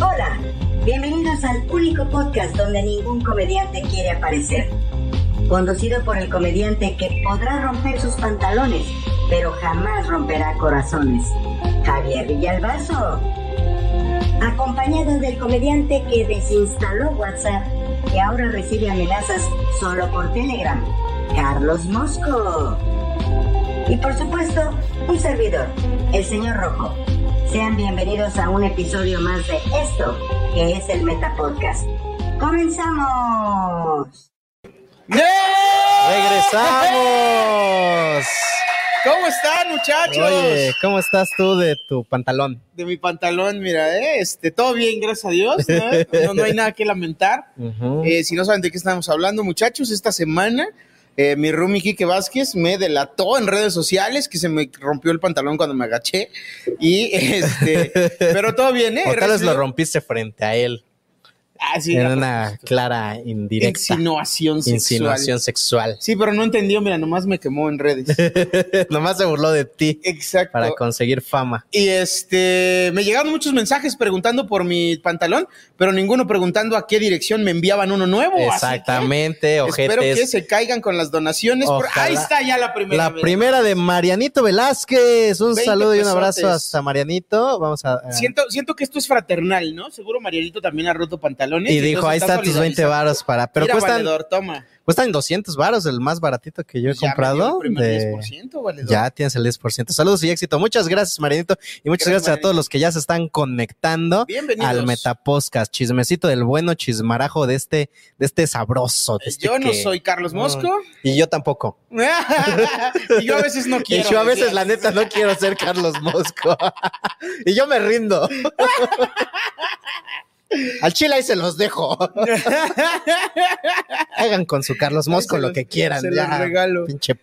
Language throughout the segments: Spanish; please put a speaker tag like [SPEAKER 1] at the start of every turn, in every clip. [SPEAKER 1] Hola, bienvenidos al único podcast donde ningún comediante quiere aparecer. Conducido por el comediante que podrá romper sus pantalones, pero jamás romperá corazones, Javier Villalbazo. Acompañado del comediante que desinstaló WhatsApp y ahora recibe amenazas solo por Telegram, Carlos Mosco. Y por supuesto, un servidor, el señor Rojo. Sean bienvenidos a un episodio más de esto, que es el Metapodcast. ¡Comenzamos!
[SPEAKER 2] ¡Regresamos!
[SPEAKER 3] ¿Cómo están, muchachos?
[SPEAKER 2] Oye, ¿cómo estás tú de tu pantalón?
[SPEAKER 3] De mi pantalón, mira, eh, este, todo bien, gracias a Dios. ¿no? No, no hay nada que lamentar. Eh, si no saben de qué estamos hablando, muchachos, esta semana eh, mi roomie Quique Vázquez me delató en redes sociales que se me rompió el pantalón cuando me agaché. Y este, pero todo bien, ¿eh?
[SPEAKER 2] o tal vez
[SPEAKER 3] Recibo-
[SPEAKER 2] lo rompiste frente a él
[SPEAKER 3] Ah, sí,
[SPEAKER 2] en
[SPEAKER 3] la
[SPEAKER 2] una clara indirecta
[SPEAKER 3] insinuación sexual.
[SPEAKER 2] insinuación sexual.
[SPEAKER 3] Sí, pero no entendió, mira, nomás me quemó en redes.
[SPEAKER 2] Nomás se burló de ti
[SPEAKER 3] Exacto.
[SPEAKER 2] para conseguir fama.
[SPEAKER 3] Y este, me llegaron muchos mensajes preguntando por mi pantalón, pero ninguno preguntando a qué dirección me enviaban uno nuevo. así que
[SPEAKER 2] Exactamente,
[SPEAKER 3] Espero que
[SPEAKER 2] ojetes.
[SPEAKER 3] se caigan con las donaciones. por-
[SPEAKER 2] Ojalá.
[SPEAKER 3] ahí está ya la primera.
[SPEAKER 2] La
[SPEAKER 3] vez.
[SPEAKER 2] primera de Marianito Velázquez. Un
[SPEAKER 3] 20
[SPEAKER 2] saludo y un abrazo
[SPEAKER 3] pesotes.
[SPEAKER 2] hasta Marianito. Vamos a. eh,
[SPEAKER 3] Siento, siento que esto es fraternal, ¿no? Seguro Marielito también ha roto pantalones.
[SPEAKER 2] y dijo,
[SPEAKER 3] entonces
[SPEAKER 2] ahí están tus 20
[SPEAKER 3] solidarizando.
[SPEAKER 2] varos para. Pero
[SPEAKER 3] Mira,
[SPEAKER 2] cuestan,
[SPEAKER 3] valedor, toma.
[SPEAKER 2] cuestan 200 varos, el más baratito que yo he
[SPEAKER 3] Ya me
[SPEAKER 2] comprado.
[SPEAKER 3] dio el primer
[SPEAKER 2] de-
[SPEAKER 3] 10%, valedor.
[SPEAKER 2] Ya tienes el 10%. Saludos y éxito. Muchas gracias, Marianito. Y muchas gracias,
[SPEAKER 3] Gracias,
[SPEAKER 2] a todos
[SPEAKER 3] Marianito.
[SPEAKER 2] los que ya se están conectando
[SPEAKER 3] Bienvenidos.
[SPEAKER 2] al Metapodcast. Chismecito del bueno, chismarajo de este, de este sabroso. de este
[SPEAKER 3] Yo no
[SPEAKER 2] que-
[SPEAKER 3] soy Carlos Mosco.
[SPEAKER 2] Y yo tampoco.
[SPEAKER 3] y yo a veces no
[SPEAKER 2] Y
[SPEAKER 3] quiero.
[SPEAKER 2] yo a veces,
[SPEAKER 3] decir.
[SPEAKER 2] la neta, no quiero ser Carlos Mosco. y yo me rindo. al chile ahí se los dejo. Hagan con su Carlos Mosco
[SPEAKER 3] se
[SPEAKER 2] lo
[SPEAKER 3] los-
[SPEAKER 2] que quieran.
[SPEAKER 3] se los
[SPEAKER 2] ya.
[SPEAKER 3] regalo.
[SPEAKER 2] Pinche.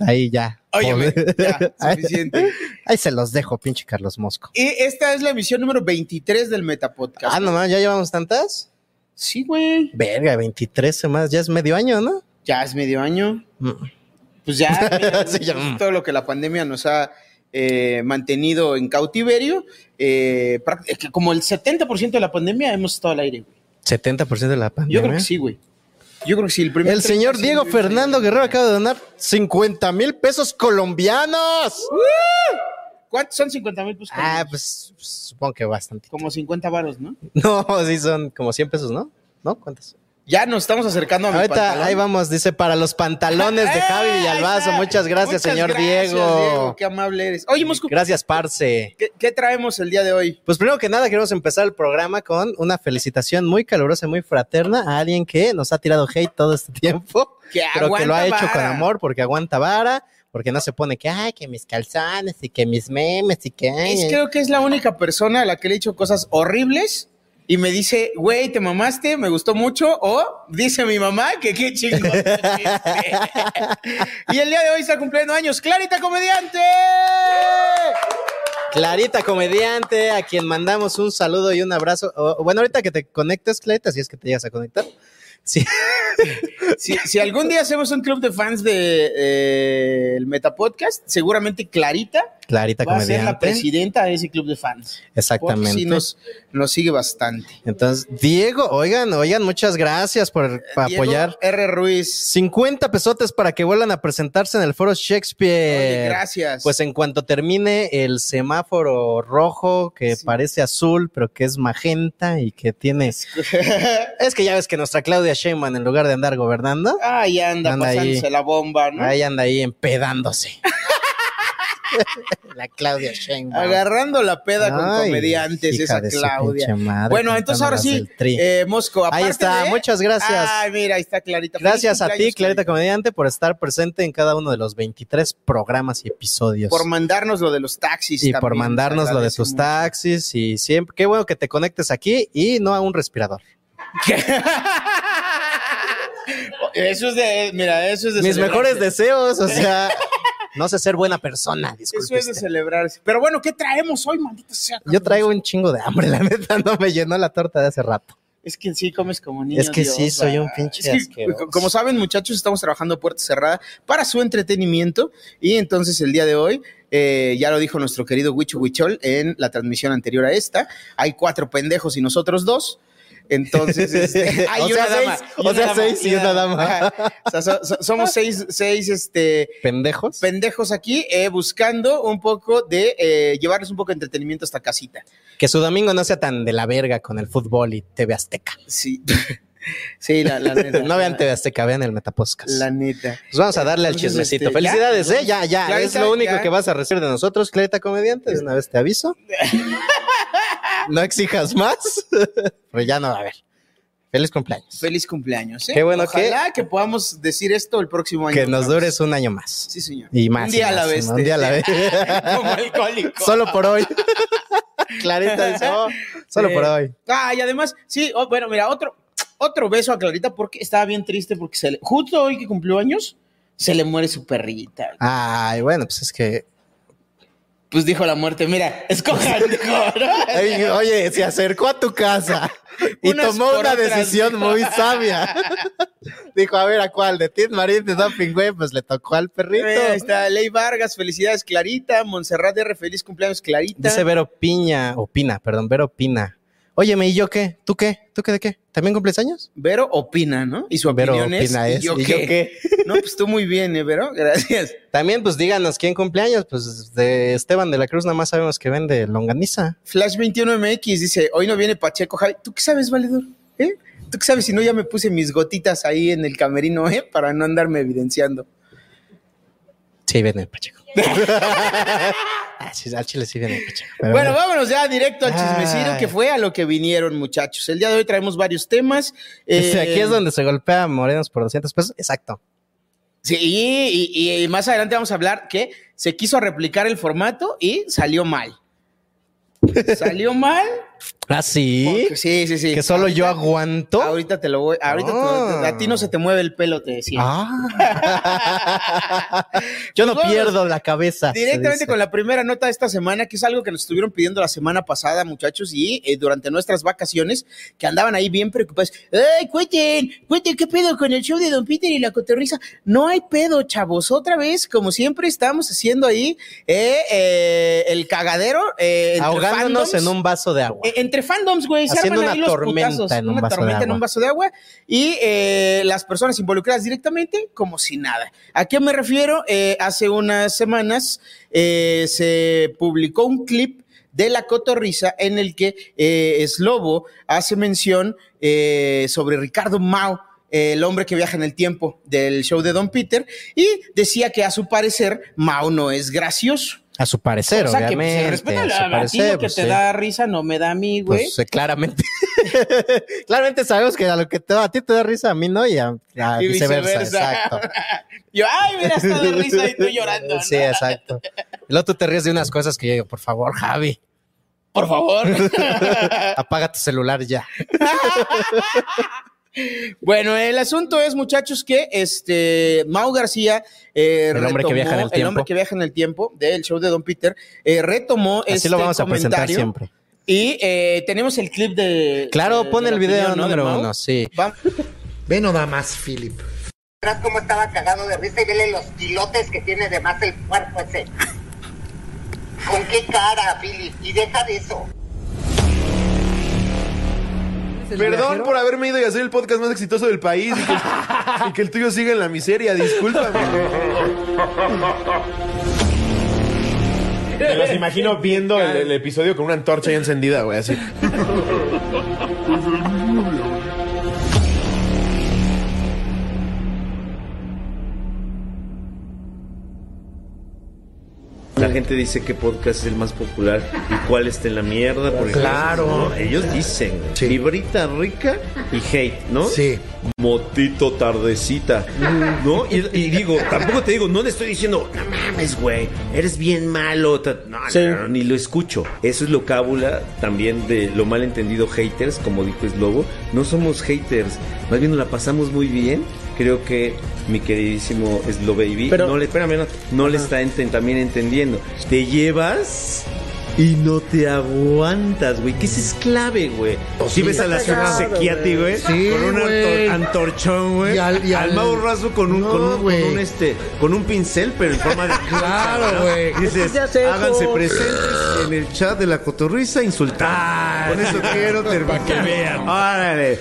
[SPEAKER 2] Ahí ya.
[SPEAKER 3] Óyeme, ya,
[SPEAKER 2] Ahí-
[SPEAKER 3] suficiente.
[SPEAKER 2] Ahí se los dejo, pinche Carlos Mosco.
[SPEAKER 3] Y esta es la emisión número 23 del Metapodcast.
[SPEAKER 2] Ah, nomás, ¿ya llevamos tantas?
[SPEAKER 3] Sí, güey.
[SPEAKER 2] Verga, 23 semanas, ya es medio año, ¿no?
[SPEAKER 3] Ya es medio año.
[SPEAKER 2] Mm.
[SPEAKER 3] Pues ya, mira, pues,
[SPEAKER 2] Sí, ya, mm.
[SPEAKER 3] todo lo que la pandemia nos ha eh, mantenido en cautiverio. eh, práct- es que como el 70% de la pandemia hemos estado al aire. güey.
[SPEAKER 2] 70% de la pandemia.
[SPEAKER 3] Yo creo que sí, güey. Yo creo que sí. El, primer
[SPEAKER 2] El señor Diego Fernando Guerrero acaba de donar 50 mil pesos colombianos.
[SPEAKER 3] ¿Cuántos son 50 mil pesos?
[SPEAKER 2] Ah, pues supongo que bastante.
[SPEAKER 3] Como 50 varos, ¿no?
[SPEAKER 2] No, sí son como 100 pesos, ¿no? ¿No? ¿Cuántos?
[SPEAKER 3] Ya nos estamos acercando a mi
[SPEAKER 2] Ahorita
[SPEAKER 3] pantalón.
[SPEAKER 2] ahí vamos, dice, para los pantalones de
[SPEAKER 3] ¡Eh!
[SPEAKER 2] Javi
[SPEAKER 3] Ahí
[SPEAKER 2] Villalbazo.
[SPEAKER 3] está.
[SPEAKER 2] Muchas gracias,
[SPEAKER 3] Muchas
[SPEAKER 2] señor
[SPEAKER 3] gracias,
[SPEAKER 2] Diego.
[SPEAKER 3] Qué amable eres. Oye, Mosco,
[SPEAKER 2] Gracias, Parce.
[SPEAKER 3] ¿qué, qué traemos el día de hoy?
[SPEAKER 2] Pues primero que nada queremos empezar el programa con una felicitación muy calurosa y muy fraterna a alguien que nos ha tirado hate todo este tiempo,
[SPEAKER 3] Que
[SPEAKER 2] pero que lo ha
[SPEAKER 3] aguanta
[SPEAKER 2] hecho con
[SPEAKER 3] vara.
[SPEAKER 2] amor porque aguanta vara, porque no se pone que ay, que mis calzones y que mis memes y que ay,
[SPEAKER 3] Es,
[SPEAKER 2] ay".
[SPEAKER 3] creo que es la única persona a la que le he hecho cosas horribles y me dice, güey, te mamaste, me gustó mucho. O dice mi mamá que qué chingón. y el día de hoy está cumpliendo años. ¡Clarita Comediante!
[SPEAKER 2] Clarita comediante, a quien mandamos un saludo y un abrazo. O- bueno, ahorita que te conectes, Clarita, si es que te llegas a conectar. Sí,
[SPEAKER 3] Si, si algún día hacemos un club de fans del de, eh, el Metapodcast, seguramente Clarita
[SPEAKER 2] Clarita
[SPEAKER 3] va a ser la
[SPEAKER 2] comediante.
[SPEAKER 3] presidenta de ese club de fans.
[SPEAKER 2] Exactamente.
[SPEAKER 3] Porque sí nos, nos sigue bastante.
[SPEAKER 2] Entonces, Diego, oigan, oigan, muchas gracias por por
[SPEAKER 3] Eh, Diego
[SPEAKER 2] apoyar.
[SPEAKER 3] R. Ruiz.
[SPEAKER 2] 50 pesotes para que vuelvan a presentarse en el foro Shakespeare.
[SPEAKER 3] Oye, gracias.
[SPEAKER 2] Pues en cuanto termine el semáforo rojo, que
[SPEAKER 3] Sí.
[SPEAKER 2] parece azul, pero que es magenta y que tiene... es que ya ves que nuestra Claudia Sheinbaum, en lugar de andar gobernando,
[SPEAKER 3] Ay, anda,
[SPEAKER 2] Anda ahí.
[SPEAKER 3] pasándose la bomba, ¿no?
[SPEAKER 2] ahí anda ahí empedándose. La Claudia Sheinbaum.
[SPEAKER 3] Agarrando la peda con
[SPEAKER 2] Ay,
[SPEAKER 3] comediantes,
[SPEAKER 2] hija
[SPEAKER 3] esa
[SPEAKER 2] de su
[SPEAKER 3] Claudia.
[SPEAKER 2] pinche madre,
[SPEAKER 3] bueno, entonces ahora
[SPEAKER 2] cantándonos
[SPEAKER 3] sí,
[SPEAKER 2] el tri.
[SPEAKER 3] eh, Mosco,
[SPEAKER 2] Ahí
[SPEAKER 3] aparte
[SPEAKER 2] está,
[SPEAKER 3] de-
[SPEAKER 2] muchas gracias.
[SPEAKER 3] Ay, mira, ahí está Clarita. Feliz
[SPEAKER 2] Gracias a ti,
[SPEAKER 3] cumpleaños,
[SPEAKER 2] Clarita Comediante, por estar presente en cada uno de los 23 programas y episodios.
[SPEAKER 3] Por mandarnos lo de los taxis.
[SPEAKER 2] y por
[SPEAKER 3] también,
[SPEAKER 2] mandarnos
[SPEAKER 3] se
[SPEAKER 2] lo de
[SPEAKER 3] agradece
[SPEAKER 2] sus
[SPEAKER 3] mucho.
[SPEAKER 2] taxis y siempre. Qué bueno que te conectes aquí y no a un respirador.
[SPEAKER 3] Eso es de, mira, eso es de
[SPEAKER 2] Mis
[SPEAKER 3] celebrarse.
[SPEAKER 2] mejores deseos, o sea, no sé ser buena persona, disculpe
[SPEAKER 3] Eso es de
[SPEAKER 2] usted.
[SPEAKER 3] celebrarse. Pero bueno, ¿qué traemos hoy, maldita sea?
[SPEAKER 2] Yo traigo un chingo de hambre, la neta, no me llenó la torta de hace rato.
[SPEAKER 3] Es que sí comes como niño.
[SPEAKER 2] Es que sí,
[SPEAKER 3] Dios,
[SPEAKER 2] soy un
[SPEAKER 3] va.
[SPEAKER 2] pinche
[SPEAKER 3] que,
[SPEAKER 2] asqueroso.
[SPEAKER 3] co- Como saben, muchachos, estamos trabajando a puerta cerrada para su entretenimiento. Y entonces el día de hoy, eh, ya lo dijo nuestro querido Huicho Huichol en la transmisión anterior a esta, hay cuatro pendejos y nosotros dos. Entonces, este, hay
[SPEAKER 2] O
[SPEAKER 3] una
[SPEAKER 2] sea,
[SPEAKER 3] dama.
[SPEAKER 2] seis,
[SPEAKER 3] y
[SPEAKER 2] o
[SPEAKER 3] una
[SPEAKER 2] sea,
[SPEAKER 3] dama,
[SPEAKER 2] seis y una dama.
[SPEAKER 3] Ajá. O sea, so- so- somos seis, seis este,
[SPEAKER 2] ¿Pendejos?
[SPEAKER 3] pendejos aquí eh, buscando un poco de eh, llevarles un poco de entretenimiento hasta casita.
[SPEAKER 2] que su domingo no sea tan de la verga con el fútbol y TV Azteca.
[SPEAKER 3] Sí. Sí, la, la neta.
[SPEAKER 2] no vean
[SPEAKER 3] La-
[SPEAKER 2] TV Azteca, vean el Metapodcast.
[SPEAKER 3] La neta.
[SPEAKER 2] Pues vamos a darle al
[SPEAKER 3] Entonces,
[SPEAKER 2] chismecito.
[SPEAKER 3] este,
[SPEAKER 2] Felicidades,
[SPEAKER 3] ya,
[SPEAKER 2] ¿eh? Ya, ya.
[SPEAKER 3] Clarita,
[SPEAKER 2] es lo único
[SPEAKER 3] ya.
[SPEAKER 2] que vas a recibir de nosotros, Clarita Comediante. De una vez te aviso. no exijas más. Pero ya no va a haber. Feliz cumpleaños.
[SPEAKER 3] Feliz cumpleaños. ¿eh?
[SPEAKER 2] Qué bueno
[SPEAKER 3] Ojalá que... podamos decir esto el próximo año.
[SPEAKER 2] Que nos
[SPEAKER 3] Vamos.
[SPEAKER 2] dures un año más.
[SPEAKER 3] Sí, señor.
[SPEAKER 2] Y más.
[SPEAKER 3] Un
[SPEAKER 2] y
[SPEAKER 3] día a la
[SPEAKER 2] más,
[SPEAKER 3] vez.
[SPEAKER 2] ¿no? Un día a la vez.
[SPEAKER 3] Como alcohólico.
[SPEAKER 2] solo por hoy. Clarita dice, oh, solo
[SPEAKER 3] Sí.
[SPEAKER 2] por hoy.
[SPEAKER 3] Ah, y además, sí, oh, bueno, mira, otro, otro beso a Clarita porque estaba bien triste porque se le- justo hoy que cumplió años, se le muere su perrita.
[SPEAKER 2] Ay, bueno, pues es que.
[SPEAKER 3] Pues dijo la muerte, mira, escojan, dijo, ¿no?
[SPEAKER 2] Ay, oye, se acercó a tu casa y
[SPEAKER 3] Unas
[SPEAKER 2] tomó
[SPEAKER 3] por
[SPEAKER 2] una
[SPEAKER 3] otras,
[SPEAKER 2] decisión
[SPEAKER 3] dijo.
[SPEAKER 2] muy sabia. Dijo, a ver, ¿a cuál? ¿De Tit Marín, de Dumping Güey? Pues le tocó al perrito.
[SPEAKER 3] Eh, Ahí está Ley Vargas, felicidades Clarita, Montserrat R, feliz cumpleaños Clarita.
[SPEAKER 2] Dice Vero Piña, o Pina, perdón, Vero Pina. Óyeme, ¿y yo qué? ¿Tú qué? ¿Tú qué de qué? ¿También cumples años?
[SPEAKER 3] Vero opina, ¿no? Y su
[SPEAKER 2] Vero
[SPEAKER 3] opinión es,
[SPEAKER 2] Pina
[SPEAKER 3] ¿y
[SPEAKER 2] es,
[SPEAKER 3] yo
[SPEAKER 2] ¿y yo
[SPEAKER 3] qué? No, pues tú muy bien, ¿eh, Vero? Gracias.
[SPEAKER 2] También, pues díganos quién cumpleaños. Pues de Esteban de la Cruz nada más sabemos que vende longaniza.
[SPEAKER 3] Flash 21MX dice, hoy no viene Pacheco Jai. ¿Tú qué sabes, valedor? ¿Eh? ¿Tú qué sabes? Si no, ya me puse mis gotitas ahí en el camerino, ¿eh? Para no andarme evidenciando.
[SPEAKER 2] Sí, viene el Pacheco. Ah, sí, al chile sí viene el Pacheco. pero
[SPEAKER 3] Bueno, vámonos ya directo al chismecito,
[SPEAKER 2] Ay.
[SPEAKER 3] que fue a lo que vinieron, muchachos. El día de hoy traemos varios temas.
[SPEAKER 2] Este,
[SPEAKER 3] eh,
[SPEAKER 2] aquí es donde se golpea a Morenos por 200 pesos. Exacto.
[SPEAKER 3] Sí, y, y- y más adelante vamos a hablar que se quiso replicar el formato y salió mal. ¿Salió mal?
[SPEAKER 2] Ah, sí.
[SPEAKER 3] Porque- Sí, sí, sí.
[SPEAKER 2] Que solo yo aguanto.
[SPEAKER 3] Ahorita te lo voy, ahorita te-
[SPEAKER 2] Ah.
[SPEAKER 3] a ti no se te mueve el pelo, te decía.
[SPEAKER 2] Ah. yo no
[SPEAKER 3] Pues vamos
[SPEAKER 2] pierdo la cabeza. se
[SPEAKER 3] Directamente
[SPEAKER 2] dice.
[SPEAKER 3] con la primera nota de esta semana, que es algo que nos estuvieron pidiendo la semana pasada, muchachos, y eh, durante nuestras vacaciones, que andaban ahí bien preocupados. ¡Ay, cuenten! ¡Cuenten qué pedo con el show de Don Peter y la coterriza! No hay pedo, chavos. Otra vez, como siempre, estamos haciendo ahí eh, eh, el cagadero. eh, entre
[SPEAKER 2] ahogándonos
[SPEAKER 3] fandoms.
[SPEAKER 2] en un vaso de agua.
[SPEAKER 3] Eh, Entre fandoms, güey, se
[SPEAKER 2] Haciendo
[SPEAKER 3] arman
[SPEAKER 2] una
[SPEAKER 3] ahí los
[SPEAKER 2] tormenta
[SPEAKER 3] putazos,
[SPEAKER 2] en un
[SPEAKER 3] una
[SPEAKER 2] vaso de
[SPEAKER 3] tormenta en
[SPEAKER 2] agua.
[SPEAKER 3] un vaso de agua y eh, las personas involucradas directamente como si nada. ¿A qué me refiero? Eh, hace unas semanas eh, se publicó un clip de la cotorriza en el que eh, Slobo hace mención eh, sobre Ricardo Mao, el hombre que viaja en el tiempo del show de Don Peter, y decía que a su parecer Mao no es gracioso.
[SPEAKER 2] a su parecer,
[SPEAKER 3] o sea,
[SPEAKER 2] obviamente.
[SPEAKER 3] que pues, respeta
[SPEAKER 2] a su
[SPEAKER 3] la- a ti
[SPEAKER 2] parecer,
[SPEAKER 3] lo que
[SPEAKER 2] pues,
[SPEAKER 3] te
[SPEAKER 2] sí.
[SPEAKER 3] da risa no me da a mí, güey.
[SPEAKER 2] Pues, eh, claramente. claramente sabemos que a lo que te- a ti te da risa, a mí no, y a, a
[SPEAKER 3] Y
[SPEAKER 2] viceversa.
[SPEAKER 3] viceversa.
[SPEAKER 2] Exacto.
[SPEAKER 3] Yo, ay, mira, está de risa y tú llorando. ¿no?
[SPEAKER 2] Sí, exacto. Y luego tú te ríes de unas cosas que yo digo, por favor, Javi,
[SPEAKER 3] Por favor.
[SPEAKER 2] apaga tu celular ya.
[SPEAKER 3] bueno, el asunto es, muchachos, que este Mau García, eh,
[SPEAKER 2] El hombre que viaja en el
[SPEAKER 3] el hombre
[SPEAKER 2] tiempo.
[SPEAKER 3] que viaja en el tiempo del show de Don Peter, eh, retomó
[SPEAKER 2] Así
[SPEAKER 3] este
[SPEAKER 2] lo vamos a presentar
[SPEAKER 3] comentario
[SPEAKER 2] siempre.
[SPEAKER 3] Y eh, tenemos el clip de.
[SPEAKER 2] Claro,
[SPEAKER 3] de-
[SPEAKER 2] pon
[SPEAKER 3] de
[SPEAKER 2] el
[SPEAKER 3] la
[SPEAKER 2] video
[SPEAKER 3] opinión, ¿no? de
[SPEAKER 2] número
[SPEAKER 3] Mau.
[SPEAKER 2] uno, sí.
[SPEAKER 3] Va-
[SPEAKER 4] Ve nomás más, Philip.
[SPEAKER 1] verás cómo estaba cagado de risa y vele los pilotes que tiene de más el cuerpo ese. pues, eh, ¿Con qué cara, Philip? Y deja de eso.
[SPEAKER 5] Perdón por haberme ido y hacer el podcast más exitoso del país y que, y que el tuyo siga en la miseria, discúlpame. Me los imagino viendo el, el episodio con una antorcha ya encendida, güey, así.
[SPEAKER 6] La gente dice qué podcast es el más popular y cuál está en la mierda. por ejemplo,
[SPEAKER 4] Claro.
[SPEAKER 6] ¿no? Ellos dicen
[SPEAKER 4] Sí.
[SPEAKER 6] librita rica y hate, ¿no?
[SPEAKER 4] Sí.
[SPEAKER 6] Motito tardecita,
[SPEAKER 4] Mm.
[SPEAKER 6] ¿no? Y, y digo, tampoco te digo, no le estoy diciendo, no mames, güey, eres bien malo. ta- No, no,
[SPEAKER 3] Sí.
[SPEAKER 6] no, ni lo escucho. Eso es lo cábula también de lo malentendido haters, como dijo Slobo. No somos haters, más bien nos la pasamos muy bien. Creo que mi queridísimo Slow Baby,
[SPEAKER 3] Pero-
[SPEAKER 6] no le, espérame, no, no le está enten- también entendiendo. Te llevas y no te aguantas, güey. Que ese es clave, güey. Si
[SPEAKER 4] sí.
[SPEAKER 6] ves a la
[SPEAKER 4] Está
[SPEAKER 6] ciudad
[SPEAKER 4] cagado,
[SPEAKER 6] Sequiati, güey,
[SPEAKER 4] Sí,
[SPEAKER 6] con un
[SPEAKER 4] güey.
[SPEAKER 6] antor- antorchón, güey.
[SPEAKER 4] Y al-
[SPEAKER 6] al,
[SPEAKER 4] y al-
[SPEAKER 6] Mau Raso con un,
[SPEAKER 4] No,
[SPEAKER 6] con, un, con
[SPEAKER 4] güey.
[SPEAKER 6] un, este, con un pincel, pero en forma de.
[SPEAKER 4] Claro,
[SPEAKER 6] ¿no?
[SPEAKER 4] güey.
[SPEAKER 6] Dices,
[SPEAKER 3] Ya sé,
[SPEAKER 6] háganse
[SPEAKER 3] hijo".
[SPEAKER 6] presentes en el chat de la cotorriza insultar. Con eso quiero terminar. que vean. Órale.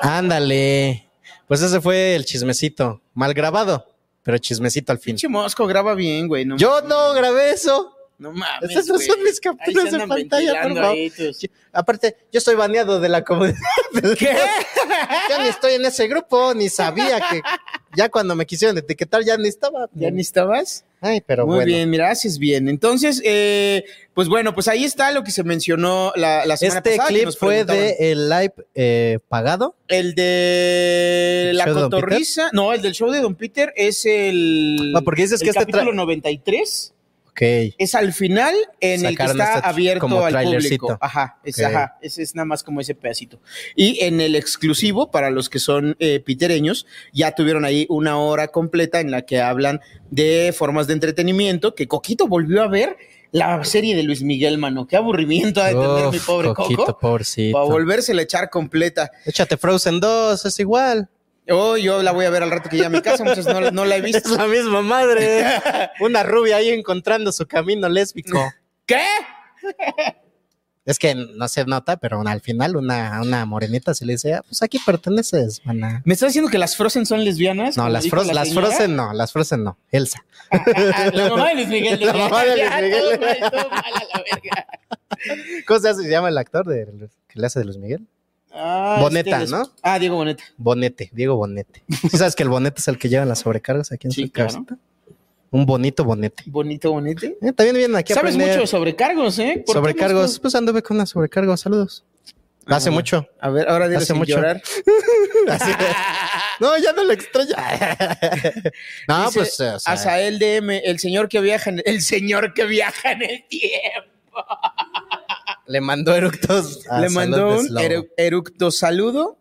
[SPEAKER 2] Ándale. Pues ese fue el chismecito. Mal grabado, pero chismecito al fin.
[SPEAKER 3] Pinche mosco, graba bien, güey. No,
[SPEAKER 2] Yo no grabé eso.
[SPEAKER 3] no mames.
[SPEAKER 2] Esas no
[SPEAKER 3] güey.
[SPEAKER 2] son mis
[SPEAKER 3] Ahí
[SPEAKER 2] capturas
[SPEAKER 3] se
[SPEAKER 2] de
[SPEAKER 3] andan
[SPEAKER 2] pantalla, por
[SPEAKER 3] ventilando
[SPEAKER 2] favor.
[SPEAKER 3] ahí tus-
[SPEAKER 2] Aparte, yo estoy baneado de la comunidad. ¿Qué? Yo ni estoy en ese grupo, ni sabía que. Ya cuando me quisieron etiquetar, ya ni estaba.
[SPEAKER 3] ¿Ya ni estabas?
[SPEAKER 2] Ay, pero
[SPEAKER 3] Muy
[SPEAKER 2] bueno.
[SPEAKER 3] bien, mira, haces bien. Entonces, eh, pues bueno, pues ahí está lo que se mencionó la, la semana
[SPEAKER 2] Este
[SPEAKER 3] pasada. que
[SPEAKER 2] clip
[SPEAKER 3] nos
[SPEAKER 2] fue
[SPEAKER 3] preguntaban.
[SPEAKER 2] de el live eh, pagado.
[SPEAKER 3] El de
[SPEAKER 2] ¿El
[SPEAKER 3] La
[SPEAKER 2] show de Don
[SPEAKER 3] Cotorrisa. No, el del show de Don Peter es el.
[SPEAKER 2] Ah, porque dices
[SPEAKER 3] el
[SPEAKER 2] que este
[SPEAKER 3] capítulo
[SPEAKER 2] tra-
[SPEAKER 3] 93
[SPEAKER 2] Ok.
[SPEAKER 3] es al final en
[SPEAKER 2] Sacaron
[SPEAKER 3] el que está
[SPEAKER 2] este
[SPEAKER 3] abierto
[SPEAKER 2] como
[SPEAKER 3] al
[SPEAKER 2] trailercito.
[SPEAKER 3] público. Ajá, es,
[SPEAKER 2] Ok.
[SPEAKER 3] ajá, ese es nada más como ese pedacito. Y en el exclusivo, para los que son eh, pitereños, ya tuvieron ahí una hora completa en la que hablan de formas de entretenimiento, que Coquito volvió a ver la serie de Luis Miguel, mano. Qué aburrimiento ha de tener mi
[SPEAKER 2] Uf,
[SPEAKER 3] pobre
[SPEAKER 2] Coquito,
[SPEAKER 3] Coco.
[SPEAKER 2] pobrecito.
[SPEAKER 3] Para volvérsela a echar completa.
[SPEAKER 2] Échate Frozen 2, es igual.
[SPEAKER 3] Oh, yo la voy a ver al rato que llegue a mi casa, muchachos, no, no la he
[SPEAKER 2] Es
[SPEAKER 3] visto.
[SPEAKER 2] la misma madre. ¿eh? Una rubia ahí encontrando su camino lésbico.
[SPEAKER 3] ¿Qué?
[SPEAKER 2] Es que no se nota, pero al final una, una morenita se le dice, "Ah, pues aquí perteneces, maná.
[SPEAKER 3] ¿Me estás diciendo que las Frozen son lesbianas?
[SPEAKER 2] No,
[SPEAKER 3] como
[SPEAKER 2] las,
[SPEAKER 3] dijo
[SPEAKER 2] Frozen,
[SPEAKER 3] la
[SPEAKER 2] las
[SPEAKER 3] señora?
[SPEAKER 2] Frozen no, las Frozen no, Elsa.
[SPEAKER 3] Ah, la mamá de Luis Miguel.
[SPEAKER 2] La mamá de Luis
[SPEAKER 3] Ya,
[SPEAKER 2] Miguel.
[SPEAKER 3] todo mal, todo mal a la verga.
[SPEAKER 2] ¿Cómo se, hace- se llama el actor de, que le hace de Luis Miguel?
[SPEAKER 3] Ah,
[SPEAKER 2] Boneta,
[SPEAKER 3] este,
[SPEAKER 2] ¿no?
[SPEAKER 3] Ah, Diego Boneta.
[SPEAKER 2] Bonete, Diego Bonete. ¿Sí ¿Sabes que el bonete es el que llevan las sobrecargas aquí en
[SPEAKER 3] Sí,
[SPEAKER 2] su
[SPEAKER 3] claro.
[SPEAKER 2] casita? Un bonito bonete.
[SPEAKER 3] Bonito, bonete.
[SPEAKER 2] Eh, también vienen aquí a
[SPEAKER 3] Sabes
[SPEAKER 2] aprender
[SPEAKER 3] mucho de sobrecargos, ¿eh? ¿Por qué
[SPEAKER 2] sobrecargos.
[SPEAKER 3] no-
[SPEAKER 2] Pues anduve con una sobrecarga, saludos. Hace
[SPEAKER 3] Ah.
[SPEAKER 2] mucho.
[SPEAKER 3] A ver, ahora dilo
[SPEAKER 2] Hace
[SPEAKER 3] sin
[SPEAKER 2] mucho.
[SPEAKER 3] llorar.
[SPEAKER 2] Así de- no, ya no lo extraño. no,
[SPEAKER 3] Dice
[SPEAKER 2] pues. eh, o sea,
[SPEAKER 3] Azael DM, el señor que viaja en el señor que viaja en el tiempo.
[SPEAKER 2] le mandó eructos. a
[SPEAKER 3] Le mandó
[SPEAKER 2] Ah, Salud de
[SPEAKER 3] un
[SPEAKER 2] Slobo.
[SPEAKER 3] eru- eructo saludo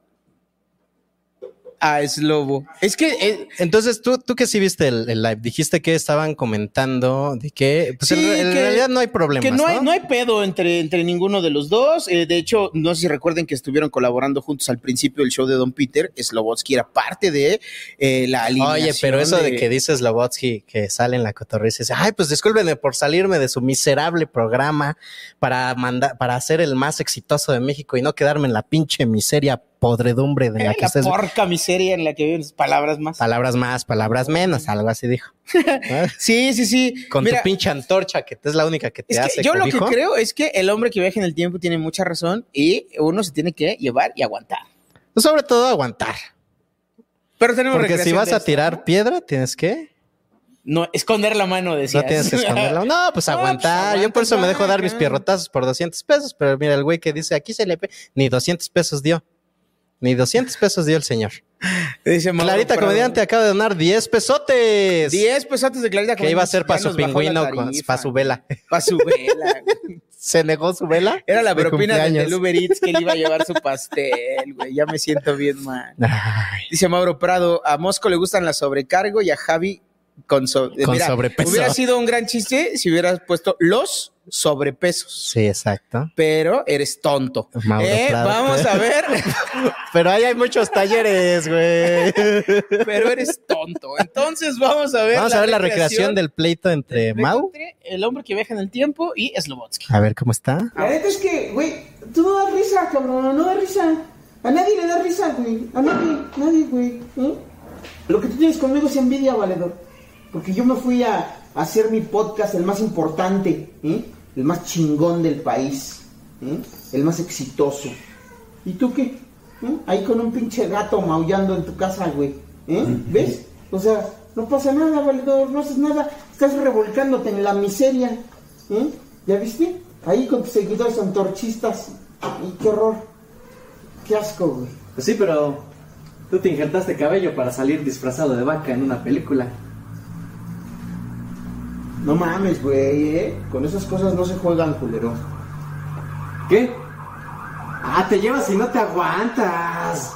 [SPEAKER 3] a Slobo. Es que eh,
[SPEAKER 2] Entonces, tú, tú que sí viste el, el live, dijiste que estaban comentando de que. Pues
[SPEAKER 3] Sí,
[SPEAKER 2] en, re- en
[SPEAKER 3] que-
[SPEAKER 2] realidad no hay problemas.
[SPEAKER 3] que no
[SPEAKER 2] no,
[SPEAKER 3] hay, no hay pedo entre, entre ninguno de los dos. Eh, de hecho, no sé si recuerden que estuvieron colaborando juntos al principio del show de Don Peter. Slobotsky era parte de eh, la alineación.
[SPEAKER 2] Oye, pero eso de que dices Lobotsky que sale en la cotorriza y dice, ay, pues discúlpenme por salirme de su miserable programa para mandar, para ser el más exitoso de México y no quedarme en la pinche miseria podredumbre de
[SPEAKER 3] Eh,
[SPEAKER 2] la que
[SPEAKER 3] la
[SPEAKER 2] ustedes.
[SPEAKER 3] porca miseria en la que viven sus palabras más.
[SPEAKER 2] Palabras más, palabras menos, algo así dijo. ¿Ah?
[SPEAKER 3] Sí, sí, sí.
[SPEAKER 2] Con
[SPEAKER 3] Mira,
[SPEAKER 2] tu pinche antorcha, que es la única que te
[SPEAKER 3] es que
[SPEAKER 2] hace.
[SPEAKER 3] yo lo que
[SPEAKER 2] cobijo.
[SPEAKER 3] creo es que el hombre que viaja en el tiempo tiene mucha razón y uno se tiene que llevar y aguantar.
[SPEAKER 2] Pues Sobre todo aguantar.
[SPEAKER 3] Pero tenemos
[SPEAKER 2] Porque si
[SPEAKER 3] recreación
[SPEAKER 2] vas
[SPEAKER 3] de
[SPEAKER 2] a
[SPEAKER 3] esto.
[SPEAKER 2] tirar piedra, tienes que.
[SPEAKER 3] No, esconder la mano, decía.
[SPEAKER 2] No tienes que esconderla. No, pues
[SPEAKER 3] No, pues,
[SPEAKER 2] aguantar. Yo por eso me dejo dar mis
[SPEAKER 3] aguanta.
[SPEAKER 2] pierrotazos por 200 pesos. Pero mira, el güey que dice aquí se le. pe-". Ni 200 pesos dio. Ni 200 pesos dio el señor.
[SPEAKER 3] Dice Mauro
[SPEAKER 2] Clarita
[SPEAKER 3] Prado.
[SPEAKER 2] Comediante acaba de donar 10 pesotes.
[SPEAKER 3] 10 pesos pues, de Clarita
[SPEAKER 2] Que iba a ser para
[SPEAKER 3] Ya nos
[SPEAKER 2] su
[SPEAKER 3] bajó la
[SPEAKER 2] pingüino,
[SPEAKER 3] tarifa.
[SPEAKER 2] para su vela.
[SPEAKER 3] Pa' su vela.
[SPEAKER 2] ¿Se negó su vela?
[SPEAKER 3] Era la
[SPEAKER 2] de
[SPEAKER 3] propina del,
[SPEAKER 2] cumpleaños.
[SPEAKER 3] del Uber Eats que le iba a llevar su pastel, güey. Ya me siento bien mal.
[SPEAKER 2] Ay,
[SPEAKER 3] Dice Mauro Prado, a Mosco le gustan la sobrecargo y a Javi con, so- eh,
[SPEAKER 2] Con sobrepeso.
[SPEAKER 3] Hubiera sido un gran chiste si hubieras puesto los sobrepesos.
[SPEAKER 2] sí, exacto.
[SPEAKER 3] Pero eres tonto.
[SPEAKER 2] Mauro
[SPEAKER 3] Eh,
[SPEAKER 2] Prado.
[SPEAKER 3] vamos a ver,
[SPEAKER 2] Pero ahí hay muchos talleres, güey.
[SPEAKER 3] pero eres tonto. Entonces vamos a ver.
[SPEAKER 2] Vamos a ver la recreación del pleito entre Mau.
[SPEAKER 3] entre El hombre que viaja en el tiempo y Slobotsky.
[SPEAKER 2] A ver cómo está.
[SPEAKER 7] La neta es que, güey, tú no das risa, cabrón, no das risa. A nadie le da risa, güey. A nadie, nadie, güey. ¿eh? Lo que tú tienes conmigo es envidia, valedor. Porque yo me fui a, a hacer mi podcast, el más importante, ¿eh? el más chingón del país, ¿eh? el más exitoso. ¿Y tú qué?
[SPEAKER 8] ¿eh? Ahí con un pinche gato maullando en tu casa, güey. ¿eh? ¿Ves? O sea, no pasa nada, valedor, no haces nada. Estás revolcándote en la miseria. ¿eh? ¿Ya viste? Ahí con tus seguidores antorchistas. Y qué horror. Qué asco, güey.
[SPEAKER 9] Pues sí, pero tú te injertaste cabello para salir disfrazado de vaca en una película.
[SPEAKER 8] No mames, güey, ¿eh? Con esas cosas no se juegan, culero.
[SPEAKER 9] ¿Qué? Ah, te llevas y no te aguantas.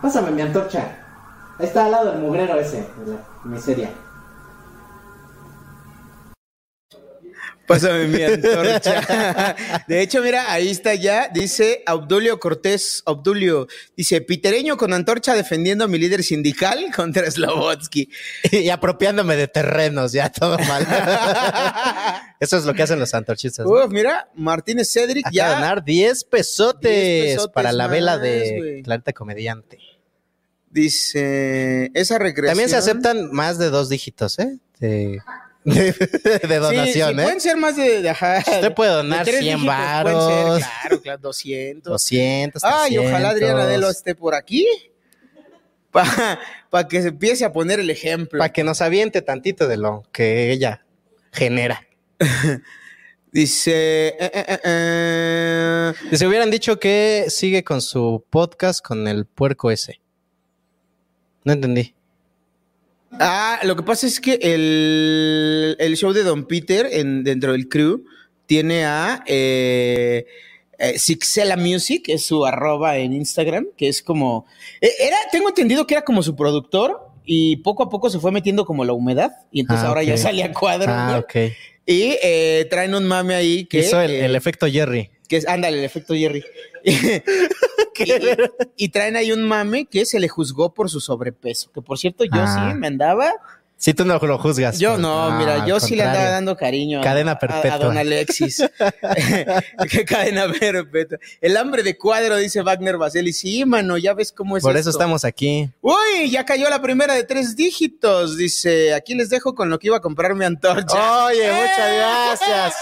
[SPEAKER 9] Pásame mi antorcha. Ahí Está al lado del mugrero ese, de la miseria.
[SPEAKER 3] Pásame mi antorcha. De hecho, mira, ahí está ya. Dice Obdulio Cortés, Obdulio, dice, pitereño con antorcha defendiendo a mi líder sindical contra Slovotsky.
[SPEAKER 2] y apropiándome de terrenos, ya todo mal. Eso es lo que hacen los antorchistas. ¿no?
[SPEAKER 3] Uf, mira, Martínez Cedric
[SPEAKER 2] Acaba de
[SPEAKER 3] ya.
[SPEAKER 2] ganar 10 pesotes,
[SPEAKER 3] 10 pesotes
[SPEAKER 2] para la vela
[SPEAKER 3] más,
[SPEAKER 2] de
[SPEAKER 3] güey.
[SPEAKER 2] Clarita Comediante.
[SPEAKER 3] Dice, esa recreación.
[SPEAKER 2] También se aceptan más de dos dígitos, ¿eh? De, de- de
[SPEAKER 3] Sí,
[SPEAKER 2] donación,
[SPEAKER 3] sí,
[SPEAKER 2] ¿eh?
[SPEAKER 3] Pueden ser más de. de- ajá,
[SPEAKER 2] Usted puede donar
[SPEAKER 3] de tres
[SPEAKER 2] 100
[SPEAKER 3] dígitos, pueden ser,
[SPEAKER 2] varos.
[SPEAKER 3] Claro, claro, 200.
[SPEAKER 2] 200,
[SPEAKER 3] Ay,
[SPEAKER 2] 300.
[SPEAKER 3] ojalá Adriana Adelo esté por aquí. Para que se empiece a poner el ejemplo.
[SPEAKER 2] Para que nos aviente tantito de lo que ella genera.
[SPEAKER 3] Dice. eh, eh, eh, eh.
[SPEAKER 2] Y se hubieran dicho que sigue con su podcast con el puerco ese. No entendí.
[SPEAKER 3] Ah, lo que pasa es que el, el show de Don Peter en, dentro del crew tiene a eh, eh, Sixela Music, es su arroba en Instagram, que es como. eh, Era, tengo entendido que era como su productor y poco a poco se fue metiendo como la humedad y entonces
[SPEAKER 2] Ah,
[SPEAKER 3] ahora ya
[SPEAKER 2] ok.
[SPEAKER 3] sale a cuadro.
[SPEAKER 2] Ah,
[SPEAKER 3] ¿no?
[SPEAKER 2] ok.
[SPEAKER 3] Y eh, traen un mame ahí que.
[SPEAKER 2] Hizo el,
[SPEAKER 3] eh,
[SPEAKER 2] el efecto Jerry.
[SPEAKER 3] que es, ándale, el efecto Jerry. Y- y, y traen ahí un mame que se le juzgó por su sobrepeso, que por cierto yo
[SPEAKER 2] Ah.
[SPEAKER 3] sí me andaba.
[SPEAKER 2] Si tú no lo juzgas.
[SPEAKER 3] Yo
[SPEAKER 2] pues.
[SPEAKER 3] no,
[SPEAKER 2] Ah,
[SPEAKER 3] mira,
[SPEAKER 2] al
[SPEAKER 3] yo sí le andaba
[SPEAKER 2] contrario.
[SPEAKER 3] dando cariño a,
[SPEAKER 2] Cadena
[SPEAKER 3] a- a,
[SPEAKER 2] perpetua.
[SPEAKER 3] don Alexis. Qué cadena perpetua. El hambre de cuadro, dice Wagner Baseli. Sí, mano, ya ves cómo es
[SPEAKER 2] Por eso
[SPEAKER 3] esto.
[SPEAKER 2] estamos aquí.
[SPEAKER 3] Uy, ya cayó la primera de tres dígitos, dice. Aquí les dejo con lo que iba a comprar mi antorcha.
[SPEAKER 2] Oye,
[SPEAKER 3] ¡Eh!
[SPEAKER 2] muchas gracias.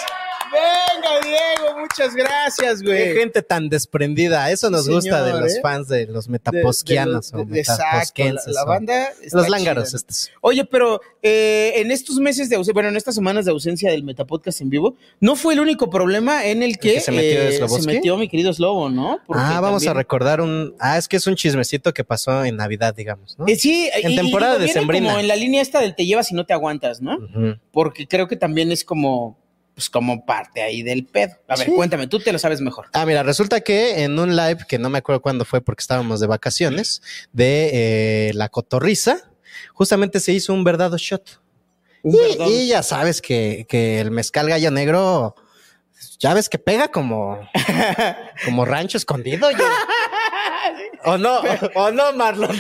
[SPEAKER 3] Venga, Diego, muchas gracias,
[SPEAKER 2] Qué
[SPEAKER 3] güey.
[SPEAKER 2] gente tan desprendida. Eso nos
[SPEAKER 3] Sí,
[SPEAKER 2] gusta de
[SPEAKER 3] señor,
[SPEAKER 2] los
[SPEAKER 3] ¿eh?
[SPEAKER 2] fans de los
[SPEAKER 3] De- de
[SPEAKER 2] metaposquianos o
[SPEAKER 3] los- de- Exacto, la,
[SPEAKER 2] metaposquenses
[SPEAKER 3] la
[SPEAKER 2] o-
[SPEAKER 3] banda. está
[SPEAKER 2] Los lángaros
[SPEAKER 3] chida, ¿no?
[SPEAKER 2] estos.
[SPEAKER 3] Oye, pero eh, en estos meses de ausencia, bueno, en estas semanas de ausencia del Metapodcast en vivo, no fue el único problema en el que,
[SPEAKER 2] que se metió
[SPEAKER 3] eh,
[SPEAKER 2] Sloboski?
[SPEAKER 3] se metió mi querido Slobo, ¿no? Porque
[SPEAKER 2] Ah, vamos a
[SPEAKER 3] también-
[SPEAKER 2] recordar un. Ah, es que es un chismecito que pasó en Navidad, digamos, ¿no?
[SPEAKER 3] Eh, sí,
[SPEAKER 2] En
[SPEAKER 3] y- y
[SPEAKER 2] temporada
[SPEAKER 3] digo, viene
[SPEAKER 2] decembrina.
[SPEAKER 3] Como en la línea esta del te llevas y no te aguantas, ¿no?
[SPEAKER 2] Ujú.
[SPEAKER 3] Porque creo que también es como, pues como parte ahí del pedo. A ver,
[SPEAKER 2] Sí.
[SPEAKER 3] cuéntame, tú te lo sabes mejor.
[SPEAKER 2] Ah, mira, resulta que en un live que no me acuerdo cuándo fue porque estábamos de vacaciones, de eh, La Cotorriza, justamente se hizo un verdadero shot.
[SPEAKER 3] Un
[SPEAKER 2] Y,
[SPEAKER 3] verdado.
[SPEAKER 2] y ya sabes que, que el mezcal gallo negro, ya ves que pega como, como rancho escondido. oye. O no, o no, Marlon.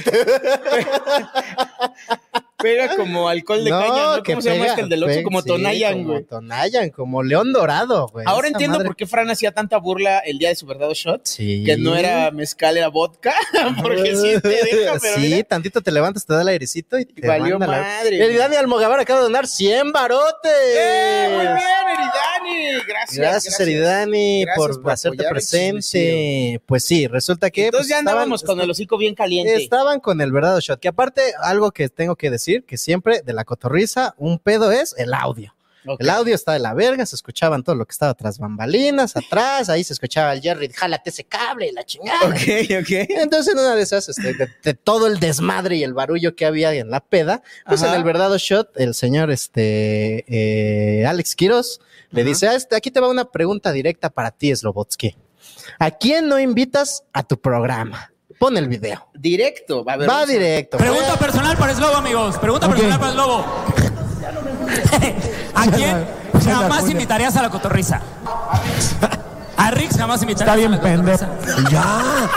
[SPEAKER 3] Pega como alcohol de caña, ¿no? ¿Cómo se
[SPEAKER 2] Ah,
[SPEAKER 3] llama
[SPEAKER 2] pega,
[SPEAKER 3] este el del Oxxo?
[SPEAKER 2] pega,
[SPEAKER 3] Como
[SPEAKER 2] sí,
[SPEAKER 3] Tonayan,
[SPEAKER 2] como
[SPEAKER 3] güey.
[SPEAKER 2] Tonayan, como León Dorado, güey.
[SPEAKER 3] Ahora
[SPEAKER 2] Esa
[SPEAKER 3] entiendo
[SPEAKER 2] madre-
[SPEAKER 3] por qué Fran hacía tanta burla el día de su verdadero shot.
[SPEAKER 2] Sí.
[SPEAKER 3] Que no era mezcal, era vodka. Porque sí te deja, pero
[SPEAKER 2] Sí,
[SPEAKER 3] mira,
[SPEAKER 2] tantito te levantas, te da el airecito y te
[SPEAKER 3] valió
[SPEAKER 2] manda la-
[SPEAKER 3] madre.
[SPEAKER 2] El Dani Almogavar acaba de donar 100 barotes.
[SPEAKER 3] ¡Eh, muy
[SPEAKER 6] Pues.
[SPEAKER 3] bien, Eridani! Gracias.
[SPEAKER 2] Gracias, Eridani,
[SPEAKER 3] Gracias
[SPEAKER 2] por,
[SPEAKER 3] por
[SPEAKER 2] hacerte
[SPEAKER 3] apoyar el
[SPEAKER 2] presente.
[SPEAKER 3] chismecillo.
[SPEAKER 2] Pues sí, resulta que.
[SPEAKER 3] Entonces
[SPEAKER 2] pues,
[SPEAKER 3] ya
[SPEAKER 2] estaban-
[SPEAKER 3] andábamos con el hocico bien caliente.
[SPEAKER 2] Estaban con el verdadero shot. Que aparte, algo que tengo que decir, que siempre de la cotorriza, un pedo es el audio.
[SPEAKER 3] Ok.
[SPEAKER 2] El audio está de la verga, se escuchaban todo lo que estaba tras bambalinas, atrás, ahí se escuchaba el Jerry, jálate ese cable, la chingada.
[SPEAKER 3] Ok, ok.
[SPEAKER 2] Entonces, en una de esas, este, de, de todo el desmadre y el barullo que había en la peda, pues
[SPEAKER 3] Ajá.
[SPEAKER 2] en el verdadero shot, el señor este, eh, Alex Quiroz le
[SPEAKER 3] Ajá.
[SPEAKER 2] dice: "Ah, este, Aquí te va una pregunta directa para ti, Slobotsky. ¿A quién no invitas a tu programa? Pon el video.
[SPEAKER 3] Directo. Va, a ver,
[SPEAKER 2] Va
[SPEAKER 3] vamos a-
[SPEAKER 2] directo. pues.
[SPEAKER 10] Pregunta personal para el Slobo, amigos. Pregunta personal para el Slobo. ¿A quién jamás invitarías a la cotorriza? A Rix jamás invitarías a la cotorriza.
[SPEAKER 4] Ya.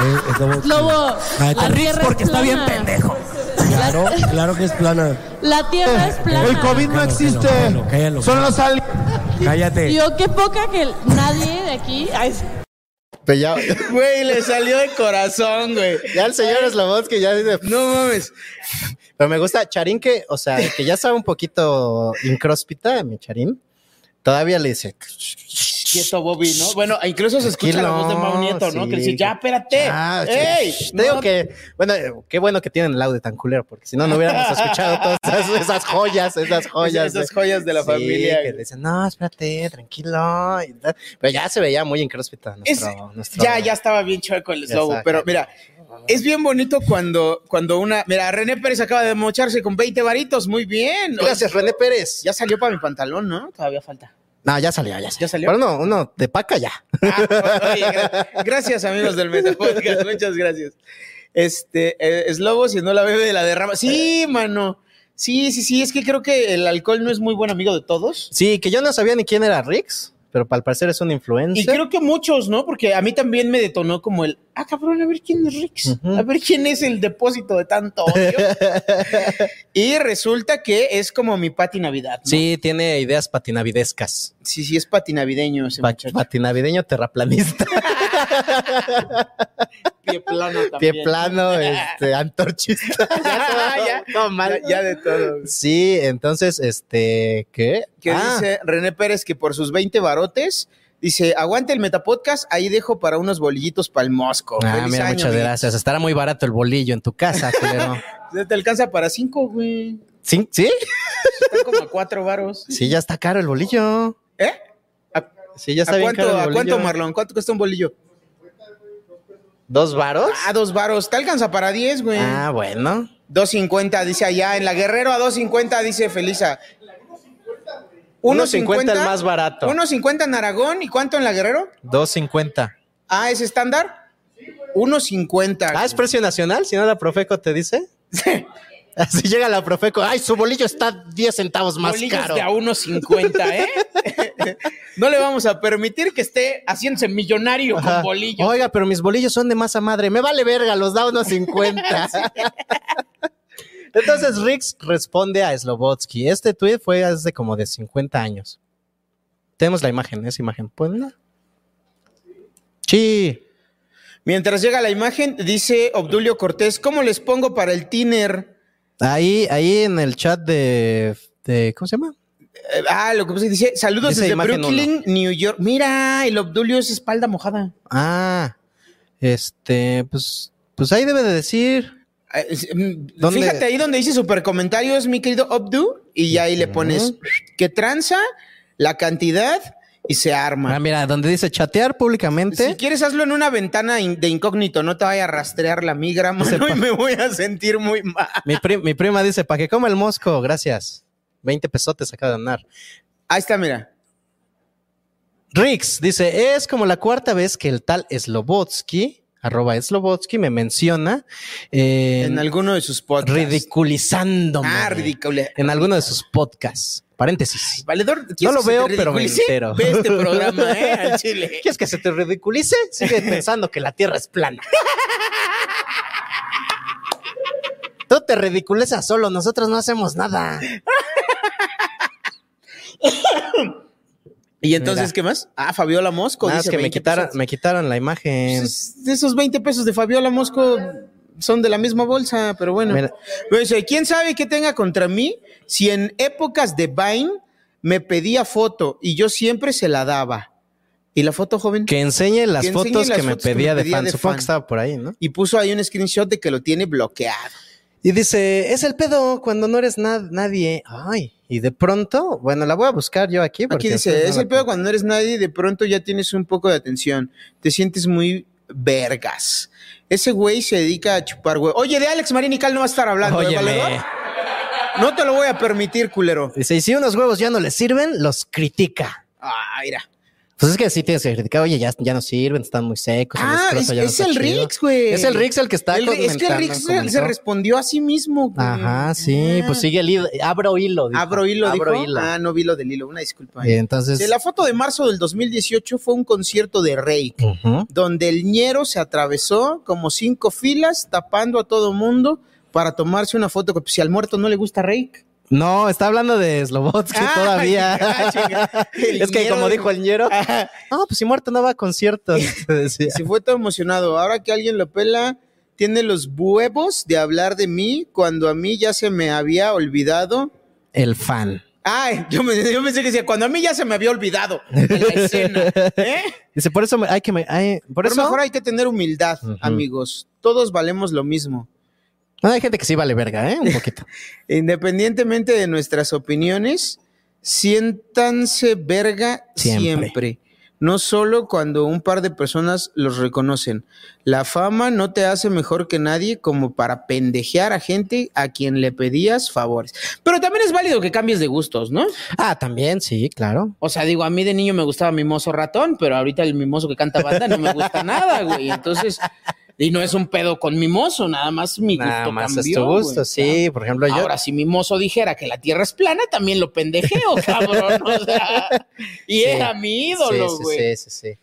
[SPEAKER 4] Eh, estamos-
[SPEAKER 11] Lobo,
[SPEAKER 4] Ah, está-
[SPEAKER 11] la tierra
[SPEAKER 10] Porque
[SPEAKER 11] es
[SPEAKER 10] está bien
[SPEAKER 11] plana.
[SPEAKER 10] pendejo.
[SPEAKER 4] Claro, claro que es plana.
[SPEAKER 11] La tierra es plana.
[SPEAKER 10] El COVID
[SPEAKER 4] no existe. Son
[SPEAKER 10] los al...
[SPEAKER 4] Cállate.
[SPEAKER 11] Digo, qué poca que nadie de aquí. Ay,
[SPEAKER 2] Pues ya,
[SPEAKER 3] Güey, le salió de corazón, güey.
[SPEAKER 2] ya el señor Slobotsky ya dice.
[SPEAKER 3] No mames.
[SPEAKER 2] Pero me gusta Charín que, o sea, que ya sabe un poquito incróspita, mi Charín. Todavía le dice,
[SPEAKER 3] quieto, Bobby, ¿no? Bueno, incluso se escucha la voz de Mau Nieto, ¿no? Que dice, ya, espérate.
[SPEAKER 2] Ah,
[SPEAKER 3] ¡Ey!
[SPEAKER 2] ch- Te digo que, bueno, eh, qué bueno que tienen el audio tan culero, porque si no, no hubiéramos escuchado todas esas, esas joyas, esas joyas.
[SPEAKER 3] Esas joyas de la
[SPEAKER 2] Sí,
[SPEAKER 3] familia.
[SPEAKER 2] que dicen, no, espérate, tranquilo. y tal. Pero ya se veía muy incróspita nuestro,
[SPEAKER 3] Ese-
[SPEAKER 2] nuestro-
[SPEAKER 3] ya, ya estaba bien chueco el
[SPEAKER 2] Ya
[SPEAKER 3] slow,
[SPEAKER 2] saca.
[SPEAKER 3] pero mira, es bien bonito cuando, cuando una. Mira, René Pérez acaba de mocharse con 20 varitos, muy bien.
[SPEAKER 2] Gracias, René Pérez.
[SPEAKER 3] Ya salió para mi pantalón, ¿no? Todavía falta.
[SPEAKER 2] No, ya salió, ya salió.
[SPEAKER 3] salió?
[SPEAKER 2] Pero no, uno de paca ya.
[SPEAKER 3] Oye, gra- gracias, amigos del Meta Podcast, muchas gracias. Este, eh, Slobo, si no la bebe, la derrama. Sí, mano. Sí, sí, sí, es que creo que el alcohol no es muy buen amigo de todos.
[SPEAKER 2] Sí, que yo no sabía ni quién era Rix, pero al parecer es un influencer.
[SPEAKER 3] Y creo que muchos, ¿no? Porque a mí también me detonó como el, ah, cabrón, a ver quién es Rix, a ver quién es el depósito de tanto odio. y resulta que es como mi pati Navidad.
[SPEAKER 2] Sí, tiene ideas patinavidescas.
[SPEAKER 3] Sí, sí, es patinavideño ese
[SPEAKER 2] muchacho. Patinavideño terraplanista.
[SPEAKER 3] Pie plano también.
[SPEAKER 2] Pie plano, este, antorchista.
[SPEAKER 3] ya, ya, ya de todo.
[SPEAKER 2] Sí, entonces, este, ¿qué?
[SPEAKER 3] que
[SPEAKER 2] Ah,
[SPEAKER 3] dice René Pérez que por sus 20 barotes, dice, aguante el Metapodcast, ahí dejo para unos bolillitos para el Mosco.
[SPEAKER 2] ah,
[SPEAKER 3] Feliz
[SPEAKER 2] mira,
[SPEAKER 3] año,
[SPEAKER 2] muchas
[SPEAKER 3] amigo.
[SPEAKER 2] gracias. Estará muy barato el bolillo en tu casa, culero.
[SPEAKER 3] Te alcanza para cinco, güey.
[SPEAKER 2] ¿Sí? ¿Sí?
[SPEAKER 3] Están como a cuatro varos.
[SPEAKER 2] Sí, ya está caro el bolillo.
[SPEAKER 3] ¿Eh?
[SPEAKER 2] Sí, ya está
[SPEAKER 3] ¿A
[SPEAKER 2] bien
[SPEAKER 3] cuánto,
[SPEAKER 2] caro el
[SPEAKER 3] ¿A cuánto,
[SPEAKER 2] bolillo.
[SPEAKER 3] Marlon? ¿Cuánto cuesta un bolillo?
[SPEAKER 2] ¿Dos varos?
[SPEAKER 3] Ah, dos varos. Te alcanza para diez, güey.
[SPEAKER 2] Ah, bueno.
[SPEAKER 3] 2.50, dice allá. En la Guerrero a 2.50, dice Felisa.
[SPEAKER 2] 1.50 el más barato.
[SPEAKER 3] 1.50 en Aragón. ¿Y cuánto en la Guerrero?
[SPEAKER 2] 2.50.
[SPEAKER 3] Ah, ¿es estándar? 1.50.
[SPEAKER 2] Ah, es precio nacional, si no la Profeco te dice. Así llega la Profeco. Ay, su bolillo está 10 centavos más
[SPEAKER 3] Bolillos
[SPEAKER 2] caro.
[SPEAKER 3] de a 1.50, ¿eh? no le vamos a permitir que esté haciéndose millonario
[SPEAKER 2] Ajá.
[SPEAKER 3] con bolillos.
[SPEAKER 2] Oiga, pero mis bolillos son de masa madre. Me vale verga, los da unos 50. Entonces Rix responde a Slobotsky. Este tweet fue hace como de 50 años. Tenemos la imagen, esa imagen. Pues, Ponla. Sí.
[SPEAKER 3] Mientras llega la imagen, dice Obdulio Cortés, ¿cómo les pongo para el tiner?
[SPEAKER 2] Ahí, ahí en el chat de, de- ¿cómo se llama?
[SPEAKER 3] Eh, ah, lo que puse dice, saludos
[SPEAKER 2] Dice
[SPEAKER 3] desde
[SPEAKER 2] imagen
[SPEAKER 3] Brooklyn, New York. Mira, el Obdulio es espalda mojada.
[SPEAKER 2] Ah, este, pues, pues ahí debe de decir.
[SPEAKER 3] Eh, es- mm,
[SPEAKER 2] ¿Dónde?
[SPEAKER 3] Fíjate ahí donde dice super comentarios, mi querido Obdu, y ya ahí le pones que tranza, la cantidad y se arma.
[SPEAKER 2] Ah, mira, donde dice chatear públicamente.
[SPEAKER 3] Si quieres, hazlo en una ventana in- de incógnito, no te vaya a rastrear la migra, mano, y me voy a sentir muy mal.
[SPEAKER 2] Mi, pri- mi prima dice, para que coma el mosco, gracias. 20 pesotes acaba de ganar.
[SPEAKER 3] Ahí está, mira.
[SPEAKER 2] Rix dice, es como la cuarta vez que el tal Slobotsky, arroba Slobotsky, me menciona. eh,
[SPEAKER 3] En alguno de sus podcasts.
[SPEAKER 2] Ridiculizándome.
[SPEAKER 3] Ah, ridículo.
[SPEAKER 2] En alguno de sus podcasts. Paréntesis.
[SPEAKER 3] Valedor, ¿quieres
[SPEAKER 2] No lo
[SPEAKER 3] que se
[SPEAKER 2] veo,
[SPEAKER 3] te
[SPEAKER 2] pero me
[SPEAKER 3] ridiculice?
[SPEAKER 2] entero.
[SPEAKER 3] Ve este programa, ¿eh? Al chile.
[SPEAKER 2] ¿Quieres que se te ridiculice? Sigue pensando que la Tierra es plana. Tú te ridiculizas solo, nosotros no hacemos nada.
[SPEAKER 3] Y entonces,
[SPEAKER 2] Mira.
[SPEAKER 3] ¿qué más? Ah, Fabiola Mosco.
[SPEAKER 2] Nada, es
[SPEAKER 3] dice
[SPEAKER 2] que me
[SPEAKER 3] 20
[SPEAKER 2] quitaron,
[SPEAKER 3] pesos.
[SPEAKER 2] me quitaron la imagen.
[SPEAKER 3] Pues, Esos 20 pesos de Fabiola Mosco son de la misma bolsa, pero bueno.
[SPEAKER 2] Mira.
[SPEAKER 3] Pero dice, ¿quién sabe qué tenga contra mí si en épocas de Vine me pedía foto y yo siempre se la daba? ¿Y la foto, joven?
[SPEAKER 2] Que enseñe las
[SPEAKER 3] Que enseñe
[SPEAKER 2] fotos
[SPEAKER 3] las
[SPEAKER 2] que me
[SPEAKER 3] fotos que me
[SPEAKER 2] pedía de
[SPEAKER 3] pedía
[SPEAKER 2] fan.
[SPEAKER 3] de
[SPEAKER 2] Supongo
[SPEAKER 3] fan.
[SPEAKER 2] que estaba por ahí, ¿no?
[SPEAKER 3] Y puso ahí un screenshot de que lo tiene bloqueado.
[SPEAKER 2] Y dice, es el pedo cuando no eres na- nadie. Ay, y de pronto, bueno, la voy a buscar yo aquí.
[SPEAKER 3] Aquí dice, es el pedo cuando no eres nadie y de pronto ya tienes un poco de atención. Te sientes muy vergas. Ese güey se dedica a chupar güey. Oye, de Alex Marinical no va a estar hablando, ¿eh, valedor?
[SPEAKER 2] Óyeme.
[SPEAKER 3] No te lo voy a permitir, culero.
[SPEAKER 2] Dice, y si unos huevos ya no le sirven, los critica.
[SPEAKER 3] Ah, mira.
[SPEAKER 2] Pues es que sí tienes que criticar, oye, ya, ya no sirven, están muy secos. el
[SPEAKER 3] Ah,
[SPEAKER 2] escroto
[SPEAKER 3] es,
[SPEAKER 2] ya no
[SPEAKER 3] es
[SPEAKER 2] está
[SPEAKER 3] el
[SPEAKER 2] chido".
[SPEAKER 3] Rix, güey.
[SPEAKER 2] Es el Rix el que está
[SPEAKER 3] El Ri- Es que el
[SPEAKER 2] comentando,
[SPEAKER 3] Rix se- Mm, se,
[SPEAKER 2] comentó.
[SPEAKER 3] respondió a sí mismo, güey.
[SPEAKER 2] Ajá, sí, pues sigue el hilo, abro hilo. dijo.
[SPEAKER 3] Abro hilo,
[SPEAKER 2] Abro
[SPEAKER 3] dijo.
[SPEAKER 2] hilo.
[SPEAKER 3] Ah, no vi lo del hilo, una disculpa.
[SPEAKER 2] Y entonces-
[SPEAKER 3] Sí, La foto de marzo del 2018 fue un concierto de Rey,
[SPEAKER 2] Ujú.
[SPEAKER 3] donde el ñero se atravesó como cinco filas, tapando a todo mundo para tomarse una foto. Pues, Si al muerto no le gusta Rey.
[SPEAKER 2] No, está hablando de Slobotsky
[SPEAKER 3] Ah,
[SPEAKER 2] todavía.
[SPEAKER 3] ah, chinga. El
[SPEAKER 2] es que
[SPEAKER 3] ñero
[SPEAKER 2] como
[SPEAKER 3] de-
[SPEAKER 2] dijo el ñero, no, pues si muerto no va a conciertos. decía.
[SPEAKER 3] Si fue tan emocionado, ahora que alguien lo pela, tiene los huevos de hablar de mí cuando a mí ya se me había olvidado
[SPEAKER 2] El fan.
[SPEAKER 3] Ay, yo, me- yo pensé que decía, cuando a mí ya se me había olvidado en la escena. ¿eh?
[SPEAKER 2] Dice, por eso me- hay que... me- hay- por
[SPEAKER 3] Pero
[SPEAKER 2] eso...
[SPEAKER 3] mejor hay que tener humildad, amigos. Todos valemos lo mismo.
[SPEAKER 2] No, hay gente que sí vale verga, ¿eh? Un poquito.
[SPEAKER 3] Independientemente de nuestras opiniones, siéntanse verga siempre. No solo cuando un par de personas los reconocen. La fama no te hace mejor que nadie como para pendejear a gente a quien le pedías favores. Pero también es válido que cambies de gustos, ¿no?
[SPEAKER 2] Ah, también, sí, claro.
[SPEAKER 3] O sea, digo, a mí de niño me gustaba Mimoso Ratón, pero ahorita el Mimoso que canta banda no me gusta nada, güey. Entonces, y no es un pedo con Mimoso, nada más mi gusto
[SPEAKER 2] Nada más es
[SPEAKER 3] cambió,
[SPEAKER 2] tu
[SPEAKER 3] güey.
[SPEAKER 2] gusto, sí. Por ejemplo, yo...
[SPEAKER 3] Ahora, si mi mozo dijera que la tierra es plana, también lo pendejeo, cabrón. o sea, y
[SPEAKER 2] Sí.
[SPEAKER 3] era mi ídolo,
[SPEAKER 2] Sí, sí,
[SPEAKER 3] güey.
[SPEAKER 2] sí, sí, sí.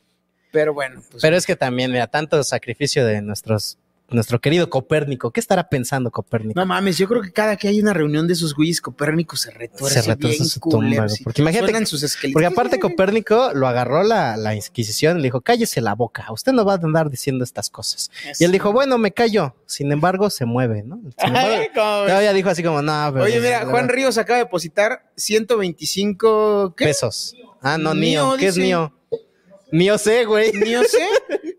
[SPEAKER 3] Pero bueno, pues,
[SPEAKER 2] Pero es que también, mira, tanto sacrificio de nuestros... Nuestro querido Copérnico, ¿qué estará pensando Copérnico?
[SPEAKER 3] No mames, yo creo que cada que hay una reunión de esos güeyes, Copérnico se retuerce.
[SPEAKER 2] se retorce
[SPEAKER 3] bien
[SPEAKER 2] su
[SPEAKER 3] culero,
[SPEAKER 2] tumba.
[SPEAKER 3] sí.
[SPEAKER 2] Porque imagínate,
[SPEAKER 3] Suenan sus esqueletos.
[SPEAKER 2] porque aparte Copérnico lo agarró la, la Inquisición y le dijo, cállese la boca, usted no va a andar diciendo estas cosas. Y él dijo, bueno, me callo, sin embargo se mueve, ¿no? Sin embargo,
[SPEAKER 3] Ay, como-
[SPEAKER 2] todavía dijo así como, no, pero-
[SPEAKER 3] Oye, mira, Juan Ríos acaba de depositar 125 ¿qué?
[SPEAKER 2] Pesos. Ah, no, mío, ¿qué es
[SPEAKER 3] dice.
[SPEAKER 2] mío? Mío sé, güey.
[SPEAKER 3] Mío sé.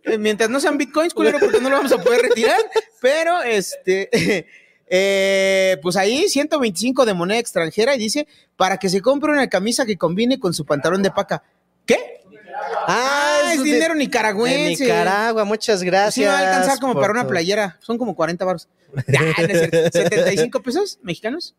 [SPEAKER 3] Eh, Mientras no sean bitcoins, culero, porque no lo vamos a poder retirar. Pero, este, eh, pues ahí 125 de moneda extranjera y dice, para que se compre una camisa que combine con su pantalón de paca. ¿Qué?
[SPEAKER 2] Ah,
[SPEAKER 3] es
[SPEAKER 2] es de-
[SPEAKER 3] dinero
[SPEAKER 2] De
[SPEAKER 3] nicaragüense.
[SPEAKER 2] Nicaragua, muchas gracias.
[SPEAKER 3] Sí, me va a alcanzar como
[SPEAKER 2] por
[SPEAKER 3] para una
[SPEAKER 2] tu-
[SPEAKER 3] playera. Son como 40 baros. Ah, no es cierto. ¿75 pesos mexicanos?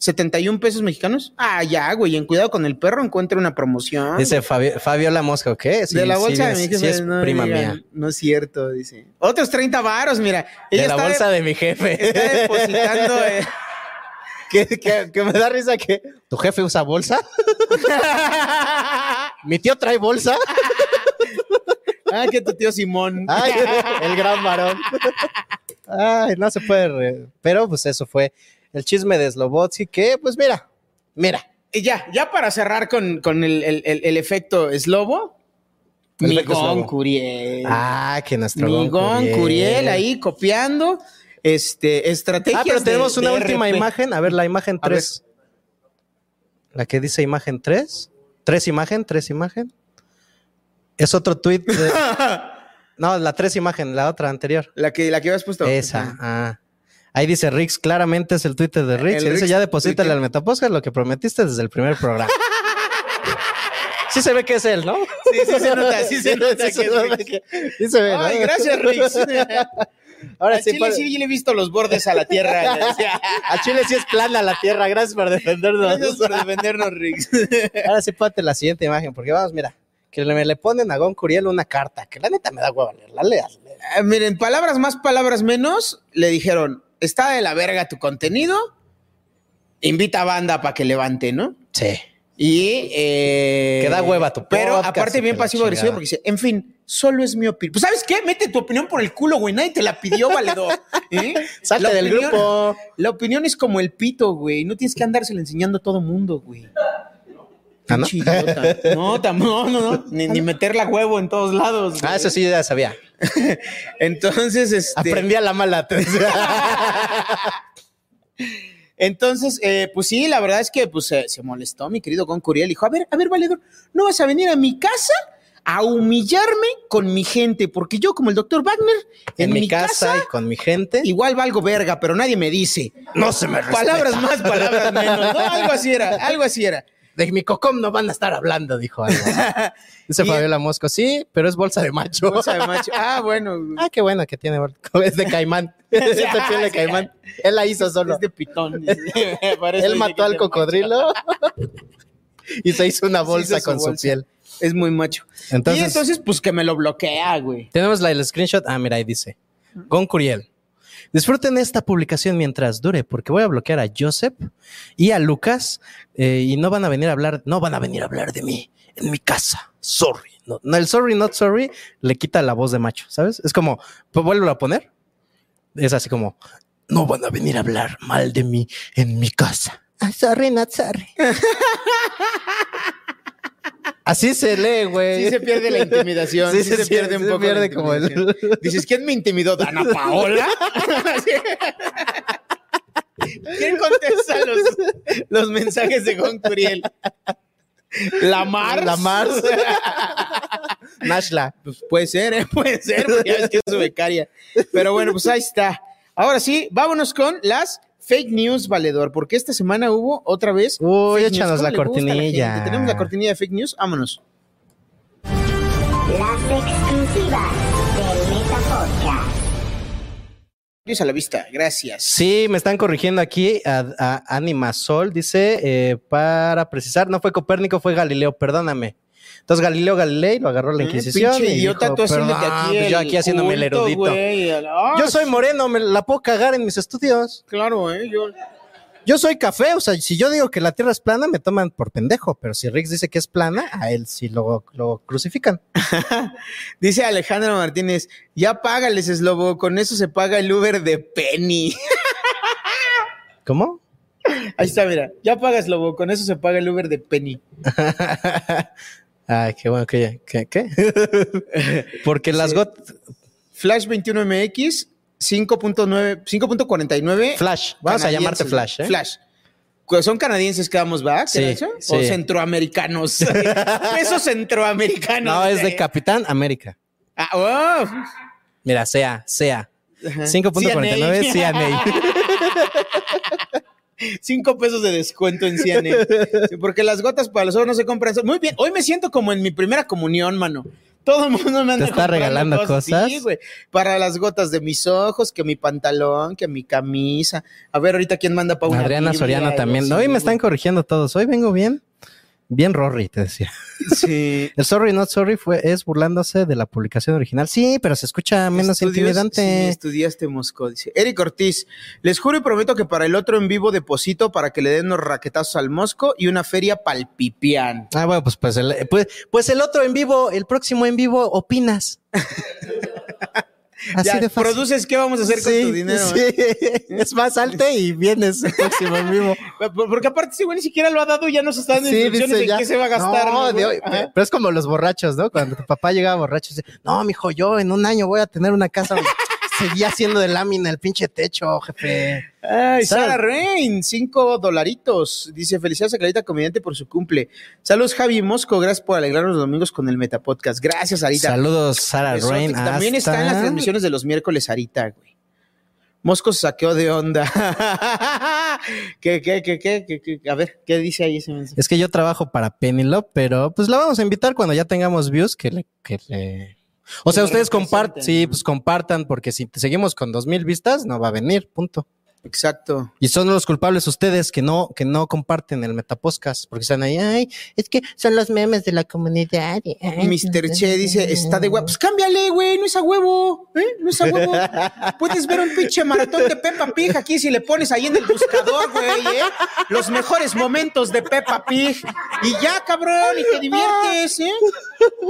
[SPEAKER 3] ¿71 pesos mexicanos? Ah, ya, güey. En cuidado con el perro, encuentra una promoción.
[SPEAKER 2] Dice Fabi- Fabiola Mosco, ¿qué? Sí,
[SPEAKER 3] de la
[SPEAKER 2] sí,
[SPEAKER 3] bolsa de
[SPEAKER 2] es-
[SPEAKER 3] mi jefe.
[SPEAKER 2] sí es
[SPEAKER 3] no me
[SPEAKER 2] prima
[SPEAKER 3] digan,
[SPEAKER 2] mía.
[SPEAKER 3] No es cierto, dice. Otros 30 varos, mira.
[SPEAKER 2] De la
[SPEAKER 3] está
[SPEAKER 2] bolsa de mi jefe.
[SPEAKER 3] Está depositando. eh.
[SPEAKER 2] que, que- que me da risa que tu jefe usa bolsa. Mi tío trae bolsa.
[SPEAKER 3] Ah, que tu tío Simón.
[SPEAKER 2] Ay, el gran varón. Ay, no se puede. re- Pero pues eso fue el chisme de Slobotsky que, pues mira, mira.
[SPEAKER 3] Y ya, ya para cerrar con, con el, el- el- el efecto Slobo.
[SPEAKER 2] El efecto
[SPEAKER 3] Migón
[SPEAKER 2] Slobo.
[SPEAKER 3] Curiel.
[SPEAKER 2] Ah, que nuestro Gon
[SPEAKER 3] Migón
[SPEAKER 2] Curiel.
[SPEAKER 3] Curiel ahí copiando. Este, estrategia.
[SPEAKER 2] Ah, pero tenemos una última imagen. A ver, la imagen
[SPEAKER 3] A ver.
[SPEAKER 2] 3. La que dice imagen 3. ¿Tres imagen? ¿Tres imagen? Es otro tweet. de- no, la tres imagen, la otra anterior.
[SPEAKER 3] La que, la que habías puesto.
[SPEAKER 2] Esa, ah. Ahí dice Rix, claramente es el Twitter de Rix.
[SPEAKER 3] El
[SPEAKER 2] Y dice,
[SPEAKER 3] Rix
[SPEAKER 2] ya deposítale
[SPEAKER 3] tuitea.
[SPEAKER 2] al Metapodcast lo que prometiste desde el primer programa. sí se ve que es él, ¿no?
[SPEAKER 3] Sí, sí se nota, sí se nota. que es Rix.
[SPEAKER 2] Sí se ve, ¿no?
[SPEAKER 3] Ay, gracias, Rix.
[SPEAKER 2] Ahora
[SPEAKER 3] a
[SPEAKER 2] sí,
[SPEAKER 3] Chile
[SPEAKER 2] pon-
[SPEAKER 3] sí le he visto los bordes a la tierra. ¿no? O sea,
[SPEAKER 2] A Chile sí es plana la tierra. Gracias por defendernos.
[SPEAKER 3] gracias por defendernos, Rix.
[SPEAKER 2] Ahora sí ponte la siguiente imagen, porque vamos, mira, que le, le ponen a Gon Curiel una carta, que la neta me da hueva leerla, leas.
[SPEAKER 3] Ah, miren, palabras más, palabras menos, le dijeron, está de la verga tu contenido, invita a banda para que levante, ¿no?
[SPEAKER 2] Sí.
[SPEAKER 3] Y... eh,
[SPEAKER 2] Que da hueva tu
[SPEAKER 3] Pero
[SPEAKER 2] podcast y
[SPEAKER 3] aparte
[SPEAKER 2] que
[SPEAKER 3] bien
[SPEAKER 2] la
[SPEAKER 3] pasivo-agresivo
[SPEAKER 2] chingada.
[SPEAKER 3] porque dice, en fin, solo es mi opinión. Pues ¿sabes qué? Mete tu opinión por el culo, güey, nadie te la pidió, valedor. ¿Eh?
[SPEAKER 2] Salte
[SPEAKER 3] La
[SPEAKER 2] del
[SPEAKER 3] opinión-
[SPEAKER 2] grupo.
[SPEAKER 3] La opinión es como el pito, güey, no tienes que andársela enseñando a todo mundo, güey.
[SPEAKER 2] Ah, ¿no?
[SPEAKER 3] Pinche idiota. No, tam- no, no, no, ni, ni meterla huevo en todos lados.
[SPEAKER 2] Ah,
[SPEAKER 3] güey.
[SPEAKER 2] eso sí, ya sabía.
[SPEAKER 3] Entonces, este...
[SPEAKER 2] Aprendí a la mala. te decía.
[SPEAKER 3] Entonces, eh, pues sí, la verdad es que pues, eh, se molestó mi querido Gon Curiel. Dijo, a ver, a ver, valedor, no vas a venir a mi casa a humillarme con mi gente, porque yo como el doctor Wagner,
[SPEAKER 2] en mi casa, y con mi gente.
[SPEAKER 3] igual valgo verga, pero nadie me dice.
[SPEAKER 2] No se me respeta.
[SPEAKER 3] Palabras más, palabras menos. ¿no? Algo así era, algo así era.
[SPEAKER 2] De mi cocom no van a estar hablando, dijo algo. Dice
[SPEAKER 3] Y-
[SPEAKER 2] Fabiola Mosco, sí, pero es bolsa de macho.
[SPEAKER 3] Bolsa de macho. Ah, bueno.
[SPEAKER 2] Ah, qué bueno que tiene bolsa. Es de caimán. es de piel de caimán. Él la hizo solo.
[SPEAKER 3] Ah, Es de pitón.
[SPEAKER 2] Él mató al cocodrilo y se hizo una bolsa
[SPEAKER 3] su
[SPEAKER 2] con
[SPEAKER 3] bolsa.
[SPEAKER 2] su piel.
[SPEAKER 3] Es muy macho.
[SPEAKER 2] Entonces-
[SPEAKER 3] y entonces, pues que me lo bloquea, güey.
[SPEAKER 2] Tenemos la, el screenshot. Ah, mira, ahí dice. Gon Curiel. Disfruten esta publicación mientras dure, porque voy a bloquear a Joseph y a Lucas eh, y no van a venir a hablar, no van a venir a hablar de mí en mi casa. Sorry. No, no, el sorry, not sorry le quita la voz de macho, ¿sabes? Es como, pues vuelvo a poner. Es así como, no van a venir a hablar mal de mí en mi casa. Ah, sorry, not sorry. Así se lee, güey.
[SPEAKER 3] Sí se pierde la intimidación. Sí, se, pierde un
[SPEAKER 2] sí se
[SPEAKER 3] poco. la
[SPEAKER 2] pierde como el-
[SPEAKER 3] intimidación. Dices, ¿quién me intimidó? ¿Dana Paola? ¿Quién contesta los, los mensajes de Gon Curiel? ¿La Mars?
[SPEAKER 2] La Mars. Nashla.
[SPEAKER 3] puede ser, ¿eh? puede ser, porque ya ves que es su becaria. Pero bueno, pues ahí está. Ahora sí, vámonos con las fake news, valedor, porque esta semana hubo otra vez. Uy,
[SPEAKER 2] échanos la cortinilla.
[SPEAKER 3] Tenemos la cortinilla de fake news, vámonos.
[SPEAKER 12] Las exclusivas del Meta Podcast.
[SPEAKER 3] News a la vista, gracias.
[SPEAKER 2] Sí, me están corrigiendo aquí a, a Anima Sol. Dice, eh, para precisar, no fue Copérnico, fue Galileo, perdóname. Entonces Galileo Galilei lo agarró la Inquisición.
[SPEAKER 3] Eh, Pinche
[SPEAKER 2] y
[SPEAKER 3] idiota,
[SPEAKER 2] dijo,
[SPEAKER 3] tú haciéndote
[SPEAKER 2] "Perdón,
[SPEAKER 3] aquí
[SPEAKER 2] pues yo
[SPEAKER 3] el
[SPEAKER 2] aquí haciéndome el
[SPEAKER 3] culto,
[SPEAKER 2] erudito.
[SPEAKER 3] güey, a la-
[SPEAKER 2] Yo soy moreno, me la puedo cagar en mis estudios.
[SPEAKER 3] Claro, ¿eh? Yo...
[SPEAKER 2] Yo soy café, o sea, si yo digo que la Tierra es plana, me toman por pendejo, pero si Riggs dice que es plana, a él sí lo, lo crucifican.
[SPEAKER 3] Dice Alejandro Martínez, ya págales, Slobo, con eso se paga el Uber de Penny.
[SPEAKER 2] ¿Cómo?
[SPEAKER 3] Ahí está, mira, ya pagas, Slobo, con eso se paga el Uber de Penny.
[SPEAKER 2] Ay, qué bueno que ya, ¿qué? qué? Porque las got...
[SPEAKER 3] Flash 21MX, 5.9, 5.49.
[SPEAKER 2] Flash, vamos a
[SPEAKER 3] canadienses.
[SPEAKER 2] llamarte Flash, ¿eh?
[SPEAKER 3] Flash. Pues Son canadienses que vamos, ¿va?
[SPEAKER 2] Sí,
[SPEAKER 3] ¿Qué era eso? O
[SPEAKER 2] sí.
[SPEAKER 3] centroamericanos. Esos centroamericanos.
[SPEAKER 2] No, es de
[SPEAKER 3] eh.
[SPEAKER 2] Capitán América.
[SPEAKER 3] Ah,
[SPEAKER 2] Mira, sea, sea.
[SPEAKER 3] oh.
[SPEAKER 2] 5.49 CNA.
[SPEAKER 3] 5 pesos de descuento en CNA. Sí, porque las gotas para los ojos no se compran. solas. Muy bien, hoy me siento como en mi primera comunión, mano. Todo el mundo me anda
[SPEAKER 2] ¿Te está
[SPEAKER 3] comprando
[SPEAKER 2] regalando cosas?
[SPEAKER 3] Sí, güey. Para las gotas de mis ojos, que mi pantalón, que mi camisa. A ver, ahorita quién manda para una
[SPEAKER 2] Adriana
[SPEAKER 3] Biblia,
[SPEAKER 2] Soriano
[SPEAKER 3] algo
[SPEAKER 2] también.
[SPEAKER 3] así,
[SPEAKER 2] Hoy me
[SPEAKER 3] güey.
[SPEAKER 2] están corrigiendo todos. Hoy vengo bien. Bien Rory, te decía.
[SPEAKER 3] Sí.
[SPEAKER 2] El sorry not sorry fue, es burlándose de la publicación original. Sí, pero se escucha menos
[SPEAKER 3] Estudios- sí,
[SPEAKER 2] intimidante.
[SPEAKER 3] estudiaste Moscú, dice. Eric Ortiz, les juro y prometo que para el otro en vivo deposito para que le den unos raquetazos al Mosco y una feria palpipián.
[SPEAKER 2] Ah, bueno, pues, pues, el, pues, pues el otro en vivo, el próximo en vivo, opinas. Así
[SPEAKER 3] Ya,
[SPEAKER 2] de fácil.
[SPEAKER 3] ¿Produces qué vamos a hacer
[SPEAKER 2] Sí,
[SPEAKER 3] con tu dinero?
[SPEAKER 2] sí.
[SPEAKER 3] eh?
[SPEAKER 2] Es más alto y vienes el próximo en vivo.
[SPEAKER 3] Por- Porque aparte ese güey ni siquiera lo ha dado y ya nos está dando instrucciones de
[SPEAKER 2] ya.
[SPEAKER 3] qué se va a gastar.
[SPEAKER 2] No,
[SPEAKER 3] ¿no, güey?
[SPEAKER 2] de hoy-
[SPEAKER 3] Ajá.
[SPEAKER 2] pero es como los borrachos, ¿no? Cuando tu papá llegaba borracho, dice, no, mijo, yo en un año voy a tener una casa. donde Seguía haciendo de lámina el pinche techo, jefe.
[SPEAKER 3] Ay,
[SPEAKER 2] ¿Sabes?
[SPEAKER 3] Sara Rain, cinco dolaritos. Dice, felicidades a Clarita Comediante por su cumple. Saludos, Javi Mosco. Gracias por alegrarnos los domingos con el Metapodcast. Gracias, Arita.
[SPEAKER 2] Saludos, Sara
[SPEAKER 3] Besotes.
[SPEAKER 2] Rain.
[SPEAKER 3] También
[SPEAKER 2] hasta-
[SPEAKER 3] está en las transmisiones de los miércoles, Arita, güey. Mosco se saqueó de onda. ¿Qué, qué, qué, qué, qué, qué? A ver, ¿qué dice ahí ese mensaje?
[SPEAKER 2] Es que yo trabajo para Penelope, pero pues la vamos a invitar cuando ya tengamos views que le... Que le... O sea,
[SPEAKER 3] Que
[SPEAKER 2] ustedes
[SPEAKER 3] representen,
[SPEAKER 2] compartan, sí, pues compartan, porque si te seguimos con dos mil vistas, no va a venir, punto.
[SPEAKER 3] Exacto.
[SPEAKER 2] Y son los culpables ustedes que no, que no comparten el Metapodcast, porque están ahí, ay, es que son los memes de la comunidad. y, ay,
[SPEAKER 3] Mr. Che dice, está de huevo. Pues cámbiale, güey, no es a huevo, ¿eh? No es a huevo. Puedes ver un pinche maratón de Peppa Pig aquí si le pones ahí en el buscador, güey, ¿eh? Los mejores momentos de Peppa Pig. Y ya, cabrón, y te diviertes, ¿eh?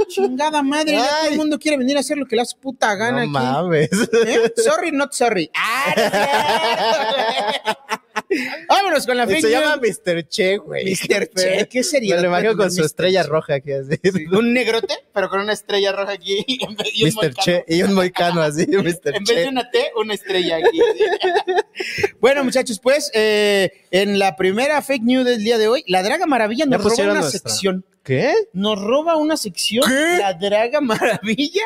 [SPEAKER 3] Chingada madre, ya todo el mundo quiere venir a hacer lo que le hace puta
[SPEAKER 2] No
[SPEAKER 3] gana aquí.
[SPEAKER 2] mames.
[SPEAKER 3] ¿Eh? Sorry, not sorry. Ah, no es cierto, güey. Vámonos con la
[SPEAKER 2] Se
[SPEAKER 3] fake
[SPEAKER 2] llama
[SPEAKER 3] news.
[SPEAKER 2] Mr. Che, güey.
[SPEAKER 3] Mr. Che, ¿qué sería?
[SPEAKER 2] Me lo imagino con su
[SPEAKER 3] Mr.
[SPEAKER 2] estrella
[SPEAKER 3] Che.
[SPEAKER 2] roja aquí así.
[SPEAKER 3] Un negrote, pero con una estrella roja aquí. y un
[SPEAKER 2] Mr.
[SPEAKER 3] moicano.
[SPEAKER 2] Che y un moicano así, Mr.
[SPEAKER 3] En vez de
[SPEAKER 2] Che.
[SPEAKER 3] una T, una estrella aquí. bueno, muchachos, pues eh, en la primera fake news del día de hoy, la Draga Maravilla
[SPEAKER 2] Ya
[SPEAKER 3] nos roba
[SPEAKER 2] pusieron
[SPEAKER 3] una
[SPEAKER 2] nuestra.
[SPEAKER 3] sección.
[SPEAKER 2] ¿Qué?
[SPEAKER 3] Nos roba una sección. La Draga Maravilla.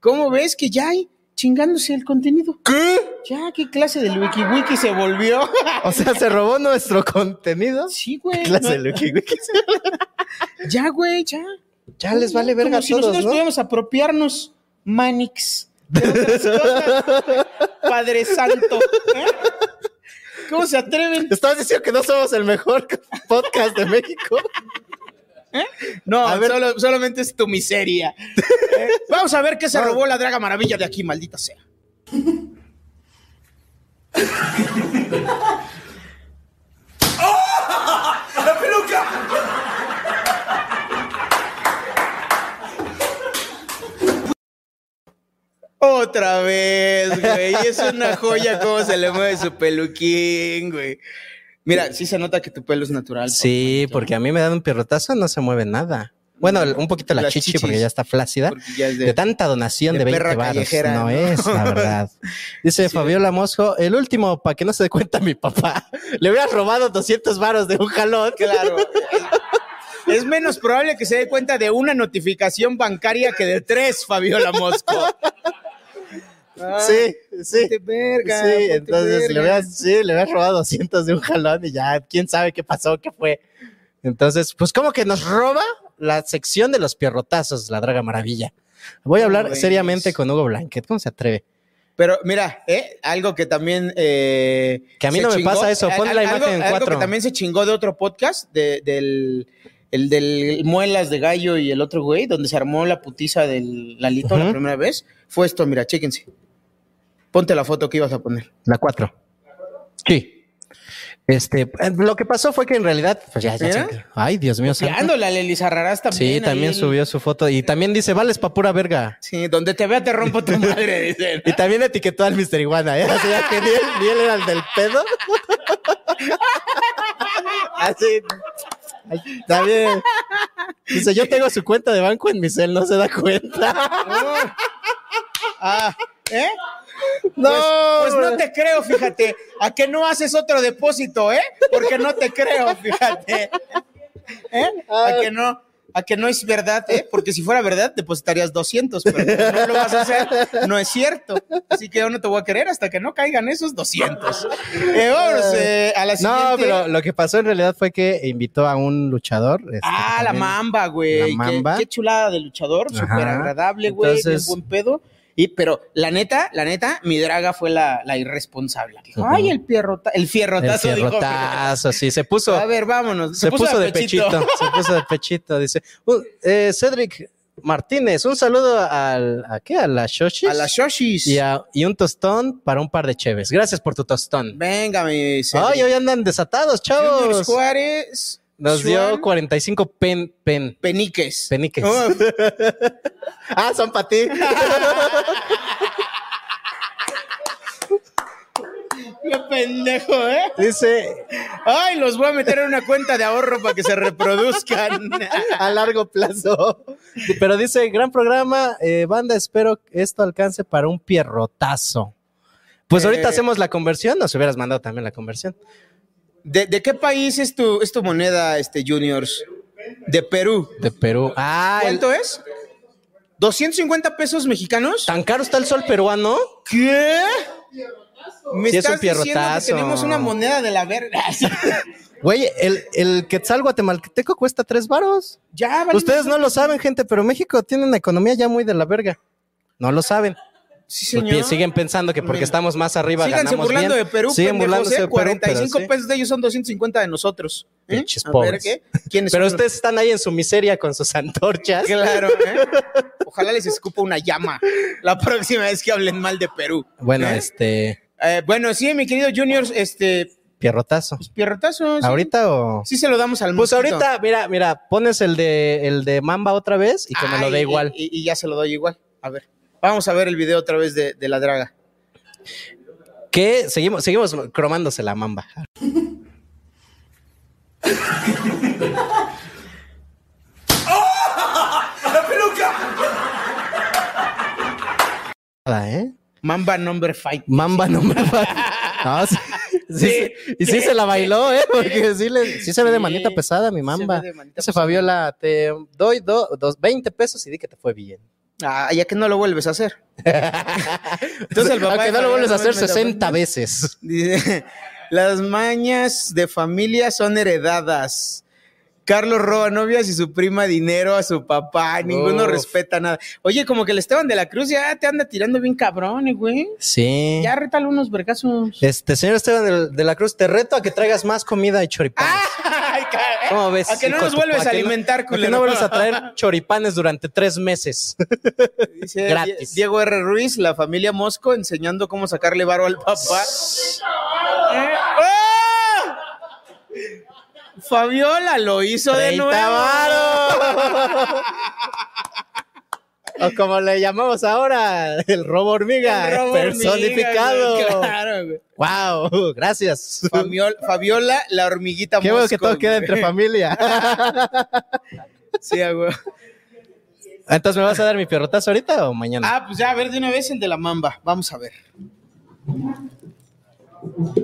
[SPEAKER 3] ¿Cómo ves que ya hay chingándose el contenido?
[SPEAKER 2] ¿Qué?
[SPEAKER 3] Ya, qué clase del wiki wiki se volvió.
[SPEAKER 2] O sea, se robó nuestro contenido.
[SPEAKER 3] sí, güey.
[SPEAKER 2] Clase de
[SPEAKER 3] no-
[SPEAKER 2] Lucky Wiki.
[SPEAKER 3] ya, güey, ya.
[SPEAKER 2] Ya les vale verga
[SPEAKER 3] Como
[SPEAKER 2] a
[SPEAKER 3] si nosotros
[SPEAKER 2] todos, ¿no?
[SPEAKER 3] pudiéramos apropiarnos, Manix. de otras cosas. Padre Santo. ¿eh? ¿Cómo se atreven?
[SPEAKER 2] Estás diciendo que no somos el mejor podcast de México.
[SPEAKER 3] ¿Eh? No,
[SPEAKER 2] A ver.
[SPEAKER 3] solo- solamente es tu miseria. Eh, Vamos a ver qué se robó la Draga Maravilla de aquí, maldita sea. ¡Oh! Otra vez, güey. Es una joya cómo se le mueve su peluquín, güey. Mira, sí se nota que tu pelo es natural.
[SPEAKER 2] Sí, porque a mí me dan un pierrotazo, no se mueve nada. Bueno, un poquito la,
[SPEAKER 3] Las
[SPEAKER 2] chichi
[SPEAKER 3] chichis.
[SPEAKER 2] porque ya está flácida.
[SPEAKER 3] ya es
[SPEAKER 2] de,
[SPEAKER 3] de-
[SPEAKER 2] tanta donación de
[SPEAKER 3] de
[SPEAKER 2] 20
[SPEAKER 3] perra
[SPEAKER 2] varos.
[SPEAKER 3] callejera,
[SPEAKER 2] No
[SPEAKER 3] ¿no?
[SPEAKER 2] es, la verdad. Dice Fabiola Mosco, el último, para que no se dé cuenta mi papá. Le hubieras robado 200 varos de un jalón.
[SPEAKER 3] Claro. Es menos probable que se dé cuenta de una notificación bancaria que de tres, Fabiola Mosco.
[SPEAKER 2] Sí, sí.
[SPEAKER 3] Ponte verga,
[SPEAKER 2] sí,
[SPEAKER 3] ponte
[SPEAKER 2] entonces le
[SPEAKER 3] verga.
[SPEAKER 2] hubieras, sí, le hubieras robado 200 de un jalón y ya, quién sabe qué pasó, qué fue. Entonces, pues como que nos roba la sección de los pierrotazos, la Draga Maravilla. Voy a hablar
[SPEAKER 3] Güey.
[SPEAKER 2] seriamente con Hugo Blanquet, ¿cómo se atreve?
[SPEAKER 3] Pero mira, ¿eh? algo que también. eh,
[SPEAKER 2] Que a mí
[SPEAKER 3] se
[SPEAKER 2] no me pasa eso,
[SPEAKER 3] Al-
[SPEAKER 2] pon la
[SPEAKER 3] al-
[SPEAKER 2] imagen
[SPEAKER 3] algo-
[SPEAKER 2] en
[SPEAKER 3] algo
[SPEAKER 2] cuatro.
[SPEAKER 3] que también se chingó de otro podcast, de- del. El del Muelas de Gallo y el otro güey, donde se armó la putiza del Lalito la
[SPEAKER 2] Ujú.
[SPEAKER 3] primera vez, fue esto, mira, chéquense. Ponte la foto que ibas a poner.
[SPEAKER 2] La 4. Sí. Este, eh, lo que pasó fue que en realidad, pues ya, ya,
[SPEAKER 3] ¿Mira?
[SPEAKER 2] se- Ay, Dios mío, santo.
[SPEAKER 3] Dándole a Leli Sarrarás también.
[SPEAKER 2] Sí, también
[SPEAKER 3] ahí el-
[SPEAKER 2] subió su foto y también dice, vales pa' pura verga.
[SPEAKER 3] Sí, donde te vea te rompo tu madre, dice.
[SPEAKER 2] Y también etiquetó al Mr. Iguana, ¿eh? O sea, que ni él, ni él era el del pedo. Así. También. Dice, yo tengo su cuenta de banco en mi cel, no se da cuenta.
[SPEAKER 3] Ah, ¿eh?
[SPEAKER 2] No,
[SPEAKER 3] Pues, pues no te creo, fíjate. ¿A que no haces otro depósito, eh? Porque no te creo, fíjate. ¿Eh? ¿A que no? A que no es verdad, eh? Porque si fuera verdad, depositarías 200, pero como no lo vas a hacer. No es cierto. Así que yo no te voy a querer hasta que no caigan esos 200. Eh, vámonos eh, a la siguiente.
[SPEAKER 2] No, pero lo que pasó en realidad fue que invitó a un luchador. este,
[SPEAKER 3] Ah,
[SPEAKER 2] que
[SPEAKER 3] la
[SPEAKER 2] también-
[SPEAKER 3] mamba,
[SPEAKER 2] La
[SPEAKER 3] güey. Qué-
[SPEAKER 2] mamba.
[SPEAKER 3] Qué, chulada de luchador,
[SPEAKER 2] Ajá.
[SPEAKER 3] súper agradable, güey, bien
[SPEAKER 2] Entonces-
[SPEAKER 3] buen pedo. Y, pero la neta, la neta, mi draga fue la, la irresponsable. Dijo,
[SPEAKER 2] Ujú.
[SPEAKER 3] ay, el, pierrota, el
[SPEAKER 2] El
[SPEAKER 3] fierrotazo, dijo.
[SPEAKER 2] fierrotazo, sí, se puso.
[SPEAKER 3] A ver, vámonos.
[SPEAKER 2] Se, puso, de pechito. se puso de pechito, dice. Uh, eh, Cedric Martínez, un saludo al, ¿a qué? A las Shoshis.
[SPEAKER 3] A las Shoshis.
[SPEAKER 2] Y, a- y un tostón para un par de cheves. Gracias por tu tostón.
[SPEAKER 3] Venga, mi
[SPEAKER 2] Ay, hoy andan desatados,
[SPEAKER 3] Junior
[SPEAKER 2] chavos.
[SPEAKER 3] Juárez.
[SPEAKER 2] Nos dio
[SPEAKER 3] Swan.
[SPEAKER 2] 45 pen, pen.
[SPEAKER 3] Peniques. Oh.
[SPEAKER 2] Peniques. ah, son para ti.
[SPEAKER 3] Qué pendejo, ¿eh?
[SPEAKER 2] Dice,
[SPEAKER 3] Ay, los voy a meter en una cuenta de ahorro para que se reproduzcan.
[SPEAKER 2] a largo plazo. Pero dice, gran programa, eh, banda, espero que esto alcance para un pierrotazo. Pues ahorita
[SPEAKER 3] Eh.
[SPEAKER 2] hacemos la conversión, nos hubieras mandado también la conversión.
[SPEAKER 3] ¿De, de qué país es tu, es tu moneda, este, Juniors? De Perú.
[SPEAKER 2] De Perú. Ah, el-
[SPEAKER 3] ¿Cuánto es? ¿250 pesos mexicanos?
[SPEAKER 2] tan caro está el sol peruano.
[SPEAKER 3] ¿Qué? Me
[SPEAKER 2] Sí, es un
[SPEAKER 3] estás diciendo que
[SPEAKER 2] pierrotazo.
[SPEAKER 3] tenemos una moneda de la verga.
[SPEAKER 2] Güey, el, el quetzal guatemalteco cuesta tres varos.
[SPEAKER 3] ya, Ah, vale.
[SPEAKER 2] Ustedes no lo saben, gente, pero México tiene una economía ya muy de la verga. No lo saben.
[SPEAKER 3] Sí,
[SPEAKER 2] Pues
[SPEAKER 3] señor.
[SPEAKER 2] pi- siguen pensando que porque
[SPEAKER 3] Mira.
[SPEAKER 2] estamos más arriba
[SPEAKER 3] Síganse
[SPEAKER 2] ganamos
[SPEAKER 3] burlando
[SPEAKER 2] bien.
[SPEAKER 3] de Perú,
[SPEAKER 2] Siguen
[SPEAKER 3] pendejos,
[SPEAKER 2] burlándose
[SPEAKER 3] ¿eh?
[SPEAKER 2] de Perú, pero
[SPEAKER 3] 45
[SPEAKER 2] sí.
[SPEAKER 3] pesos de ellos son 250 de nosotros. ¿eh?
[SPEAKER 2] Pinches
[SPEAKER 3] A ver,
[SPEAKER 2] pobres.
[SPEAKER 3] ¿qué? ¿Quiénes
[SPEAKER 2] Pero
[SPEAKER 3] son los-
[SPEAKER 2] ustedes están ahí en su miseria con sus antorchas.
[SPEAKER 3] Claro, ¿eh? Ojalá les escupa una llama la próxima vez que hablen mal de Perú.
[SPEAKER 2] Bueno,
[SPEAKER 3] ¿eh?
[SPEAKER 2] este,
[SPEAKER 3] Eh, bueno, sí, mi querido Juniors, este,
[SPEAKER 2] pierrotazo.
[SPEAKER 3] pierrotazo. sí.
[SPEAKER 2] ¿Ahorita o...?
[SPEAKER 3] Sí se lo damos al
[SPEAKER 2] Pues
[SPEAKER 3] mosquito.
[SPEAKER 2] ahorita, mira, mira, pones el de, el de Mamba otra vez y que me
[SPEAKER 3] Ah,
[SPEAKER 2] lo dé
[SPEAKER 3] y-
[SPEAKER 2] igual.
[SPEAKER 3] Y, y ya se lo doy igual. A ver. Vamos a ver el video otra vez de, de la draga.
[SPEAKER 2] Que seguimos, seguimos cromándose la Mamba.
[SPEAKER 3] ¡Oh!
[SPEAKER 2] Nada, ¿eh?
[SPEAKER 3] Mamba number fight.
[SPEAKER 2] Mamba no me va. No, sí, sí se- y sí se la bailó, ¿eh? Porque sí, le- sí se ve de
[SPEAKER 3] Sí,
[SPEAKER 2] manita pesada mi mamba.
[SPEAKER 3] ve de manita
[SPEAKER 2] Dice Fabiola, te doy do- dos, 20 pesos y di que te fue bien.
[SPEAKER 3] Ah, ya que no lo vuelves a hacer. Entonces el papá
[SPEAKER 2] Aunque no lo
[SPEAKER 3] de Fabiola
[SPEAKER 2] vuelves a
[SPEAKER 3] no me-
[SPEAKER 2] hacer
[SPEAKER 3] me lo-
[SPEAKER 2] 60 veces.
[SPEAKER 3] Dice, las mañas de familia son heredadas. Carlos roba novias y su prima dinero a su papá. Ninguno
[SPEAKER 2] Uf.
[SPEAKER 3] respeta nada. Oye, como que el Esteban de la Cruz ya te anda tirando bien cabrón, eh, güey.
[SPEAKER 2] Sí.
[SPEAKER 3] Ya rétale unos vergazos.
[SPEAKER 2] Este, señor Esteban del- de, la Cruz, te reto a que traigas más comida y choripanes.
[SPEAKER 3] Ay, ca-
[SPEAKER 2] ¿Cómo ves?
[SPEAKER 3] Ah, A que no
[SPEAKER 2] hijo de
[SPEAKER 3] nos
[SPEAKER 2] tu-
[SPEAKER 3] vuelves a
[SPEAKER 2] que no-
[SPEAKER 3] alimentar,
[SPEAKER 2] que
[SPEAKER 3] culero.
[SPEAKER 2] no vuelves a traer choripanes durante tres meses.
[SPEAKER 3] Dice
[SPEAKER 2] Gratis.
[SPEAKER 3] Die- Diego R. Ruiz, la familia Mosco, enseñando cómo sacarle varo al papá. Eh, ¡ah! Fabiola lo hizo
[SPEAKER 2] 30
[SPEAKER 3] de nuevo.
[SPEAKER 2] varos. O como le llamamos ahora, el robo hormiga,
[SPEAKER 3] El robo
[SPEAKER 2] personificado.
[SPEAKER 3] hormiga, güey, claro, güey.
[SPEAKER 2] Wow, gracias.
[SPEAKER 3] Fabiola, Fabiola, la hormiguita
[SPEAKER 2] Qué bueno que
[SPEAKER 3] Mosco,
[SPEAKER 2] todo queda
[SPEAKER 3] güey.
[SPEAKER 2] entre familia.
[SPEAKER 3] Sí, a huevo.
[SPEAKER 2] Entonces, ¿me vas a dar mi pierrotazo ahorita o mañana?
[SPEAKER 3] Ah, pues ya, a ver de una vez el de la mamba. Vamos a ver. Ah.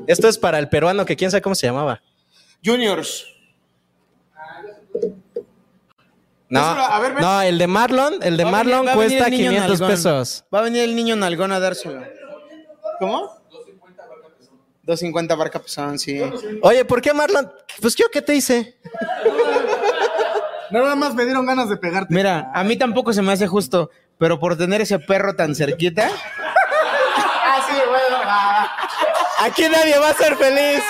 [SPEAKER 2] Esto es para el peruano que quién sabe cómo se llamaba.
[SPEAKER 3] Juniors.
[SPEAKER 2] No,
[SPEAKER 3] Dáselo, a ver, ven.
[SPEAKER 2] no, el de Marlon, el de
[SPEAKER 3] Va a venir-
[SPEAKER 2] Marlon
[SPEAKER 3] va a venir
[SPEAKER 2] cuesta
[SPEAKER 3] el niño
[SPEAKER 2] 500
[SPEAKER 3] nalgón.
[SPEAKER 2] pesos.
[SPEAKER 3] Va a venir el niño nalgón a dárselo. ¿Cómo? 250 barca pesón, sí.
[SPEAKER 2] Oye, ¿por qué Marlon? Pues yo qué te hice.
[SPEAKER 3] Nada más me dieron ganas de pegarte. Mira, a mí tampoco se me hace justo, pero por tener ese perro tan cerquita,
[SPEAKER 8] Ah, sí, bueno.
[SPEAKER 3] aquí nadie va a ser feliz.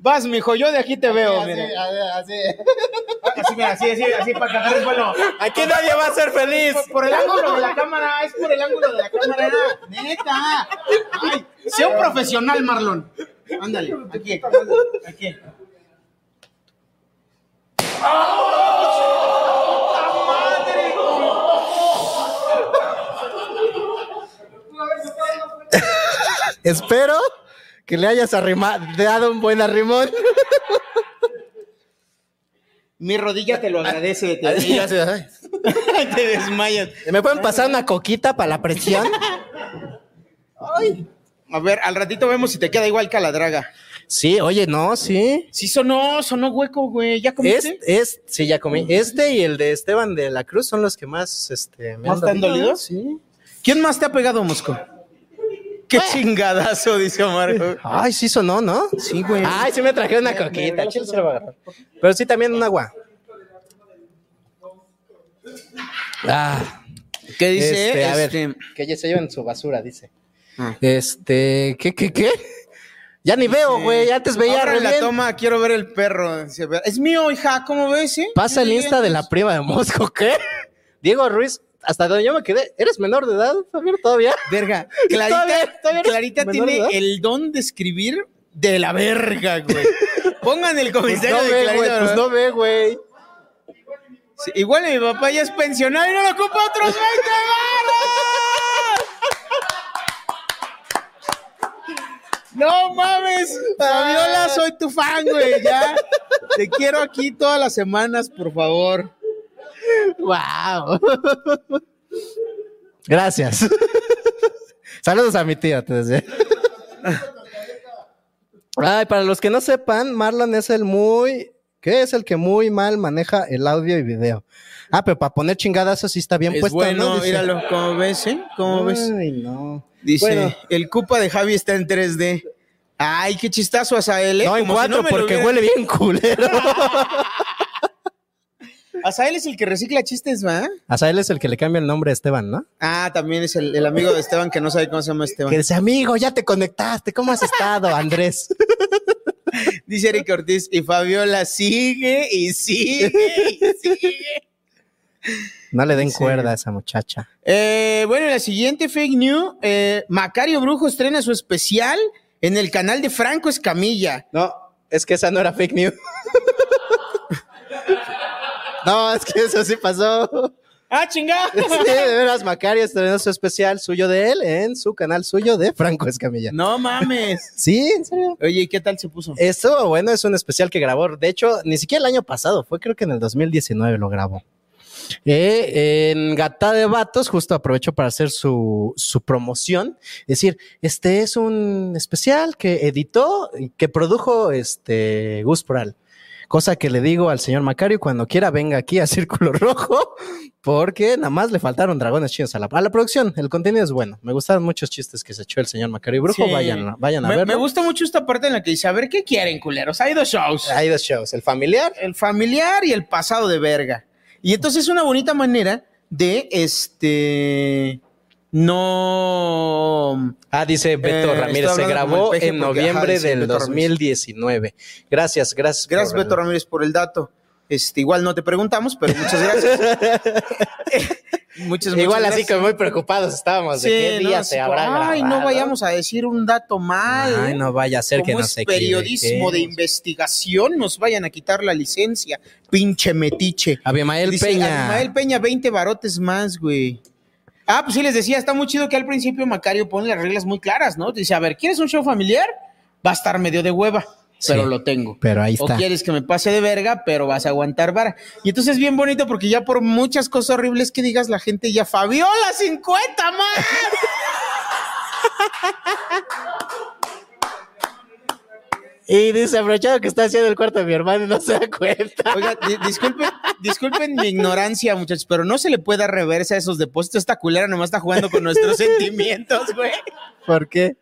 [SPEAKER 3] Vas, mijo, yo de aquí te
[SPEAKER 2] Pues
[SPEAKER 3] veo,
[SPEAKER 8] así,
[SPEAKER 3] mira.
[SPEAKER 8] así,
[SPEAKER 3] Así, mira, así, así, así, para cagar el vuelo.
[SPEAKER 2] Aquí nadie va a ser feliz.
[SPEAKER 3] Por, por el ángulo de la cámara, es por el ángulo de la cámara. Neta. Ay, sea un profesional, Marlon. Ándale, aquí, aquí.
[SPEAKER 2] Espero que le hayas arrimado, dado un buen arrimón.
[SPEAKER 3] Mi rodilla te lo agradece. Te,
[SPEAKER 2] Así, así,
[SPEAKER 3] te desmayas.
[SPEAKER 2] ¿Me pueden pasar una coquita para la presión?
[SPEAKER 3] Ay. A ver, al ratito vemos si te queda igual que a la draga.
[SPEAKER 2] Sí, oye, no, sí.
[SPEAKER 3] Sí, sonó, sonó hueco, güey. ¿Ya comiste?
[SPEAKER 2] Es, es, sí, ya comí. Este y el de Esteban de la Cruz son los que más, este, me
[SPEAKER 3] ¿No están dolidos?
[SPEAKER 2] Sí.
[SPEAKER 3] ¿Quién más te ha pegado, Mosco? Qué chingadazo, dice Marco.
[SPEAKER 2] Ay, sí sonó, ¿no?
[SPEAKER 3] Sí, güey.
[SPEAKER 2] Ay, sí me traje una coquita. Chile se la va a agarrar. Pero sí también un agua. Ah.
[SPEAKER 3] ¿Qué dice?
[SPEAKER 2] Este, a ver,
[SPEAKER 3] Este, Ah.
[SPEAKER 2] que ya se lleven su basura, dice. Este, ¿qué, qué, qué? Ya ni veo, güey. Antes veía
[SPEAKER 3] Ahora
[SPEAKER 2] re
[SPEAKER 3] en la
[SPEAKER 2] bien.
[SPEAKER 3] toma, quiero ver el perro. Dice, Es mío, hija, ¿cómo ves? eh?
[SPEAKER 2] Pasa el
[SPEAKER 3] Sí,
[SPEAKER 2] Insta de la prima de Mosco, ¿qué? Diego Ruiz, hasta donde yo me quedé, ¿eres menor de edad, Javier, todavía?
[SPEAKER 3] Verga. Clarita,
[SPEAKER 2] Todavía- todavía eres
[SPEAKER 3] Clarita
[SPEAKER 2] menor de
[SPEAKER 3] tiene
[SPEAKER 2] edad.
[SPEAKER 3] el don de escribir de la verga, güey. Pongan el
[SPEAKER 2] Pues
[SPEAKER 3] comentario
[SPEAKER 2] no
[SPEAKER 3] de
[SPEAKER 2] ve,
[SPEAKER 3] Clarita.
[SPEAKER 2] güey, pues
[SPEAKER 3] ¿verdad?
[SPEAKER 2] no ve, güey.
[SPEAKER 3] Sí, igual mi papá ya es pensionado y no lo ocupa otros 20 varos. No mames, Fabiola, soy tu fan, güey, ya. Te quiero aquí todas las semanas, por favor.
[SPEAKER 2] Wow. Gracias. Saludos a mi tía, te decía. Ay, para los que no sepan, Marlon es el muy, ¿qué es el que muy mal maneja el audio y video? Ah, pero para poner chingadas eso sí está bien
[SPEAKER 3] es
[SPEAKER 2] puesto,
[SPEAKER 3] bueno,
[SPEAKER 2] ¿no? Dice.
[SPEAKER 3] míralo, ¿cómo ves, eh? ¿Cómo ves?
[SPEAKER 2] Ay, no.
[SPEAKER 3] Dice,
[SPEAKER 2] Bueno.
[SPEAKER 3] el cupa de Javi está en 3D. Ay, qué chistazo Azael, ¿eh?
[SPEAKER 2] No, en
[SPEAKER 3] Como si
[SPEAKER 2] cuatro,
[SPEAKER 3] me lo
[SPEAKER 2] porque
[SPEAKER 3] hubiera-
[SPEAKER 2] huele bien culero.
[SPEAKER 3] Azael es el que recicla chistes, ¿va?
[SPEAKER 2] Hasta él es el que le cambia el nombre a Esteban, ¿no?
[SPEAKER 3] Ah, también es el, el amigo de Esteban que no sabe cómo se llama Esteban.
[SPEAKER 2] Que dice, amigo, ya te conectaste, ¿cómo has estado, Andrés?
[SPEAKER 3] Dice Eric Ortiz, y Fabiola sigue y sigue y sigue.
[SPEAKER 2] No le den cuerda a esa muchacha.
[SPEAKER 3] Eh, bueno, la siguiente fake news, eh, Macario Brujo estrena su especial en el canal de Franco Escamilla.
[SPEAKER 2] No, es que esa no era fake news. no, es que eso sí pasó.
[SPEAKER 3] ¡Ah, chingada!
[SPEAKER 2] Sí, de veras, Macario estrenó su especial suyo de él en su canal suyo de Franco Escamilla.
[SPEAKER 3] No mames.
[SPEAKER 2] Sí, en serio.
[SPEAKER 3] Oye, ¿y qué tal se puso?
[SPEAKER 2] Esto, bueno, es un especial que grabó. De hecho, ni siquiera el año pasado, fue creo que en el 2019 lo grabó. Eh, en Gata de Vatos, justo aprovecho para hacer su, su promoción. Es decir, este es un especial que editó y que produjo este Gus Proal. Cosa que le digo al señor Macario cuando quiera venga aquí a Círculo Rojo, porque nada más le faltaron dragones chinos a la, a la producción. El contenido es bueno. Me gustaron muchos chistes que se echó el señor Macario Brujo.
[SPEAKER 3] Sí.
[SPEAKER 2] Vayan, vayan a
[SPEAKER 3] me,
[SPEAKER 2] verlo.
[SPEAKER 3] me gusta mucho esta parte en la que dice, a ver, ¿qué quieren, culeros? Hay dos shows.
[SPEAKER 2] Hay dos shows, el familiar.
[SPEAKER 3] el familiar y el pasado de verga. Y entonces es una bonita manera de este no
[SPEAKER 2] Ah, dice Beto
[SPEAKER 3] Eh,
[SPEAKER 2] Ramírez, se
[SPEAKER 3] estoy hablando
[SPEAKER 2] grabó
[SPEAKER 3] como el peje
[SPEAKER 2] en
[SPEAKER 3] porque, ajá,
[SPEAKER 2] noviembre
[SPEAKER 3] dice
[SPEAKER 2] del
[SPEAKER 3] Beto Ramírez.
[SPEAKER 2] 2019. Gracias, gracias. por
[SPEAKER 3] Gracias,
[SPEAKER 2] el-
[SPEAKER 3] Beto Ramírez, por el dato. Este, igual no te preguntamos, pero muchas gracias. muchas, muchas
[SPEAKER 2] Igual así
[SPEAKER 3] gracias.
[SPEAKER 2] que muy preocupados estábamos
[SPEAKER 3] Sí,
[SPEAKER 2] de qué
[SPEAKER 3] no,
[SPEAKER 2] día
[SPEAKER 3] así
[SPEAKER 2] se
[SPEAKER 3] como,
[SPEAKER 2] habrá
[SPEAKER 3] Ay,
[SPEAKER 2] grabado".
[SPEAKER 3] no vayamos a decir un dato mal.
[SPEAKER 2] Ay,
[SPEAKER 3] ¿eh?
[SPEAKER 2] no vaya a ser que
[SPEAKER 3] Como
[SPEAKER 2] no
[SPEAKER 3] es
[SPEAKER 2] sé qué.
[SPEAKER 3] periodismo de investigación, nos vayan a quitar la licencia. Pinche metiche.
[SPEAKER 2] Abimael
[SPEAKER 3] Dice,
[SPEAKER 2] Peña.
[SPEAKER 3] Abimael Peña, 20 barotes más, güey. Ah, pues sí, les decía, está muy chido que al principio Macario pone las reglas muy claras, ¿no? Dice, a ver, ¿quieres un show familiar? Va a estar medio de hueva. pero
[SPEAKER 2] Sí.
[SPEAKER 3] lo tengo.
[SPEAKER 2] Pero ahí
[SPEAKER 3] O
[SPEAKER 2] está.
[SPEAKER 3] quieres que me pase de verga, pero vas a aguantar vara. Y entonces es bien bonito porque ya por muchas cosas horribles que digas, la gente ya, Fabiola, 50 más.
[SPEAKER 2] Y desabrochado que está haciendo el cuarto de mi hermano y no se da cuenta.
[SPEAKER 3] Oiga, di- disculpen, disculpen mi ignorancia, muchachos, pero no se le puede dar reversa a esos depósitos. Esta culera nomás está jugando con nuestros sentimientos, güey.
[SPEAKER 2] ¿Por qué?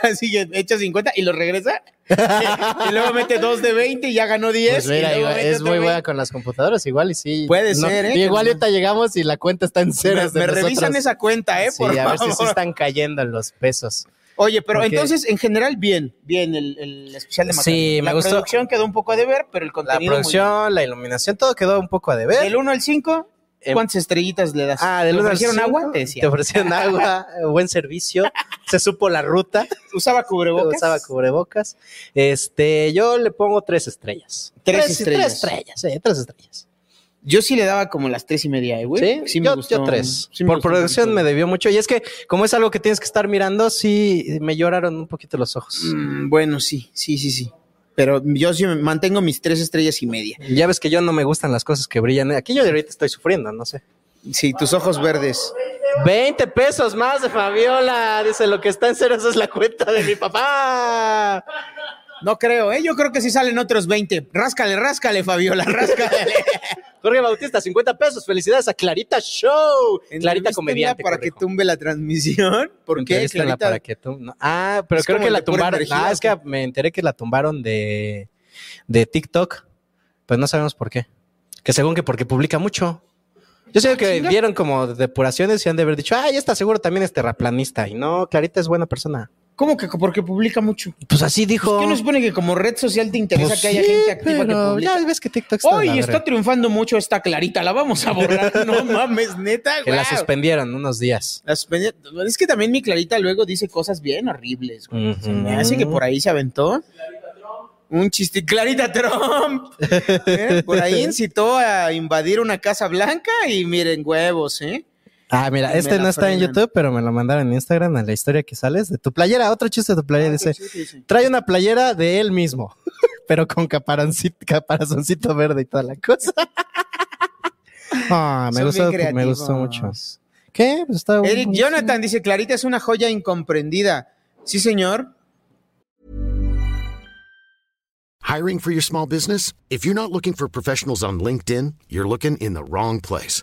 [SPEAKER 3] Así que echa 50 y lo regresa. y luego mete 2 de 20 y ya ganó 10.
[SPEAKER 2] Pues mira,
[SPEAKER 3] y luego
[SPEAKER 2] igual-
[SPEAKER 3] mete
[SPEAKER 2] es
[SPEAKER 3] otro
[SPEAKER 2] muy
[SPEAKER 3] 20.
[SPEAKER 2] buena con las computadoras, igual y sí.
[SPEAKER 3] Puede ser, ¿eh?
[SPEAKER 2] y igual ahorita llegamos y la cuenta está en
[SPEAKER 3] Me,
[SPEAKER 2] ceros. de
[SPEAKER 3] me revisan
[SPEAKER 2] nosotros.
[SPEAKER 3] esa cuenta, ¿eh?
[SPEAKER 2] Sí,
[SPEAKER 3] Por
[SPEAKER 2] a ver si sí
[SPEAKER 3] favor.
[SPEAKER 2] están cayendo en los pesos.
[SPEAKER 3] Oye, pero
[SPEAKER 2] Porque-
[SPEAKER 3] entonces, en general, bien, bien el, el especial de Macario.
[SPEAKER 2] Sí, me
[SPEAKER 3] La
[SPEAKER 2] gustó.
[SPEAKER 3] producción quedó un poco a deber, pero el
[SPEAKER 2] La
[SPEAKER 3] contenido. muy
[SPEAKER 2] producción, la iluminación, todo quedó un poco a
[SPEAKER 3] bien.
[SPEAKER 2] deber. Em,
[SPEAKER 3] Del 1 al 5, ¿cuántas estrellitas le das?
[SPEAKER 2] Ah, del
[SPEAKER 3] ¿Te
[SPEAKER 2] uno al
[SPEAKER 3] ofrecieron
[SPEAKER 2] cinco,
[SPEAKER 3] agua? Te, decía.
[SPEAKER 2] Te ofrecieron agua, buen servicio, se supo la ruta.
[SPEAKER 3] Usaba cubrebocas.
[SPEAKER 2] Usaba cubrebocas. Este, yo le pongo tres estrellas.
[SPEAKER 3] Tres estrellas.
[SPEAKER 2] Tres estrellas, sí, tres estrellas.
[SPEAKER 3] Yo sí le daba como las tres y media, eh, güey.
[SPEAKER 2] Sí,
[SPEAKER 3] me
[SPEAKER 2] yo,
[SPEAKER 3] gustó.
[SPEAKER 2] yo tres.
[SPEAKER 3] Sí me
[SPEAKER 2] Por
[SPEAKER 3] gustó.
[SPEAKER 2] producción me debió mucho. Y es que, como es algo que tienes que estar mirando, sí me lloraron un poquito los ojos.
[SPEAKER 3] Mm, bueno, sí, sí, sí, sí. Pero yo sí me mantengo mis tres estrellas y media.
[SPEAKER 2] Ya ves que yo no me gustan las cosas que brillan. ¿eh? Aquí yo de ahorita estoy sufriendo, no sé.
[SPEAKER 3] Sí, tus ojos verdes.
[SPEAKER 2] 20 pesos más de Fabiola. Dice, lo que está en ceros es la cuenta de mi papá.
[SPEAKER 3] No creo, ¿eh? Yo creo que sí salen otros 20. Ráscale, ráscale, Fabiola, ráscale.
[SPEAKER 2] Jorge Bautista, 50 pesos. Felicidades a Clarita Show. Clarita
[SPEAKER 3] Entrevístenla
[SPEAKER 2] comediante.
[SPEAKER 3] Para que tumbe la transmisión. ¿Por qué,
[SPEAKER 2] Entrevístenla
[SPEAKER 3] Clarita?
[SPEAKER 2] para que tum- no. Ah, pero
[SPEAKER 3] Es
[SPEAKER 2] creo
[SPEAKER 3] como
[SPEAKER 2] que
[SPEAKER 3] el
[SPEAKER 2] la
[SPEAKER 3] de pura
[SPEAKER 2] tumbaron.
[SPEAKER 3] energía,
[SPEAKER 2] Ah, es
[SPEAKER 3] ¿o qué?
[SPEAKER 2] que me enteré que la tumbaron de, de TikTok. Pues no sabemos por qué. Que según que porque publica mucho. Yo
[SPEAKER 3] Ah,
[SPEAKER 2] sé que vieron como depuraciones y han de haber dicho, ay, esta seguro también es terraplanista. Y no, Clarita es buena persona.
[SPEAKER 3] ¿Cómo que porque publica mucho?
[SPEAKER 2] Pues así dijo.
[SPEAKER 3] ¿Qué nos supone que como red social te interesa
[SPEAKER 2] Pues
[SPEAKER 3] que haya
[SPEAKER 2] sí,
[SPEAKER 3] gente activa que
[SPEAKER 2] pero
[SPEAKER 3] publica?
[SPEAKER 2] ya ves que TikTok está de
[SPEAKER 3] Hoy
[SPEAKER 2] la
[SPEAKER 3] está
[SPEAKER 2] verga.
[SPEAKER 3] triunfando mucho esta Clarita, la vamos a borrar. No mames, neta,
[SPEAKER 2] Que
[SPEAKER 3] güey.
[SPEAKER 2] la suspendieron unos días.
[SPEAKER 3] La suspeña- Es que también mi Clarita luego dice cosas bien horribles. güey. Se me hace Ah,
[SPEAKER 2] Mm.
[SPEAKER 3] que por ahí se aventó. Un chiste. Clarita Trump. ¿eh? Por ahí incitó a invadir una casa blanca y miren huevos, ¿eh?
[SPEAKER 2] Ah, mira,
[SPEAKER 3] Y me
[SPEAKER 2] este
[SPEAKER 3] la
[SPEAKER 2] no está en
[SPEAKER 3] frenan.
[SPEAKER 2] YouTube, pero me lo mandaron en Instagram a la historia que sales de tu playera. Otro chiste de tu
[SPEAKER 3] Ah,
[SPEAKER 2] playera dice: trae una playera de él mismo, pero con caparancito, caparazoncito verde y toda la cosa. Ah, me
[SPEAKER 3] Son
[SPEAKER 2] gustó,
[SPEAKER 3] bien
[SPEAKER 2] me gustó
[SPEAKER 3] creativos.
[SPEAKER 2] mucho. ¿Qué? Pues está
[SPEAKER 3] Eric
[SPEAKER 2] bueno.
[SPEAKER 3] Jonathan dice, Clarita es una joya incomprendida. Sí, señor.
[SPEAKER 13] Hiring for your small business? If you're not looking for professionals on LinkedIn, you're looking in the wrong place.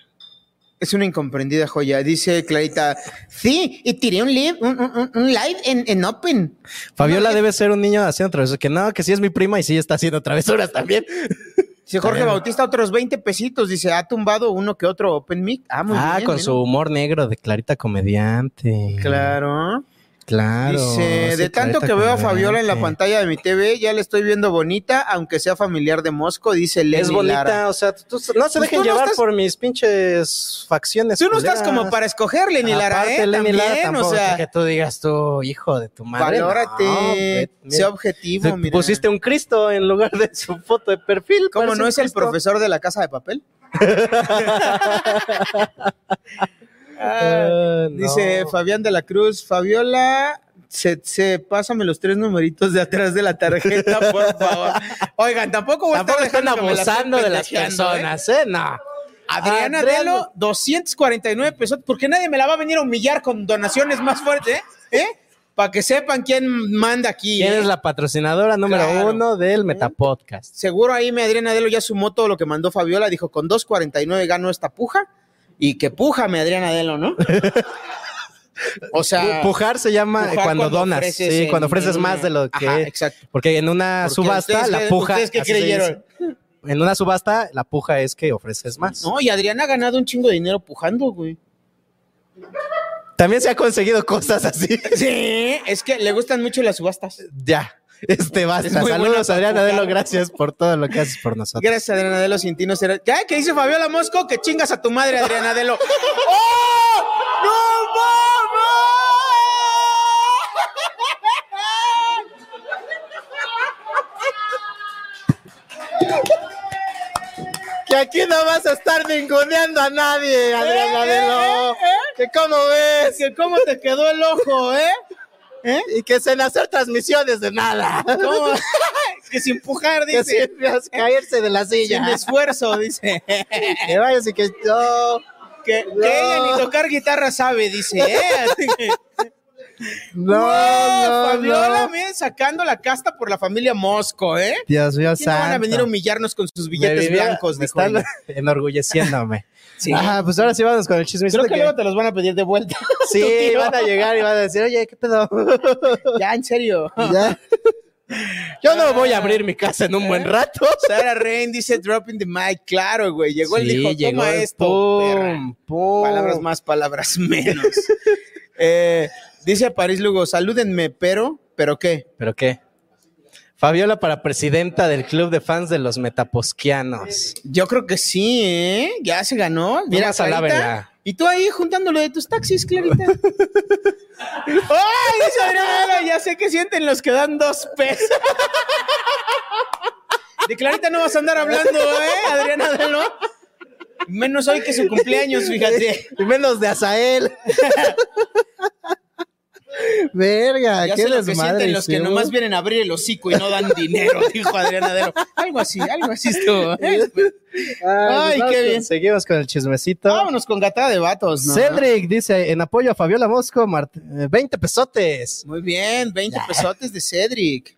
[SPEAKER 3] Es una incomprendida joya. Dice Clarita, sí, y tiré un live, un, un- un- un live en, en Open.
[SPEAKER 2] Fabiola debe ser un niño haciendo travesuras. Que no, que sí es mi prima y sí está haciendo travesuras también.
[SPEAKER 3] Dice Jorge
[SPEAKER 2] También.
[SPEAKER 3] Bautista, otros 20 pesitos. Dice, ha tumbado uno que otro Open Mic. Ah, muy
[SPEAKER 2] ah,
[SPEAKER 3] bien,
[SPEAKER 2] con
[SPEAKER 3] mira.
[SPEAKER 2] su humor negro de Clarita Comediante.
[SPEAKER 3] Claro.
[SPEAKER 2] Claro.
[SPEAKER 3] Dice,
[SPEAKER 2] sí,
[SPEAKER 3] de tanto
[SPEAKER 2] Clarita
[SPEAKER 3] que veo a Fabiola en la
[SPEAKER 2] Comediante.
[SPEAKER 3] pantalla de mi TV, ya la estoy viendo bonita, aunque sea familiar de Mosco, dice Lenny
[SPEAKER 2] Es bonita,
[SPEAKER 3] Lara.
[SPEAKER 2] o sea, tú- tú- no se
[SPEAKER 3] Pues
[SPEAKER 2] dejen
[SPEAKER 3] tú no
[SPEAKER 2] llevar
[SPEAKER 3] estás-
[SPEAKER 2] por mis pinches facciones.
[SPEAKER 3] Tú no estás como para escoger, Pues Lenny Lara, ¿eh?
[SPEAKER 2] Lenny Lara
[SPEAKER 3] También,
[SPEAKER 2] tampoco
[SPEAKER 3] o sea.
[SPEAKER 2] es que tú digas tú, hijo de tu madre.
[SPEAKER 3] Valórate,
[SPEAKER 2] mira.
[SPEAKER 3] sea objetivo,
[SPEAKER 2] Te
[SPEAKER 3] mira.
[SPEAKER 2] Pusiste un Cristo en lugar de su foto de perfil.
[SPEAKER 3] ¿Cómo
[SPEAKER 2] parece
[SPEAKER 3] no
[SPEAKER 2] un
[SPEAKER 3] es el
[SPEAKER 2] Cristo.
[SPEAKER 3] profesor de la casa de papel? Ah,
[SPEAKER 2] Eh, no.
[SPEAKER 3] Dice Fabián de la Cruz, Fabiola, se, se- pásame los tres numeritos de atrás de la tarjeta, por favor. Oigan, tampoco voy a
[SPEAKER 2] Tampoco
[SPEAKER 3] estar
[SPEAKER 2] están
[SPEAKER 3] dejando que me la estén
[SPEAKER 2] abusando de las
[SPEAKER 3] pendejeando, ¿eh?
[SPEAKER 2] personas, ¿eh? No.
[SPEAKER 3] Adriana
[SPEAKER 2] Adrián-
[SPEAKER 3] Adelo, 249 pesos, porque nadie me la va a venir a humillar con donaciones más fuertes, ¿eh? Para que sepan quién manda aquí.
[SPEAKER 2] ¿Quién
[SPEAKER 3] ¿eh?
[SPEAKER 2] es la patrocinadora número
[SPEAKER 3] Claro.
[SPEAKER 2] uno
[SPEAKER 3] ¿Mm?
[SPEAKER 2] del Metapodcast?
[SPEAKER 3] Seguro ahí mi Adriana Adelo ya sumó todo lo que mandó Fabiola, dijo, con 249 ganó esta puja, y que puja mi Adriana Adelo, ¿no? o sea...
[SPEAKER 2] Pujar se llama eh,
[SPEAKER 3] pujar
[SPEAKER 2] cuando, donas,
[SPEAKER 3] ofreces
[SPEAKER 2] sí,
[SPEAKER 3] en-
[SPEAKER 2] cuando ofreces
[SPEAKER 3] en
[SPEAKER 2] más
[SPEAKER 3] una-
[SPEAKER 2] de lo que.
[SPEAKER 3] Ajá, exacto.
[SPEAKER 2] Porque en una
[SPEAKER 3] Porque
[SPEAKER 2] subasta
[SPEAKER 3] ustedes
[SPEAKER 2] la
[SPEAKER 3] qué-
[SPEAKER 2] puja.
[SPEAKER 3] ¿ustedes qué
[SPEAKER 2] así se
[SPEAKER 3] creyeron?
[SPEAKER 2] dice. En una subasta la puja es que ofreces más.
[SPEAKER 3] No, y Adriana ha ganado un chingo de dinero pujando, güey.
[SPEAKER 2] También se ha conseguido cosas así.
[SPEAKER 3] Sí, es que le gustan mucho las subastas.
[SPEAKER 2] ya. Este
[SPEAKER 3] Es
[SPEAKER 2] basta.
[SPEAKER 3] muy buena
[SPEAKER 2] Saludos,
[SPEAKER 3] para
[SPEAKER 2] Adriana
[SPEAKER 3] jugar.
[SPEAKER 2] Adelo. Gracias por todo lo que haces por nosotros.
[SPEAKER 3] Gracias, Adriana Adelo. Sin ti no será. ¿Qué? ¿Qué dice Fabiola Mosco? Que chingas a tu madre, Adriana Adelo. ¡Oh! ¡No
[SPEAKER 2] Que aquí no vas a estar ninguneando a nadie, Adriana Adelo. Que cómo ves. Que cómo te quedó el ojo, ¿eh? Y que sin hacer transmisiones de nada.
[SPEAKER 3] ¿Cómo? que sin empujar,
[SPEAKER 2] Que
[SPEAKER 3] dice.
[SPEAKER 2] sin as- caerse de la silla.
[SPEAKER 3] Sin esfuerzo, dice.
[SPEAKER 2] Que vayas y que yo.
[SPEAKER 3] Que, que ella ni tocar guitarra sabe, dice. ¿eh? Así que-
[SPEAKER 2] No, no,
[SPEAKER 3] Fabiola,
[SPEAKER 2] no.
[SPEAKER 3] miren, sacando la casta por la familia Mosco, ¿eh?
[SPEAKER 2] Dios mío,
[SPEAKER 3] ¿Quién no van a
[SPEAKER 2] santo.
[SPEAKER 3] venir a humillarnos con sus
[SPEAKER 2] Me
[SPEAKER 3] billetes
[SPEAKER 2] vivía-
[SPEAKER 3] blancos?
[SPEAKER 2] me
[SPEAKER 3] Dijo
[SPEAKER 2] están
[SPEAKER 3] ella.
[SPEAKER 2] enorgulleciéndome.
[SPEAKER 3] Sí.
[SPEAKER 2] Ah, pues ahora sí vamos con el chisme.
[SPEAKER 3] Creo que
[SPEAKER 2] que-
[SPEAKER 3] luego te los van a pedir de vuelta.
[SPEAKER 2] Sí,
[SPEAKER 3] Tu tío.
[SPEAKER 2] van a llegar y van a decir, oye, ¿qué pedo?
[SPEAKER 3] Ya, en serio.
[SPEAKER 2] Ya. Yo no voy a abrir mi casa en un buen rato.
[SPEAKER 3] Sara Rain dice dropping the mic. Claro, güey. Llegó el
[SPEAKER 2] Sí,
[SPEAKER 3] dijo,
[SPEAKER 2] llegó
[SPEAKER 3] toma
[SPEAKER 2] el
[SPEAKER 3] esto. perra". Palabras más, palabras menos. Eh, dice París Lugo, salúdenme, pero, ¿pero qué?
[SPEAKER 2] ¿Pero qué? Fabiola para presidenta del club de fans de los metaposquianos.
[SPEAKER 3] Yo creo que sí, ¿eh? Ya se ganó. Mira,
[SPEAKER 2] más alábenla.
[SPEAKER 3] Clarita. Y tú ahí juntándolo de tus taxis, Clarita. ¡Ay, dice Adriana! Ya sé que sienten los que dan dos pesos. De Clarita no vas a andar hablando, ¿eh, Adriana? de lo- Menos hoy que su cumpleaños, fíjate.
[SPEAKER 2] Y menos de Azael. Verga,
[SPEAKER 3] Ya
[SPEAKER 2] qué
[SPEAKER 3] sé lo que
[SPEAKER 2] desmadre.
[SPEAKER 3] sienten los que
[SPEAKER 2] hicimos.
[SPEAKER 3] nomás vienen a abrir el hocico y no dan dinero, dijo Adriana Adelo. Algo así, algo así estuvo. ¿eh?
[SPEAKER 2] Ay,
[SPEAKER 3] Ay,
[SPEAKER 2] pues
[SPEAKER 3] qué
[SPEAKER 2] vamos,
[SPEAKER 3] bien.
[SPEAKER 2] Seguimos con el chismecito.
[SPEAKER 3] Vámonos con gatada de vatos, ¿no?
[SPEAKER 2] Cedric dice, en apoyo a Fabiola Mosco, Mart- eh, 20 pesotes.
[SPEAKER 3] Muy bien, 20 pesotes de Cedric.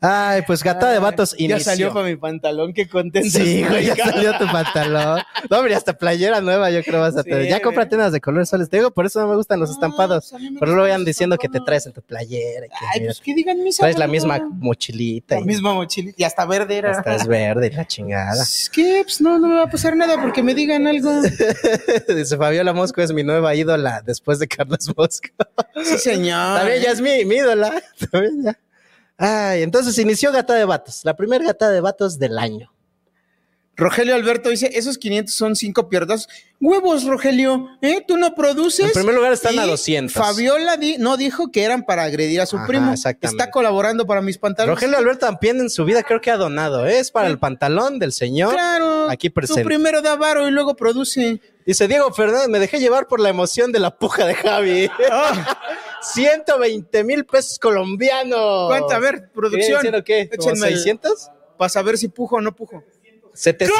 [SPEAKER 2] Ay, pues gata de vatos
[SPEAKER 3] Ya
[SPEAKER 2] inició.
[SPEAKER 3] salió para mi pantalón, qué contento.
[SPEAKER 2] Sí, güey, ya
[SPEAKER 3] estoy,
[SPEAKER 2] salió tu pantalón. No, hombre, hasta playera nueva yo creo vas a
[SPEAKER 3] Sí,
[SPEAKER 2] tener. Ya
[SPEAKER 3] güey. pues
[SPEAKER 2] cómprate unas de colores soles. Te digo, por eso no me gustan los estampados. Pero luego vayan diciendo que te traes en tu playera. y que
[SPEAKER 3] Ay,
[SPEAKER 2] mira,
[SPEAKER 3] pues que digan mis
[SPEAKER 2] traes la
[SPEAKER 3] abuelos.
[SPEAKER 2] misma mochilita.
[SPEAKER 3] La
[SPEAKER 2] y
[SPEAKER 3] misma mochila y hasta verde era.
[SPEAKER 2] hasta es verde y la chingada.
[SPEAKER 3] Es que pues, no, no me va a pasar nada porque me digan algo.
[SPEAKER 2] Dice Fabiola Mosco es mi nueva ídola después de Carlos Mosco.
[SPEAKER 3] Sí, señor.
[SPEAKER 2] También ya es mi, mi ídola. También ya. Ay, entonces inició Gata de Vatos, la primera Gata de Vatos del año.
[SPEAKER 3] Rogelio Alberto dice, esos 500 son cinco pierdas. Huevos, Rogelio, ¿eh? ¿Tú no produces?
[SPEAKER 2] En primer lugar están
[SPEAKER 3] Y
[SPEAKER 2] a 200.
[SPEAKER 3] Fabiola di- no dijo que eran para agredir a su
[SPEAKER 2] Ajá,
[SPEAKER 3] primo.
[SPEAKER 2] exactamente.
[SPEAKER 3] Está colaborando para mis pantalones.
[SPEAKER 2] Rogelio Alberto también en su vida creo que ha donado. ¿eh? Es para el pantalón del señor.
[SPEAKER 3] Claro.
[SPEAKER 2] Aquí
[SPEAKER 3] Tú
[SPEAKER 2] presente.
[SPEAKER 3] primero da varo y luego produce.
[SPEAKER 2] Dice Diego Fernández, me dejé llevar por la emoción de la puja de Javi.
[SPEAKER 3] Ah.
[SPEAKER 2] 120 mil pesos colombianos.
[SPEAKER 3] ¿Cuánto? A ver, producción.
[SPEAKER 2] ¿Qué? ¿Qué? ¿Como
[SPEAKER 3] Échenme el-
[SPEAKER 2] 600?
[SPEAKER 3] Para saber si pujo o no pujo.
[SPEAKER 2] 700.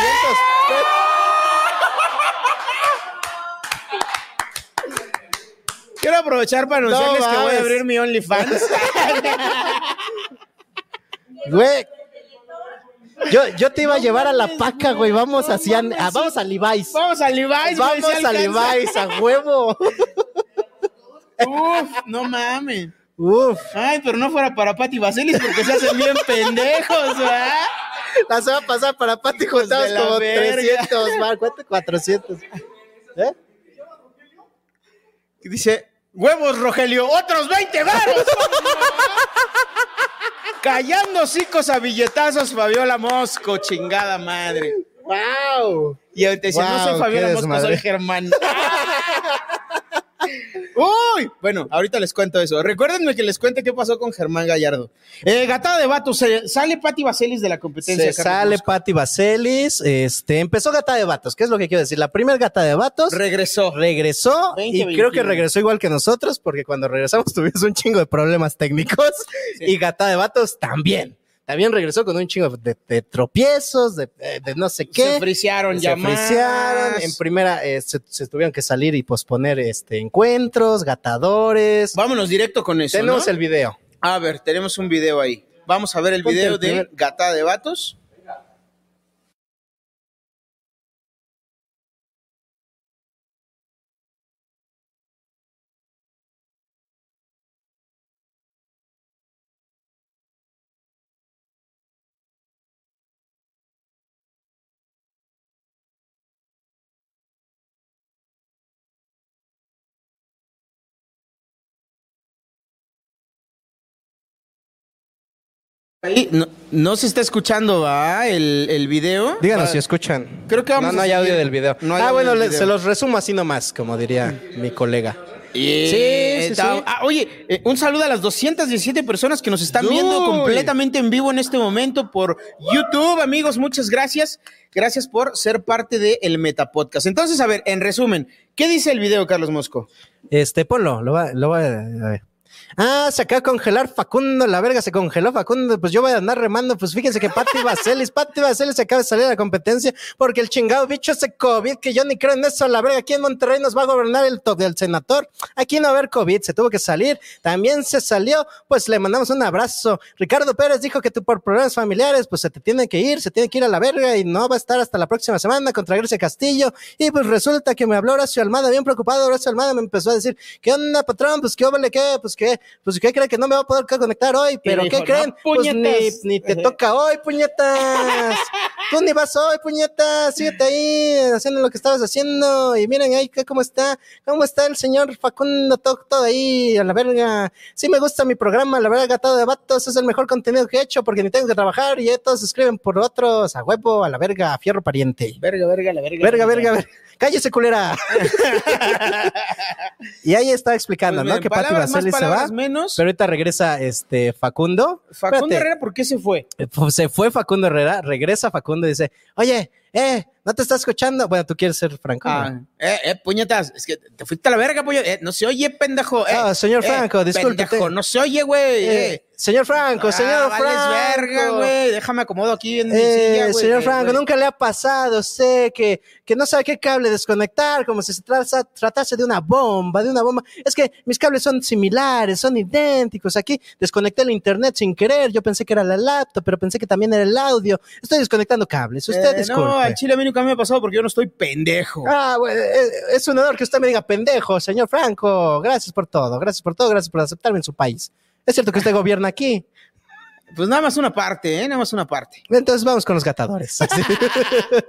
[SPEAKER 3] Quiero aprovechar para
[SPEAKER 2] No
[SPEAKER 3] anunciarles que voy
[SPEAKER 2] mames.
[SPEAKER 3] a abrir mi OnlyFans.
[SPEAKER 2] Güey. Yo, yo te iba a llevar a la paca, güey. Vamos hacia, ah, vamos al Levi's.
[SPEAKER 3] Vamos al Levi's. güey,
[SPEAKER 2] Vamos
[SPEAKER 3] si
[SPEAKER 2] al
[SPEAKER 3] alcanza.
[SPEAKER 2] Levi's, a huevo.
[SPEAKER 3] Uf, no mames.
[SPEAKER 2] Uf.
[SPEAKER 3] Ay, pero no fuera para Pati Basilis porque se hacen bien pendejos, ¿verdad?
[SPEAKER 2] La se va a pasar para Pati juntamos
[SPEAKER 3] de la
[SPEAKER 2] como
[SPEAKER 3] verga.
[SPEAKER 2] 300, man. ¿Cuánto? 400. ¿Eh?
[SPEAKER 3] Y Dice, huevos, Rogelio, otros 20 varos. Callando hocicos a billetazos, Fabiola Mosco, chingada madre.
[SPEAKER 2] ¡Wow!
[SPEAKER 3] Y ahorita dice, no soy
[SPEAKER 2] Guau,
[SPEAKER 3] Fabiola
[SPEAKER 2] qué
[SPEAKER 3] Mosco, soy
[SPEAKER 2] desmadre.
[SPEAKER 3] Germán. Uy, bueno, ahorita les cuento eso. Recuérdenme que les cuente qué pasó con Germán Gallardo. Eh, gatada de vatos, se- sale Pati Vaselis de la
[SPEAKER 2] Se
[SPEAKER 3] competencia. Carlos
[SPEAKER 2] sale
[SPEAKER 3] Mosco.
[SPEAKER 2] Pati Vaselis, este, empezó Gata de Vatos, ¿qué es lo que quiero decir? La primera Gata de Vatos
[SPEAKER 3] Regresó.
[SPEAKER 2] regresó
[SPEAKER 3] 20,
[SPEAKER 2] y creo que
[SPEAKER 3] 21.
[SPEAKER 2] regresó igual que nosotros, porque cuando regresamos tuvimos un chingo de problemas técnicos y Gata de Vatos también. También regresó con un chingo de, de tropiezos, de, de no sé qué.
[SPEAKER 3] Se frisearon
[SPEAKER 2] se
[SPEAKER 3] llamadas.
[SPEAKER 2] frisearon. En primera eh, se, se tuvieron que salir y posponer este, encuentros, gatadores.
[SPEAKER 3] Vámonos directo con eso,
[SPEAKER 2] Tenemos
[SPEAKER 3] ¿no?
[SPEAKER 2] el video.
[SPEAKER 3] A ver, tenemos un video ahí. Vamos a ver el
[SPEAKER 2] Ponte
[SPEAKER 3] video
[SPEAKER 2] el
[SPEAKER 3] de
[SPEAKER 2] primer-
[SPEAKER 3] Gata de Vatos. Ahí, no, no se está escuchando, ¿va? El, el video.
[SPEAKER 2] Díganos
[SPEAKER 3] Ah,
[SPEAKER 2] si escuchan.
[SPEAKER 3] Creo que vamos
[SPEAKER 2] No, no
[SPEAKER 3] a
[SPEAKER 2] hay
[SPEAKER 3] seguir.
[SPEAKER 2] audio del video.
[SPEAKER 3] No hay
[SPEAKER 2] ah,
[SPEAKER 3] audio
[SPEAKER 2] bueno,
[SPEAKER 3] del
[SPEAKER 2] le-
[SPEAKER 3] video.
[SPEAKER 2] se los resumo así nomás, como diría mi colega.
[SPEAKER 3] Sí,
[SPEAKER 2] Sí, sí, sí.
[SPEAKER 3] Ah, oye, eh, un saludo a las 217 personas que nos están viendo
[SPEAKER 2] Dude.
[SPEAKER 3] completamente en vivo en este momento por YouTube, amigos. Muchas gracias. Gracias por ser parte del el Metapodcast. Entonces, a ver, en resumen, ¿qué dice el video, Carlos Mosco?
[SPEAKER 2] Este, ponlo, lo va, lo va a ver. Ah, se acaba de congelar Facundo, la verga se congeló Facundo, pues yo voy a andar remando, pues fíjense que Pati Vaselis, Pati Vaselis acaba de salir a la competencia porque el chingado bicho ese COVID, que yo ni creo en eso, la verga, aquí en Monterrey nos va a gobernar el, to- el senador, aquí no va a haber COVID, se tuvo que salir, también se salió, pues le mandamos un abrazo. Ricardo Pérez dijo que tú por problemas familiares, pues se te tiene que ir, se tiene que ir a la verga y no va a estar hasta la próxima semana contra Grecia Castillo. Y pues resulta que me habló Horacio Almada, bien preocupado, Horacio Almada me empezó a decir, ¿qué onda, patrón? Pues qué óvole, qué, pues qué, pues qué creen que no me va a poder conectar hoy, pero
[SPEAKER 3] le
[SPEAKER 2] ¿qué
[SPEAKER 3] dijo,
[SPEAKER 2] creen?
[SPEAKER 3] "No,
[SPEAKER 2] Pues ni,
[SPEAKER 3] puñetas".
[SPEAKER 2] ni te toca hoy, puñetas. Tú ni vas hoy, puñetas, síguete ahí haciendo lo que estabas haciendo. Y miren ahí que cómo está, cómo está el señor Facundo Toc, todo ahí a la verga. Sí me gusta mi programa, la verga, Gatado de Vatos, es el mejor contenido que he hecho porque ni tengo que trabajar y ya todos escriben por otros, a huevo, a la verga, a fierro pariente.
[SPEAKER 3] Verga, verga, la verga.
[SPEAKER 2] Verga, verga, verga. Cállese, culera. y ahí está explicando,
[SPEAKER 3] Pues
[SPEAKER 2] ¿no?
[SPEAKER 3] miren,
[SPEAKER 2] Que Pati
[SPEAKER 3] palabras más,
[SPEAKER 2] Baseli se va.
[SPEAKER 3] palabras menos.
[SPEAKER 2] Pero ahorita regresa este Facundo.
[SPEAKER 3] Facundo
[SPEAKER 2] Espérate.
[SPEAKER 3] Herrera, ¿por qué se fue?
[SPEAKER 2] Eh, pues, Se fue Facundo Herrera, regresa Facundo y dice, oye, eh, no te está escuchando. Bueno, tú quieres ser Franco. ¿no?
[SPEAKER 3] Ah, eh, eh, puñetas, es que te fuiste a la verga, puñetas. no se oye, pendejo. Eh,
[SPEAKER 2] Ah, señor
[SPEAKER 3] eh,
[SPEAKER 2] Franco, discúlpete.
[SPEAKER 3] pendejo, no se oye, güey.
[SPEAKER 2] Eh,
[SPEAKER 3] eh.
[SPEAKER 2] señor Franco,
[SPEAKER 3] Ah,
[SPEAKER 2] señor
[SPEAKER 3] vales
[SPEAKER 2] Franco.
[SPEAKER 3] verga, güey. Déjame acomodo aquí en mi
[SPEAKER 2] Eh,
[SPEAKER 3] silla, güey.
[SPEAKER 2] señor
[SPEAKER 3] Eh,
[SPEAKER 2] Franco,
[SPEAKER 3] güey.
[SPEAKER 2] nunca le ha pasado, sé que, que no sabe qué cable desconectar, como si se traza- tratase de una bomba, de una bomba. Es que mis cables son similares, son idénticos. Aquí desconecté el internet sin querer. Yo pensé que era la laptop, pero pensé que también era el audio. Estoy desconectando cables. Usted
[SPEAKER 3] Eh,
[SPEAKER 2] disculpe.
[SPEAKER 3] No, al chile a mí nunca me ha pasado porque yo no estoy pendejo.
[SPEAKER 2] Ah, bueno, es, es un honor que usted me diga pendejo, señor Franco. Gracias por todo, gracias por todo, gracias por aceptarme en su país. Es cierto que usted gobierna aquí.
[SPEAKER 3] Pues nada más una parte, ¿eh? Nada más una parte.
[SPEAKER 2] Entonces vamos con los gatadores. Así. Eh,
[SPEAKER 3] Pues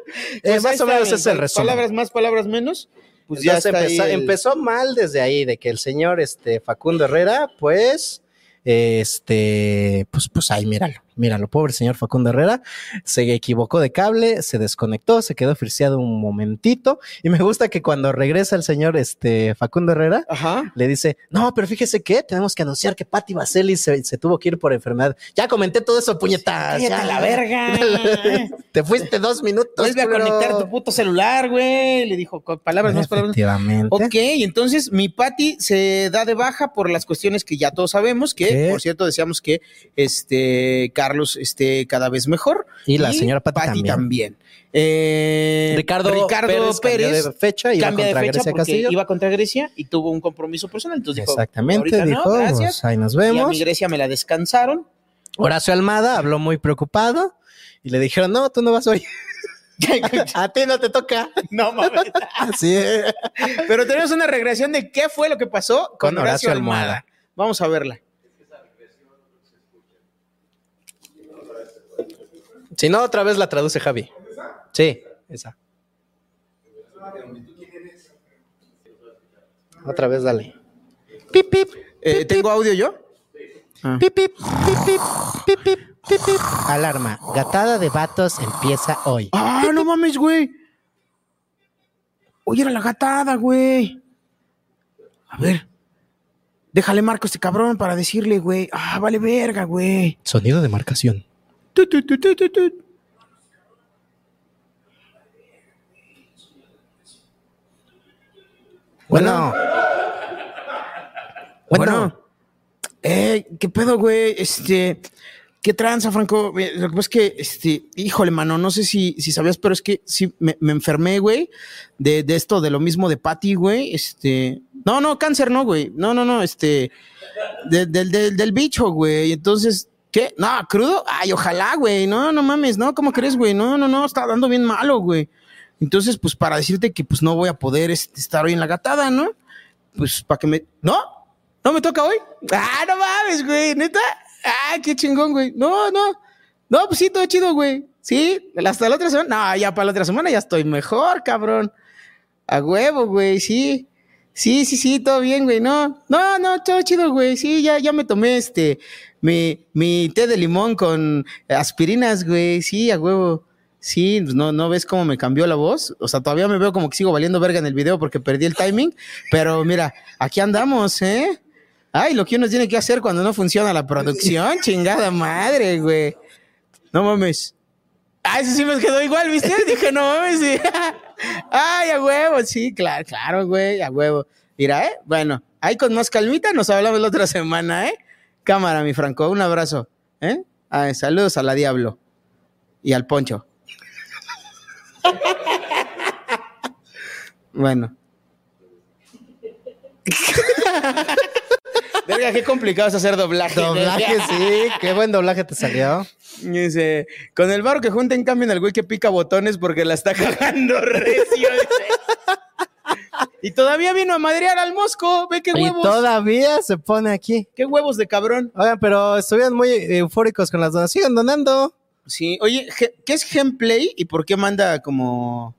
[SPEAKER 3] ahí
[SPEAKER 2] más o
[SPEAKER 3] está,
[SPEAKER 2] menos
[SPEAKER 3] bien,
[SPEAKER 2] es el
[SPEAKER 3] pa-
[SPEAKER 2] resumen.
[SPEAKER 3] Palabras más, palabras menos. Pues ya
[SPEAKER 2] Entonces
[SPEAKER 3] está ahí
[SPEAKER 2] empezó,
[SPEAKER 3] el-
[SPEAKER 2] empezó mal desde ahí, de que el señor este, Facundo Herrera, pues, este, pues, pues ahí, míralo, míralo, pobre señor Facundo Herrera, se equivocó de cable, se desconectó, se quedó friseado un momentito, y me gusta que cuando regresa el señor este, Facundo Herrera, le dice, no, pero fíjese que tenemos que anunciar que Patti Baseli se, se tuvo que ir por enfermedad. Ya comenté todo eso, puñetas.
[SPEAKER 3] Cállate
[SPEAKER 2] ya.
[SPEAKER 3] a la verga. eh.
[SPEAKER 2] Te fuiste dos minutos.
[SPEAKER 3] Vuelve a
[SPEAKER 2] culero.
[SPEAKER 3] conectar tu puto celular, güey. Le dijo con palabras más, palabras menos.
[SPEAKER 2] Efectivamente.
[SPEAKER 3] Ok, entonces mi Pati se da de baja por las cuestiones que ya todos sabemos, que por cierto deseamos que este Carlos esté cada vez mejor.
[SPEAKER 2] Y la señora Pati también.
[SPEAKER 3] Eh,
[SPEAKER 2] Ricardo Pérez cambió de fecha, iba
[SPEAKER 3] cambia de
[SPEAKER 2] contra
[SPEAKER 3] fecha
[SPEAKER 2] Grecia
[SPEAKER 3] porque
[SPEAKER 2] Castillo.
[SPEAKER 3] iba contra Grecia y tuvo un compromiso personal. Entonces dijo,
[SPEAKER 2] Exactamente,
[SPEAKER 3] "Ahorita no,
[SPEAKER 2] dijo,
[SPEAKER 3] gracias".
[SPEAKER 2] pues, ahí nos
[SPEAKER 3] Y a
[SPEAKER 2] vemos.
[SPEAKER 3] mi Grecia me la descansaron.
[SPEAKER 2] Horacio Almada habló muy preocupado y le dijeron, no, tú no vas hoy. a ti no te toca.
[SPEAKER 3] No mames.
[SPEAKER 2] Así es.
[SPEAKER 3] Pero tenemos una regresión de qué fue lo que pasó con,
[SPEAKER 2] Con
[SPEAKER 3] Horacio
[SPEAKER 2] Horacio
[SPEAKER 3] Almada.
[SPEAKER 2] Almada.
[SPEAKER 3] Vamos a verla.
[SPEAKER 2] Si no, otra vez la traduce Javi. Sí, esa. Otra vez dale. Pip, pip.
[SPEAKER 3] Eh, ¿Tengo audio yo? Ah.
[SPEAKER 2] Pip, pip, pip, pip, pip, pip, pip, pip. Alarma. Gatada de vatos empieza hoy.
[SPEAKER 3] ¡Ah, no mames, güey! Oye, era la gatada, güey. A ver. Déjale marco a este cabrón para decirle, güey. Ah, vale verga, güey.
[SPEAKER 2] Sonido de marcación.
[SPEAKER 3] Tut, tut, tut, tut, tut, tut.
[SPEAKER 2] Bueno.
[SPEAKER 3] Bueno. Eh, ¿qué pedo, güey? Este, ¿qué tranza, Franco? Eh, Lo que pasa es que, este, híjole, mano, no sé si, si sabías, pero es que sí, me, me enfermé, güey, de, de esto, de lo mismo de Patty, güey. Este, no, no, cáncer no, güey. No, no, no, este, de- del, del, del bicho, güey. Entonces, ¿qué? No, crudo. Ay, ojalá, güey. No, no mames, no, ¿cómo crees, güey? No, no, no, está dando bien malo, güey. Entonces, pues para decirte que pues no voy a poder este, estar hoy en la gatada, ¿no? Pues para que me... ¿No? ¿No me toca hoy? Ah, no mames, güey, neta. Ah, qué chingón, güey. No, no. No, pues sí, todo chido, güey. Sí, hasta la otra semana. No, ya para la otra semana ya estoy mejor, cabrón. A huevo, güey, sí. Sí, sí, sí, todo bien, güey. No, no, no, todo chido, güey. Sí, ya, ya me tomé este, mi, mi té de limón con aspirinas, güey. Sí, a huevo. Sí, pues, no, no ves cómo me cambió la voz. O sea, todavía me veo como que sigo valiendo verga en el video porque perdí el timing. Pero mira, aquí andamos, ¿eh? Ay, lo que uno tiene que hacer cuando no funciona la producción, chingada madre, güey. No mames. Ah, eso sí me quedó igual, ¿viste? Dije, no mames. sí. Ay, a huevo, sí, claro, claro, güey, a huevo. Mira, ¿eh? Bueno, ahí con más calmita nos hablamos la otra semana, ¿eh? Cámara, mi Franco, un abrazo, ¿eh? Ay, saludos a la Diablo y al Poncho. Bueno. Verga, qué complicado es hacer doblaje.
[SPEAKER 2] Doblaje,
[SPEAKER 3] verga.
[SPEAKER 2] sí. Qué buen doblaje te salió.
[SPEAKER 3] Dice, con el barro que junten cambien al güey que pica botones porque la está cagando recio. dice. y todavía vino a madrear al mosco, ve qué
[SPEAKER 2] Y
[SPEAKER 3] huevos.
[SPEAKER 2] todavía se pone aquí.
[SPEAKER 3] Qué huevos de cabrón.
[SPEAKER 2] Oigan, pero estuvieron muy eufóricos con las donaciones. Sigan donando.
[SPEAKER 3] Sí, oye, Ge- ¿qué es Genplay y por qué manda como...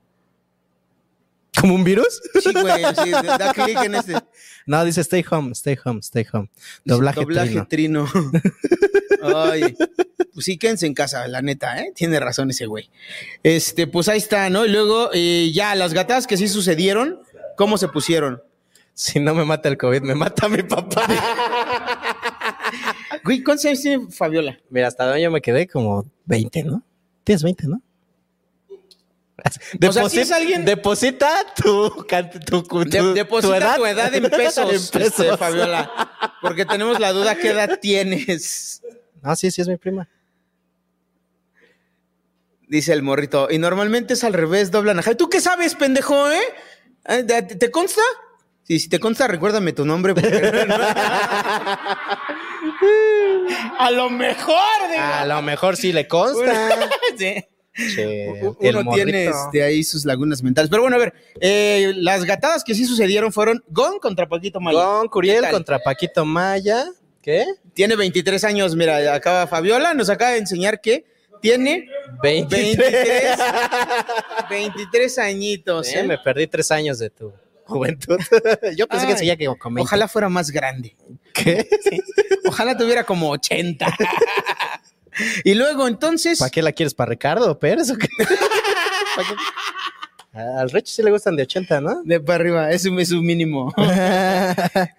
[SPEAKER 2] ¿Como un virus?
[SPEAKER 3] Sí, güey, sí, da da clic en este.
[SPEAKER 2] No, dice stay home, stay home, stay home. Doblaje,
[SPEAKER 3] Doblaje
[SPEAKER 2] trino.
[SPEAKER 3] trino. Ay, pues sí, quédense en casa, la neta, ¿eh? Tiene razón ese güey. Este, pues ahí está, ¿no? Y luego, eh, ya, las gatadas que sí sucedieron, ¿cómo se pusieron?
[SPEAKER 2] Si no me mata el COVID, me mata mi papá.
[SPEAKER 3] Güey, ¿cuántos años tiene Fabiola?
[SPEAKER 2] Mira, hasta donde yo me quedé como 20, ¿no? Tienes 20, ¿no?
[SPEAKER 3] O sea, si es alguien-
[SPEAKER 2] Deposita tu, can- tu, tu,
[SPEAKER 3] De- deposita tu edad,
[SPEAKER 2] tu
[SPEAKER 3] en pesos,
[SPEAKER 2] En pesos.
[SPEAKER 3] este, Fabiola. Porque tenemos la duda qué edad tienes.
[SPEAKER 2] Ah, sí, sí, es mi prima.
[SPEAKER 3] Dice el morrito. Y normalmente es al revés, doblan a Jaime. ¿Tú qué sabes, pendejo, eh? ¿Eh? ¿Te- ¿Te consta? Sí, si te consta, recuérdame tu nombre. a lo mejor,
[SPEAKER 2] A lo mejor sí le Ah, consta. Che, el
[SPEAKER 3] Uno
[SPEAKER 2] morrito.
[SPEAKER 3] tiene este, ahí sus lagunas mentales. Pero bueno, a ver, eh, las gatadas que sí sucedieron fueron Gon contra Paquito Maya.
[SPEAKER 2] Gon Curiel
[SPEAKER 3] ¿Qué tal?
[SPEAKER 2] contra Paquito Maya. ¿Qué?
[SPEAKER 3] Tiene 23 años, mira, acaba Fabiola, nos acaba de enseñar que tiene
[SPEAKER 2] 23.
[SPEAKER 3] 23, 23 añitos.
[SPEAKER 2] Eh,
[SPEAKER 3] ¿eh?
[SPEAKER 2] me perdí tres años de tu juventud. Yo pensé que
[SPEAKER 3] Ay,
[SPEAKER 2] seguía que con 20.
[SPEAKER 3] Ojalá fuera más grande. Ojalá tuviera como 80. y luego entonces...
[SPEAKER 2] ¿Para qué la quieres? ¿Para Ricardo Pérez o qué? ¿Para qué? Al Recho sí le gustan de 80, ¿no?
[SPEAKER 3] De para arriba, es un, es un mínimo.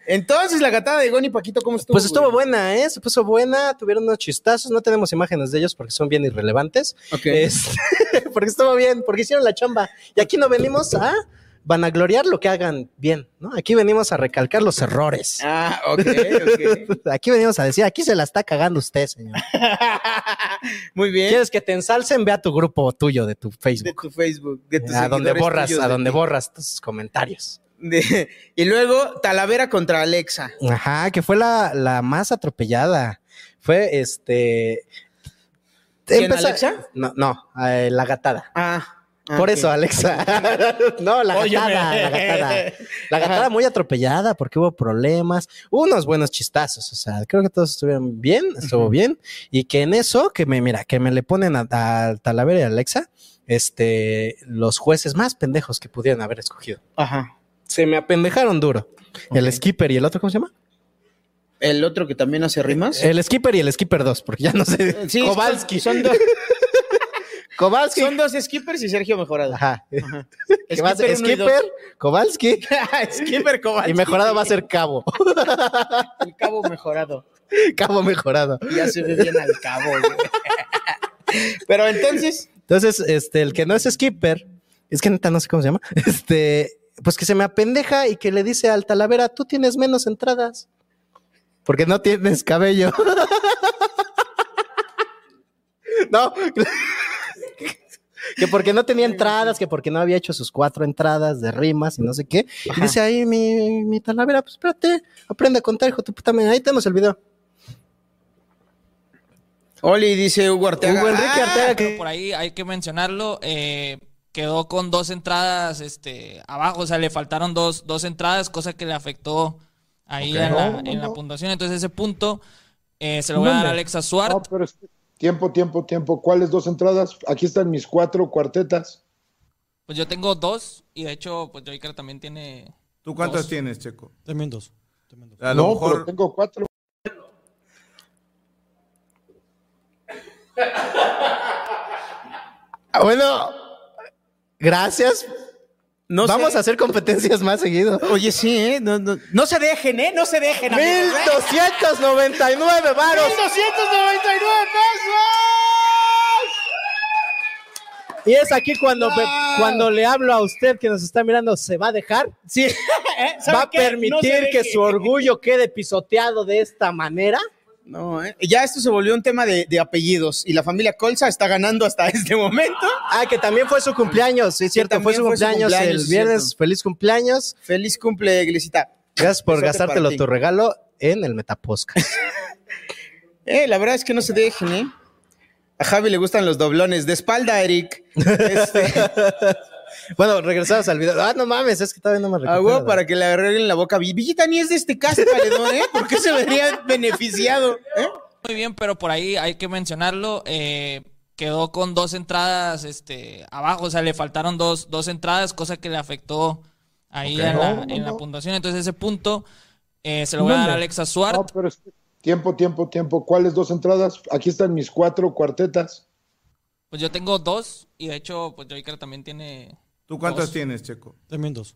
[SPEAKER 3] Entonces, la gatada de Gon y Paquito, ¿cómo estuvo?
[SPEAKER 2] Pues estuvo
[SPEAKER 3] güey?
[SPEAKER 2] buena, ¿eh? Se puso buena, tuvieron unos chistazos, no tenemos imágenes de ellos porque son bien irrelevantes.
[SPEAKER 3] Ok.
[SPEAKER 2] Este, porque estuvo bien, porque hicieron la chamba. Y aquí no venimos a vanagloriar lo que hagan bien, ¿no? Aquí venimos a recalcar los errores.
[SPEAKER 3] Ah, ok, ok.
[SPEAKER 2] Aquí venimos a decir, aquí se la está cagando usted, señor.
[SPEAKER 3] Muy bien.
[SPEAKER 2] ¿Quieres que te ensalcen? Ve a tu grupo tuyo de tu
[SPEAKER 3] De
[SPEAKER 2] Facebook.
[SPEAKER 3] tu Facebook, de tus
[SPEAKER 2] a donde
[SPEAKER 3] seguidores
[SPEAKER 2] borras,
[SPEAKER 3] tuyos
[SPEAKER 2] a
[SPEAKER 3] de
[SPEAKER 2] donde
[SPEAKER 3] ti.
[SPEAKER 2] borras tus comentarios.
[SPEAKER 3] De- y luego, Talavera contra Alexa.
[SPEAKER 2] Ajá, que fue la, la más atropellada. Fue este.
[SPEAKER 3] ¿Quién,
[SPEAKER 2] empezó-
[SPEAKER 3] Alexa?
[SPEAKER 2] No, no, eh, la gatada.
[SPEAKER 3] Ah. ah,
[SPEAKER 2] Por
[SPEAKER 3] ok.
[SPEAKER 2] eso, Alexa. no, la
[SPEAKER 3] Óyeme.
[SPEAKER 2] gatada, la gatada. La gatada muy atropellada porque hubo problemas, hubo unos buenos chistazos, o sea, creo que todos estuvieron bien, estuvo bien, y que en eso, que me, mira, que me le ponen a, a Talavera y Alexa, este, los jueces más pendejos que pudieran haber escogido.
[SPEAKER 3] Ajá.
[SPEAKER 2] Se me apendejaron duro. El skipper y el otro, ¿cómo se llama?
[SPEAKER 3] El otro que también hace rimas.
[SPEAKER 2] El skipper y el skipper 2, porque ya no sé.
[SPEAKER 3] Eh, Sí,
[SPEAKER 2] Kowalski.
[SPEAKER 3] Son, son dos,
[SPEAKER 2] Kowalski.
[SPEAKER 3] son dos skippers y Sergio Mejorado.
[SPEAKER 2] Ajá. ¿Qué más?
[SPEAKER 3] Skipper uno y dos. Ah,
[SPEAKER 2] Skipper, Kowalski.
[SPEAKER 3] Skipper Kowalski.
[SPEAKER 2] Y mejorado va a ser cabo.
[SPEAKER 3] El cabo mejorado.
[SPEAKER 2] Cabo mejorado.
[SPEAKER 3] Ya se ve bien al cabo, güey. Pero entonces,
[SPEAKER 2] Entonces, este, el que no es skipper, es que neta no sé cómo se llama, este, pues que se me apendeja y que le dice al Talavera, tú tienes menos entradas. Porque no tienes cabello. no. que porque no tenía entradas, que porque no había hecho sus cuatro entradas de rimas y no sé qué. Y dice ahí mi, mi Talavera, pues espérate, aprende a contar, hijo de tu puta madre. Ahí tenemos el video.
[SPEAKER 3] Oli dice Hugo Arteaga.
[SPEAKER 2] Hugo Enrique
[SPEAKER 3] Ah,
[SPEAKER 2] Arteaga, que
[SPEAKER 10] Pero por ahí hay que mencionarlo. eh, quedó con dos entradas este, abajo, o sea, le faltaron dos, dos entradas, cosa que le afectó ahí
[SPEAKER 14] Ok.
[SPEAKER 10] en, la,
[SPEAKER 14] No, no,
[SPEAKER 10] en la
[SPEAKER 14] no.
[SPEAKER 10] puntuación. Entonces, ese punto eh, se lo voy a dar a
[SPEAKER 14] ¿Dónde?
[SPEAKER 10] Alexa Suárez.
[SPEAKER 14] No, pero es que- Tiempo, tiempo, tiempo. ¿Cuáles dos entradas? Aquí están mis cuatro cuartetas.
[SPEAKER 10] Pues yo tengo dos, y de hecho, pues Joyker también tiene.
[SPEAKER 15] ¿Tú cuántas
[SPEAKER 14] Dos.
[SPEAKER 15] tienes, Checo?
[SPEAKER 4] También dos.
[SPEAKER 15] A lo
[SPEAKER 14] no,
[SPEAKER 15] mejor
[SPEAKER 14] pero tengo cuatro.
[SPEAKER 2] Ah, Bueno, gracias. Vamos a hacer competencias más seguido.
[SPEAKER 3] Oye, sí, ¿eh? No, no, no se dejen, ¿eh? No se dejen. amigos, ¿eh?
[SPEAKER 2] 1299 varos.
[SPEAKER 3] 1299 pesos.
[SPEAKER 2] Y es aquí cuando, me- cuando le hablo a usted que nos está mirando, ¿se va a dejar? Sí.
[SPEAKER 3] ¿Eh? ¿sabe
[SPEAKER 2] ¿Va a
[SPEAKER 3] qué? No se
[SPEAKER 2] permitir
[SPEAKER 3] deje.
[SPEAKER 2] que su orgullo quede pisoteado de esta manera?
[SPEAKER 3] No, ¿eh? Ya esto se volvió un tema de, de apellidos y la familia Colza está ganando hasta este momento.
[SPEAKER 2] Ah, que también fue su cumpleaños, sí, es cierto, fue su cumpleaños el viernes. Feliz cumpleaños.
[SPEAKER 3] Feliz cumple, Iglesita.
[SPEAKER 2] Gracias por
[SPEAKER 3] Besote
[SPEAKER 2] gastártelo
[SPEAKER 3] para ti.
[SPEAKER 2] tu regalo en el Metaposca.
[SPEAKER 3] Eh, la verdad es que no se dejen, ¿eh? A Javi le gustan los doblones de espalda, Eric. Este,
[SPEAKER 2] bueno, regresamos al video. Ah, no mames, es que todavía no me
[SPEAKER 3] a
[SPEAKER 2] recuerdo.
[SPEAKER 3] huevo para que le arreglen la boca. Vi- Villita ni es de este caso, Valedor, ¿eh? ¿Por qué se vería beneficiado? ¿eh?
[SPEAKER 10] Muy bien, pero por ahí hay que mencionarlo. eh, quedó con dos entradas este, abajo, o sea, le faltaron dos, dos entradas, cosa que le afectó ahí
[SPEAKER 14] Ok.
[SPEAKER 10] en, la,
[SPEAKER 14] No, no,
[SPEAKER 10] en la
[SPEAKER 14] no.
[SPEAKER 10] puntuación. Entonces ese punto eh, se lo voy a
[SPEAKER 14] No,
[SPEAKER 10] dar a
[SPEAKER 14] no.
[SPEAKER 10] Alexa Suárez.
[SPEAKER 14] No, pero es que- tiempo, tiempo, tiempo. ¿Cuáles dos entradas? Aquí están mis cuatro cuartetas.
[SPEAKER 10] Pues yo tengo dos y de hecho, pues Joyker también tiene...
[SPEAKER 15] ¿Tú cuántas
[SPEAKER 10] dos.
[SPEAKER 15] tienes, Checo?
[SPEAKER 4] También dos.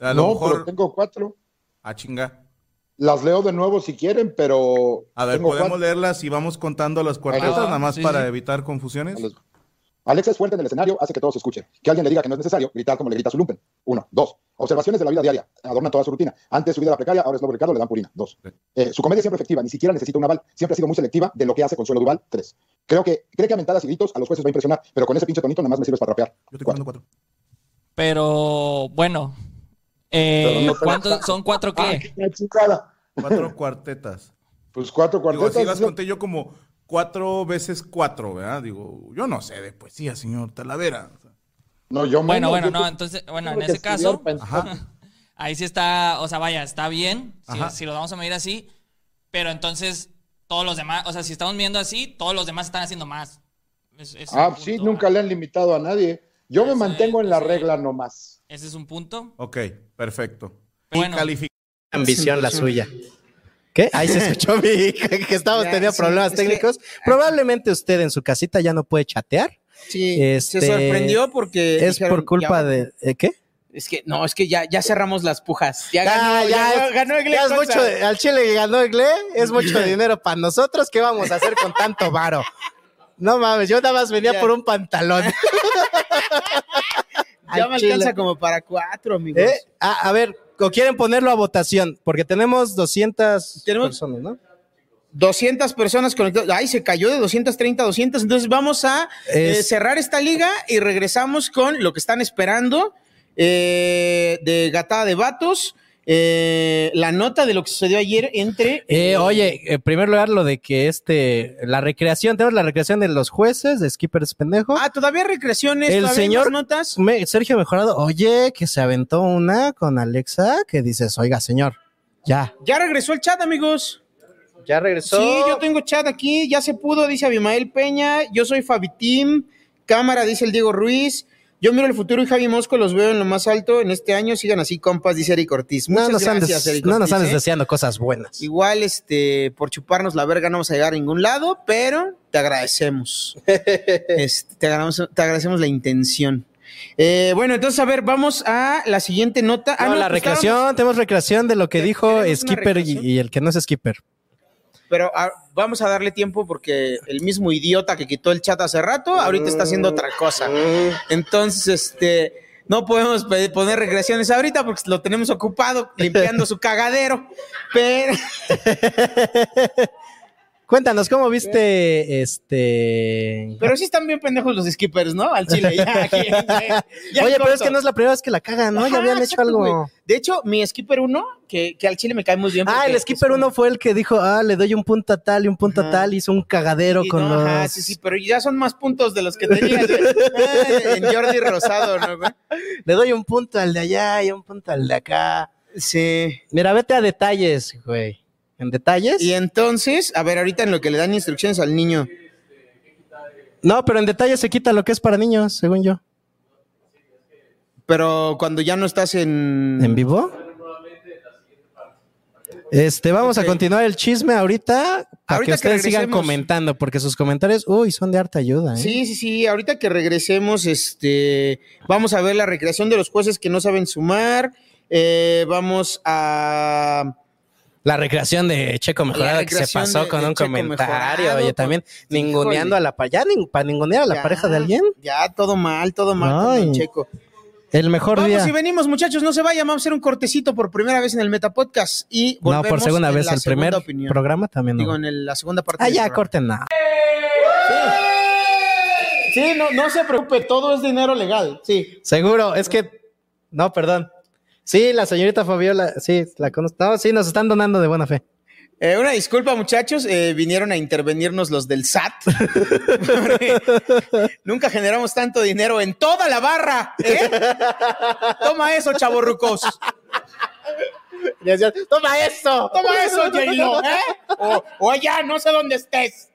[SPEAKER 15] A
[SPEAKER 14] no,
[SPEAKER 15] lo
[SPEAKER 14] pero
[SPEAKER 15] mejor.
[SPEAKER 14] tengo cuatro.
[SPEAKER 15] A chinga.
[SPEAKER 14] Las leo de nuevo si quieren, pero.
[SPEAKER 15] A ver,
[SPEAKER 14] tengo
[SPEAKER 15] podemos
[SPEAKER 14] cuatro.
[SPEAKER 15] leerlas y vamos contando las cuartetas,
[SPEAKER 14] Ah,
[SPEAKER 15] nada más
[SPEAKER 14] sí,
[SPEAKER 15] para
[SPEAKER 14] sí.
[SPEAKER 15] evitar confusiones.
[SPEAKER 14] Alexa es fuerte en el escenario, hace que todos escuchen. Que alguien le diga que no es necesario gritar como le grita su lumpen. Uno. Dos. Observaciones de la vida diaria. Adornan toda su rutina. Antes su vida era precaria, ahora es nuevo Ricardo, le dan purina. Dos. Eh, su comedia es siempre efectiva, ni siquiera necesita un aval. Siempre ha sido muy selectiva de lo que hace Consuelo Duval. Tres. Creo que, cree que a mentadas y gritos a los jueces va a impresionar, pero con ese pinche tonito nada más me sirves para rapear. Cuatro.
[SPEAKER 10] Pero bueno, eh,
[SPEAKER 14] Pero no te
[SPEAKER 10] ¿cuántos-
[SPEAKER 14] la-
[SPEAKER 10] ¿son cuatro
[SPEAKER 14] Ah,
[SPEAKER 10] qué?
[SPEAKER 14] la chingada.
[SPEAKER 15] Cuatro cuartetas.
[SPEAKER 14] Pues cuatro
[SPEAKER 15] Digo,
[SPEAKER 14] cuartetas.
[SPEAKER 15] así las conté yo como cuatro veces cuatro, ¿verdad? Digo, yo no sé de poesía, señor Talavera.
[SPEAKER 14] No, yo
[SPEAKER 10] Bueno, bueno, no, entonces, bueno, en
[SPEAKER 15] tuve que
[SPEAKER 10] ese
[SPEAKER 15] estudiar
[SPEAKER 10] caso,
[SPEAKER 15] para entrar.
[SPEAKER 10] ahí sí está, o sea, vaya, está bien, si,
[SPEAKER 15] Ajá.
[SPEAKER 10] si lo vamos a medir así, pero entonces todos los demás, o sea, si estamos viendo así, todos los demás están haciendo más. Es- es
[SPEAKER 14] Ah,
[SPEAKER 10] un
[SPEAKER 14] sí,
[SPEAKER 10] punto.
[SPEAKER 14] nunca le han limitado a nadie. Yo me mantengo en la regla nomás.
[SPEAKER 10] Ese es un punto.
[SPEAKER 15] Ok, perfecto.
[SPEAKER 10] Pero bueno,
[SPEAKER 2] Ambición la suya. ¿Qué? Ahí se escuchó mi hija que estamos
[SPEAKER 3] Ya,
[SPEAKER 2] tenía
[SPEAKER 3] sí,
[SPEAKER 2] problemas
[SPEAKER 3] es que- ah.
[SPEAKER 2] técnicos. Probablemente usted en su casita ya no puede chatear.
[SPEAKER 3] Sí, se
[SPEAKER 2] Este,
[SPEAKER 3] sorprendió porque.
[SPEAKER 2] es
[SPEAKER 3] dijeron,
[SPEAKER 2] por culpa
[SPEAKER 3] ya-
[SPEAKER 2] de ¿eh, qué?
[SPEAKER 3] Es que, no, es que ya, ya cerramos las pujas. Ya
[SPEAKER 2] Ah,
[SPEAKER 3] ganó, ya, ganó- ganó Egle
[SPEAKER 2] ya es
[SPEAKER 3] Conza.
[SPEAKER 2] mucho, al Chile que ganó Egle, es mucho dinero para nosotros. ¿Qué vamos a hacer con tanto varo? No mames, yo nada más venía
[SPEAKER 3] Ya.
[SPEAKER 2] por un pantalón.
[SPEAKER 3] Ya
[SPEAKER 2] ah, al
[SPEAKER 3] me
[SPEAKER 2] Chile.
[SPEAKER 3] alcanza como para cuatro, amigos.
[SPEAKER 2] ¿Eh? Ah, a ver, ¿o quieren ponerlo a votación? Porque tenemos 200 personas, ¿no?
[SPEAKER 3] 200 personas conectadas. Ay, se cayó de 230 a 200. Entonces vamos a eh,
[SPEAKER 2] Es-
[SPEAKER 3] cerrar esta liga y regresamos con lo que están esperando eh, de Gatada de Vatos. eh, la nota de lo que sucedió ayer entre...
[SPEAKER 2] Eh, oye, en primer lugar, lo de que este, la recreación, tenemos la recreación de los jueces, de Skippers Pendejo.
[SPEAKER 3] Ah, todavía recreaciones.
[SPEAKER 2] El
[SPEAKER 3] todavía hay
[SPEAKER 2] señor
[SPEAKER 3] más notas.
[SPEAKER 2] Me- Sergio Mejorado, oye, que se aventó una con Alexa, que dices, oiga, señor, ya.
[SPEAKER 3] Ya regresó el chat, amigos.
[SPEAKER 2] Ya regresó.
[SPEAKER 3] Sí, yo tengo chat aquí, ya se pudo, dice Abimael Peña. Yo soy Fabi Team, cámara, dice el Diego Ruiz. Yo miro el futuro y Javi Mosco los veo en lo más alto en este año. Sigan así, compas, dice Eric Ortiz. Muchas
[SPEAKER 2] no nos
[SPEAKER 3] gracias,
[SPEAKER 2] andes,
[SPEAKER 3] Eric
[SPEAKER 2] no nos
[SPEAKER 3] Ortiz,
[SPEAKER 2] andes
[SPEAKER 3] ¿eh?
[SPEAKER 2] deseando cosas buenas.
[SPEAKER 3] Igual, este, por chuparnos la verga no vamos a llegar a ningún lado, pero te agradecemos. Este, te, agradecemos te agradecemos la intención. Eh, bueno, entonces, a ver, vamos a la siguiente nota. Ah,
[SPEAKER 2] No, la
[SPEAKER 3] pues, estábamos-
[SPEAKER 2] recreación, tenemos recreación de lo que dijo Skipper y,
[SPEAKER 3] recreación?
[SPEAKER 2] y el que no es Skipper.
[SPEAKER 3] Pero ah, vamos a darle tiempo porque el mismo idiota que quitó el chat hace rato, ahorita está haciendo otra cosa. Entonces, este, no podemos pe- poner regresiones ahorita porque lo tenemos ocupado limpiando su cagadero. Pero
[SPEAKER 2] Cuéntanos, ¿cómo viste este...?
[SPEAKER 3] Pero sí están bien pendejos los skippers, ¿no? Al chile. ya, aquí, ya, ya
[SPEAKER 2] Oye,
[SPEAKER 3] en
[SPEAKER 2] pero es
[SPEAKER 3] corto.
[SPEAKER 2] que no es la primera vez que la cagan, ¿no?
[SPEAKER 3] Ajá,
[SPEAKER 2] ya habían hecho
[SPEAKER 3] exacto,
[SPEAKER 2] algo...
[SPEAKER 3] güey. De hecho, mi skipper uno, que, que al chile me cae muy bien.
[SPEAKER 2] Ah,
[SPEAKER 3] porque
[SPEAKER 2] el skipper uno fue el que dijo, ah, le doy un punto a tal y un punto a tal, hizo un cagadero
[SPEAKER 3] Sí,
[SPEAKER 2] con
[SPEAKER 3] no,
[SPEAKER 2] los...
[SPEAKER 3] ajá, sí, sí, pero ya son más puntos de los que tenías güey. Ah, en Jordi Rosado, ¿no, güey?
[SPEAKER 2] Le doy un punto al de allá y un punto al de acá.
[SPEAKER 3] Sí.
[SPEAKER 2] Mira, vete a detalles, güey. ¿En detalles?
[SPEAKER 3] Y entonces, a ver, ahorita en lo que le dan instrucciones al niño.
[SPEAKER 2] No, pero en detalles se quita lo que es para niños, según yo.
[SPEAKER 3] Pero cuando ya no estás en. ¿En
[SPEAKER 2] vivo? Este, vamos a continuar el chisme ahorita para
[SPEAKER 3] Ahorita
[SPEAKER 2] que
[SPEAKER 3] que
[SPEAKER 2] ustedes sigan
[SPEAKER 3] regresemos.
[SPEAKER 2] comentando, porque sus comentarios, uy, son de harta ayuda. ¿eh?
[SPEAKER 3] Sí, sí, sí. Ahorita que regresemos, este, vamos a ver la recreación de los jueces que no saben sumar. Eh, vamos a
[SPEAKER 2] La recreación de Checo
[SPEAKER 3] La
[SPEAKER 2] Mejorado que se
[SPEAKER 3] recreación
[SPEAKER 2] pasó
[SPEAKER 3] de-
[SPEAKER 2] con
[SPEAKER 3] de
[SPEAKER 2] un
[SPEAKER 3] Checo
[SPEAKER 2] comentario.
[SPEAKER 3] Mejorado,
[SPEAKER 2] Oye, también ninguneando a la pa- ya nin- para ningunear a la
[SPEAKER 3] Ya.
[SPEAKER 2] pareja de alguien.
[SPEAKER 3] ya todo mal, todo mal con
[SPEAKER 2] Ay,
[SPEAKER 3] Don Checo.
[SPEAKER 2] El mejor
[SPEAKER 3] vamos
[SPEAKER 2] día.
[SPEAKER 3] y venimos, muchachos, no se vayan, vamos a hacer un cortecito por primera vez en el Metapodcast y
[SPEAKER 2] No,
[SPEAKER 3] volvemos
[SPEAKER 2] por segunda
[SPEAKER 3] en
[SPEAKER 2] vez,
[SPEAKER 3] la
[SPEAKER 2] el primer
[SPEAKER 3] segunda opinión.
[SPEAKER 2] programa también. no.
[SPEAKER 3] Digo, en el- la segunda parte.
[SPEAKER 2] ah,
[SPEAKER 3] del
[SPEAKER 2] ya,
[SPEAKER 3] programa.
[SPEAKER 2] corten nada.
[SPEAKER 3] Sí, no, no se preocupe, todo es dinero legal, sí.
[SPEAKER 2] Seguro, es que. No, perdón. Sí, la señorita Fabiola, sí, la conozco. No, sí, nos están donando de buena fe.
[SPEAKER 3] Eh, una disculpa, muchachos, eh, vinieron a intervenirnos los del SAT. Nunca generamos tanto dinero en toda la barra. ¿eh? Toma eso, chavorrucos. Toma eso. Toma eso, J-Lo, ¿eh? O, o allá, no sé dónde estés.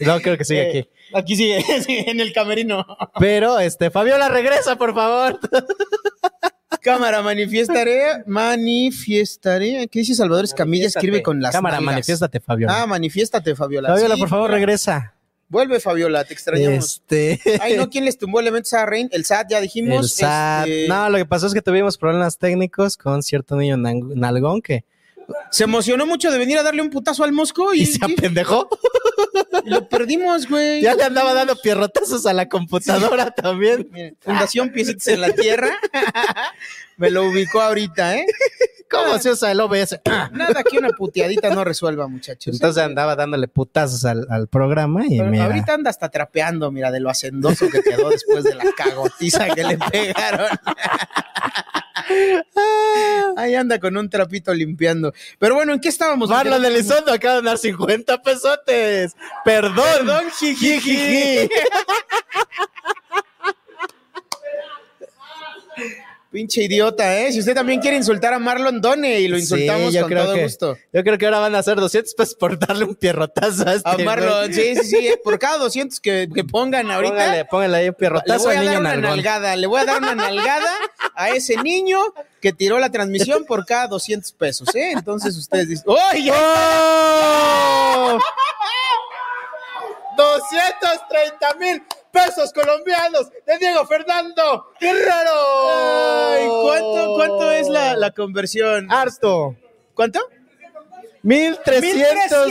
[SPEAKER 2] No, creo que sigue
[SPEAKER 3] Eh,
[SPEAKER 2] aquí.
[SPEAKER 3] Aquí sigue, sí, en el camerino.
[SPEAKER 2] Pero, este, Fabiola, regresa, por favor.
[SPEAKER 3] Cámara, manifiestaré, manifiestaré. ¿Qué dice Salvador Escamilla? Escribe con las
[SPEAKER 2] Cámara,
[SPEAKER 3] nalgas.
[SPEAKER 2] manifiéstate, Fabiola.
[SPEAKER 3] Ah, manifiéstate, Fabiola.
[SPEAKER 2] Fabiola,
[SPEAKER 3] Sí,
[SPEAKER 2] por favor,
[SPEAKER 3] Fabiola.
[SPEAKER 2] regresa.
[SPEAKER 3] Vuelve, Fabiola, te extrañamos.
[SPEAKER 2] Este.
[SPEAKER 3] Ay, no, ¿quién les tumbó el evento a Rain? El SAT, ya dijimos.
[SPEAKER 2] El SAT.
[SPEAKER 3] este,
[SPEAKER 2] No, lo que pasó es que tuvimos problemas técnicos con cierto niño nan- nalgón que.
[SPEAKER 3] Se emocionó mucho de venir a darle un putazo al Mosco y,
[SPEAKER 2] se apendejó.
[SPEAKER 3] Lo perdimos, güey.
[SPEAKER 2] Ya le andaba dando pierrotazos a la computadora también.
[SPEAKER 3] Miren, Fundación Piecitos en la Tierra. Me lo ubicó ahorita, ¿eh?
[SPEAKER 2] ¿Cómo se usa el OBS?
[SPEAKER 3] Nada que una puteadita no resuelva, muchachos.
[SPEAKER 2] Entonces andaba dándole putazos al, al programa y
[SPEAKER 3] Pero
[SPEAKER 2] mira.
[SPEAKER 3] Ahorita anda hasta trapeando, mira, de lo hacendoso que quedó después de la cagotiza que le pegaron. Ahí anda con un trapito limpiando. Pero bueno, ¿en qué estábamos?
[SPEAKER 2] Marlon
[SPEAKER 3] Porque-
[SPEAKER 2] Elizondo acaba de dar 50 pesotes. Perdón.
[SPEAKER 3] Perdón, jiji.
[SPEAKER 2] Jiji.
[SPEAKER 3] Pinche idiota, ¿eh? Si usted también quiere insultar a Marlon, done y lo
[SPEAKER 2] Sí,
[SPEAKER 3] insultamos
[SPEAKER 2] yo
[SPEAKER 3] con
[SPEAKER 2] creo
[SPEAKER 3] todo
[SPEAKER 2] que-
[SPEAKER 3] gusto.
[SPEAKER 2] Yo creo que ahora van a hacer 200 pesos por darle un pierrotazo a este.
[SPEAKER 3] A
[SPEAKER 2] güey.
[SPEAKER 3] Marlon, sí, sí, sí. eh, Por cada 200 que, que pongan ahorita.
[SPEAKER 2] Póngale, póngale ahí un
[SPEAKER 3] Le
[SPEAKER 2] pierrotazo
[SPEAKER 3] voy
[SPEAKER 2] al
[SPEAKER 3] a dar
[SPEAKER 2] niño
[SPEAKER 3] una
[SPEAKER 2] nalgón.
[SPEAKER 3] nalgada, le voy a dar una nalgada a ese niño que tiró la transmisión por cada 200 pesos, ¿eh? Entonces ustedes dicen, ¡Oye! ¡Oh!
[SPEAKER 2] 230 mil pesos colombianos de Diego Fernando Guerrero.
[SPEAKER 3] Ay, ¿cuánto, cuánto es la, la conversión?
[SPEAKER 2] Harto.
[SPEAKER 3] ¿Cuánto?
[SPEAKER 2] 1300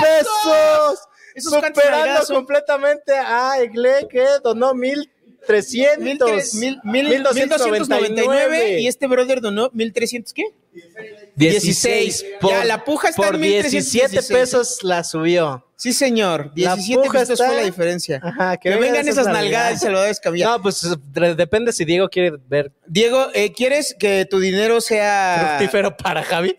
[SPEAKER 2] pesos.
[SPEAKER 3] Esos
[SPEAKER 2] superando
[SPEAKER 3] cantos
[SPEAKER 2] completamente a Egle que donó 1300
[SPEAKER 3] Mil tres- mil- mil- 1299
[SPEAKER 2] 1299
[SPEAKER 3] y este brother donó 1300 ¿qué? 16. Ya, la puja está
[SPEAKER 2] por
[SPEAKER 3] en
[SPEAKER 2] 17
[SPEAKER 3] 1316.
[SPEAKER 2] pesos la subió.
[SPEAKER 3] Sí, señor. 17
[SPEAKER 2] puja
[SPEAKER 3] pesos
[SPEAKER 2] está-
[SPEAKER 3] fue la diferencia.
[SPEAKER 2] Ajá,
[SPEAKER 3] que, vengan esas nalgadas y se lo
[SPEAKER 2] No, pues re- depende si Diego quiere ver.
[SPEAKER 3] Diego, eh, ¿quieres que tu dinero sea
[SPEAKER 2] Fructífero para Javi?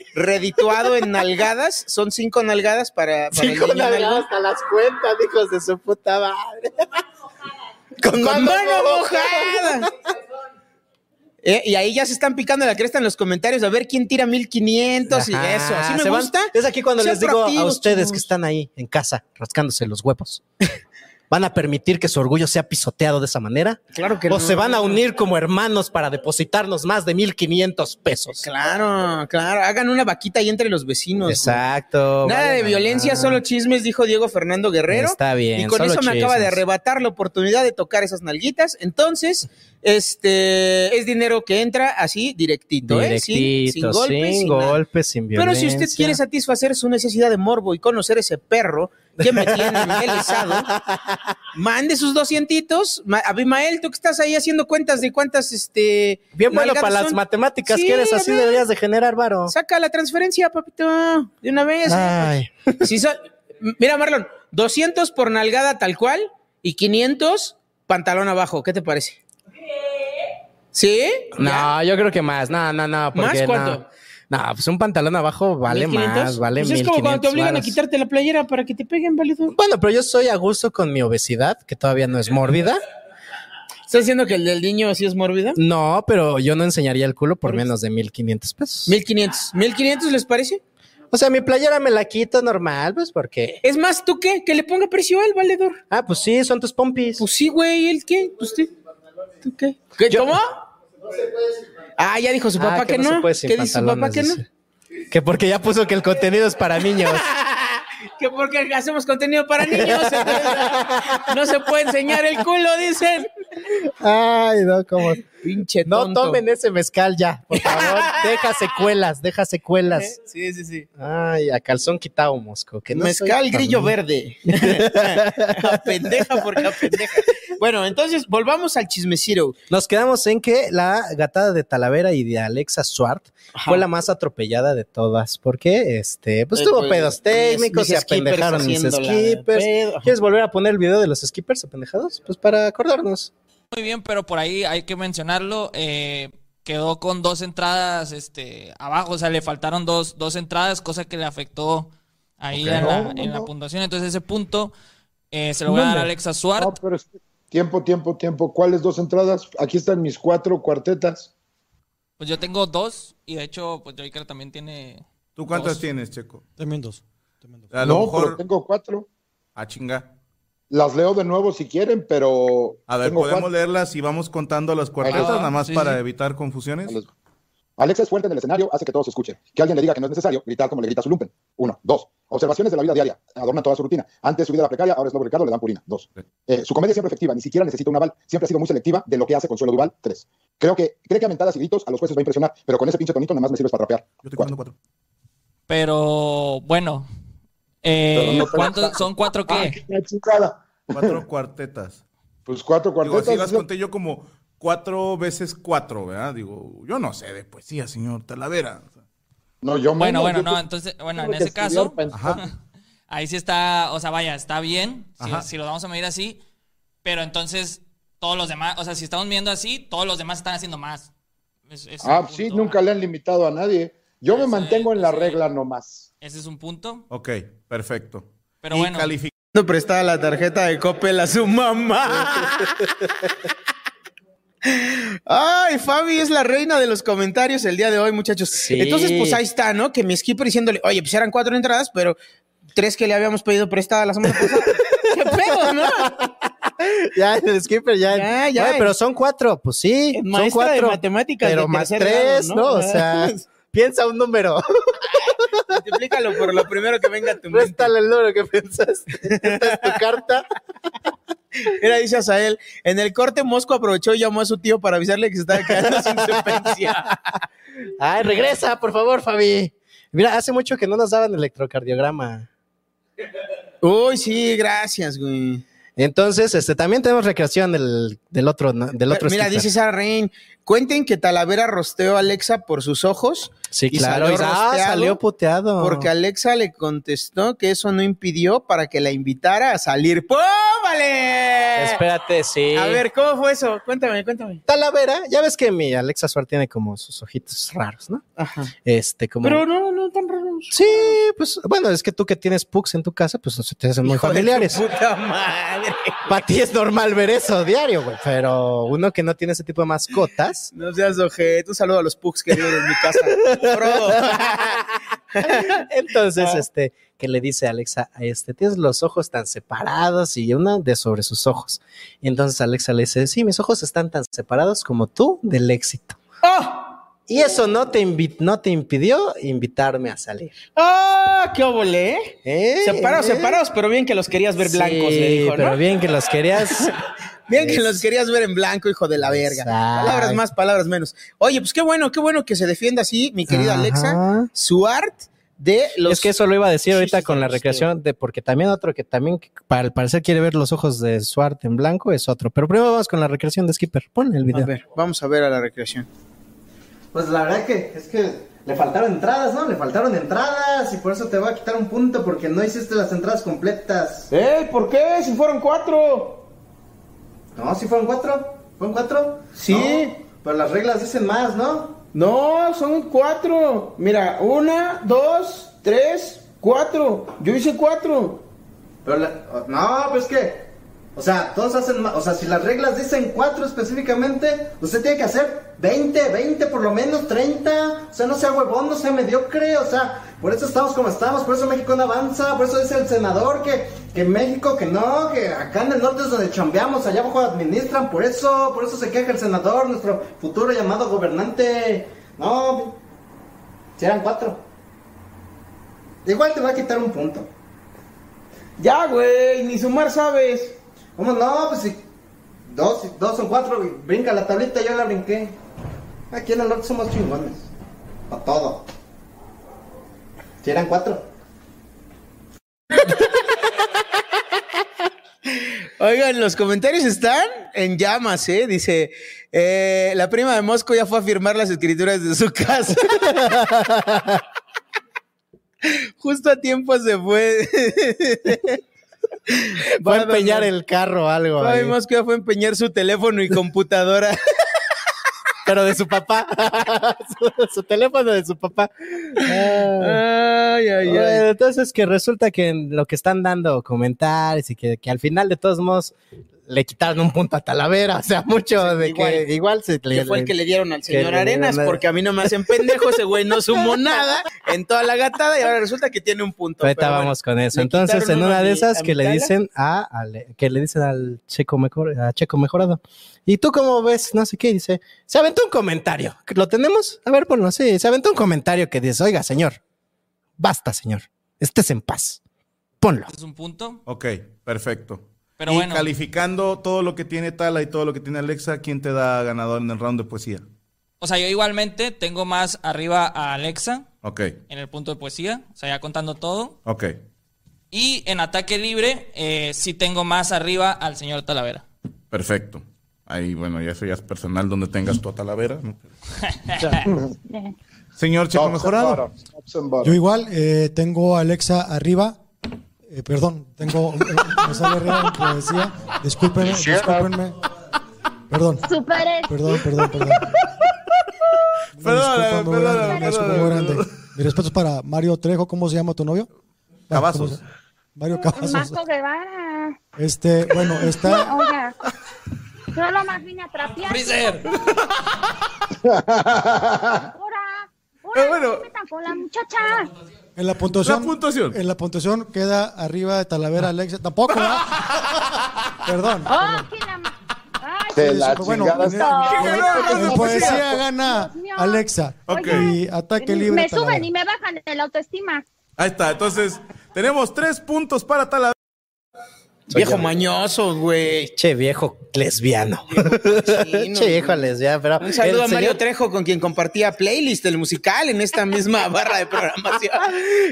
[SPEAKER 3] redituado en nalgadas? Son cinco nalgadas para, para el
[SPEAKER 2] Cinco
[SPEAKER 3] niño
[SPEAKER 2] nalgadas
[SPEAKER 3] nalgón.
[SPEAKER 2] hasta las cuentas, hijos de su puta madre.
[SPEAKER 3] Con mano mojada. Eh, y ahí ya se están picando la cresta en los comentarios a ver quién tira 1500 y
[SPEAKER 2] Ajá,
[SPEAKER 3] eso. Así me
[SPEAKER 2] se van-
[SPEAKER 3] gusta.
[SPEAKER 2] Es aquí cuando
[SPEAKER 3] Sean
[SPEAKER 2] les digo a
[SPEAKER 3] proactivos,
[SPEAKER 2] ustedes
[SPEAKER 3] chavos.
[SPEAKER 2] que están ahí en casa rascándose los huevos. ¿Van a permitir que su orgullo sea pisoteado de esa manera?
[SPEAKER 3] Claro que
[SPEAKER 2] ¿O
[SPEAKER 3] no.
[SPEAKER 2] se van a unir como hermanos para depositarnos más de 1.500 pesos?
[SPEAKER 3] Claro, claro. Hagan una vaquita ahí entre los vecinos.
[SPEAKER 2] Exacto.
[SPEAKER 3] Nada de
[SPEAKER 2] vayan a-
[SPEAKER 3] violencia, solo chismes, dijo Diego Fernando Guerrero.
[SPEAKER 2] Está bien,
[SPEAKER 3] Y con
[SPEAKER 2] solo
[SPEAKER 3] eso me acaba de
[SPEAKER 2] chismes.
[SPEAKER 3] arrebatar la oportunidad de tocar esas nalguitas. Entonces, este es dinero que entra así directito, ¿eh? Sin-
[SPEAKER 2] Directito, sin, golpes, sin,
[SPEAKER 3] nada. Pero
[SPEAKER 2] violencia.
[SPEAKER 3] si usted quiere satisfacer su necesidad de morbo y conocer ese perro que me tiene mielizado, mande sus doscientitos. Ma- Abimael, tú que estás ahí haciendo cuentas de cuántas, este...
[SPEAKER 2] Bien bueno
[SPEAKER 3] nalgadas
[SPEAKER 2] para las
[SPEAKER 3] son.
[SPEAKER 2] matemáticas
[SPEAKER 3] Sí,
[SPEAKER 2] que eres,
[SPEAKER 3] a
[SPEAKER 2] así
[SPEAKER 3] ver.
[SPEAKER 2] deberías de generar varo. Ah.
[SPEAKER 3] Saca la transferencia, papito, de una vez.
[SPEAKER 2] Ay.
[SPEAKER 3] Si son- mira, Marlon, 200 por nalgada tal cual y 500 pantalón abajo. ¿Qué te parece? ¿Sí?
[SPEAKER 2] No, yo creo que más. No, no, no. Porque
[SPEAKER 3] ¿Eh? ¿Más cuánto?
[SPEAKER 2] No. No, pues un pantalón abajo vale
[SPEAKER 3] 1500.
[SPEAKER 2] más, vale
[SPEAKER 3] Pues es como cuando te
[SPEAKER 2] 1500
[SPEAKER 3] obligan a
[SPEAKER 2] varos.
[SPEAKER 3] quitarte la playera para que te peguen, válido.
[SPEAKER 2] Bueno, pero yo soy a gusto con mi obesidad, que todavía no es mórbida.
[SPEAKER 3] ¿Estás diciendo que el del niño así es mórbido?
[SPEAKER 2] No, pero yo no enseñaría el culo por menos de 1500 pesos.
[SPEAKER 3] 1500. ¿1500 les parece?
[SPEAKER 2] O sea, mi playera me la quito normal, pues porque.
[SPEAKER 3] Es más, ¿tú qué? Que le ponga precio al valedor.
[SPEAKER 2] Ah, pues sí, son tus pompis.
[SPEAKER 3] Pues sí, güey, ¿el qué? Pues tú- ¿Tú qué? ¿Qué, ¿Cómo? Ah, ya dijo su
[SPEAKER 2] Ah,
[SPEAKER 3] papá que, no.
[SPEAKER 2] se puede sin
[SPEAKER 3] ¿Qué dice Pues su papá
[SPEAKER 2] pantalones,
[SPEAKER 3] que no?
[SPEAKER 2] dice. Que porque ya puso que el contenido es para niños.
[SPEAKER 16] Que porque hacemos contenido para niños. entonces, no se puede enseñar el culo, dicen.
[SPEAKER 2] Ay, no, como.
[SPEAKER 16] Pinche
[SPEAKER 2] No
[SPEAKER 16] tonto.
[SPEAKER 2] tomen ese mezcal ya, por favor. deja secuelas, deja
[SPEAKER 3] Eh.
[SPEAKER 2] secuelas.
[SPEAKER 16] Eh, Sí, sí, sí.
[SPEAKER 2] Ay, a calzón quitado, Mosco. Que no
[SPEAKER 3] Mezcal
[SPEAKER 2] soy-
[SPEAKER 3] grillo verde. a pendeja porque a pendeja. Bueno, entonces volvamos al chismeciro.
[SPEAKER 2] Nos quedamos en que la gatada de Talavera y de Alexa Swart fue la más atropellada de todas, porque este, pues
[SPEAKER 3] Eh,
[SPEAKER 2] tuvo
[SPEAKER 3] pues,
[SPEAKER 2] pedos
[SPEAKER 3] mis-
[SPEAKER 2] técnicos,
[SPEAKER 3] mis
[SPEAKER 2] se apendejaron mis
[SPEAKER 3] skippers haciéndola de
[SPEAKER 2] skippers. ¿Quieres volver a poner el video de los skippers apendejados? Pues para acordarnos.
[SPEAKER 10] Muy bien, pero por ahí hay que mencionarlo. eh, quedó con dos entradas este, abajo, o sea, le faltaron dos, dos entradas, cosa que le afectó ahí
[SPEAKER 14] Ok.
[SPEAKER 10] en, la,
[SPEAKER 14] No, no,
[SPEAKER 10] en la
[SPEAKER 14] no.
[SPEAKER 10] puntuación. Entonces ese punto eh, se lo voy a
[SPEAKER 14] No,
[SPEAKER 10] dar a
[SPEAKER 14] no.
[SPEAKER 10] Alexa Suárez.
[SPEAKER 14] No, pero es- tiempo, tiempo, tiempo. ¿Cuáles dos entradas? Aquí están mis cuatro cuartetas.
[SPEAKER 10] Pues yo tengo dos y de hecho, pues Joyker también tiene...
[SPEAKER 15] ¿Tú cuántas
[SPEAKER 10] dos.
[SPEAKER 15] tienes, Checo?
[SPEAKER 4] También dos.
[SPEAKER 15] A lo
[SPEAKER 14] no, pero
[SPEAKER 15] mejor.
[SPEAKER 14] tengo cuatro.
[SPEAKER 15] A chinga.
[SPEAKER 14] Las leo de nuevo si quieren, pero.
[SPEAKER 15] A ver,
[SPEAKER 14] tengo
[SPEAKER 15] ¿podemos
[SPEAKER 14] cuatro.
[SPEAKER 15] leerlas y vamos contando las cuartetas
[SPEAKER 14] Ah,
[SPEAKER 15] nada más
[SPEAKER 14] sí,
[SPEAKER 15] para
[SPEAKER 14] sí.
[SPEAKER 15] evitar confusiones?
[SPEAKER 14] Alexa es fuerte en el escenario, hace que todo se escuche. Que alguien le diga que no es necesario gritar como le grita su lumpen. Uno. Dos. Observaciones de la vida diaria. Adorna toda su rutina. Antes su vida era precaria, ahora es lubricado, le dan purina. Dos. Eh, su comedia siempre efectiva, ni siquiera necesita un aval. Siempre ha sido muy selectiva de lo que hace Consuelo Duval. Tres. Creo que, cree que a mentadas y gritos a los jueces va a impresionar, pero con ese pinche tonito nada más me sirves para rapear.
[SPEAKER 15] Yo te cuento cuatro.
[SPEAKER 10] Pero bueno, eh,
[SPEAKER 14] Pero no Ah, te-
[SPEAKER 10] ¿cuántos- ¿son cuatro qué?
[SPEAKER 15] Cuatro cuartetas.
[SPEAKER 14] Pues cuatro
[SPEAKER 15] Digo, así
[SPEAKER 14] cuartetas,
[SPEAKER 15] las
[SPEAKER 14] yo-
[SPEAKER 15] conté yo como cuatro veces cuatro, ¿verdad? Digo, yo no sé de poesía, señor Talavera.
[SPEAKER 14] No, yo
[SPEAKER 10] Bueno, bueno, no, entonces, bueno, en
[SPEAKER 15] tengo que
[SPEAKER 10] ese caso,
[SPEAKER 15] estudiar para entrar.
[SPEAKER 10] ahí sí está, o sea, vaya, está bien, si,
[SPEAKER 15] Ajá.
[SPEAKER 10] si lo vamos a medir así, pero entonces todos los demás, o sea, si estamos midiendo así, todos los demás están haciendo más. Es- es
[SPEAKER 14] Ah,
[SPEAKER 10] un
[SPEAKER 14] sí,
[SPEAKER 10] punto.
[SPEAKER 14] nunca le han limitado a nadie. Yo me mantengo en la regla nomás.
[SPEAKER 10] Ese es un punto.
[SPEAKER 15] Ok, perfecto.
[SPEAKER 10] Pero
[SPEAKER 15] Y
[SPEAKER 10] bueno.
[SPEAKER 3] No prestaba la tarjeta de Coppel a su mamá. Ay, Fabi es la reina de los comentarios el día de hoy, muchachos. Entonces, pues ahí está, ¿no? Que mi skipper diciéndole, oye, pues eran cuatro entradas, pero tres que le habíamos pedido prestada la semana pasada. ¿Qué pedo, no?
[SPEAKER 2] Ya, el skipper ya.
[SPEAKER 3] Ya, ya.
[SPEAKER 2] Oye, pero son cuatro, pues sí. son
[SPEAKER 3] Maestra de
[SPEAKER 2] cuatro.
[SPEAKER 3] matemáticas de
[SPEAKER 2] Pero más
[SPEAKER 3] tercer
[SPEAKER 2] tres,
[SPEAKER 3] grado,
[SPEAKER 2] ¿no?
[SPEAKER 3] ¿no?
[SPEAKER 2] O sea, piensa un número.
[SPEAKER 3] Multiplícalo por lo primero que venga a tu mente.
[SPEAKER 2] Réstale el número que pensaste. Esta es tu carta.
[SPEAKER 3] Mira, dice Azael, en el corte Mosco aprovechó y llamó a su tío para avisarle que se estaba quedando sin sepencia.
[SPEAKER 2] Ay, regresa, por favor, Fabi. Mira, hace mucho que no nos daban electrocardiograma.
[SPEAKER 3] Uy, sí, gracias, güey.
[SPEAKER 2] Entonces, este, también tenemos recreación del, del otro, ¿no? del otro.
[SPEAKER 3] Mira,
[SPEAKER 2] skipper.
[SPEAKER 3] dice Sara Rein, cuenten que Talavera rosteó a Alexa por sus ojos.
[SPEAKER 2] Sí, claro. y- ah,
[SPEAKER 3] rosteado
[SPEAKER 2] salió puteado.
[SPEAKER 3] Porque Alexa le contestó que eso no impidió para que la invitara a salir. ¡Pómale!
[SPEAKER 2] Espérate, sí.
[SPEAKER 3] A ver, ¿cómo fue eso? Cuéntame, cuéntame.
[SPEAKER 2] Talavera, ya ves que mi Alexa Suárez tiene como sus ojitos raros, ¿no?
[SPEAKER 3] Ajá.
[SPEAKER 2] Este, como.
[SPEAKER 3] Pero no, no tan raro.
[SPEAKER 2] Sí, pues bueno, es que tú que tienes pugs en tu casa, pues se te hacen muy
[SPEAKER 3] Hijo de
[SPEAKER 2] familiares.
[SPEAKER 3] tu puta madre.
[SPEAKER 2] Para ti es normal ver eso diario, güey. Pero uno que no tiene ese tipo de mascotas.
[SPEAKER 3] No seas ojete. Un saludo a los pugs que viven en mi casa. Frodo.
[SPEAKER 2] Entonces,
[SPEAKER 3] Ah.
[SPEAKER 2] este, que le dice Alexa a este, tienes los ojos tan separados y una de sobre sus ojos. Y entonces Alexa le dice, sí, mis ojos están tan separados como tú del éxito.
[SPEAKER 3] ¡Ah!
[SPEAKER 2] Y eso no te, invi- no te impidió invitarme a salir.
[SPEAKER 3] ¡Ah! ¡Qué obole! Separados,
[SPEAKER 2] eh.
[SPEAKER 3] separados, pero bien que los querías ver blancos,
[SPEAKER 2] Sí,
[SPEAKER 3] le dijo, ¿no?
[SPEAKER 2] pero bien que los querías.
[SPEAKER 3] Bien que los querías ver en blanco, hijo de la verga.
[SPEAKER 2] Exacto.
[SPEAKER 3] Palabras más, palabras menos. Oye, pues qué bueno, qué bueno que se defienda así, mi querida
[SPEAKER 2] Ajá.
[SPEAKER 3] Alexa, su art de los...
[SPEAKER 2] Es que eso lo iba a decir ahorita con la recreación, de, porque también otro que también, que para el parecer, quiere ver los ojos de Suárez en blanco es otro. Pero primero vamos con la recreación de Skipper. Ponle el video.
[SPEAKER 3] A ver, vamos a ver a la recreación.
[SPEAKER 9] Pues la verdad que es que le faltaron entradas, ¿no? Le faltaron entradas y por eso te va a quitar un punto porque no hiciste las entradas completas.
[SPEAKER 3] ¡Eh! ¿Por qué? Si fueron cuatro.
[SPEAKER 9] No, si fueron cuatro. ¿Fueron cuatro?
[SPEAKER 3] Sí.
[SPEAKER 9] No,
[SPEAKER 17] pues
[SPEAKER 9] pero las reglas dicen más, ¿no?
[SPEAKER 3] No, son cuatro. Mira, una, dos, tres, cuatro. Yo hice cuatro.
[SPEAKER 9] Pero la- no, pues que. O sea, todos hacen más. O sea, si las reglas dicen cuatro específicamente, usted tiene que hacer 20, 20 por lo menos, 30. O sea, no sea huevón, no sea mediocre. O sea, por eso estamos como estamos, por eso México no avanza, por eso dice el senador que, que México que no, que acá en el norte es donde chambeamos, allá abajo administran, por eso, por eso se queja el senador, nuestro futuro llamado gobernante. No, si eran cuatro.
[SPEAKER 17] Igual te va a quitar un punto.
[SPEAKER 3] Ya, güey, ni sumar sabes.
[SPEAKER 17] ¿Cómo no? Pues si dos, si dos son cuatro, güey. brinca la tablita, yo la brinqué. Aquí en el norte somos chingones. Para todo. Si eran cuatro.
[SPEAKER 18] Oigan, los comentarios están en llamas, ¿eh? Dice, eh, la prima de Mosco ya fue a firmar las escrituras de su casa. Justo a tiempo se fue.
[SPEAKER 2] Va a empeñar el carro o algo.
[SPEAKER 18] Ay,
[SPEAKER 2] ahí.
[SPEAKER 18] Mosco ya fue a empeñar su teléfono y computadora.
[SPEAKER 2] Pero de su papá. su, su teléfono de su papá.
[SPEAKER 3] Ah.
[SPEAKER 2] Ay,
[SPEAKER 18] ay,
[SPEAKER 2] ay. Entonces que resulta que en lo que están dando comentarios y que, que al final de todos modos le quitaron un punto a Talavera. O sea, mucho de
[SPEAKER 18] igual.
[SPEAKER 2] que igual se
[SPEAKER 18] que fue el que le dieron al
[SPEAKER 2] que
[SPEAKER 18] señor
[SPEAKER 2] le dieron
[SPEAKER 18] Arenas,
[SPEAKER 2] a-
[SPEAKER 18] porque a mí no me hacen pendejo, ese güey no sumó nada en toda la gatada y ahora resulta que tiene un punto.
[SPEAKER 2] Ahorita
[SPEAKER 18] pero bueno.
[SPEAKER 2] vamos con eso.
[SPEAKER 18] le
[SPEAKER 2] Entonces,
[SPEAKER 18] quitaron
[SPEAKER 2] en
[SPEAKER 18] uno a
[SPEAKER 2] una de
[SPEAKER 18] mi-
[SPEAKER 2] esas
[SPEAKER 18] a
[SPEAKER 2] que
[SPEAKER 18] mi
[SPEAKER 2] le
[SPEAKER 18] Tala.
[SPEAKER 2] dicen a, Ale- que le dicen al Checo mejor, a Checo mejorado. ¿Y tú cómo ves? No sé qué dice. Se aventó un comentario. ¿Lo tenemos? A ver, ponlo. Sí, se aventó un comentario que dice, "Oiga, señor, basta, señor. Estés en paz." Ponlo.
[SPEAKER 10] ¿Es un punto?
[SPEAKER 15] Ok, perfecto.
[SPEAKER 10] Pero
[SPEAKER 15] y
[SPEAKER 10] bueno.
[SPEAKER 15] calificando todo lo que tiene Tala y todo lo que tiene Alexa, ¿quién te da ganador en el round de poesía?
[SPEAKER 10] O sea, yo igualmente tengo más arriba a Alexa
[SPEAKER 15] Ok,
[SPEAKER 10] en el punto de poesía, o sea, ya contando todo.
[SPEAKER 15] ok.
[SPEAKER 10] Y en ataque libre eh, sí tengo más arriba al señor Talavera.
[SPEAKER 15] Perfecto. Ahí, bueno, ya eso ya es personal donde tengas tu talavera. ¿no? Señor Checo Mejorado.
[SPEAKER 4] Yo igual eh, tengo a Alexa arriba. Eh, perdón, tengo eh, me sale arriba en poesía. Discúlpenme, discúlpenme. Perdón,
[SPEAKER 12] Superes.
[SPEAKER 4] perdón, perdón, perdón.
[SPEAKER 15] Perdóname,
[SPEAKER 4] Disculpa, muy
[SPEAKER 15] perdóname,
[SPEAKER 4] grande, disculpa,
[SPEAKER 15] perdóname,
[SPEAKER 4] muy grande. Mi respeto es para Mario Trejo, ¿cómo se llama tu novio? Ah,
[SPEAKER 15] Cavazos.
[SPEAKER 4] ¿Cómo se- Mario Cavazos.
[SPEAKER 12] Marco Guevara.
[SPEAKER 4] Este, bueno, está
[SPEAKER 12] Oiga. No lo más vine a trapear.
[SPEAKER 10] ¡Freezer!
[SPEAKER 12] ¡Hora! ¡Hora!
[SPEAKER 15] bueno.
[SPEAKER 12] ¿qué tan con la muchacha!
[SPEAKER 4] en la puntuación.
[SPEAKER 15] La puntuación.
[SPEAKER 4] En la puntuación queda arriba de Talavera Alexa. Tampoco, ¿verdad? Perdón.
[SPEAKER 12] ¡Oh, que la ma- ¡Ay,
[SPEAKER 4] Te
[SPEAKER 12] sí,
[SPEAKER 4] la
[SPEAKER 12] sí,
[SPEAKER 4] bueno,
[SPEAKER 12] sí,
[SPEAKER 4] en-
[SPEAKER 12] sí,
[SPEAKER 4] en- en- en
[SPEAKER 12] sí,
[SPEAKER 4] poesía
[SPEAKER 12] sí.
[SPEAKER 4] gana
[SPEAKER 12] Dios mío.
[SPEAKER 4] Alexa.
[SPEAKER 12] Ok.
[SPEAKER 4] Y ataque libre.
[SPEAKER 12] Me
[SPEAKER 4] Talavera.
[SPEAKER 12] suben y me bajan el autoestima.
[SPEAKER 15] Ahí está. Entonces, tenemos tres puntos para Talavera.
[SPEAKER 18] Viejo mañoso, güey.
[SPEAKER 2] Che, viejo lesbiano. che, viejo lesbiano, pero
[SPEAKER 18] Un saludo
[SPEAKER 2] el
[SPEAKER 18] a Mario
[SPEAKER 2] señor-
[SPEAKER 18] Trejo, con quien compartía playlist el musical en esta misma barra de programación.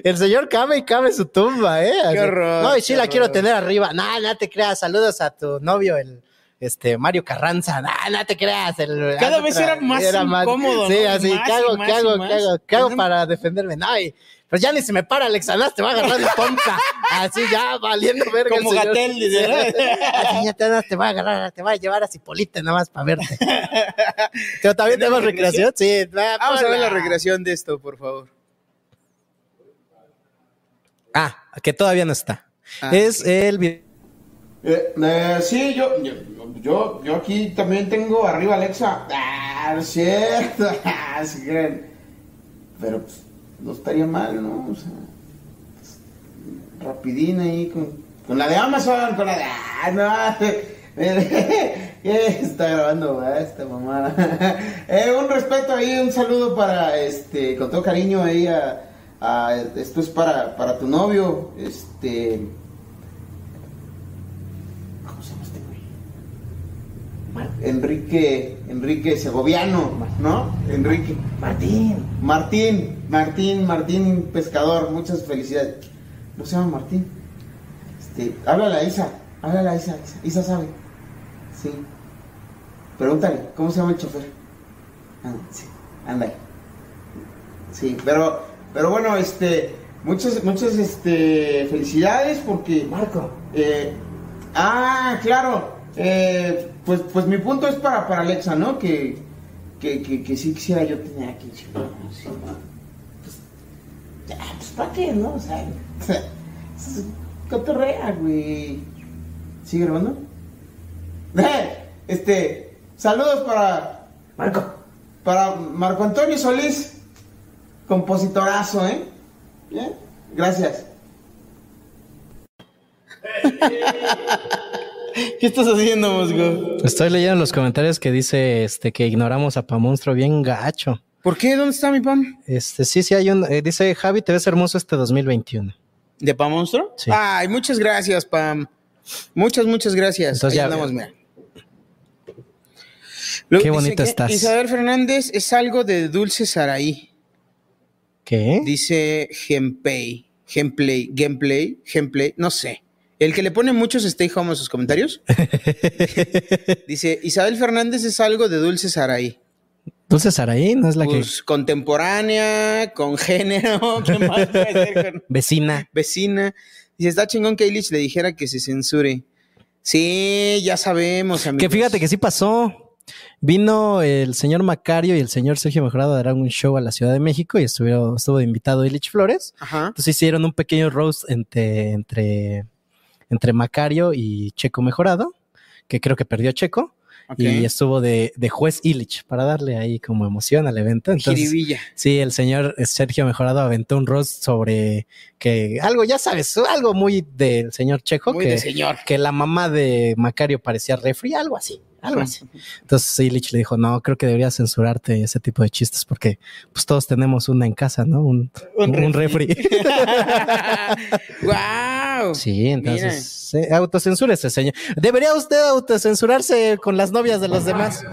[SPEAKER 2] El señor cabe y cabe su tumba, ¿eh? Así-
[SPEAKER 18] horror,
[SPEAKER 2] No, y sí
[SPEAKER 18] qué
[SPEAKER 2] la
[SPEAKER 18] horror.
[SPEAKER 2] quiero tener arriba. No, no te creas. Saludos a tu novio, el este Mario Carranza. No, no te creas. el-
[SPEAKER 18] Cada
[SPEAKER 2] ah,
[SPEAKER 18] vez
[SPEAKER 2] otra-
[SPEAKER 18] era más incómodo,
[SPEAKER 2] Sí,
[SPEAKER 18] ¿no?
[SPEAKER 2] así,
[SPEAKER 18] Más
[SPEAKER 2] ¿qué
[SPEAKER 18] y
[SPEAKER 2] hago,
[SPEAKER 18] más
[SPEAKER 2] qué
[SPEAKER 18] y
[SPEAKER 2] hago,
[SPEAKER 18] más.
[SPEAKER 2] qué hago? ¿Qué hago para defenderme? No, y- pues ya ni se me para, Alexa, no, te va a agarrar la pompa. Así ya, valiendo verga. el
[SPEAKER 18] Como
[SPEAKER 2] señor.
[SPEAKER 18] Gatell, dice, ¿no?
[SPEAKER 2] Así ya te, va- te va a agarrar, te va a llevar a Cipolite nada más para verte. Pero también tenemos recreación, sí. va,
[SPEAKER 18] Vamos a ver la
[SPEAKER 2] ponla.
[SPEAKER 18] regresión de esto, por favor.
[SPEAKER 2] Ah, que todavía no está.
[SPEAKER 18] Ah,
[SPEAKER 2] es el video.
[SPEAKER 3] Eh, eh, sí, yo, yo, yo, yo aquí también tengo arriba Alexa. Ah, no es cierto. Ah, si creen. Pero pues, no estaría mal, ¿no? O sea, pues, rapidín ahí con, con la de Amazon, con la de... Ah, no. Eh, Está grabando ¿verdad? esta mamada. Eh, un respeto ahí, un saludo para, este, con todo cariño ahí a... a- esto es para, para tu novio, este... ¿Cómo se llama este güey? Enrique, Enrique Segoviano, ¿no? Enrique. Martín. Martín, Martín, Martín Pescador, muchas felicidades. No se llama Martín. Este, háblale a Isa, háblale a Isa, Isa, Isa sabe. Sí. Pregúntale, ¿cómo se llama el chofer? Ah, sí, ándale. Sí, pero, pero bueno, este, muchas, muchas, este, felicidades porque... Marco. Eh, Ah, claro. Eh, pues, pues mi punto es para, para Alexa, ¿no? Que, que, que, que sí quisiera yo tener aquí. sí, ¿no? Sí, ¿no? Pues, ya, pues, ¿para qué, no? O sea, es cotorrea, güey. ¿Sigue grabando? Eh, Este, saludos para... Marco. Para Marco Antonio Solís, compositorazo, ¿eh? Bien, gracias.
[SPEAKER 18] ¿Qué estás haciendo, Mosco?
[SPEAKER 2] Estoy leyendo los comentarios que dice este que ignoramos a Pamonstro bien gacho.
[SPEAKER 3] ¿Por qué? ¿Dónde está mi pan?
[SPEAKER 2] Este, sí, sí hay un. eh, dice Javi, te ves hermoso este 2021.
[SPEAKER 3] ¿De Pan Monstruo?
[SPEAKER 2] Sí.
[SPEAKER 3] Ay, muchas gracias, Pam. Muchas, muchas gracias.
[SPEAKER 2] Entonces
[SPEAKER 3] Ahí
[SPEAKER 2] ya-
[SPEAKER 3] andamos, mira.
[SPEAKER 2] Qué
[SPEAKER 3] Dice
[SPEAKER 2] bonito
[SPEAKER 3] que
[SPEAKER 2] estás.
[SPEAKER 3] Isabel Fernández es algo de Dulce Saraí.
[SPEAKER 2] ¿Qué?
[SPEAKER 3] Dice Genpei. Gameplay, gameplay, gameplay, no sé. El que le pone muchos stay home a sus comentarios. Dice, Isabel Fernández es algo de Dulce Saraí.
[SPEAKER 2] Dulce Saraí, ¿no es la
[SPEAKER 3] Pues contemporánea, con género, ¿qué más puede ser? Con-
[SPEAKER 2] que. Vecina.
[SPEAKER 3] vecina. Dice, está chingón que Illich le dijera que se censure. Sí, ya sabemos, amigos.
[SPEAKER 2] Que fíjate que sí pasó. Vino el señor Macario y el señor Sergio Mejorado a dar un show a la Ciudad de México y estuvieron, estuvo de invitado Illich Flores.
[SPEAKER 3] Ajá.
[SPEAKER 2] Entonces hicieron un pequeño roast entre, entre, entre Macario y Checo Mejorado, que creo que perdió Checo.
[SPEAKER 3] Ok.
[SPEAKER 2] Y estuvo de, de juez Illich para darle ahí como emoción al evento. Entonces,
[SPEAKER 3] Jiribilla.
[SPEAKER 2] sí, el señor Sergio Mejorado aventó un roast sobre que algo, ya sabes, algo muy del señor Checo,
[SPEAKER 3] Muy
[SPEAKER 2] que,
[SPEAKER 3] de señor.
[SPEAKER 2] que la mamá de Macario parecía refri, algo así, algo
[SPEAKER 3] Pues
[SPEAKER 2] así. Entonces Illich le dijo, no, creo que deberías censurarte ese tipo de chistes porque pues todos tenemos una en casa, ¿no? Un, un, refri.
[SPEAKER 3] ¡Wow!
[SPEAKER 2] Sí, entonces eh, autocensúrese, señor. ¿Debería usted autocensurarse con las novias de los demás?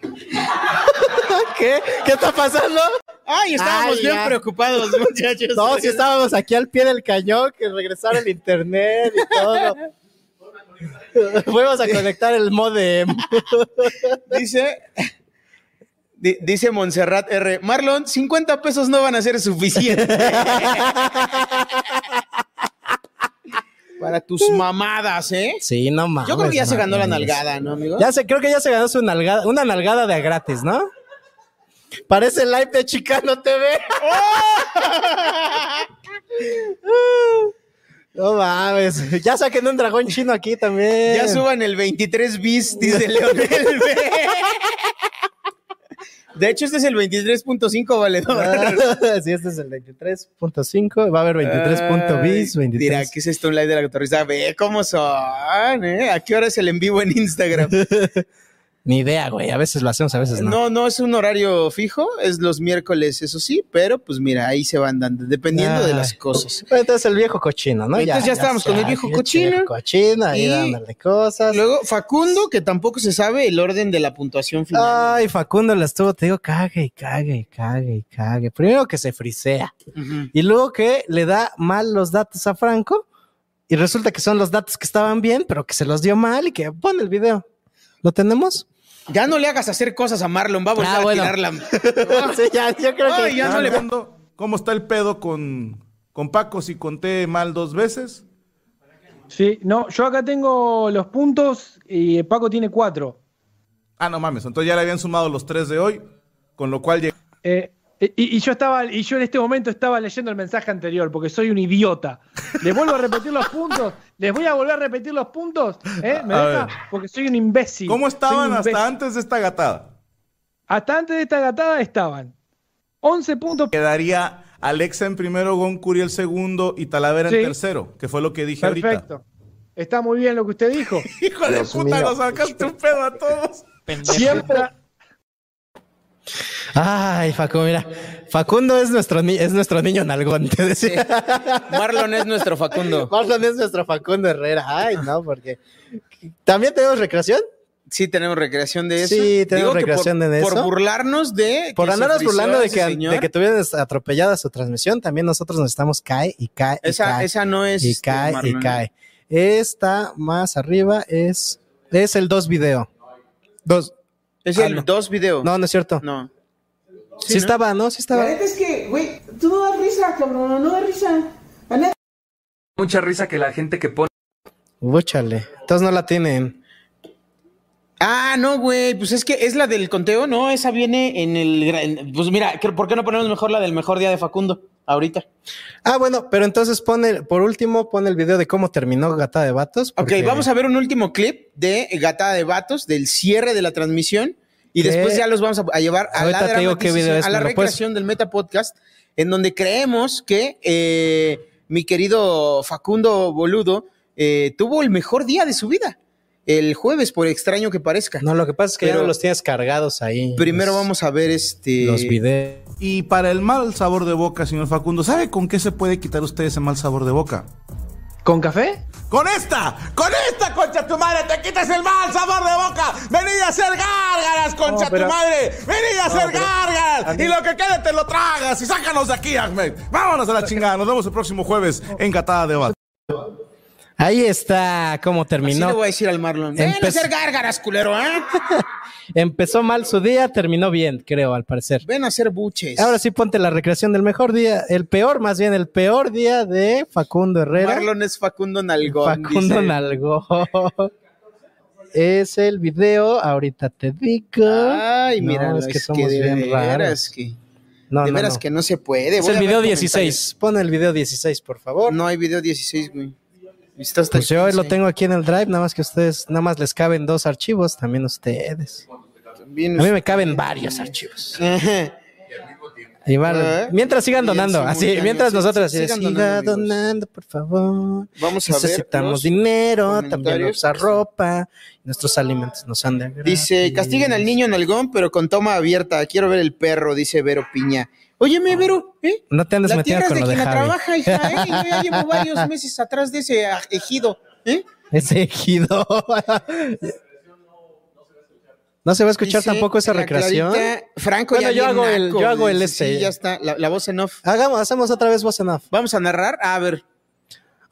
[SPEAKER 2] ¿Qué? ¿Qué está pasando?
[SPEAKER 3] Ay, estábamos
[SPEAKER 2] Ay,
[SPEAKER 3] bien
[SPEAKER 2] ya.
[SPEAKER 3] preocupados, muchachos.
[SPEAKER 2] No, si estábamos aquí al pie del cañón, que regresara el internet y todo. Fuimos a conectar el modem.
[SPEAKER 3] Dice, di- dice Montserrat R. Marlon, 50 pesos no van a ser suficientes. Para tus mamadas, ¿eh?
[SPEAKER 2] Sí, no mames.
[SPEAKER 3] Yo creo que ya se ganó la
[SPEAKER 2] mames.
[SPEAKER 3] nalgada, ¿no, amigo?
[SPEAKER 2] Ya se, creo que ya se ganó su nalgada, una nalgada de a gratis, ¿no? Parece el live de Chicano TV. No mames. Ya saquen un dragón chino aquí también.
[SPEAKER 3] Ya suban el 23 bis, dice Leonel B. De hecho, este es el 23.5 valedor.
[SPEAKER 2] sí, este es el 23.5. Va a haber 23.bis,
[SPEAKER 3] Ay,
[SPEAKER 2] 23.
[SPEAKER 3] Dirá, ¿qué es esto? Un live de la cotorrista. Ve cómo son, ¿eh? ¿A qué hora es el en vivo en Instagram?
[SPEAKER 2] Ni idea, güey. A veces lo hacemos, a veces no.
[SPEAKER 3] No, no es un horario fijo, es los miércoles, eso sí, pero pues mira, ahí se van dando, dependiendo de las
[SPEAKER 2] Ay.
[SPEAKER 3] cosas.
[SPEAKER 2] Entonces el viejo cochino, ¿no?
[SPEAKER 3] Entonces ya estábamos con el viejo
[SPEAKER 2] pinche
[SPEAKER 3] cochino.
[SPEAKER 2] viejo cochino, ahí
[SPEAKER 3] Y-
[SPEAKER 2] dándole cosas.
[SPEAKER 3] Luego, Facundo, que tampoco se sabe el orden de la puntuación final.
[SPEAKER 2] Ay, Facundo la estuvo, te digo, cague y cague y cague y cague. Primero que se frisea
[SPEAKER 3] Ujú.
[SPEAKER 2] y luego que le da mal los datos a Franco y resulta que son los datos que estaban bien, pero que se los dio mal y que pone el video. ¿Lo tenemos?
[SPEAKER 3] Ya no le hagas hacer cosas a Marlon, va a volver
[SPEAKER 2] Ah,
[SPEAKER 3] a
[SPEAKER 2] bueno.
[SPEAKER 3] tirarla.
[SPEAKER 2] Sí, ya, yo creo
[SPEAKER 15] Ay,
[SPEAKER 2] que
[SPEAKER 15] ya no le
[SPEAKER 2] pongo.
[SPEAKER 15] mando. ¿Cómo está el pedo con, con Paco si conté mal dos veces?
[SPEAKER 19] Sí, no, yo acá tengo los puntos y Paco tiene cuatro.
[SPEAKER 15] Ah, no mames. Entonces ya le habían sumado los tres de hoy, con lo cual llegó.
[SPEAKER 19] Eh, y, y yo estaba, y yo en este momento estaba leyendo el mensaje anterior porque soy un idiota. Les vuelvo a repetir los puntos, les voy a volver a repetir los puntos, ¿eh? ¿Me
[SPEAKER 15] A
[SPEAKER 19] deja?
[SPEAKER 15] ver.
[SPEAKER 19] Porque soy un imbécil.
[SPEAKER 15] ¿Cómo estaban hasta
[SPEAKER 19] antes?
[SPEAKER 15] antes de esta gatada?
[SPEAKER 19] Hasta antes de esta gatada estaban 11 puntos.
[SPEAKER 15] Quedaría Alexa en primero, Goncuri el segundo y Talavera
[SPEAKER 19] Sí.
[SPEAKER 15] en tercero, que fue lo que dije ahorita.
[SPEAKER 19] Perfecto. Está muy bien lo que usted dijo.
[SPEAKER 15] Hijo de puta, nos sacaste un pedo a todos.
[SPEAKER 19] Siempre,
[SPEAKER 2] Ay, Facundo, mira. Facundo es nuestro, ni- es nuestro niño nalgón, te decía.
[SPEAKER 3] Marlon es nuestro Facundo.
[SPEAKER 2] Marlon es nuestro Facundo Herrera. Ay, no, porque. ¿También tenemos recreación?
[SPEAKER 3] Sí, tenemos recreación de eso.
[SPEAKER 2] Sí, tenemos
[SPEAKER 3] que
[SPEAKER 2] recreación
[SPEAKER 3] por,
[SPEAKER 2] de
[SPEAKER 3] Por
[SPEAKER 2] eso.
[SPEAKER 3] burlarnos de.
[SPEAKER 2] Por
[SPEAKER 3] que
[SPEAKER 2] andarnos
[SPEAKER 3] se friseó
[SPEAKER 2] burlando de
[SPEAKER 3] ese
[SPEAKER 2] que,
[SPEAKER 3] señor.
[SPEAKER 2] de que tuvieras atropellada su transmisión, también nosotros nos estamos cae y cae. y
[SPEAKER 3] Esa-
[SPEAKER 2] cae,
[SPEAKER 3] esa no es,
[SPEAKER 2] Y
[SPEAKER 3] este,
[SPEAKER 2] cae y
[SPEAKER 3] Marlon.
[SPEAKER 2] cae. Esta más arriba es, es el 2 video. Dos.
[SPEAKER 3] Es
[SPEAKER 2] Ah,
[SPEAKER 3] el
[SPEAKER 2] no.
[SPEAKER 3] dos video.
[SPEAKER 2] No, no es cierto.
[SPEAKER 3] No.
[SPEAKER 2] Sí, estaba, ¿no? Sí
[SPEAKER 8] La
[SPEAKER 2] estaba.
[SPEAKER 8] neta es que, güey, tú no das risa, cabrón, no das risa. A nadie
[SPEAKER 20] Mucha risa que la gente que pone
[SPEAKER 2] Búchale. Entonces no la tienen.
[SPEAKER 3] Ah, no, güey, pues es que es la del conteo, no, esa viene en el... gra- en- Pues mira, que- ¿por qué no ponemos mejor la del mejor día de Facundo ahorita?
[SPEAKER 2] Ah, bueno, pero entonces pone, por último, pone el video de cómo terminó Gata de Vatos. porque-
[SPEAKER 3] Ok, vamos a ver un último clip de Gatada de Vatos, del cierre de la transmisión, y
[SPEAKER 2] ¿Qué?
[SPEAKER 3] después ya los vamos a, a llevar a
[SPEAKER 2] Ahorita
[SPEAKER 3] la,
[SPEAKER 2] te digo qué
[SPEAKER 3] dramatización,
[SPEAKER 2] video es, pues
[SPEAKER 3] a la
[SPEAKER 2] ¿me lo puedes-
[SPEAKER 3] recreación del Meta Podcast, en donde creemos que eh, mi querido Facundo Boludo eh, tuvo el mejor día de su vida. el jueves, por extraño que parezca.
[SPEAKER 2] No, lo que pasa es
[SPEAKER 3] que ya no
[SPEAKER 2] los tienes cargados ahí.
[SPEAKER 3] Primero vamos a ver este.
[SPEAKER 2] Los videos.
[SPEAKER 15] Eh, Y para el mal sabor de boca, señor Facundo, ¿sabe con qué se puede quitar usted ese mal sabor de boca?
[SPEAKER 19] ¿Con café?
[SPEAKER 15] ¡Con esta! ¡Con esta, concha tu madre! ¡Te quitas el mal sabor de boca! ¡Venid a hacer gárgaras, concha
[SPEAKER 19] No, pero-
[SPEAKER 15] tu madre! ¡Venid a
[SPEAKER 19] No,
[SPEAKER 15] hacer
[SPEAKER 19] pero-
[SPEAKER 15] gárgaras!
[SPEAKER 19] a mí-
[SPEAKER 15] Y lo que quede te lo tragas y sácanos de aquí, Ahmed. Vámonos a la chingada. Nos vemos el próximo jueves en Catada de Bat.
[SPEAKER 2] Ahí está cómo
[SPEAKER 3] Así
[SPEAKER 2] terminó.
[SPEAKER 3] le voy a decir al Marlon.
[SPEAKER 2] Empe-
[SPEAKER 3] ¡Ven a hacer gárgaras, culero, ¿eh?
[SPEAKER 2] Empezó mal su día, terminó bien, creo, al parecer.
[SPEAKER 3] Ven a hacer buches.
[SPEAKER 2] Ahora sí ponte la recreación del mejor día, el peor, más bien, el peor día de Facundo Herrera.
[SPEAKER 3] Marlon es Facundo Nalgón.
[SPEAKER 2] Facundo
[SPEAKER 3] dice.
[SPEAKER 2] Nalgó. Es el video, ahorita te digo.
[SPEAKER 3] Ay,
[SPEAKER 2] No,
[SPEAKER 3] mira,
[SPEAKER 2] es que somos
[SPEAKER 3] de
[SPEAKER 2] bien
[SPEAKER 3] veras
[SPEAKER 2] raros.
[SPEAKER 3] que.
[SPEAKER 2] No,
[SPEAKER 3] de
[SPEAKER 2] no,
[SPEAKER 3] veras
[SPEAKER 2] no.
[SPEAKER 3] que no se puede.
[SPEAKER 2] Es
[SPEAKER 3] Voy
[SPEAKER 2] el
[SPEAKER 3] a ver
[SPEAKER 2] video
[SPEAKER 3] comentarios.
[SPEAKER 2] 16. Pon el video 16, por favor.
[SPEAKER 3] No hay video 16, güey. Está hasta
[SPEAKER 2] Pues yo
[SPEAKER 3] el
[SPEAKER 2] lo
[SPEAKER 3] 15.
[SPEAKER 2] tengo aquí en el Drive, nada más que ustedes, nada más les caben dos archivos, también ustedes.
[SPEAKER 3] También
[SPEAKER 2] A mí me caben varios archivos. Y van-
[SPEAKER 3] ¿Eh?
[SPEAKER 2] Mientras sigan
[SPEAKER 3] Y en
[SPEAKER 2] donando, así,
[SPEAKER 3] simultáneo,
[SPEAKER 2] mientras
[SPEAKER 3] sí,
[SPEAKER 2] nosotros
[SPEAKER 3] sí,
[SPEAKER 2] así, de,
[SPEAKER 3] sigan
[SPEAKER 2] siga
[SPEAKER 3] donando,
[SPEAKER 2] donando,
[SPEAKER 3] amigos".
[SPEAKER 2] por favor.
[SPEAKER 3] Vamos a ver los
[SPEAKER 2] Necesitamos dinero, también
[SPEAKER 3] comentarios.
[SPEAKER 2] nuestra ropa, nuestros alimentos nos han de agradar.
[SPEAKER 3] Dice, castiguen al niño Nalgón, pero con toma abierta. Quiero ver el perro, dice Vero Piña.
[SPEAKER 2] Ah.
[SPEAKER 3] Óyeme, Vero, ¿eh?
[SPEAKER 2] No te andes
[SPEAKER 3] La
[SPEAKER 2] metiendo
[SPEAKER 3] tierra es
[SPEAKER 2] con
[SPEAKER 3] de
[SPEAKER 2] lo de
[SPEAKER 3] quien la
[SPEAKER 2] Javi.
[SPEAKER 3] trabaja, hija, ¿eh? Yo ya llevo varios meses atrás de ese ah, ejido, ¿eh?
[SPEAKER 2] Ese ejido. no se va a escuchar
[SPEAKER 3] Dice
[SPEAKER 2] tampoco esa
[SPEAKER 3] la
[SPEAKER 2] recreación.
[SPEAKER 3] Clarita, Franco,
[SPEAKER 2] bueno,
[SPEAKER 3] ya
[SPEAKER 2] yo
[SPEAKER 3] bien
[SPEAKER 2] hago el,
[SPEAKER 3] naco,
[SPEAKER 2] yo hago el
[SPEAKER 3] dice, sí,
[SPEAKER 2] este.
[SPEAKER 3] ya está, la, la voz en off.
[SPEAKER 2] Hagamos, hacemos otra vez voz en off.
[SPEAKER 3] Vamos a narrar, a ver.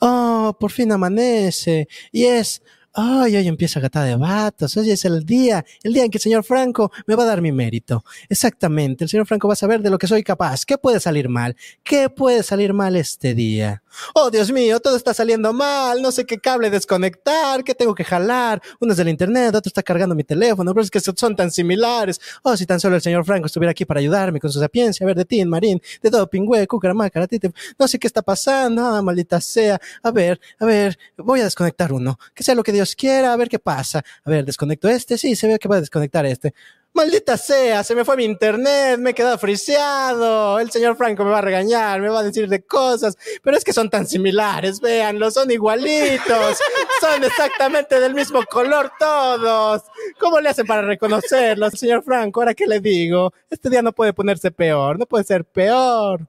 [SPEAKER 2] Oh, por fin amanece. Y es, ay, hoy empieza Gata de Vatos. Hoy es el día, el día en que el señor Franco me va a dar mi mérito. Exactamente, el señor Franco va a saber de lo que soy capaz. ¿Qué puede salir mal? ¿Qué puede salir mal este día? Oh, Dios mío, todo está saliendo mal. No sé qué cable desconectar, qué tengo que jalar. Uno es del internet, otro está cargando mi teléfono, pero es que son tan similares. Oh, si tan solo el señor Franco estuviera aquí para ayudarme con su sapiencia, a ver, de Tin, Marín, de todo Pingüe, Cucaramácara, Tite, no sé qué está pasando, ah, maldita sea. A ver, a ver, voy a desconectar uno, que sea lo que Dios quiera, a ver qué pasa. A ver, desconecto este, sí, se ve que va a desconectar este. Maldita sea, se me fue mi internet, me he quedado friseado. El señor Franco me va a regañar, me va a decir de cosas, pero es que son tan similares, véanlo, son igualitos, son exactamente del mismo color todos. ¿Cómo le hacen para reconocerlos, señor Franco? Ahora qué le digo, este día no puede ponerse peor, no puede ser peor.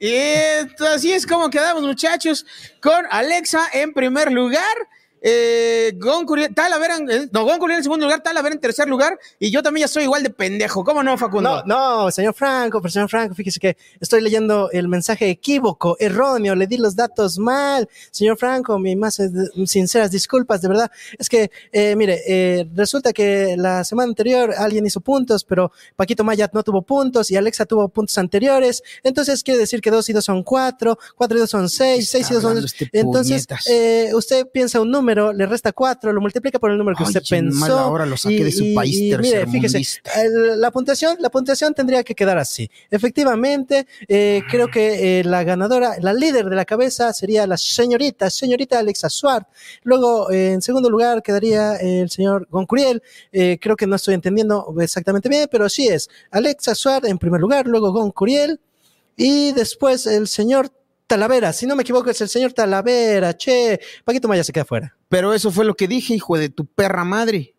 [SPEAKER 3] Y esto- así es como quedamos, muchachos, con Alexa en primer lugar. Eh, Gon Curiel, Talavera en, eh, no, Gon Curiel en segundo lugar, Talavera en tercer lugar, y yo también ya soy igual de pendejo. ¿Cómo no, Facundo?
[SPEAKER 2] No, no, señor Franco, pero señor Franco, fíjese que estoy leyendo el mensaje equívoco, erróneo, le di los datos mal. Señor Franco, mis más eh, sinceras disculpas, de verdad. Es que, eh, mire, eh, resulta que la semana anterior alguien hizo puntos, pero Paquito Mayat no tuvo puntos y Alexa tuvo puntos anteriores. Entonces quiere decir que dos y dos son cuatro, cuatro y dos son seis, seis y dos son...
[SPEAKER 3] hablando este
[SPEAKER 2] Entonces,
[SPEAKER 3] puñetas?
[SPEAKER 2] eh, usted piensa un número, le resta cuatro, lo multiplica por el número que usted
[SPEAKER 3] Oye, en
[SPEAKER 2] pensó.
[SPEAKER 3] mala hora lo saqué de su país
[SPEAKER 2] mire, fíjese,
[SPEAKER 3] tercermundista.
[SPEAKER 2] el- la puntuación, la puntuación tendría que quedar así. Efectivamente, eh, creo que eh, la ganadora, la líder de la cabeza sería la señorita, señorita Alexa Suárez. Luego, eh, en segundo lugar, quedaría eh, el señor Goncuriel. Eh, creo que no estoy entendiendo exactamente bien, pero sí es Alexa Suárez en primer lugar, luego Goncuriel y después el señor Talavera. Si no me equivoco, es el señor Talavera. Che, Paquito Maya se queda fuera.
[SPEAKER 3] Pero eso fue lo que dije, hijo de tu perra madre.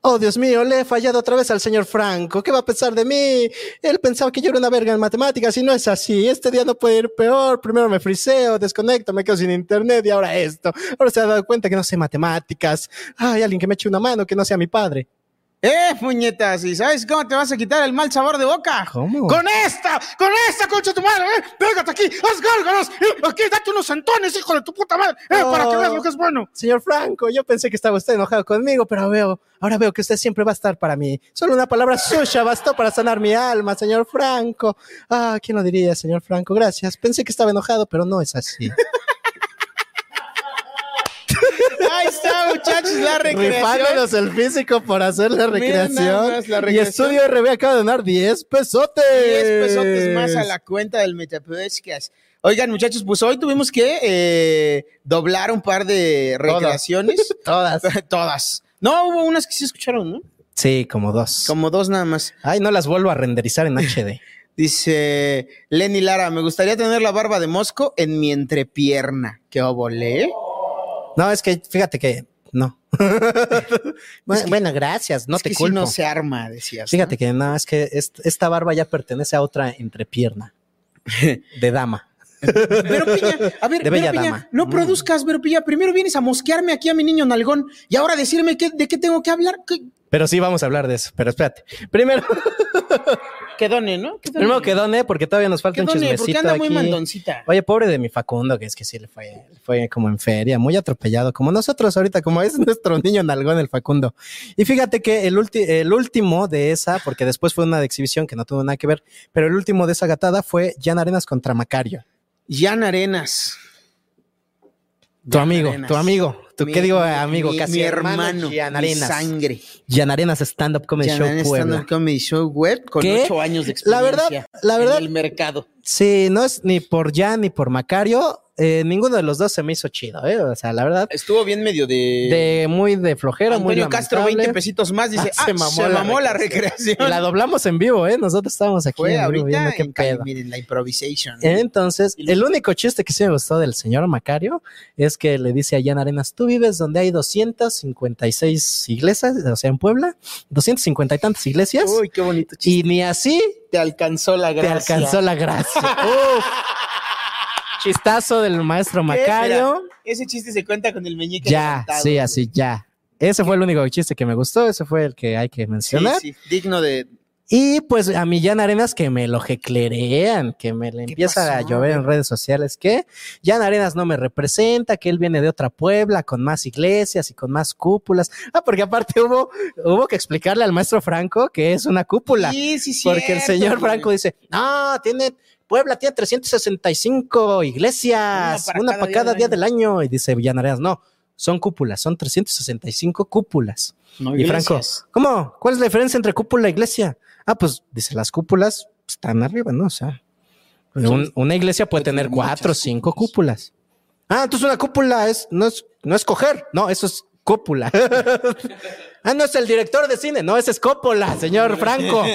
[SPEAKER 2] Oh, Dios mío, le he fallado otra vez al señor Franco. ¿Qué va a pensar de mí? Él pensaba que yo era una verga en matemáticas y no es así. Este día no puede ir peor. Primero me friseo, desconecto, me quedo sin internet y ahora esto. Ahora se ha dado cuenta que no sé matemáticas. Ay, alguien que me eche una mano que no sea mi padre.
[SPEAKER 3] ¡Eh, puñetas! ¿Y sabes cómo te vas a quitar el mal sabor de boca?
[SPEAKER 2] ¿Cómo?
[SPEAKER 3] ¡Con esta! ¡Con esta, concha de tu madre! ¡Eh! ¡Pégate aquí!
[SPEAKER 19] Ah,
[SPEAKER 3] ¡Haz gárgaras! ¡Eh! ¡Aquí, date unos santones, hijo de tu puta madre! ¡Eh! ¡Para que veas lo que es bueno!
[SPEAKER 2] Señor Franco, yo pensé que estaba usted enojado conmigo, pero veo, ahora veo que usted siempre va a estar para mí. Solo una palabra suya bastó para sanar mi alma, señor Franco. Ah, ¿quién lo diría, señor Franco? Gracias. Pensé que estaba enojado, pero no es así.
[SPEAKER 3] Ahí está, muchachos, la recreación.
[SPEAKER 2] Rifándonos el físico por hacer la
[SPEAKER 3] Miren
[SPEAKER 2] recreación.
[SPEAKER 3] nada más la
[SPEAKER 2] Y
[SPEAKER 3] recreación.
[SPEAKER 2] Estudio RB acaba de donar 10 pesotes.
[SPEAKER 3] 10 pesotes más
[SPEAKER 2] Pues.
[SPEAKER 3] a la cuenta del Metapodcast. Oigan, muchachos, pues hoy tuvimos que eh, doblar un par de recreaciones.
[SPEAKER 2] Todas.
[SPEAKER 3] Todas. No, hubo unas que sí escucharon, ¿no?
[SPEAKER 2] Sí, como dos.
[SPEAKER 3] Como dos nada más.
[SPEAKER 2] Ay, no las vuelvo a renderizar en HD.
[SPEAKER 3] Dice Lenny Lara, me gustaría tener la barba de Mosco en mi entrepierna. Qué obole.
[SPEAKER 2] No, es que fíjate que No. Bu- bueno, gracias, no
[SPEAKER 3] es
[SPEAKER 2] te
[SPEAKER 3] que sí
[SPEAKER 2] culpo.
[SPEAKER 3] no se arma, decías.
[SPEAKER 2] Fíjate que no, es que est- esta barba ya pertenece a otra entrepierna de dama.
[SPEAKER 3] A ver,
[SPEAKER 2] de
[SPEAKER 3] Vero
[SPEAKER 2] bella
[SPEAKER 3] Piña,
[SPEAKER 2] dama. Mm.
[SPEAKER 3] no produzcas, Vero Piña. Primero vienes a mosquearme aquí a mi niño nalgón y ahora decirme qué- de qué tengo que hablar. Que,
[SPEAKER 2] Pero sí vamos a hablar de eso, pero espérate. Primero,
[SPEAKER 3] que done, ¿no? Que done.
[SPEAKER 2] primero que done, porque todavía nos falta
[SPEAKER 3] Que
[SPEAKER 2] un
[SPEAKER 3] done,
[SPEAKER 2] chismecito
[SPEAKER 3] porque anda muy
[SPEAKER 2] aquí.
[SPEAKER 3] mandoncita.
[SPEAKER 2] Oye, pobre de mi Facundo, que es que sí le fue, le fue como en feria, muy atropellado, como nosotros ahorita, como es nuestro niño nalgón el Facundo. Y fíjate que el, ulti- el último de esa, porque después fue una de exhibición que no tuvo nada que ver, pero el último de esa gatada fue Jan Arenas contra Macario.
[SPEAKER 3] Jan Arenas.
[SPEAKER 2] Tu amigo,
[SPEAKER 3] Arenas.
[SPEAKER 2] tu amigo, tu
[SPEAKER 3] Mi-
[SPEAKER 2] qué digo amigo,
[SPEAKER 3] mi-
[SPEAKER 2] casi
[SPEAKER 3] mi hermano,
[SPEAKER 2] Gian
[SPEAKER 3] mi
[SPEAKER 2] Arenas.
[SPEAKER 3] sangre.
[SPEAKER 2] Gian Arenas Stand Up Comedy
[SPEAKER 3] Jan
[SPEAKER 2] Show
[SPEAKER 3] Arenas,
[SPEAKER 2] Puebla.
[SPEAKER 3] stand-up comedy show web con
[SPEAKER 2] ¿Qué?
[SPEAKER 3] ocho años
[SPEAKER 2] La
[SPEAKER 3] de experiencia.
[SPEAKER 2] verdad, la verdad-
[SPEAKER 3] En el mercado.
[SPEAKER 2] Sí, no es ni por Jan ni por Macario. eh, ninguno de los dos se me hizo chido, ¿eh? O sea, la verdad.
[SPEAKER 3] Estuvo bien medio de.
[SPEAKER 2] De muy de flojera, muy
[SPEAKER 3] Antonio Castro,
[SPEAKER 2] lamentable.
[SPEAKER 3] 20 pesitos más. Dice, ah, se mamó, la, recreación.
[SPEAKER 2] Y La doblamos en vivo, ¿eh? Nosotros estábamos aquí
[SPEAKER 3] Fue
[SPEAKER 2] en vivo viendo
[SPEAKER 3] ahorita
[SPEAKER 2] qué
[SPEAKER 3] en
[SPEAKER 2] pedo.
[SPEAKER 3] Cali, miren, la improvisation.
[SPEAKER 2] ¿Eh? Entonces, el único chiste que sí me gustó del señor Macario es que le dice a Jan Arenas, tú vives donde hay 256 iglesias, o sea, en Puebla, 250 y tantas iglesias.
[SPEAKER 3] Uy, qué bonito
[SPEAKER 2] Y ni así
[SPEAKER 3] te alcanzó la
[SPEAKER 2] te
[SPEAKER 3] gracia.
[SPEAKER 2] alcanzó la gracia. Uf. Chistazo del maestro
[SPEAKER 3] ¿Qué?
[SPEAKER 2] Macario.
[SPEAKER 3] Mira, ese chiste se cuenta con el meñique.
[SPEAKER 2] Ya,
[SPEAKER 3] levantado.
[SPEAKER 2] sí, así, ya. Ese fue el único chiste que me gustó, ese fue el que hay que
[SPEAKER 3] Sí,
[SPEAKER 2] mencionar.
[SPEAKER 3] sí, digno de.
[SPEAKER 2] Y pues a mi Jan Arenas que me lo jeclerean, que me le empieza a llover en redes sociales que Jan Arenas no me representa, que él viene de otra Puebla con más iglesias y con más cúpulas. Ah, porque aparte hubo, hubo que explicarle al maestro Franco que es una cúpula.
[SPEAKER 3] Sí, sí,
[SPEAKER 2] Porque el
[SPEAKER 3] cierto,
[SPEAKER 2] señor
[SPEAKER 3] güey.
[SPEAKER 2] Franco dice, no, tiene, Puebla tiene 365 iglesias,
[SPEAKER 3] Una para
[SPEAKER 2] una
[SPEAKER 3] cada
[SPEAKER 2] para
[SPEAKER 3] día
[SPEAKER 2] cada
[SPEAKER 3] del
[SPEAKER 2] día del año. Y dice Jan Arenas, no, son cúpulas, son 365 cúpulas.
[SPEAKER 3] No
[SPEAKER 2] Y Franco,
[SPEAKER 3] iglesias.
[SPEAKER 2] ¿cómo? ¿Cuál es la diferencia entre cúpula e iglesia? Ah, pues dice, las cúpulas están arriba, ¿no? O sea, un- una iglesia puede tener cuatro o cinco cúpulas. Ah, entonces una cúpula es, no es, no es coger, no, eso es cúpula. ah, no es el director de cine, no, ese es cópula, señor Franco.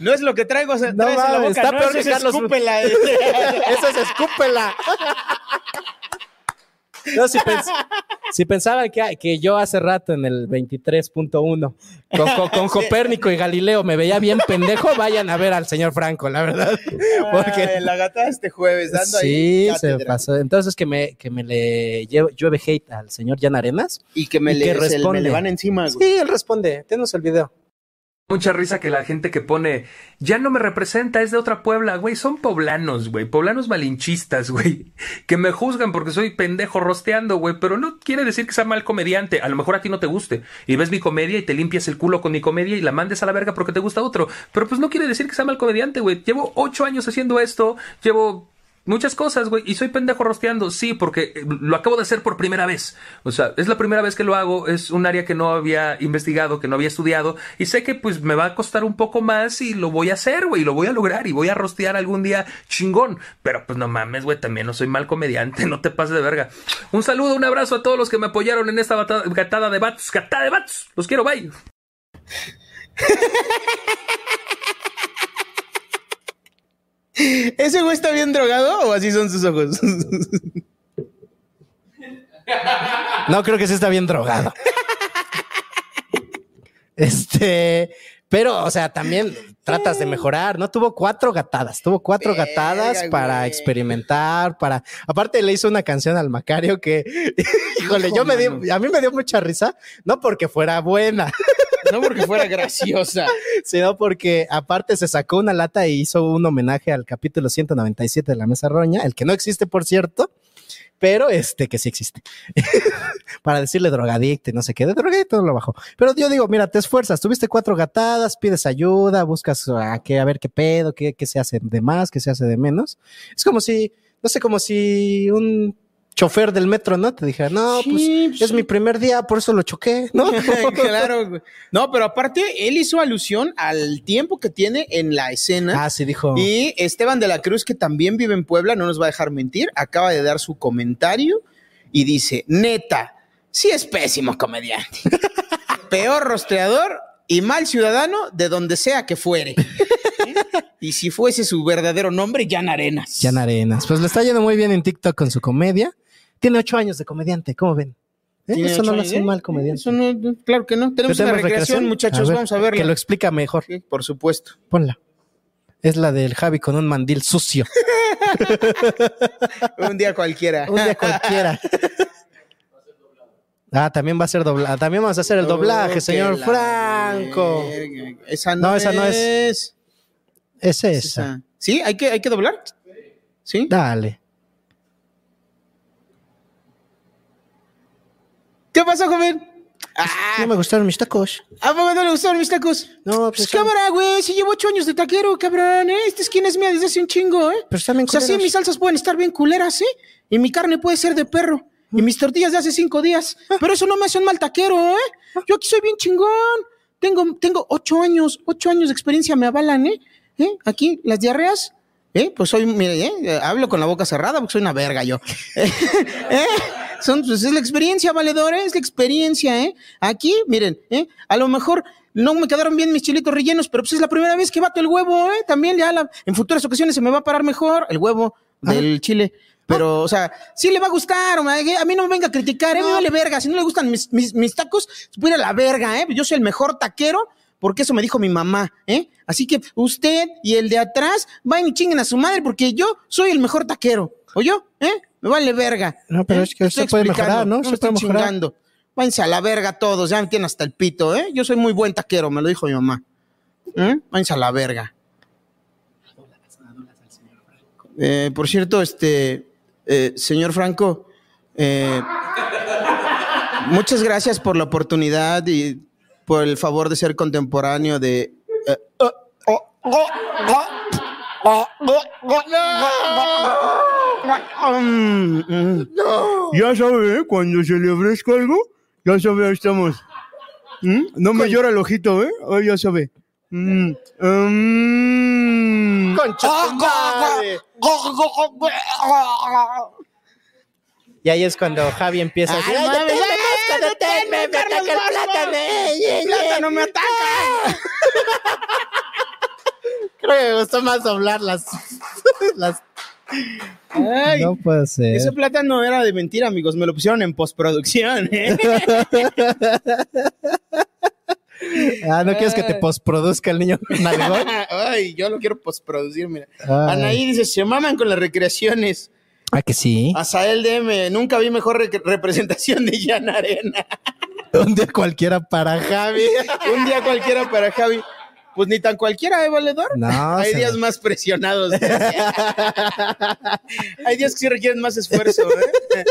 [SPEAKER 3] No es lo que traigo, se-
[SPEAKER 2] No
[SPEAKER 3] traes en la
[SPEAKER 2] mames,
[SPEAKER 3] boca,
[SPEAKER 2] está
[SPEAKER 3] no,
[SPEAKER 2] peor
[SPEAKER 3] eso
[SPEAKER 2] que
[SPEAKER 3] es
[SPEAKER 2] Carlos-
[SPEAKER 3] escúpela, eh.
[SPEAKER 2] Eso es escúpela. No, si, pens- si pensaban que, que yo hace rato en el 23.1 con, con- con Copérnico y Galileo me veía bien pendejo, vayan a ver al señor Franco, la verdad.
[SPEAKER 3] Ay, Ah, la gata este jueves dando
[SPEAKER 2] Sí,
[SPEAKER 3] ahí.
[SPEAKER 2] se
[SPEAKER 3] cátedra.
[SPEAKER 2] pasó. Entonces que me, que me le llevo- llueve hate al señor Jan Arenas.
[SPEAKER 3] Y que me, le, se- me
[SPEAKER 2] responde.
[SPEAKER 3] le van encima. güey.
[SPEAKER 2] Sí, él responde. Tenos el video.
[SPEAKER 20] Mucha risa que la gente que pone, ya no me representa, es de otra Puebla, güey, son poblanos, güey, poblanos malinchistas, güey, que me juzgan porque soy pendejo rosteando, güey, pero no quiere decir que sea mal comediante, a lo mejor a ti no te guste, y ves mi comedia y te limpias el culo con mi comedia y la mandes a la verga porque te gusta otro, pero pues no quiere decir que sea mal comediante, güey, llevo ocho años haciendo esto, llevo Muchas cosas, güey. Y soy pendejo rosteando, sí, porque eh, lo acabo de hacer por primera vez. O sea, es la primera vez que lo hago, es un área que no había investigado, que no había estudiado, y sé que pues me va a costar un poco más y lo voy a hacer, güey, y lo voy a lograr y voy a rostear algún día chingón. Pero pues no mames, güey, también no soy mal comediante, no te pases de verga. Un saludo, un abrazo a todos los que me apoyaron en esta bata- gatada de bats, gatada de bats. Los quiero, bye.
[SPEAKER 3] ¿Ese güey está bien drogado o así son sus ojos?
[SPEAKER 2] No, creo que sí está bien drogado. Este, pero, o sea, también tratas de mejorar, ¿no? Tuvo cuatro gatadas, tuvo cuatro gatadas para experimentar, para... Aparte le hizo una canción al Macario que, híjole, yo me di, a mí me dio mucha risa, no porque fuera buena.
[SPEAKER 3] No porque fuera graciosa.
[SPEAKER 2] Sino porque aparte se sacó una lata y hizo un homenaje al capítulo 197 de la Mesa Roña, el que no existe, por cierto, pero este que sí existe. Para decirle drogadicto y no sé qué, de drogadicto no lo bajó. Pero yo digo, mira, te esfuerzas, tuviste cuatro gatadas, pides ayuda, buscas a, qué, a ver qué pedo, qué, qué se hace de más, qué se hace de menos. Es como si, no sé, como si un chofer del metro, ¿no? Te dijera, no, pues es mi primer día, por eso lo choqué, ¿no?
[SPEAKER 3] claro, güey. No, pero aparte, él hizo alusión al tiempo que tiene en la escena.
[SPEAKER 2] Ah, sí, dijo.
[SPEAKER 3] Y Esteban de la Cruz, que también vive en Puebla, no nos va a dejar mentir, acaba de dar su comentario y dice, neta, sí es pésimo comediante. Peor rostreador y mal ciudadano de donde sea que fuere. y si fuese su verdadero nombre, Jan Arenas.
[SPEAKER 2] Jan Arenas. Pues le está yendo muy bien en TikTok con su comedia. Tiene ocho años de comediante, ¿cómo ven?
[SPEAKER 3] Tiene
[SPEAKER 2] Eso no lo
[SPEAKER 3] ocho años,
[SPEAKER 2] hace
[SPEAKER 3] ¿eh?
[SPEAKER 2] un mal comediante.
[SPEAKER 3] Eso no, no, claro que no. Tenemos una recreación, muchachos. Vamos a verla.
[SPEAKER 2] Que lo explica mejor.
[SPEAKER 3] por supuesto.
[SPEAKER 2] Ponla. Es la del Javi con un mandil sucio.
[SPEAKER 3] Un día cualquiera.
[SPEAKER 2] Un día cualquiera. Ah, también va a ser doblaje. También vamos a hacer el doblaje,
[SPEAKER 3] que
[SPEAKER 2] señor
[SPEAKER 3] Oh, la
[SPEAKER 2] Franco.
[SPEAKER 3] verga. Esa no,
[SPEAKER 2] No, esa no
[SPEAKER 3] es.
[SPEAKER 2] Esa es esa.
[SPEAKER 3] ¿Sí? ¿Hay que, ¿Hay que doblar? ¿Sí?
[SPEAKER 2] Dale.
[SPEAKER 3] ¿Qué pasó, joven?
[SPEAKER 2] No me gustaron mis tacos.
[SPEAKER 3] ¿A poco no le gustaron mis tacos?
[SPEAKER 2] No,
[SPEAKER 3] pues. cámara, güey. Si llevo ocho años de taquero, cabrón, ¿eh? Esta esquina es mía desde hace un chingo, ¿eh?
[SPEAKER 2] Pero están bien
[SPEAKER 3] O sea, sí,
[SPEAKER 2] culeros.
[SPEAKER 3] mis salsas pueden estar bien culeras, ¿eh? Y mi carne puede ser de perro. Y mis tortillas de hace cinco días. Pero eso no me hace un mal taquero, ¿eh? Yo aquí soy bien chingón. Tengo, tengo ocho años, ocho años de experiencia me avalan, ¿eh? ¿Eh? Aquí, las diarreas. ¿Eh? Pues soy, mire, ¿eh? Eh, Hablo con la boca cerrada porque soy una verga yo. ¿Eh? Son, pues es la experiencia, valedores, es la experiencia, ¿eh? Aquí, miren, ¿eh? A lo mejor no me quedaron bien mis chilitos rellenos, pero pues es la primera vez que bato el huevo, ¿eh? También ya la- en futuras ocasiones se me va a parar mejor el huevo del chile. Pero, o sea, sí le va a gustar, hombre, ¿eh? a mí no me venga a criticar, ¿eh? me vale verga. Si no le gustan mis, mis, mis tacos, se puede ir a la verga, ¿eh? Yo soy el mejor taquero porque eso me dijo mi mamá, ¿eh? Así que usted y el de atrás vayan y chinguen a su madre porque yo soy el mejor taquero. ¿O yo? ¿Eh? Me vale verga.
[SPEAKER 2] No, pero
[SPEAKER 3] ¿eh?
[SPEAKER 2] es que
[SPEAKER 3] Estoy
[SPEAKER 2] usted puede
[SPEAKER 3] explicando,
[SPEAKER 2] mejorar, ¿no?
[SPEAKER 3] No
[SPEAKER 2] Usted
[SPEAKER 3] me estoy
[SPEAKER 2] puede mejorar.
[SPEAKER 3] chingando. Váyanse a la verga todos, ya me tienen hasta el pito, ¿eh? Yo soy muy buen taquero, me lo dijo mi mamá. ¿Eh? Váyanse a la verga. Eh, por cierto, este, eh, señor Franco, eh, muchas gracias por la oportunidad y por el favor de ser contemporáneo de... eh, oh, oh, oh, oh, oh, oh, oh, oh, oh, mm, mm. Ya sabe, ¿eh? cuando se le ofrezco algo, ya sabe, ahí estamos. ¿Mm? No me llora el ojito, ¿eh? Ahí ya sabe. Mm, mm.
[SPEAKER 2] Y ahí es cuando Javi empieza a decir, "Ay,
[SPEAKER 3] mames,
[SPEAKER 2] deténme,
[SPEAKER 3] ay,
[SPEAKER 2] Vasco, deténme, me
[SPEAKER 3] Carlos
[SPEAKER 2] ataca el
[SPEAKER 3] Vasco.
[SPEAKER 2] plátano, eh, ey, ey,
[SPEAKER 3] Plátano,
[SPEAKER 2] ey".
[SPEAKER 3] me ataca.
[SPEAKER 2] eh". Creo que me gustó más doblar las... las...
[SPEAKER 3] Ay,
[SPEAKER 2] No puede ser.
[SPEAKER 3] Ese plátano era de mentira, amigos. Me lo pusieron en postproducción. ¿eh?
[SPEAKER 2] Ah, ¿no quieres que te posproduzca el niño nalgón?
[SPEAKER 3] Ay, yo lo quiero postproducir, mira.
[SPEAKER 2] Ay.
[SPEAKER 3] Anaí dice, se maman con las recreaciones.
[SPEAKER 2] Ah, que sí.
[SPEAKER 3] Azael DM, nunca vi mejor re- representación de Jan Arena.
[SPEAKER 2] Un día cualquiera para
[SPEAKER 3] Javi, un día cualquiera para Javi. Pues ni tan cualquiera, ¿eh, valedor?
[SPEAKER 2] No,
[SPEAKER 3] Hay
[SPEAKER 2] se-
[SPEAKER 3] días más presionados. Hay días que sí requieren más esfuerzo, ¿eh?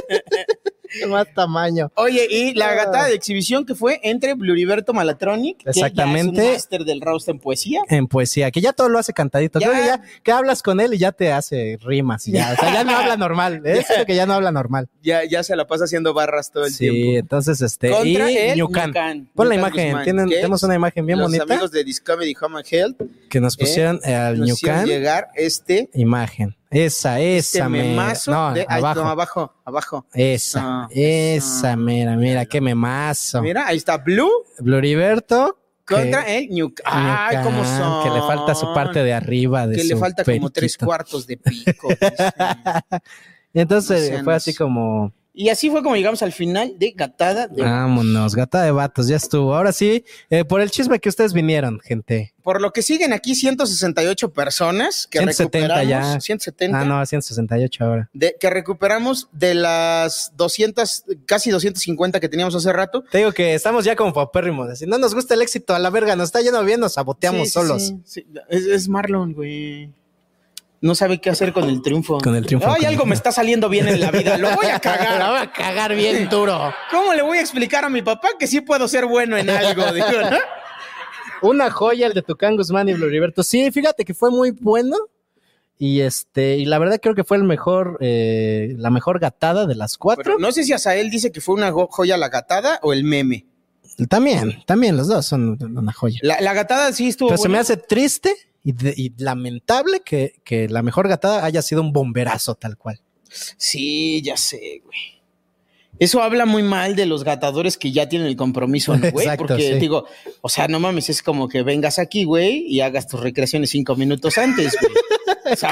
[SPEAKER 2] más tamaño.
[SPEAKER 3] Oye, y
[SPEAKER 2] Ah.
[SPEAKER 3] la gatada de exhibición que fue entre Bluriberto Malatronic, que ya es
[SPEAKER 2] Exactamente.
[SPEAKER 3] un máster del roast en poesía.
[SPEAKER 2] En poesía, que ya todo lo hace cantadito. Creo que ya que hablas con él y ya te hace rimas. y ya, o sea, ya no habla normal. Es que ya no habla normal.
[SPEAKER 3] Ya, ya se la pasa haciendo barras todo el
[SPEAKER 2] Sí,
[SPEAKER 3] tiempo.
[SPEAKER 2] entonces este.
[SPEAKER 3] Contra
[SPEAKER 2] y
[SPEAKER 3] el
[SPEAKER 2] Ñucán.
[SPEAKER 3] Ñucán,
[SPEAKER 2] Pon la
[SPEAKER 3] Ñucán
[SPEAKER 2] imagen.
[SPEAKER 3] Guzmán,
[SPEAKER 2] tienen-
[SPEAKER 3] que
[SPEAKER 2] tenemos una imagen bien
[SPEAKER 3] Los
[SPEAKER 2] bonita
[SPEAKER 3] amigos de Discovery Home and Health
[SPEAKER 2] que nos pusieron eh, al
[SPEAKER 3] nos hicieron
[SPEAKER 2] Ñucán.
[SPEAKER 3] llegar este,
[SPEAKER 2] Imagen. Esa,
[SPEAKER 3] este
[SPEAKER 2] esa, mera.
[SPEAKER 3] memazo
[SPEAKER 2] No,
[SPEAKER 3] de- ay, no,
[SPEAKER 2] abajo.
[SPEAKER 3] abajo, abajo.
[SPEAKER 2] Esa, esa, mera, mira, qué memazo.
[SPEAKER 3] Ah, Mira, ahí está Blue
[SPEAKER 2] Bluriberto. que-
[SPEAKER 3] contra el Ñucán. Ay, cómo
[SPEAKER 2] Ñucán,
[SPEAKER 3] son.
[SPEAKER 2] Que le falta su parte de arriba. De
[SPEAKER 3] Que le
[SPEAKER 2] su
[SPEAKER 3] falta como tres
[SPEAKER 2] periquito.
[SPEAKER 3] cuartos de pico.
[SPEAKER 2] Y Entonces
[SPEAKER 3] No sean
[SPEAKER 2] fue así como,
[SPEAKER 3] y así fue como llegamos al final de Gatada de
[SPEAKER 2] vámonos, gata de vatos, ya estuvo. Ahora sí, eh, por el chisme que ustedes vinieron, gente.
[SPEAKER 3] Por lo que siguen aquí 168 personas que
[SPEAKER 2] 170
[SPEAKER 3] recuperamos.
[SPEAKER 2] ya.
[SPEAKER 3] 170.
[SPEAKER 2] Ah, no, 168 ahora.
[SPEAKER 3] de- que recuperamos de las 200, casi 250 que teníamos hace rato.
[SPEAKER 2] Te digo que estamos ya como papérrimos. Si no nos gusta el éxito, a la verga, nos está yendo bien, nos saboteamos
[SPEAKER 3] Sí, sí,
[SPEAKER 2] solos.
[SPEAKER 3] sí, sí. Es, es Marlon, güey. No sabe qué hacer con el triunfo.
[SPEAKER 2] Con el triunfo,
[SPEAKER 3] Ay,
[SPEAKER 2] con
[SPEAKER 3] algo
[SPEAKER 2] el-
[SPEAKER 3] me está saliendo bien en la vida. Lo voy a cagar.
[SPEAKER 2] Lo voy a cagar bien duro.
[SPEAKER 3] ¿Cómo le voy a explicar a mi papá que sí puedo ser bueno en algo? Digo, ¿no?
[SPEAKER 2] Una joya el de Tucán Guzmán y Bluriberto. Sí, fíjate que fue muy bueno. Y este, y la verdad creo que fue el mejor, eh, la mejor gatada de las cuatro.
[SPEAKER 3] Pero no sé si Azael dice que fue una go- joya la gatada o el meme.
[SPEAKER 2] También, también los dos son una joya.
[SPEAKER 3] La, la gatada sí estuvo.
[SPEAKER 2] Pero se me
[SPEAKER 3] buena.
[SPEAKER 2] hace triste y, de- y lamentable que, que la mejor gatada haya sido un bomberazo tal cual.
[SPEAKER 3] Sí, ya sé, güey. Eso habla muy mal de los gatadores que ya tienen el compromiso, ¿no, güey.
[SPEAKER 2] Exacto,
[SPEAKER 3] Porque
[SPEAKER 2] sí.
[SPEAKER 3] digo, o sea, no mames, es como que vengas aquí, güey, y hagas tus recreaciones cinco minutos antes, güey.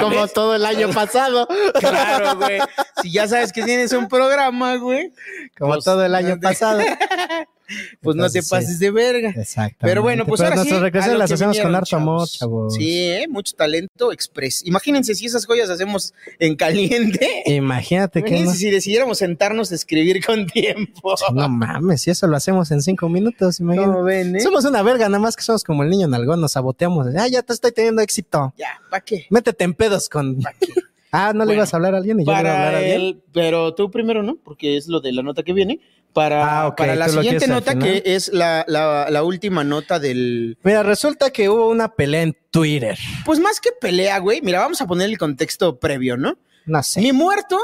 [SPEAKER 3] Como todo el año pasado.
[SPEAKER 16] Claro, güey.
[SPEAKER 3] Si ya sabes que tienes un programa, güey.
[SPEAKER 2] Como todo el año pasado.
[SPEAKER 3] Pues no te
[SPEAKER 2] Entonces, sí.
[SPEAKER 3] pases de verga.
[SPEAKER 2] Exactamente.
[SPEAKER 3] Pero bueno, pues ahora sí.
[SPEAKER 2] nuestras
[SPEAKER 3] a
[SPEAKER 2] regresiones
[SPEAKER 3] lo
[SPEAKER 2] las
[SPEAKER 3] que
[SPEAKER 2] hacemos con
[SPEAKER 3] vinieron,
[SPEAKER 2] harto amor, chavos.
[SPEAKER 3] Sí, ¿eh? mucho talento express. Imagínense si esas joyas hacemos en caliente.
[SPEAKER 2] Imagínate que no,
[SPEAKER 3] Imagínense si decidiéramos sentarnos a escribir con tiempo.
[SPEAKER 2] no mames, si eso lo hacemos en cinco minutos, imagínate.
[SPEAKER 3] eh?
[SPEAKER 2] Somos una verga, nada más que somos como el niño nalgón, nos saboteamos. Ah, ya te estoy teniendo éxito.
[SPEAKER 3] Ya, ¿para qué?
[SPEAKER 2] Métete en pedos con. Ah, no le ibas a hablar a alguien y yo le iba a hablar a
[SPEAKER 3] Para
[SPEAKER 2] alguien.
[SPEAKER 3] el, pero tú primero, ¿no? Porque es lo de la nota que viene. Para,
[SPEAKER 2] Ah, ok,
[SPEAKER 3] para la
[SPEAKER 2] tú lo
[SPEAKER 3] siguiente
[SPEAKER 2] quieres al
[SPEAKER 3] nota,
[SPEAKER 2] final.
[SPEAKER 3] que es la, la- la última nota del.
[SPEAKER 2] Mira, resulta que hubo una pelea en Twitter.
[SPEAKER 3] Pues más que pelea, güey. Mira, vamos a poner el contexto previo, ¿no?
[SPEAKER 2] No sé.
[SPEAKER 3] Mi muerto,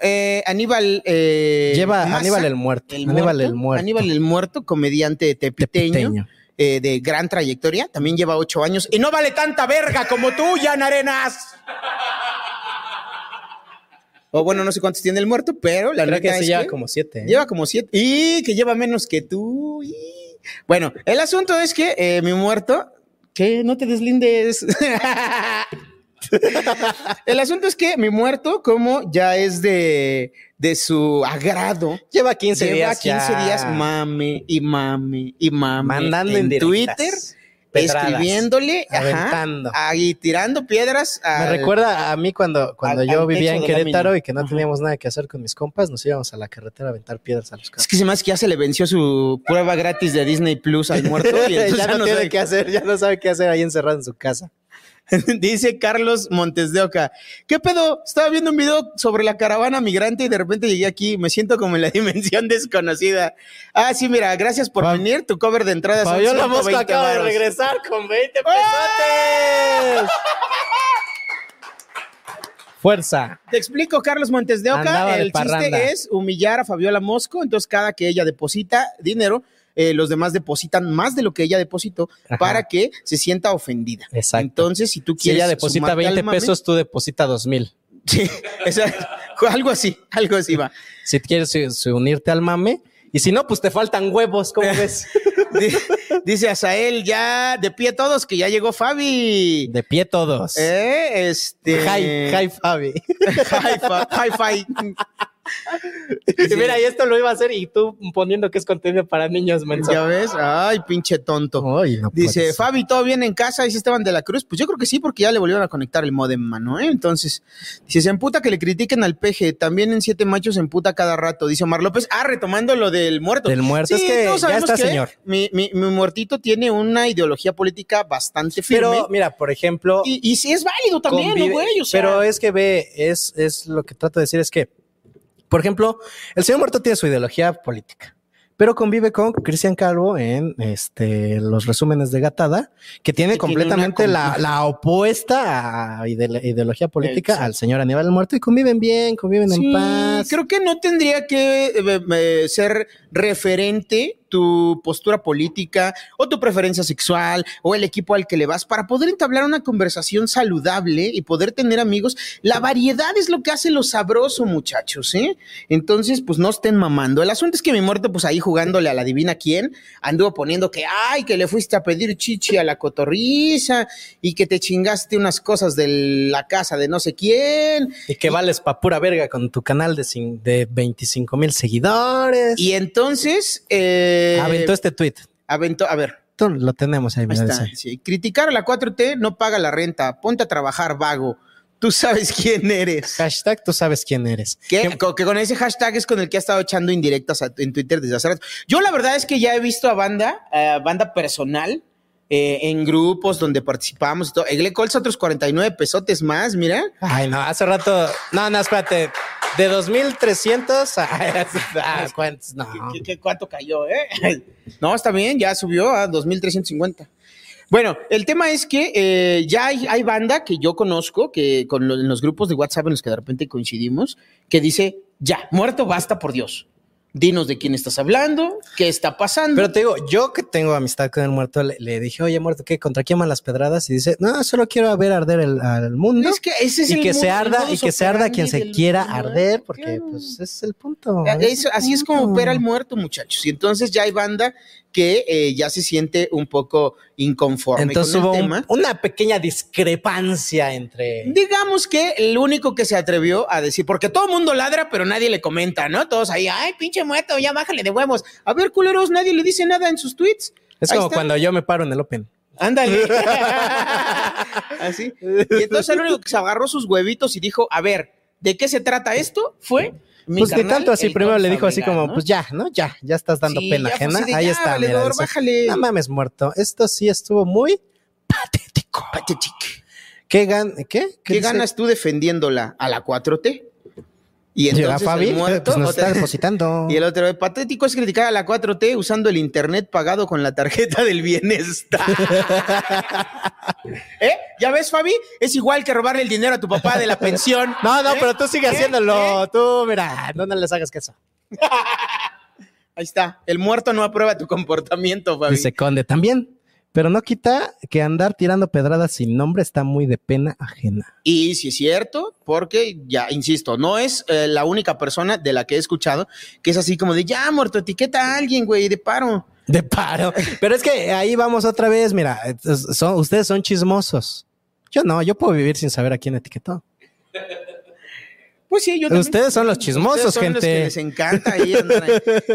[SPEAKER 3] eh, Aníbal. eh,
[SPEAKER 2] Lleva
[SPEAKER 3] Maza,
[SPEAKER 2] Aníbal el muerto. Aníbal el muerto.
[SPEAKER 3] Aníbal el muerto, comediante tepiteño.
[SPEAKER 2] Tepiteño.
[SPEAKER 3] eh, de gran trayectoria, también lleva ocho años y no vale tanta verga como tú, Jan Arenas. O bueno, no sé cuántos tiene el muerto, pero la
[SPEAKER 2] Creo
[SPEAKER 3] neta
[SPEAKER 2] que sí
[SPEAKER 3] es
[SPEAKER 2] lleva
[SPEAKER 3] que-
[SPEAKER 2] como siete. ¿eh?
[SPEAKER 3] Lleva como siete. Y que lleva menos que tú. y- Bueno, el asunto es que eh, mi muerto. Que no te deslindes. el asunto es que mi muerto, como ya es de, de su agrado.
[SPEAKER 2] Lleva 15 días
[SPEAKER 3] Lleva 15
[SPEAKER 2] ya.
[SPEAKER 3] días mame y mame y mame.
[SPEAKER 2] Mandando
[SPEAKER 3] en
[SPEAKER 2] indirectas,
[SPEAKER 3] Twitter.
[SPEAKER 2] pedradas,
[SPEAKER 3] escribiéndole, ajá,
[SPEAKER 2] aventando.
[SPEAKER 3] ahí tirando piedras.
[SPEAKER 2] Me
[SPEAKER 3] al-
[SPEAKER 2] recuerda a mí cuando, cuando
[SPEAKER 3] al-
[SPEAKER 2] yo
[SPEAKER 3] al
[SPEAKER 2] vivía
[SPEAKER 3] techo
[SPEAKER 2] en
[SPEAKER 3] de la
[SPEAKER 2] Querétaro
[SPEAKER 3] mina.
[SPEAKER 2] y que no teníamos nada que hacer con mis compas, nos íbamos a la carretera a aventar piedras a los carros.
[SPEAKER 3] Es que se me hace que ya se le venció su prueba gratis de Disney Plus al muerto. Y entonces
[SPEAKER 2] ya no, tiene
[SPEAKER 3] sabe-
[SPEAKER 2] qué hacer, ya no sabe qué hacer ahí encerrado en su casa.
[SPEAKER 3] Dice Carlos Montes de Oca. ¿Qué pedo? Estaba viendo un video sobre la caravana migrante y de repente llegué aquí. Me siento como en la dimensión desconocida. Ah, sí, mira, gracias por venir. Tu cover de entrada son
[SPEAKER 2] Fabiola Mosco
[SPEAKER 3] 120
[SPEAKER 2] acaba de
[SPEAKER 3] varos.
[SPEAKER 2] regresar con 20 pesotes. Fuerza.
[SPEAKER 3] Te explico, Carlos Montes de
[SPEAKER 2] Andaba
[SPEAKER 3] Oca.
[SPEAKER 2] de
[SPEAKER 3] El
[SPEAKER 2] parranda.
[SPEAKER 3] chiste es humillar a Fabiola Mosco. Entonces, cada que ella deposita dinero, eh, los demás depositan más de lo que ella depositó
[SPEAKER 2] Ajá.
[SPEAKER 3] para que se sienta ofendida.
[SPEAKER 2] Exacto.
[SPEAKER 3] Entonces, si tú
[SPEAKER 2] Si
[SPEAKER 3] quieres.
[SPEAKER 2] ella deposita
[SPEAKER 3] sumarte al
[SPEAKER 2] 20
[SPEAKER 3] mame-
[SPEAKER 2] pesos, tú deposita 2 mil.
[SPEAKER 3] Sí, exacto. algo así, algo así va.
[SPEAKER 2] Si quieres eh, se unirte al mame, y si no, pues te faltan huevos, ¿cómo ves?
[SPEAKER 3] Di- Dice Azael, ya de pie todos, que ya llegó Fabi.
[SPEAKER 2] De pie todos.
[SPEAKER 3] Eh, este.
[SPEAKER 2] Hi, hi, Fabi.
[SPEAKER 3] Hi, Fa- hi, Fabi.
[SPEAKER 2] Y Mira, y esto lo iba a hacer y tú poniendo que es contenido para niños, menso.
[SPEAKER 3] Ya ves, ah, ay, pinche tonto. Dice, Fabi, ¿todo bien en casa? Dice Esteban de la Cruz. Pues yo creo que sí, porque ya le volvieron a conectar el modem, mano, ¿eh? Entonces, dice, se emputa que le critiquen al peje. También en Siete Machos se emputa cada rato, dice Omar López. Ah, retomando lo del muerto.
[SPEAKER 2] Del muerto, es
[SPEAKER 3] Sí,
[SPEAKER 2] que
[SPEAKER 3] todos
[SPEAKER 2] ya
[SPEAKER 3] sabemos
[SPEAKER 2] está,
[SPEAKER 3] que
[SPEAKER 2] señor.
[SPEAKER 3] Mi, mi- mi muertito tiene una ideología política bastante firme.
[SPEAKER 2] Pero mira, por ejemplo,
[SPEAKER 3] y, y sí es válido también, ¿no,
[SPEAKER 2] convive-
[SPEAKER 3] güey? O sea,
[SPEAKER 2] pero es que ve, es, es lo que trato de decir, es que, por ejemplo, el señor muerto tiene su ideología política, pero convive con Cristian Calvo en este, los resúmenes de Gatada, que tiene
[SPEAKER 3] Que tiene
[SPEAKER 2] completamente
[SPEAKER 3] una
[SPEAKER 2] la,
[SPEAKER 3] com-
[SPEAKER 2] la opuesta a ide- ideología política
[SPEAKER 3] Exacto.
[SPEAKER 2] al señor Aníbal el Muerto y conviven bien, conviven
[SPEAKER 3] sí,
[SPEAKER 2] en paz.
[SPEAKER 3] Mm, creo que no tendría que eh, eh, ser referente tu postura política o tu preferencia sexual o el equipo al que le vas para poder entablar una conversación saludable y poder tener amigos. La variedad es lo que hace lo sabroso, muchachos, ¿eh? Entonces, pues no estén mamando. El asunto es que mi muerto, pues ahí jugándole a la divina quién, anduvo poniendo que, ay, que le fuiste a pedir chichi a la cotorriza y que te chingaste unas cosas de la casa de no sé quién.
[SPEAKER 2] Y que vales pa' pura verga con tu canal de, cin- de 25 mil seguidores.
[SPEAKER 3] Y entonces. eh,
[SPEAKER 2] Aventó este tweet.
[SPEAKER 3] aventó- a ver.
[SPEAKER 2] Tú lo tenemos ahí,
[SPEAKER 3] Ahí
[SPEAKER 2] mira,
[SPEAKER 3] está,
[SPEAKER 2] dice.
[SPEAKER 3] sí. Criticar a la 4T no paga la renta. Ponte a trabajar, vago. Tú sabes quién eres.
[SPEAKER 2] Hashtag tú sabes quién eres.
[SPEAKER 3] Que, co- que con ese hashtag es con el que ha estado echando indirectas a- en Twitter desde hace rato. Yo la verdad es que ya he visto a banda, a banda personal, eh, en grupos donde participamos y todo. Egle Colza otros 49 pesotes más, mira.
[SPEAKER 2] Ay, no, hace rato. No, no, espérate. De 2300 a, a ah, cuántos, no.
[SPEAKER 3] ¿Qué- qué- ¿Cuánto cayó, eh? No, está bien, ya subió a 2.350. Bueno, el tema es que eh, ya hay, hay banda que yo conozco, que con lo- en los grupos de WhatsApp en los que de repente coincidimos, que dice, ya, muerto basta por Dios. Dinos de quién estás hablando, qué está pasando.
[SPEAKER 2] Pero te digo, yo que tengo amistad con el muerto, le, le dije, oye, muerto, ¿qué? ¿Contra quién van las pedradas? Y dice, no, solo quiero ver arder el, al mundo.
[SPEAKER 3] Es que ese es
[SPEAKER 2] y
[SPEAKER 3] el
[SPEAKER 2] que se
[SPEAKER 3] modo- el
[SPEAKER 2] arda, y
[SPEAKER 3] modus
[SPEAKER 2] que se arda
[SPEAKER 3] operandi
[SPEAKER 2] quien se
[SPEAKER 3] del-
[SPEAKER 2] quiera
[SPEAKER 3] del
[SPEAKER 2] arder,
[SPEAKER 3] muerto,
[SPEAKER 2] porque
[SPEAKER 3] claro.
[SPEAKER 2] pues es el punto.
[SPEAKER 3] Eh, eso- así es como
[SPEAKER 2] punto.
[SPEAKER 3] opera el muerto, muchachos. Y entonces ya hay banda que eh, ya se siente un poco inconforme
[SPEAKER 2] Entonces
[SPEAKER 3] con el
[SPEAKER 2] hubo un-
[SPEAKER 3] tema.
[SPEAKER 2] una pequeña discrepancia entre.
[SPEAKER 3] Digamos que el único que se atrevió a decir, porque todo el mundo ladra, pero nadie le comenta, ¿no? Todos ahí, ay, pinche muerto, ya bájale de huevos. A ver, culeros, nadie le dice nada en sus tweets.
[SPEAKER 2] Es
[SPEAKER 3] Ahí
[SPEAKER 2] como
[SPEAKER 3] está.
[SPEAKER 2] cuando yo me paro en el Open.
[SPEAKER 3] Ándale. Así. Y entonces el único que se agarró sus huevitos y dijo, a ver, ¿de qué se trata esto? Fue mi
[SPEAKER 2] pues de
[SPEAKER 3] carnal,
[SPEAKER 2] tanto así,
[SPEAKER 3] el
[SPEAKER 2] primero
[SPEAKER 3] Don
[SPEAKER 2] le dijo así
[SPEAKER 3] Fabregat,
[SPEAKER 2] como,
[SPEAKER 3] ¿no?
[SPEAKER 2] pues ya, ¿no? Ya, ya estás dando
[SPEAKER 3] Sí,
[SPEAKER 2] pena
[SPEAKER 3] ya fue
[SPEAKER 2] ajena.
[SPEAKER 3] así de,
[SPEAKER 2] Ahí
[SPEAKER 3] ya,
[SPEAKER 2] está, mira,
[SPEAKER 3] valedor,
[SPEAKER 2] dice,
[SPEAKER 3] bájale.
[SPEAKER 2] No mames, muerto. Esto sí estuvo muy patético. ¿Qué, gan ¿qué? ¿Qué,
[SPEAKER 3] ¿Qué,
[SPEAKER 2] dice?
[SPEAKER 3] ganas tú defendiéndola a la 4T? Y
[SPEAKER 2] Llega
[SPEAKER 3] entonces
[SPEAKER 2] Fabi,
[SPEAKER 3] el muerto,
[SPEAKER 2] pues nos está
[SPEAKER 3] otra-
[SPEAKER 2] depositando.
[SPEAKER 3] Y el otro, "Eh, patético es criticar a la 4T usando el internet pagado con la tarjeta del bienestar. ¿Eh? ¿Ya ves, Fabi? Es igual que robarle el dinero a tu papá de la pensión.
[SPEAKER 2] No, no,
[SPEAKER 3] ¿Eh?
[SPEAKER 2] pero tú sigue
[SPEAKER 3] ¿Eh?
[SPEAKER 2] haciéndolo. Tú, mira, no, no les hagas caso.
[SPEAKER 3] Ahí está. El muerto no aprueba tu comportamiento, Fabi.
[SPEAKER 2] Dice Conde también. Pero no quita que andar tirando pedradas sin nombre está muy de pena ajena.
[SPEAKER 3] Y si es cierto, porque ya, insisto, no es eh, la única persona de la que he escuchado que es así como de, ya, muerto, etiqueta a alguien, güey, de paro.
[SPEAKER 2] De paro. Pero es que Eh, ahí vamos otra vez, mira, es- son, ustedes son chismosos. Yo no, yo puedo vivir sin saber a quién etiquetó.
[SPEAKER 3] Pues sí, yo también.
[SPEAKER 2] Ustedes son los chismosos,
[SPEAKER 3] Ustedes son los
[SPEAKER 2] gente.
[SPEAKER 3] que les encanta ahí andan ahí.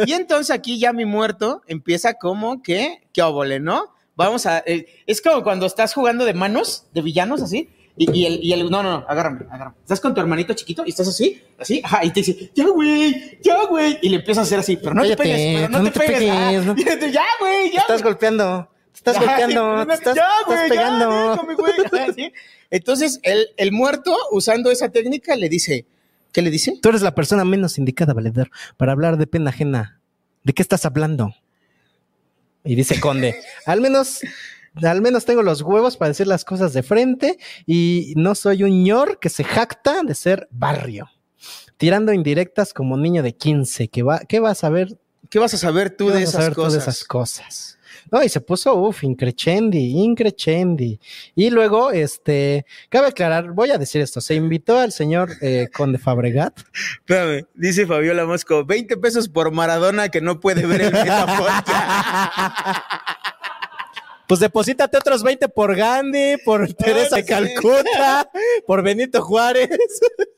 [SPEAKER 3] Y entonces aquí ya mi muerto empieza como que, qué óvole, ¿no? Vamos a, eh, es como cuando estás jugando de manos, de villanos, así, y, y el, y el- no, no, no, agárrame, agárrame. Estás con tu hermanito chiquito y estás así, así, ajá, y te dice, ya, güey, ya, güey. Y le empieza a hacer así, pero no te
[SPEAKER 2] Cállate,
[SPEAKER 3] pegues, pero no, te, pegues. ah.
[SPEAKER 2] ¿no?
[SPEAKER 3] Y tú, ya, güey, ya.
[SPEAKER 2] Estás golpeando. Te estás
[SPEAKER 3] Ya,
[SPEAKER 2] golpeando.
[SPEAKER 3] sí,
[SPEAKER 2] te estás,
[SPEAKER 3] ya,
[SPEAKER 2] te estás
[SPEAKER 3] güey, ya,
[SPEAKER 2] pegando.
[SPEAKER 3] déjame, güey, ya, sí. Entonces, el, el muerto, usando esa técnica, le dice, ¿qué le dice?
[SPEAKER 2] Tú eres la persona menos indicada, valedor, para hablar de pena ajena. ¿De qué estás hablando? Y dice Conde, al menos, al menos tengo los huevos para decir las cosas de frente y no soy un ñor que se jacta de ser barrio. Tirando indirectas como niño de 15, que va, ¿qué vas a ver?
[SPEAKER 3] ¿Qué vas a saber tú de
[SPEAKER 2] vas a
[SPEAKER 3] esas
[SPEAKER 2] saber tú de
[SPEAKER 3] cosas?
[SPEAKER 2] esas cosas? No, y se puso, uff, increchendi, increchendi. Y luego, este, cabe aclarar, voy a decir esto, se invitó al señor eh, Conde Fabregat
[SPEAKER 3] Espérame, dice Fabiola Mosco, 20 pesos por Maradona que no puede ver el metapodcast.
[SPEAKER 2] Pues deposítate otros 20 por Gandhi,
[SPEAKER 3] Ah,
[SPEAKER 2] por Teresa Calcuta, por Benito Juárez.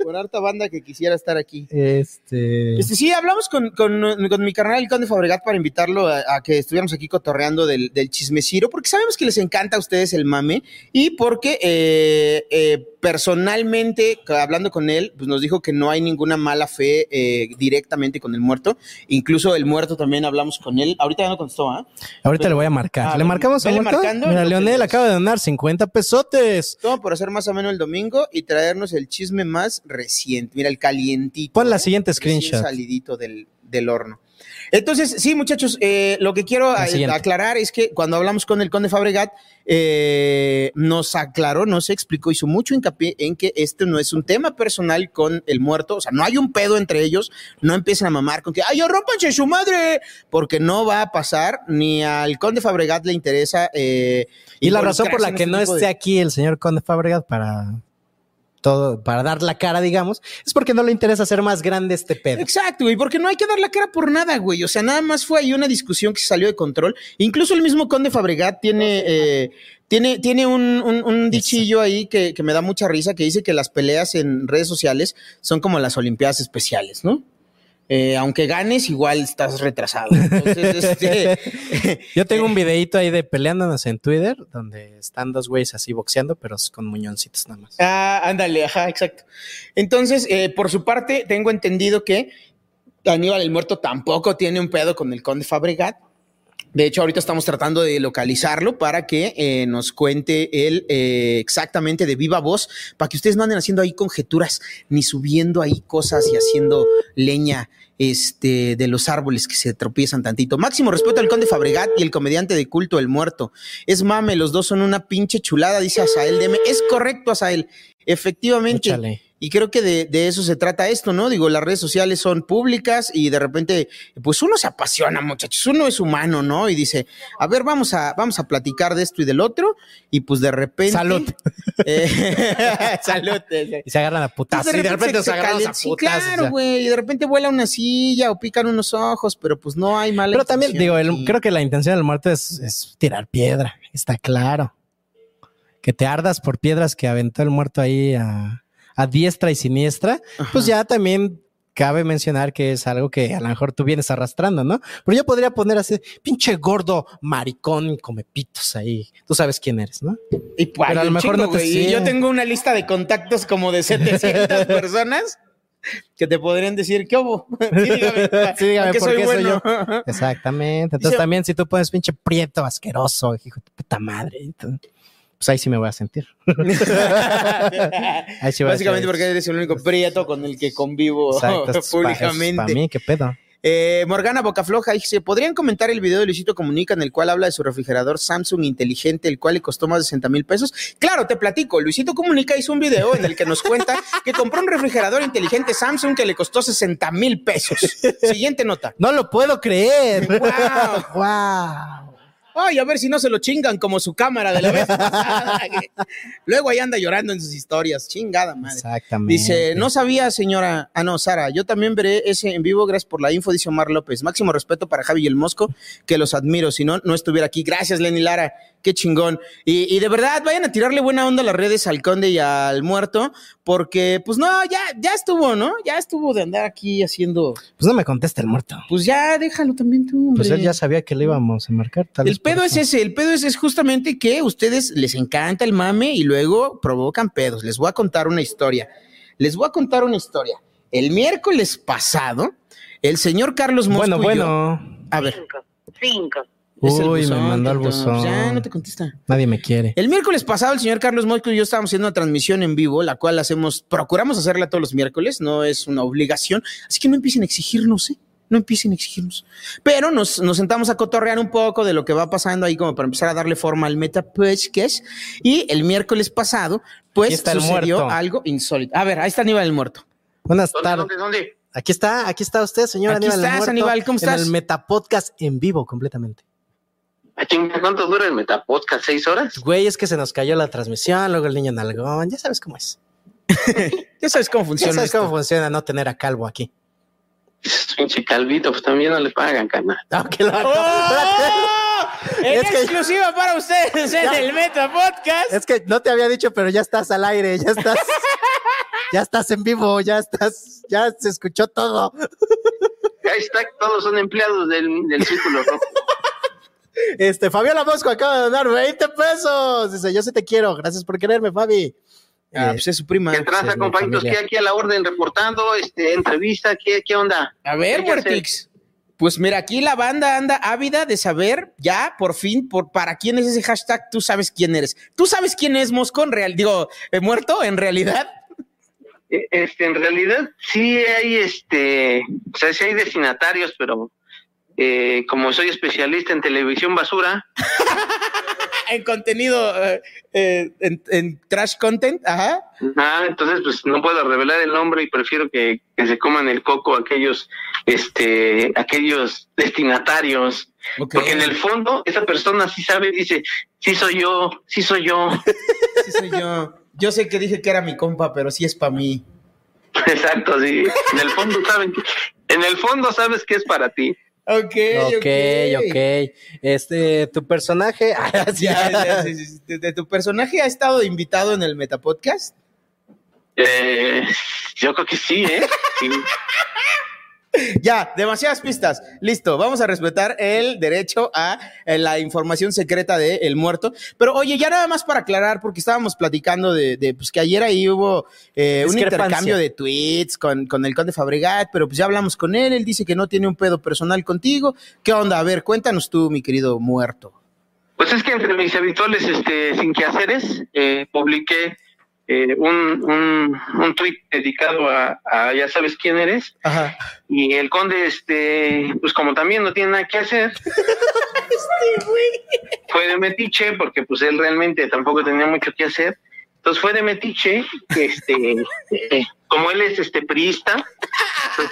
[SPEAKER 3] por harta banda que quisiera estar aquí.
[SPEAKER 2] Este.
[SPEAKER 3] Este, sí, hablamos con, con- con mi carnal el Conde Fabregat para invitarlo a, a que estuviéramos aquí cotorreando del, del chismeciro, porque sabemos que les encanta a ustedes el mame y porque eh, eh, personalmente, ca- hablando con él, pues nos dijo que no hay ninguna mala fe eh, directamente con el muerto. Incluso el muerto también hablamos con él. Ahorita ya no contestó, ¿ah?
[SPEAKER 2] Ahorita le voy a marcar.
[SPEAKER 3] Ah,
[SPEAKER 2] ¿Le
[SPEAKER 3] bueno,
[SPEAKER 2] marcamos a
[SPEAKER 3] vele
[SPEAKER 2] Marco?
[SPEAKER 3] marcando
[SPEAKER 2] Mira,
[SPEAKER 3] lo que
[SPEAKER 2] Leonel acaba de donar 50 pesotes.
[SPEAKER 3] Todo por hacer más o menos el domingo y traernos el chisme más reciente. Mira, el calientito.
[SPEAKER 2] Pon la siguiente
[SPEAKER 3] recién
[SPEAKER 2] screenshot.
[SPEAKER 3] salidito del, del horno. Entonces, sí, muchachos, eh, lo que quiero
[SPEAKER 2] La
[SPEAKER 3] eh,
[SPEAKER 2] siguiente.
[SPEAKER 3] aclarar es que cuando hablamos con el conde Fabregat, eh, nos aclaró, nos explicó, hizo mucho hincapié en que este no es un tema personal con el muerto, o sea, no hay un pedo entre ellos, no empiecen a mamar con que, ¡ay, rompanse su madre! Porque no va a pasar, ni al conde Fabregat le interesa. eh,
[SPEAKER 2] Y la razón por
[SPEAKER 3] involucrarse
[SPEAKER 2] la
[SPEAKER 3] en
[SPEAKER 2] que
[SPEAKER 3] este
[SPEAKER 2] no
[SPEAKER 3] tipo de-
[SPEAKER 2] esté aquí el señor Conde Fabregat para todo, para dar la cara, digamos, es porque no le interesa hacer más grande este pedo.
[SPEAKER 3] Exacto, güey, porque no hay que dar la cara por nada, güey. O sea, nada más fue ahí una discusión que se salió de control. Incluso el mismo Conde Fabregat tiene, eh, tiene, tiene un, un- un dichillo ahí que, que me da mucha risa, que dice que las peleas en redes sociales son como las Olimpiadas especiales, ¿no? Eh, aunque ganes, igual estás retrasado. Entonces, este,
[SPEAKER 2] Yo tengo un videito ahí de peleándonos en Twitter, donde están dos güeyes así boxeando, pero con muñoncitos nada más.
[SPEAKER 3] Ah, ándale, ajá, exacto. Entonces, eh, por su parte, tengo entendido que Aníbal el Muerto tampoco tiene un pedo con el conde Fabregat. De hecho, ahorita estamos tratando de localizarlo para que eh, nos cuente él eh, exactamente de viva voz, para que ustedes no anden haciendo ahí conjeturas, ni subiendo ahí cosas y haciendo leña este, de los árboles que se tropiezan tantito. Máximo respeto al conde Fabregat y el comediante de culto El Muerto. Es mame, los dos son una pinche chulada, dice Asael Deme. Es correcto, Asael. Efectivamente. Y creo que de, de eso se trata esto, ¿no? Digo, las redes sociales son públicas y de repente, pues uno se apasiona, muchachos, uno es humano, ¿no? Y dice, a ver, vamos a, vamos a platicar de esto y del otro, y pues de repente. pues, Salud. Eh, salud.
[SPEAKER 2] Y se agarran a putas.
[SPEAKER 3] Entonces,
[SPEAKER 2] y de repente
[SPEAKER 3] se-
[SPEAKER 2] se,
[SPEAKER 3] se
[SPEAKER 2] agarran a
[SPEAKER 3] calen-
[SPEAKER 2] putas.
[SPEAKER 3] Sí,
[SPEAKER 2] o
[SPEAKER 3] claro,
[SPEAKER 2] sea.
[SPEAKER 3] güey. Y de repente vuela una silla o pican unos ojos, pero pues no hay mala
[SPEAKER 2] Pero también, digo,
[SPEAKER 3] intención.
[SPEAKER 2] el- creo que la intención del muerto es, es tirar piedra, está claro. Que te ardas por piedras que aventó el muerto ahí a, a diestra y siniestra, pues ya también cabe mencionar que es algo que a lo mejor tú vienes arrastrando, ¿no? Pero yo podría poner así, pinche gordo maricón, come pitos ahí. Tú sabes quién eres, ¿no?
[SPEAKER 3] Y pues,
[SPEAKER 2] Pero a
[SPEAKER 3] hay
[SPEAKER 2] lo
[SPEAKER 3] un
[SPEAKER 2] mejor
[SPEAKER 3] chingo,
[SPEAKER 2] no te
[SPEAKER 3] güey. Y Yo
[SPEAKER 2] sirve.
[SPEAKER 3] tengo una lista de contactos como de 700 personas que te podrían decir, ¿qué hubo? Sí, dígame,
[SPEAKER 2] Sí, dígame,
[SPEAKER 3] ¿a qué
[SPEAKER 2] ¿por
[SPEAKER 3] soy
[SPEAKER 2] qué soy
[SPEAKER 3] bueno?
[SPEAKER 2] yo? Exactamente. Entonces
[SPEAKER 3] Dice-
[SPEAKER 2] también si tú pones pinche prieto asqueroso, hijo de puta madre, entonces, pues ahí sí me voy a sentir. Ahí sí voy a
[SPEAKER 3] Básicamente
[SPEAKER 2] decir,
[SPEAKER 3] porque eres el único prieto con el que convivo
[SPEAKER 2] Exacto, esto es pa- esto es pa'
[SPEAKER 3] Oh, públicamente.
[SPEAKER 2] mí, qué pedo.
[SPEAKER 3] Eh, Morgana Bocafloja dice, ¿podrían comentar el video de Luisito Comunica en el cual habla de su refrigerador Samsung inteligente, el cual le costó más de 60 mil pesos? Claro, te platico, Luisito Comunica hizo un video en el que nos cuenta que compró un refrigerador inteligente Samsung que le costó 60 mil pesos. Siguiente nota.
[SPEAKER 2] No lo puedo creer.
[SPEAKER 3] ¡Wow! Ay, a ver si no se lo chingan como su cámara de la vez pasada. Luego ahí anda llorando en sus historias. Chingada madre.
[SPEAKER 2] Exactamente.
[SPEAKER 3] Dice, no sabía, señora. Ah, no, Sara, yo también veré ese en vivo. Gracias por la info, dice Omar López. Máximo respeto para Javi y el Mosco, que los admiro. Si no, no estuviera aquí. Gracias, Lenny Lara. Qué chingón. Y, y de verdad, vayan a tirarle buena onda a las redes al conde y al muerto, porque pues no, ya, ya estuvo, ¿no? Ya estuvo de andar aquí haciendo.
[SPEAKER 2] Pues no me contesta el muerto.
[SPEAKER 3] Pues ya déjalo también tú, hombre.
[SPEAKER 2] Pues él ya sabía que le íbamos a marcar. Tal vez
[SPEAKER 3] El pedo
[SPEAKER 2] por
[SPEAKER 3] es
[SPEAKER 2] eso.
[SPEAKER 3] ese, el pedo es, es justamente que ustedes les encanta el mame y luego provocan pedos. Les voy a contar una historia. Les voy a contar una historia. El miércoles pasado, el señor Carlos
[SPEAKER 2] Bueno,
[SPEAKER 3] Mosco y yo-
[SPEAKER 2] bueno.
[SPEAKER 3] a ver.
[SPEAKER 12] Cinco.
[SPEAKER 3] es el
[SPEAKER 2] Uy, me
[SPEAKER 3] buzón,
[SPEAKER 2] mandó al
[SPEAKER 3] tonto.
[SPEAKER 2] buzón.
[SPEAKER 3] Ya no te contesta.
[SPEAKER 2] Nadie me quiere.
[SPEAKER 3] El miércoles pasado, el señor Carlos Mosco y yo estábamos haciendo una transmisión en vivo, la cual hacemos, procuramos hacerla todos los miércoles, no es una obligación, así que no empiecen a exigirnos, ¿eh? No empiecen a exigirnos. Pero nos, nos sentamos a cotorrear un poco de lo que va pasando ahí, como para empezar a darle forma al meta podcast. Y el miércoles pasado,
[SPEAKER 2] Aquí
[SPEAKER 3] pues
[SPEAKER 2] está el
[SPEAKER 3] sucedió
[SPEAKER 2] muerto.
[SPEAKER 3] algo insólito. A ver, ahí está Aníbal el muerto.
[SPEAKER 2] Buenas tardes. Aquí está, aquí está usted, señor
[SPEAKER 3] Aquí
[SPEAKER 2] Aníbal. el
[SPEAKER 3] estás,
[SPEAKER 2] Muerto,
[SPEAKER 3] Aníbal, ¿cómo
[SPEAKER 2] En
[SPEAKER 3] estás?
[SPEAKER 2] el Metapodcast en vivo completamente.
[SPEAKER 6] ¿A Ah, chinga, cuánto dura el Metapodcast? ¿Seis horas?
[SPEAKER 2] Güey, es que se nos cayó la transmisión, luego el niño nalgón, ya sabes cómo es.
[SPEAKER 3] ya sabes cómo
[SPEAKER 2] Ya
[SPEAKER 6] funciona
[SPEAKER 2] sabes
[SPEAKER 6] esto.
[SPEAKER 2] cómo funciona no tener a Calvo aquí.
[SPEAKER 6] Pinche calvito, pues también no le pagan, carnal.
[SPEAKER 3] Oh. En
[SPEAKER 2] Es que-
[SPEAKER 3] exclusiva para ustedes en
[SPEAKER 2] Ya.
[SPEAKER 3] el Meta Podcast.
[SPEAKER 2] Es que no te había dicho, pero ya estás al aire, ya estás, ya estás en vivo, ya estás, ya se escuchó todo.
[SPEAKER 6] Ahí está, todos son empleados del, del Círculo Rojo.
[SPEAKER 2] Este, Fabiola Bosco acaba de donar 20 pesos. Dice, yo sí te quiero, gracias por quererme, Fabi.
[SPEAKER 3] Ah, pues es su prima.
[SPEAKER 2] ¿Qué
[SPEAKER 6] Tranza, compañitos, que aquí a la orden reportando, este, entrevista, ¿qué, qué onda?
[SPEAKER 3] A ver, Muertix. Pues mira, aquí la banda anda ávida de saber ya por fin por para quién es ese hashtag. Tú sabes quién eres. Tú sabes quién es Moscón real. Digo, eh, muerto en realidad.
[SPEAKER 6] Eh, Este, en realidad, sí hay, este, o sea, sí hay destinatarios, pero eh, como soy especialista en televisión basura,
[SPEAKER 3] En contenido, eh, eh, en, en trash content. Ajá.
[SPEAKER 6] Ah, entonces pues no puedo revelar el nombre y prefiero que, que se coman el coco aquellos, este, aquellos destinatarios. Porque en el fondo esa persona sí sabe, dice, sí soy yo, sí soy yo.
[SPEAKER 3] Sí soy yo. Yo sé que dije que era mi compa, pero sí es para mí.
[SPEAKER 6] Exacto, sí. En el fondo saben que, en el fondo sabes que es para ti.
[SPEAKER 3] Ok,
[SPEAKER 2] Ok, ok. Este, tu personaje. Ah, sí,
[SPEAKER 3] Ya, ya, sí, sí, sí. ¿De- de ¿Tu personaje ha estado invitado en el Metapodcast?
[SPEAKER 6] Eh, yo creo que sí, ¿eh? Sí.
[SPEAKER 3] Ya, demasiadas pistas. Listo, vamos a respetar el derecho a eh, la información secreta del muerto. Pero oye, ya nada más para aclarar, porque estábamos platicando de, de, pues que ayer ahí hubo eh, un
[SPEAKER 2] Discrepancia.
[SPEAKER 3] intercambio de tweets con, con el conde Fabregat, pero pues ya hablamos con él, él dice que no tiene un pedo personal contigo. ¿Qué onda? A ver, cuéntanos tú, mi querido muerto.
[SPEAKER 6] Pues es que entre mis habituales este, sin quehaceres, eh, publiqué eh, un, un, un tweet dedicado a, a ya sabes quién eres.
[SPEAKER 3] Ajá.
[SPEAKER 6] Y el conde, este, pues como también no tiene nada que hacer, fue de metiche porque pues él realmente tampoco tenía mucho que hacer Entonces fue de Metiche, que, este, eh, como él es este priista, pues,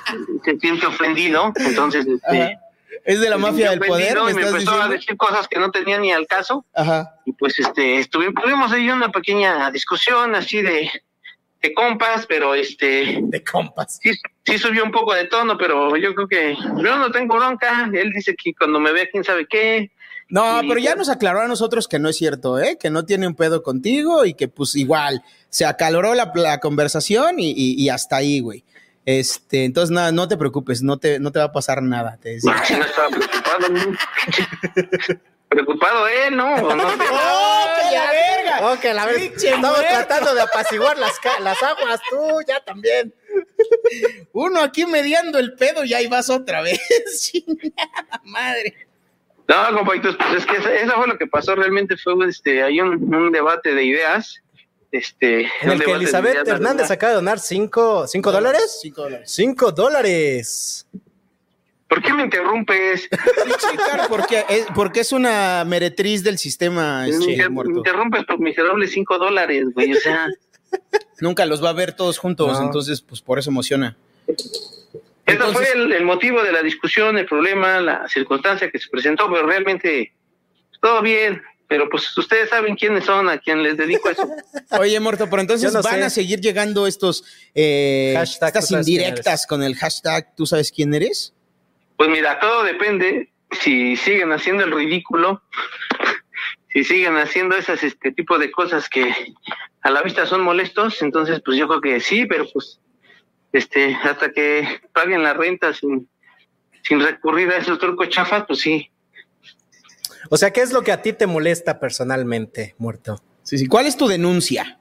[SPEAKER 6] se siente ofendido, entonces este,
[SPEAKER 3] Ajá. Es de la
[SPEAKER 6] se
[SPEAKER 3] mafia del
[SPEAKER 6] sintió
[SPEAKER 3] poder,
[SPEAKER 6] ofendido
[SPEAKER 3] me
[SPEAKER 6] y me
[SPEAKER 3] estás
[SPEAKER 6] empezó a
[SPEAKER 3] diciendo.
[SPEAKER 6] decir cosas que no tenían ni al caso.
[SPEAKER 3] Ajá.
[SPEAKER 6] Y pues este, estuvimos, tuvimos ahí una pequeña discusión así de, de compas, pero este.
[SPEAKER 2] De compas.
[SPEAKER 6] Sí, sí subió un poco de tono, pero yo creo que yo no tengo bronca. Él dice que cuando me vea, quién sabe qué.
[SPEAKER 3] No,
[SPEAKER 6] Y-
[SPEAKER 3] pero ya nos aclaró a nosotros que no es cierto, ¿eh? Que no tiene un pedo contigo y que pues igual se acaloró la, la conversación y, y- y hasta ahí, güey. Este, entonces nada, no te preocupes, no te, no te va a pasar nada. Te decía.
[SPEAKER 6] Sí, no estaba preocupado. ¿no? preocupado él, ¿no? O no sé.
[SPEAKER 3] ¡Oh,
[SPEAKER 2] que la
[SPEAKER 3] verga!
[SPEAKER 2] ¡Oh, que la verga!
[SPEAKER 3] Pinche
[SPEAKER 2] Estamos
[SPEAKER 3] muerto.
[SPEAKER 2] tratando de apaciguar las, ca- las aguas, tú ya también.
[SPEAKER 3] Uno aquí mediando el pedo y ahí vas otra vez. Chingada madre.
[SPEAKER 6] No, compañeros, pues es que esa- eso fue lo que pasó. Realmente fue este, hay un, un debate de ideas. Este,
[SPEAKER 2] En
[SPEAKER 6] un
[SPEAKER 2] el
[SPEAKER 6] debate
[SPEAKER 2] que
[SPEAKER 6] de
[SPEAKER 2] Elizabeth
[SPEAKER 6] ideas, la
[SPEAKER 2] Hernández
[SPEAKER 6] verdad.
[SPEAKER 2] acaba de donar 5 dólares.
[SPEAKER 3] Cinco dólares.
[SPEAKER 2] 5 dólares.
[SPEAKER 6] ¿Por qué me interrumpes?
[SPEAKER 3] porque, es, porque es una meretriz del sistema.
[SPEAKER 6] Me
[SPEAKER 3] este,
[SPEAKER 6] inter- me
[SPEAKER 3] muerto.
[SPEAKER 6] interrumpes por miserables cinco dólares, güey. O sea,
[SPEAKER 3] Nunca los va a ver todos juntos,
[SPEAKER 6] No.
[SPEAKER 3] entonces pues por eso emociona.
[SPEAKER 6] Ese fue el, el motivo de la discusión, el problema, la circunstancia que se presentó, pero realmente todo bien. Pero pues ustedes saben quiénes son, a quién les dedico eso.
[SPEAKER 3] Oye, Morto, pero entonces
[SPEAKER 6] Yo no
[SPEAKER 3] van
[SPEAKER 6] sé.
[SPEAKER 3] a seguir llegando estos eh,
[SPEAKER 6] Hashtag, tú
[SPEAKER 3] estas
[SPEAKER 6] sabes quién
[SPEAKER 3] indirectas con el hashtag ¿Tú sabes quién eres?
[SPEAKER 6] Pues mira, todo depende si siguen haciendo el ridículo, si siguen haciendo esas este tipo de cosas que a la vista son molestos, entonces pues yo creo que sí, pero pues este hasta que paguen la renta sin sin recurrir a esos trucos chafas, pues sí.
[SPEAKER 2] O sea, ¿qué es lo que a ti te molesta personalmente, muerto?
[SPEAKER 3] Sí, sí. ¿Cuál es tu denuncia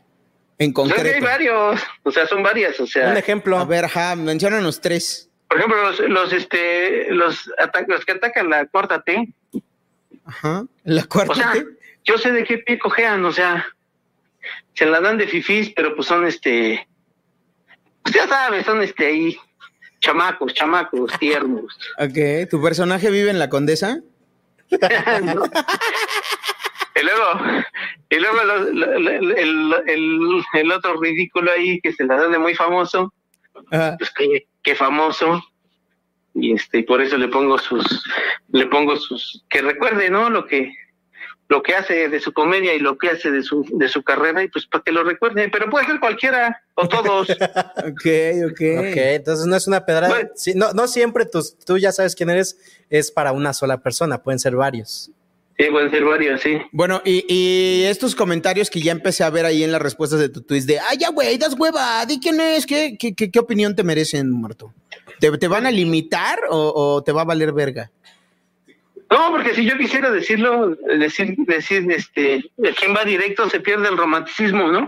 [SPEAKER 3] en
[SPEAKER 6] O sea, Pues que hay
[SPEAKER 3] concreto?
[SPEAKER 6] varios, o sea, son varias, o sea,
[SPEAKER 3] Un ejemplo. A ver, ajá, menciónanos tres.
[SPEAKER 6] por ejemplo, los, los este los, ata- los que atacan la cuarta T,
[SPEAKER 3] Ajá. La cuarta.
[SPEAKER 6] O sea, yo sé de qué pie cojean, o sea, se la dan de fifís, pero pues son este, pues ya sabes, son este ahí, chamacos, chamacos, tiernos.
[SPEAKER 3] Ok, ¿tu personaje vive en la condesa?
[SPEAKER 6] Y luego, y luego los- lo- lo- el, el- el otro ridículo ahí que se la dan de muy famoso, pues qué, qué famoso. Y este, y por eso le pongo sus, le pongo sus, que recuerde, ¿no? Lo que, lo que hace de su comedia y lo que hace de su, de su carrera, y pues para que lo recuerde, pero puede ser cualquiera, o todos.
[SPEAKER 3] Ok, ok.
[SPEAKER 2] Ok, entonces no es una pedrada. Sí, no, no siempre tus- tú ya sabes quién eres, es para una sola persona, pueden ser varios.
[SPEAKER 6] Sí, pueden ser varios, sí.
[SPEAKER 3] Bueno, y, y estos comentarios que ya empecé a ver ahí en las respuestas de tu tweet de, ay, ya, güey, das hueva, di quién es, ¿qué, qué, qué, qué opinión te merecen, muerto? ¿Te, te van a limitar o, o te va a valer verga?
[SPEAKER 6] No, porque si yo quisiera decirlo, decir, decir, este, de quién va directo se pierde el romanticismo, ¿no?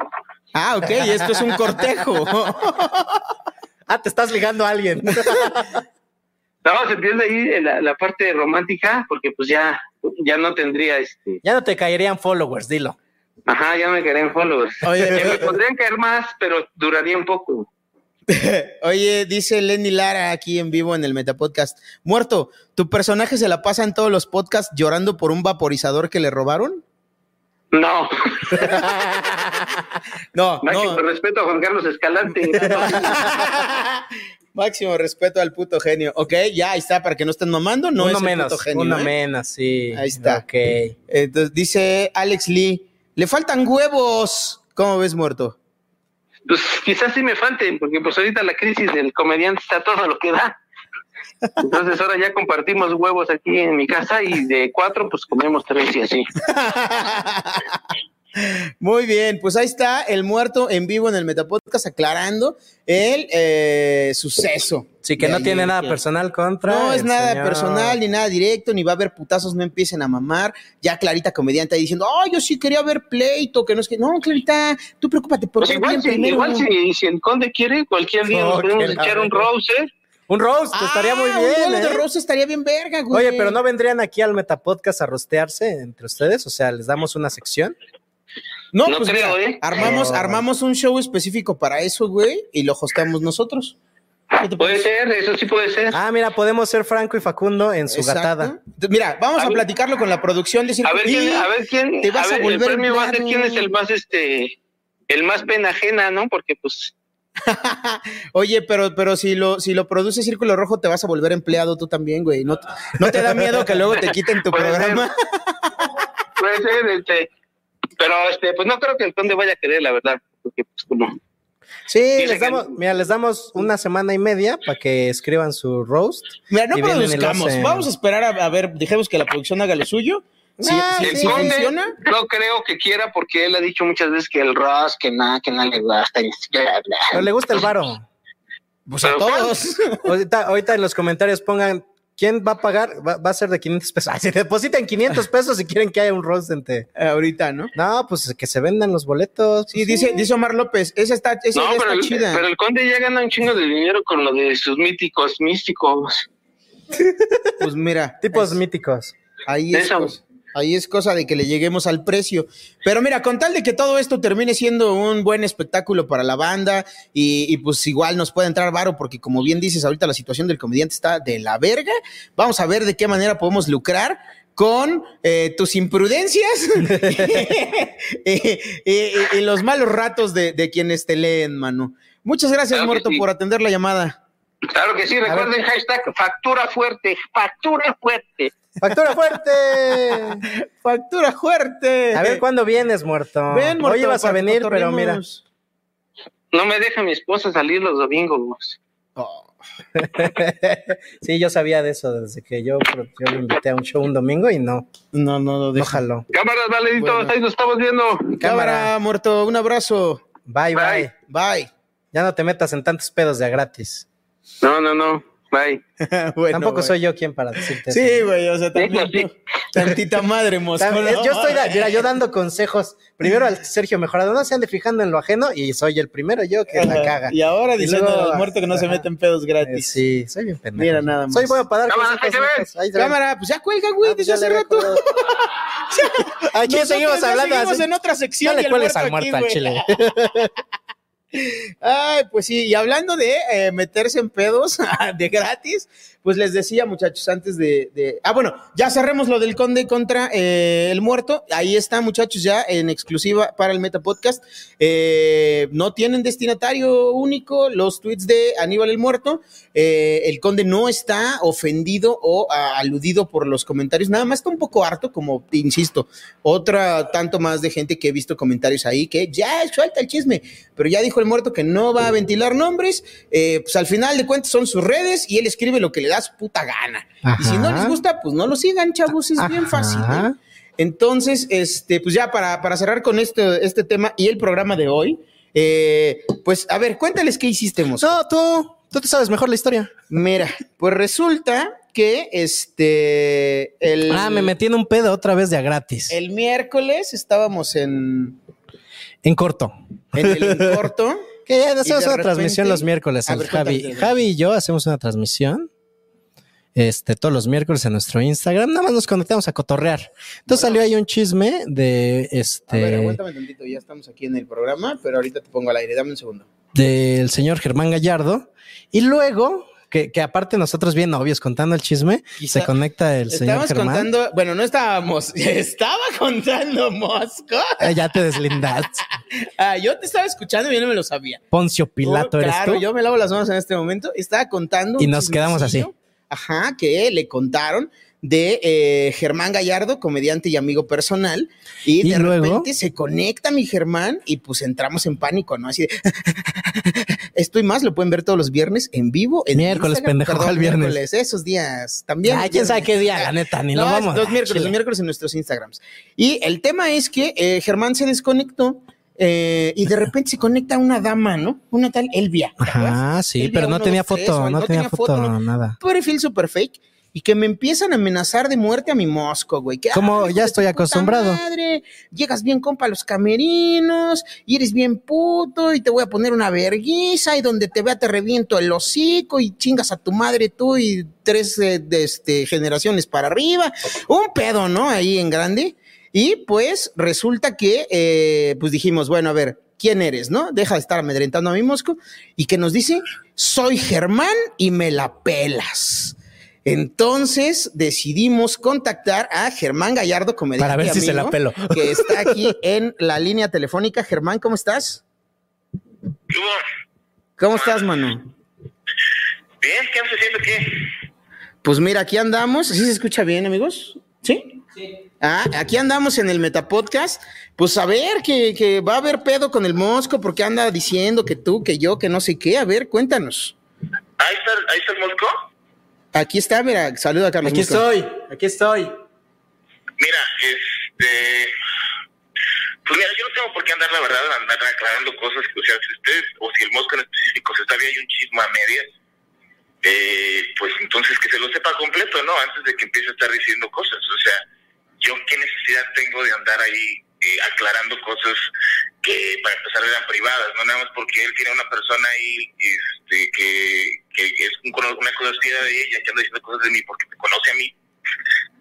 [SPEAKER 3] Ah, ok, esto es un cortejo.
[SPEAKER 2] ah, te estás ligando a alguien.
[SPEAKER 6] No, se pierde ahí la, la parte romántica, porque pues ya, ya no tendría, este,
[SPEAKER 2] Ya no te caerían followers, dilo.
[SPEAKER 6] ajá, ya me quedarían followers.
[SPEAKER 3] Oye.
[SPEAKER 6] Eh, me podrían caer más, pero duraría un poco.
[SPEAKER 3] Oye, dice Lenny Lara aquí en vivo en el Metapodcast. Muerto, ¿tu personaje se la pasa en todos los podcasts llorando por un vaporizador que le robaron?
[SPEAKER 6] No.
[SPEAKER 3] no,
[SPEAKER 6] no. respeto a Juan Carlos Escalante.
[SPEAKER 3] Máximo respeto al puto genio. Ok, ya ahí está, para que no estén mamando, no
[SPEAKER 2] uno
[SPEAKER 3] es el
[SPEAKER 2] menos,
[SPEAKER 3] puto genio.
[SPEAKER 2] uno
[SPEAKER 3] ¿eh?
[SPEAKER 2] menos, sí.
[SPEAKER 3] Ahí está.
[SPEAKER 2] Ok.
[SPEAKER 3] Entonces dice Alex Lee, le faltan huevos. ¿Cómo ves muerto?
[SPEAKER 6] Pues quizás sí me falten, porque pues ahorita la crisis del comediante está todo lo que da. Entonces ahora ya compartimos huevos aquí en mi casa y de cuatro pues comemos tres y así.
[SPEAKER 3] Muy bien, pues ahí está el muerto en vivo en el Metapodcast aclarando el eh, suceso.
[SPEAKER 2] Sí, que
[SPEAKER 3] de
[SPEAKER 2] no
[SPEAKER 3] ayer,
[SPEAKER 2] tiene nada
[SPEAKER 3] que-
[SPEAKER 2] personal contra.
[SPEAKER 3] No es
[SPEAKER 2] el
[SPEAKER 3] nada
[SPEAKER 2] señor.
[SPEAKER 3] personal, ni nada directo, ni va a haber putazos, no empiecen a mamar. Ya Clarita comediante ahí diciendo, oh, yo sí quería ver pleito, que no es que. No, Clarita, tú preocúpate por
[SPEAKER 6] Pues
[SPEAKER 3] ver
[SPEAKER 6] igual,
[SPEAKER 3] bien
[SPEAKER 6] si,
[SPEAKER 3] primero.
[SPEAKER 6] igual si, si el conde quiere, cualquier día nos
[SPEAKER 2] No,
[SPEAKER 6] podemos
[SPEAKER 2] que la
[SPEAKER 6] echar un ¿eh?
[SPEAKER 2] verga.
[SPEAKER 6] roaster.
[SPEAKER 2] Un roast, Pues, estaría muy
[SPEAKER 3] Ah,
[SPEAKER 2] bien.
[SPEAKER 3] Un duelo de
[SPEAKER 2] ¿eh?
[SPEAKER 3] rosa estaría bien verga, güey.
[SPEAKER 2] Oye, pero no vendrían aquí al Metapodcast a rostearse entre ustedes, o sea, les damos una sección.
[SPEAKER 3] No,
[SPEAKER 2] No
[SPEAKER 3] pues
[SPEAKER 2] creo,
[SPEAKER 3] mira,
[SPEAKER 2] ¿eh?
[SPEAKER 3] armamos,
[SPEAKER 2] No.
[SPEAKER 3] armamos un show específico para eso, güey, y lo hosteamos nosotros.
[SPEAKER 6] Puede ser, eso sí puede ser.
[SPEAKER 2] Ah, mira, podemos ser Franco y Facundo en su
[SPEAKER 3] Exacto.
[SPEAKER 2] gatada.
[SPEAKER 3] Mira, vamos a, platicarlo con la producción. Decir,
[SPEAKER 6] A ver
[SPEAKER 3] "Y
[SPEAKER 6] quién, a ver quién,
[SPEAKER 3] te vas
[SPEAKER 6] a ver,
[SPEAKER 3] a volver
[SPEAKER 6] el premio va a ser
[SPEAKER 3] plano".
[SPEAKER 6] quién es el más este, el más pena ajena, ¿no? Porque pues
[SPEAKER 3] Oye, pero, pero si lo, si lo produce Círculo Rojo, te vas a volver empleado tú también, güey. ¿No, no te da miedo que luego te quiten tu
[SPEAKER 6] Puede ser.
[SPEAKER 3] programa?
[SPEAKER 6] puede ser, este, pero este, pues no creo que el conde vaya a querer, la verdad, porque pues como
[SPEAKER 2] Sí,
[SPEAKER 6] Dice
[SPEAKER 2] les
[SPEAKER 6] que-
[SPEAKER 2] damos, mira, les damos una semana y media para que escriban su roast.
[SPEAKER 3] Mira, no
[SPEAKER 2] Y vienen y lo
[SPEAKER 3] produzcamos.
[SPEAKER 2] hacen.
[SPEAKER 3] Vamos a esperar a, a ver, dejemos que la producción haga lo suyo. Si, si-
[SPEAKER 6] el
[SPEAKER 3] si
[SPEAKER 6] conde
[SPEAKER 3] funciona.
[SPEAKER 6] no creo que quiera, porque él ha dicho muchas veces que el Ross, que nada, que nada le gusta, y bla, bla.
[SPEAKER 2] Pero le gusta el varo.
[SPEAKER 3] Pues
[SPEAKER 6] a todos.
[SPEAKER 2] Ahorita, ahorita en los comentarios pongan quién va a pagar. Va, va a ser de 500 pesos. Ah, si depositan 500 pesos si quieren que haya un roast entre.
[SPEAKER 3] Ahorita, ¿no?
[SPEAKER 2] No, pues que se vendan los boletos. pues
[SPEAKER 3] Sí, dice, dice Omar López, esa está, esa
[SPEAKER 6] No,
[SPEAKER 3] idea
[SPEAKER 6] pero
[SPEAKER 3] está
[SPEAKER 6] el,
[SPEAKER 3] chida.
[SPEAKER 6] pero el conde ya gana un chingo de dinero con lo de sus míticos místicos.
[SPEAKER 3] Pues mira.
[SPEAKER 2] Tipos míticos.
[SPEAKER 3] Ahí es,
[SPEAKER 6] Eso.
[SPEAKER 3] cosa, ahí es cosa de que le lleguemos al precio. Pero mira, con tal de que todo esto termine siendo un buen espectáculo para la banda y, y pues igual nos puede entrar varo porque como bien dices ahorita la situación del comediante está de la verga. Vamos a ver de qué manera podemos lucrar con eh, tus imprudencias y, y- y los malos ratos de, de quienes te leen, Manu. Muchas gracias,
[SPEAKER 6] Claro que
[SPEAKER 3] Morto,
[SPEAKER 6] sí.
[SPEAKER 3] por atender la llamada.
[SPEAKER 6] Claro que sí, recuerden hashtag factura fuerte, factura fuerte.
[SPEAKER 2] ¡Factura fuerte!
[SPEAKER 3] ¡Factura fuerte!
[SPEAKER 2] A ver cuándo vienes, muerto.
[SPEAKER 6] Ven, muerto,
[SPEAKER 2] Hoy ibas a
[SPEAKER 6] para que
[SPEAKER 2] venir, pero mira.
[SPEAKER 6] cotorremos. No me deja mi esposa salir los domingos.
[SPEAKER 3] Oh.
[SPEAKER 2] sí, yo sabía de eso desde que yo, yo lo invité a un show un domingo y no.
[SPEAKER 3] No, no, no.
[SPEAKER 2] Déjalo.
[SPEAKER 6] Cámaras, valeditos, ahí nos estamos viendo.
[SPEAKER 3] Cámara, muerto, un abrazo.
[SPEAKER 2] Bye, bye.
[SPEAKER 3] Bye.
[SPEAKER 2] Ya no te metas en tantos pedos de a gratis.
[SPEAKER 6] No, no, no. Bye.
[SPEAKER 2] Tampoco
[SPEAKER 3] güey.
[SPEAKER 2] soy yo quien para decirte eso.
[SPEAKER 3] Sí, güey, o sea, también, tantita madre, mosco.
[SPEAKER 2] Tam- es-
[SPEAKER 3] ¿no?
[SPEAKER 2] Yo estoy, da- mira, yo dando consejos. Primero al Sergio Mejorado, no se ande fijando en lo ajeno y soy el primero yo que la caga.
[SPEAKER 3] Y ahora diciendo
[SPEAKER 2] luego-
[SPEAKER 3] al muerto que no se
[SPEAKER 2] Ajá.
[SPEAKER 3] meten pedos gratis.
[SPEAKER 2] sí, soy bien pendejo.
[SPEAKER 3] Mira nada más.
[SPEAKER 2] Soy bueno para dar
[SPEAKER 3] Cámara,
[SPEAKER 2] consejos,
[SPEAKER 3] ahí te
[SPEAKER 2] hijos.
[SPEAKER 3] ven.
[SPEAKER 2] Ahí Ah, te ven.
[SPEAKER 3] Cámara, pues ya cuelga, güey, desde hace rato.
[SPEAKER 2] Aquí
[SPEAKER 3] Nosotros
[SPEAKER 2] seguimos
[SPEAKER 3] ya
[SPEAKER 2] hablando.
[SPEAKER 3] seguimos
[SPEAKER 2] así.
[SPEAKER 3] en otra sección
[SPEAKER 2] No
[SPEAKER 3] y
[SPEAKER 2] le
[SPEAKER 3] el
[SPEAKER 2] cueles al
[SPEAKER 3] muerto
[SPEAKER 2] muerto
[SPEAKER 3] aquí,
[SPEAKER 2] al
[SPEAKER 3] güey.
[SPEAKER 2] chile.
[SPEAKER 3] Ay, pues sí, y hablando de eh, meterse en pedos de gratis, pues les decía, muchachos, antes de, de- Ah, bueno, ya cerremos lo del conde contra eh, el muerto. Ahí está, muchachos, ya en exclusiva para el Meta Podcast. Eh, no tienen destinatario único los tweets de Aníbal el Muerto. Eh, el conde no está ofendido o ah, aludido por los comentarios. Nada más está un poco harto, como insisto, otra tanto más de gente que he visto comentarios ahí que ya suelta el chisme, pero ya dijo el muerto que no va a ventilar nombres. Eh, pues al final de cuentas son sus redes y él escribe lo que le da su puta gana. Y si no les gusta, pues no lo sigan, chavos, es bien fácil. ¿no? Entonces, este, pues ya para, para cerrar con este, este tema y el programa de hoy, eh, pues a ver, cuéntales qué hiciste, Mosco.
[SPEAKER 2] No, tú, tú te sabes mejor la historia.
[SPEAKER 3] Mira, pues resulta que este. El,
[SPEAKER 2] Ah, me metí en un pedo otra vez de a gratis.
[SPEAKER 3] El miércoles estábamos en,
[SPEAKER 2] En corto.
[SPEAKER 3] en el corto.
[SPEAKER 2] Que ya
[SPEAKER 3] Y de
[SPEAKER 2] hacemos una
[SPEAKER 3] repente-
[SPEAKER 2] transmisión los miércoles.
[SPEAKER 3] A
[SPEAKER 2] el
[SPEAKER 3] ver, cuéntame,
[SPEAKER 2] Javi,
[SPEAKER 3] cuéntame.
[SPEAKER 2] Javi y yo hacemos una transmisión. Este, todos los miércoles en nuestro Instagram, nada más nos conectamos a cotorrear. Entonces salió ahí un chisme de
[SPEAKER 3] A ver,
[SPEAKER 2] este
[SPEAKER 3] aguántame tantito, ya estamos aquí en el programa, pero ahorita te pongo al aire, dame un segundo.
[SPEAKER 2] del señor Germán Gallardo. Y luego, que, que aparte nosotros bien obvios contando el chisme,
[SPEAKER 3] Quizá-
[SPEAKER 2] se conecta el señor
[SPEAKER 3] estábamos
[SPEAKER 2] Germán.
[SPEAKER 3] contando, bueno, no estábamos, estaba contando Mosco.
[SPEAKER 2] Ah, ya te deslindaste.
[SPEAKER 3] Ah, yo te estaba escuchando y yo no me lo sabía.
[SPEAKER 2] Poncio Pilato
[SPEAKER 3] Oh,
[SPEAKER 2] eres
[SPEAKER 3] claro,
[SPEAKER 2] tú.
[SPEAKER 3] yo me lavo las manos en este momento. Estaba contando.
[SPEAKER 2] Y
[SPEAKER 3] un
[SPEAKER 2] nos quedamos así.
[SPEAKER 3] chismecillo, Ajá, que le contaron de eh, Germán Gallardo, comediante y amigo personal. Y,
[SPEAKER 2] Y
[SPEAKER 3] de
[SPEAKER 2] luego-
[SPEAKER 3] repente se conecta mi Germán y pues entramos en pánico, ¿no? Así de. Esto y más lo pueden ver todos los viernes en vivo. En
[SPEAKER 2] Miércoles,
[SPEAKER 3] Instagram.
[SPEAKER 2] pendejo,
[SPEAKER 3] Perdón,
[SPEAKER 2] ¿cuál viernes?
[SPEAKER 3] miércoles, eh, esos días también.
[SPEAKER 2] Ay, quién sabe qué día, la neta, ni lo
[SPEAKER 3] es
[SPEAKER 2] vamos a-
[SPEAKER 3] Los miércoles,
[SPEAKER 2] Chile.
[SPEAKER 3] los miércoles pues, en nuestros Instagrams. Y el tema es que eh, Germán se desconectó eh, y de repente se conecta una dama, ¿no? Una tal Elvia.
[SPEAKER 2] Ajá, sí,
[SPEAKER 3] Elvia
[SPEAKER 2] pero no
[SPEAKER 3] uno,
[SPEAKER 2] tenía
[SPEAKER 3] dos, tres,
[SPEAKER 2] foto,
[SPEAKER 3] o
[SPEAKER 2] no tenía foto,
[SPEAKER 3] no.
[SPEAKER 2] nada.
[SPEAKER 3] Un perfil super fake y que me empiezan a amenazar de muerte a mi mosco, güey. Que,
[SPEAKER 2] Como
[SPEAKER 3] "Ay, hijo
[SPEAKER 2] ya
[SPEAKER 3] de
[SPEAKER 2] estoy
[SPEAKER 3] tu puta
[SPEAKER 2] acostumbrado.
[SPEAKER 3] Madre, llegas bien compa a los camerinos y eres bien puto y te voy a poner una verguiza y donde te vea te reviento el hocico y chingas a tu madre tú y tres eh, de este, generaciones para arriba. Un pedo, ¿no? Ahí en grande. Y pues resulta que, eh, pues dijimos, bueno, a ver, ¿quién eres, no? Deja de estar amedrentando a mi mosco. Y que nos dice, soy Germán y me la pelas. Entonces decidimos contactar a Germán Gallardo, comediante.
[SPEAKER 2] Para ver si se la pelo.
[SPEAKER 3] Que está aquí en la línea telefónica. Germán, ¿cómo estás? ¿Cómo estás, Manu?
[SPEAKER 21] Bien, ¿qué andas haciendo? ¿Qué?
[SPEAKER 3] Pues mira, aquí andamos. ¿Sí se escucha bien, amigos? ¿Sí? Ah, aquí andamos en el Metapodcast. Pues a ver, que, que va a haber pedo con el mosco porque anda diciendo que tú, que yo, que no sé qué. A ver, cuéntanos.
[SPEAKER 21] ¿Ahí está, ahí está el mosco?
[SPEAKER 3] Aquí está, mira, saluda a Carlos.
[SPEAKER 2] Aquí
[SPEAKER 3] Mosco.
[SPEAKER 2] estoy, aquí estoy.
[SPEAKER 21] Mira, este. Pues mira, yo no tengo por qué andar, la verdad, andar aclarando cosas. que, O sea, si usted, o si el mosco en específico se sabe, hay un chisme a medias. eh, pues entonces que se lo sepa completo, ¿no? Antes de que empiece a estar diciendo cosas. O sea, yo qué necesidad tengo de andar ahí eh, aclarando cosas que para empezar eran privadas, ¿no? Nada más porque él tiene una persona ahí este, que, que- que es un cono- una curiosidad de ella, que anda diciendo cosas de mí porque te conoce a mí.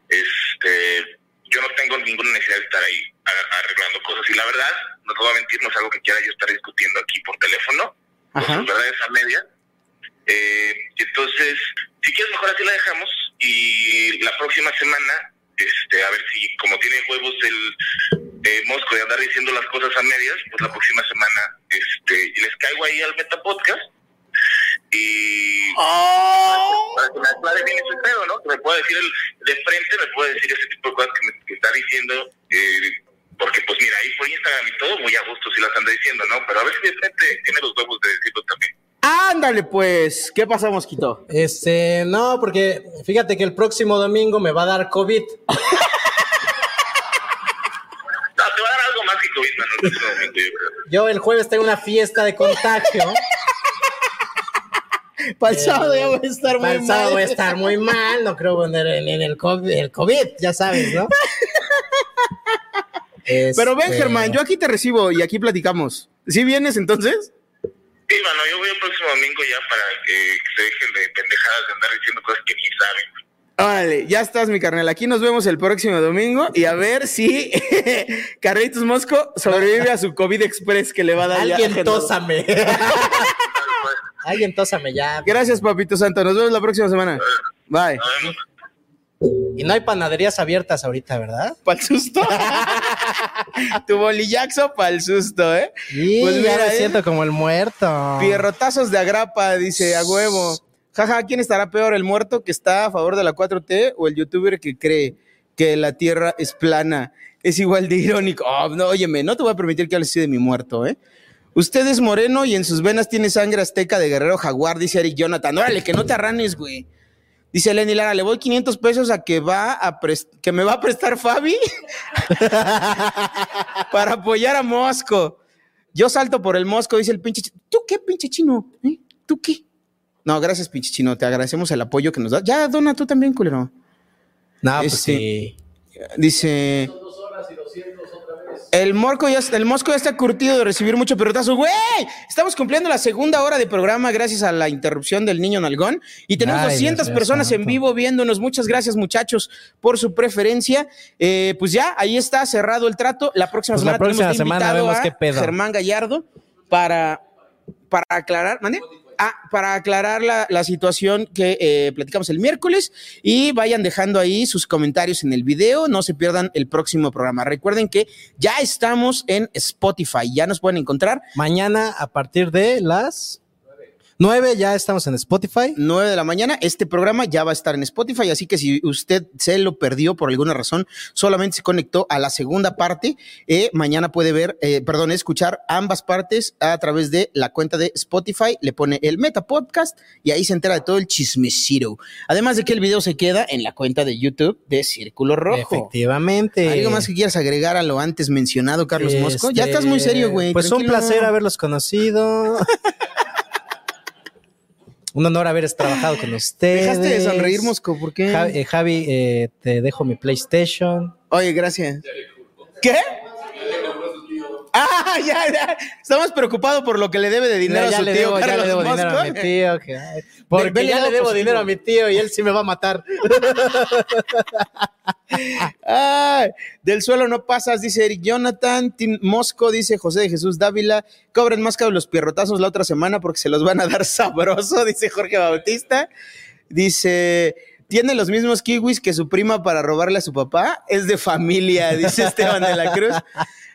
[SPEAKER 21] Este, yo no tengo ninguna necesidad de estar ahí a- arreglando cosas. Y la verdad, no te voy a mentir, no es algo que quiera yo estar discutiendo aquí por teléfono.
[SPEAKER 3] Ajá.
[SPEAKER 21] Cosas verdades a media. Eh, entonces, si quieres, mejor así la dejamos. Y la próxima semana, este, a ver si, como tiene huevos el eh, mosco de andar diciendo las cosas a medias, pues la próxima semana este, les caigo ahí al Meta Podcast. Y. Para que me aclare bien ese pedo, ¿no? Que me pueda decir el, de frente, me puede decir ese tipo de cosas que me que está diciendo. eh, porque, pues mira, ahí por Instagram y todo, muy a gusto si las anda diciendo, ¿no? Pero a ver si de frente tiene los huevos de decirlo también.
[SPEAKER 3] Ándale, pues. ¿Qué pasó, mosquito?
[SPEAKER 2] Este, no, porque fíjate que el próximo domingo me va a dar COVID.
[SPEAKER 21] No, te va a dar algo más que COVID, mano, en este momento, yo creo.
[SPEAKER 2] Yo el jueves tengo una fiesta de contagio.
[SPEAKER 3] Para el sábado ya voy a estar muy
[SPEAKER 2] Para el sábado
[SPEAKER 3] mal.
[SPEAKER 2] voy a estar muy mal, no creo poner en, en el, COVID, el COVID, ya sabes, ¿no?
[SPEAKER 3] Pero ven,
[SPEAKER 2] Este-
[SPEAKER 3] Germán, yo aquí te recibo y aquí platicamos. ¿Sí vienes entonces?
[SPEAKER 21] Sí, mano, yo voy el próximo domingo ya para que, que se dejen de pendejadas de andar diciendo cosas que ni saben.
[SPEAKER 3] Órale, ya estás, mi carnal. Aquí nos vemos el próximo domingo y a ver si Carlitos Mosco sobrevive a su COVID Express que le va a dar. ya
[SPEAKER 2] Alguien
[SPEAKER 3] agendado.
[SPEAKER 2] tósame. Alguien tósame ya.
[SPEAKER 3] Gracias, papito santo. Nos vemos la próxima semana. Bye.
[SPEAKER 2] Y no hay panaderías abiertas ahorita, ¿verdad?
[SPEAKER 3] Para el susto. tu bolillaxo para el susto, ¿eh?
[SPEAKER 2] Y
[SPEAKER 3] Pues
[SPEAKER 2] ya
[SPEAKER 3] mira,
[SPEAKER 2] me
[SPEAKER 3] ¿eh?
[SPEAKER 2] siento como el muerto.
[SPEAKER 3] Pierrotazos de agrapa, dice a huevo. Jaja, ¿quién estará peor, el muerto que está a favor de la 4T o el youtuber que cree que la tierra es plana? Es igual de irónico. Oh, no, óyeme, no te voy a permitir que hables así de mi muerto, ¿eh? Usted es moreno y en sus venas tiene sangre azteca de guerrero jaguar, dice Eric Jonathan. Órale, que no te arranes, güey. Dice Lenny Lara, le voy 500 pesos a que va a pres- que me va a prestar Fabi para apoyar a Mosco. Yo salto por el Mosco, dice el pinche. chi- ¿Tú qué, pinche chino? ¿Eh? ¿Tú qué? No, gracias, pinche chino. Te agradecemos el apoyo que nos das. Ya, dona tú también, culero.
[SPEAKER 2] No, pues
[SPEAKER 3] Este,
[SPEAKER 2] sí.
[SPEAKER 3] Dice. El, morco ya, el mosco ya está curtido de recibir mucho pelotazo. ¡Güey! Estamos cumpliendo la segunda hora de programa gracias a la interrupción del niño Nalgón. Y tenemos
[SPEAKER 2] Ay, Dios
[SPEAKER 3] 200
[SPEAKER 2] mío,
[SPEAKER 3] personas en
[SPEAKER 2] santo.
[SPEAKER 3] vivo viéndonos. Muchas gracias, muchachos, por su preferencia. Eh, pues ya, ahí está cerrado el trato. La próxima
[SPEAKER 2] Pues la
[SPEAKER 3] semana tenemos
[SPEAKER 2] próxima
[SPEAKER 3] de
[SPEAKER 2] semana
[SPEAKER 3] invitado
[SPEAKER 2] vemos
[SPEAKER 3] a
[SPEAKER 2] qué pedo.
[SPEAKER 3] Germán Gallardo para, para aclarar. ¿mande? Ah, para aclarar la, la situación que eh, platicamos el miércoles y vayan dejando ahí sus comentarios en el video, no se pierdan el próximo programa. Recuerden que ya estamos en Spotify, ya nos pueden encontrar.
[SPEAKER 2] Mañana a partir de las 9 ya estamos en Spotify.
[SPEAKER 3] 9 de la mañana, este programa ya va a estar en Spotify, así que si usted se lo perdió por alguna razón, solamente se conectó a la segunda parte, eh, mañana puede ver, eh, perdón, escuchar ambas partes a través de la cuenta de Spotify, le pone el Meta Podcast y ahí se entera de todo el chismecito. Además de que el video se queda en la cuenta de YouTube de Círculo Rojo.
[SPEAKER 2] Efectivamente.
[SPEAKER 3] ¿Algo más que quieras agregar a lo antes mencionado, Carlos Mosco? Ya
[SPEAKER 2] Este,
[SPEAKER 3] estás muy serio, güey.
[SPEAKER 2] Pues un
[SPEAKER 3] tranquilo.
[SPEAKER 2] placer haberlos conocido. un honor haber trabajado con ustedes.
[SPEAKER 3] Dejaste de sonreír, Mosco, ¿por qué?
[SPEAKER 2] Ja- eh, Javi, eh, te dejo mi PlayStation.
[SPEAKER 3] Oye, gracias. ¿Qué? Ah, ya, ya. Estamos preocupados por lo que le debe de dinero
[SPEAKER 2] No,
[SPEAKER 3] a
[SPEAKER 2] ya
[SPEAKER 3] su
[SPEAKER 2] le
[SPEAKER 3] tío
[SPEAKER 2] debo, ya le
[SPEAKER 3] Carlos
[SPEAKER 2] debo dinero a
[SPEAKER 3] Mosco.
[SPEAKER 2] mi tío. que- ay, porque
[SPEAKER 3] vele
[SPEAKER 2] ya
[SPEAKER 3] lado
[SPEAKER 2] le debo
[SPEAKER 3] positivo.
[SPEAKER 2] dinero a mi tío y él sí me va a matar.
[SPEAKER 3] Ay, del suelo no pasas, dice Eric Jonathan. Tim Mosco, dice José de Jesús Dávila. Cobren más que los pierrotazos la otra semana porque se los van a dar sabroso, dice Jorge Bautista. Dice tiene los mismos kiwis que su prima para robarle a su papá. Es de familia, dice Esteban de la Cruz.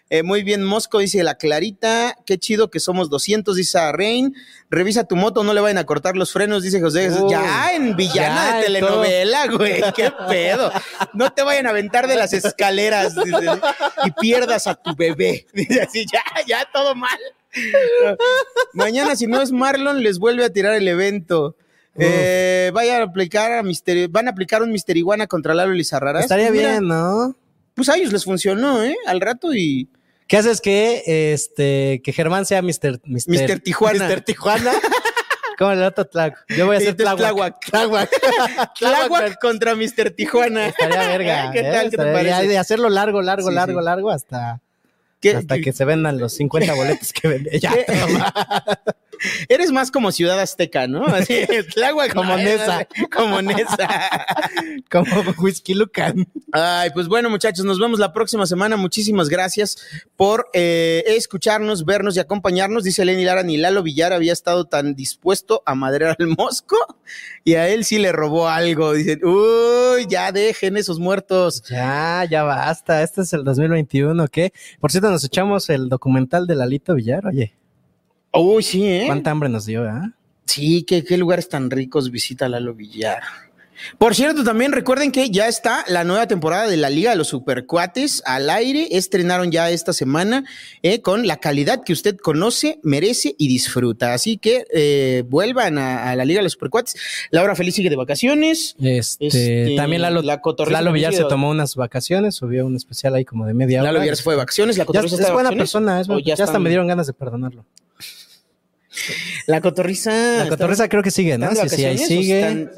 [SPEAKER 3] Eh, muy bien, Mosco, dice la Clarita. Qué chido que somos 200, dice a Rain. Revisa tu moto, no le vayan a cortar los frenos, dice José. Jesús.
[SPEAKER 16] Uy,
[SPEAKER 3] ya en villana
[SPEAKER 16] Uh, ya,
[SPEAKER 3] de
[SPEAKER 16] en
[SPEAKER 3] telenovela,
[SPEAKER 16] todo.
[SPEAKER 3] güey. Qué pedo. No te vayan a aventar de las escaleras dice, y pierdas a tu bebé. Dice así, ya, ya, todo mal. Mañana, si no es Marlon, les vuelve a tirar el evento. Eh, vaya a aplicar a Mister- van a aplicar un Mister Iguana contra Lalo Lizarrarás.
[SPEAKER 2] Estaría
[SPEAKER 3] Pues Mira,
[SPEAKER 2] bien, ¿no?
[SPEAKER 3] Pues a ellos les funcionó, ¿eh? Al rato y.
[SPEAKER 2] ¿Qué haces que este que Germán sea Mr. Mr.
[SPEAKER 3] Mr. Tijuana.
[SPEAKER 2] Mr. Tijuana? ¿Cómo el otro Tlac? Yo voy a
[SPEAKER 3] Este
[SPEAKER 2] ser Tláhuac. Tláhuac.
[SPEAKER 3] Tláhuac contra Mr. Tijuana.
[SPEAKER 2] Estaría verga.
[SPEAKER 3] ¿Qué
[SPEAKER 2] ¿eh?
[SPEAKER 3] tal? ¿Qué te
[SPEAKER 2] Estaría-
[SPEAKER 3] parece?
[SPEAKER 2] De hacerlo largo, largo,
[SPEAKER 3] Sí,
[SPEAKER 2] largo,
[SPEAKER 3] sí.
[SPEAKER 2] largo hasta, hasta que se vendan los 50 boletos que vende. Ya,
[SPEAKER 3] Eres más como Ciudad Azteca, ¿no? Así, Tláhuac.
[SPEAKER 2] Como
[SPEAKER 3] no,
[SPEAKER 2] Nesa.
[SPEAKER 3] eh, Como Nesa.
[SPEAKER 2] como Whisky Lucan.
[SPEAKER 3] Ay, pues bueno, muchachos, nos vemos la próxima semana. Muchísimas gracias por eh, escucharnos, vernos y acompañarnos. Dice Lenny Lara, ni Lalo Villar había estado tan dispuesto a madrear al mosco y a él sí le robó algo. Dicen, Eh, uy, ya dejen esos muertos.
[SPEAKER 2] Ya, ya basta. Este es el 2021, ¿qué? Por cierto, nos echamos el documental de Lalito Villar, oye.
[SPEAKER 3] Uy, sí, ¿eh?
[SPEAKER 2] ¿Cuánta hambre nos dio, ah?
[SPEAKER 3] Sí, qué, qué lugares tan ricos visita Lalo Villar. Por cierto, también recuerden que ya está la nueva temporada de la Liga de los Supercuates al aire. Estrenaron ya esta semana eh, con la calidad que usted conoce, merece y disfruta. Así que eh, vuelvan a, a la Liga de los Supercuates. Laura Feliz sigue de vacaciones.
[SPEAKER 2] Este, también Lalo,
[SPEAKER 3] la cotorriza
[SPEAKER 2] Lalo Villar
[SPEAKER 3] sigue
[SPEAKER 2] se
[SPEAKER 3] de-
[SPEAKER 2] tomó unas vacaciones, subió un especial ahí como de media hora.
[SPEAKER 3] Lalo Villar se fue de vacaciones. La
[SPEAKER 2] Ya,
[SPEAKER 3] cotorriza
[SPEAKER 2] es
[SPEAKER 3] está de
[SPEAKER 2] buena
[SPEAKER 3] vacaciones.
[SPEAKER 2] persona, es buena-
[SPEAKER 3] O
[SPEAKER 2] ya, hasta
[SPEAKER 3] están-
[SPEAKER 2] me dieron ganas de perdonarlo.
[SPEAKER 3] La cotorriza.
[SPEAKER 2] La cotorriza creo que sigue, ¿no?
[SPEAKER 3] ¿Están
[SPEAKER 2] Sí,
[SPEAKER 3] de
[SPEAKER 2] sí, ahí
[SPEAKER 3] vacaciones o
[SPEAKER 2] sigue.
[SPEAKER 3] están-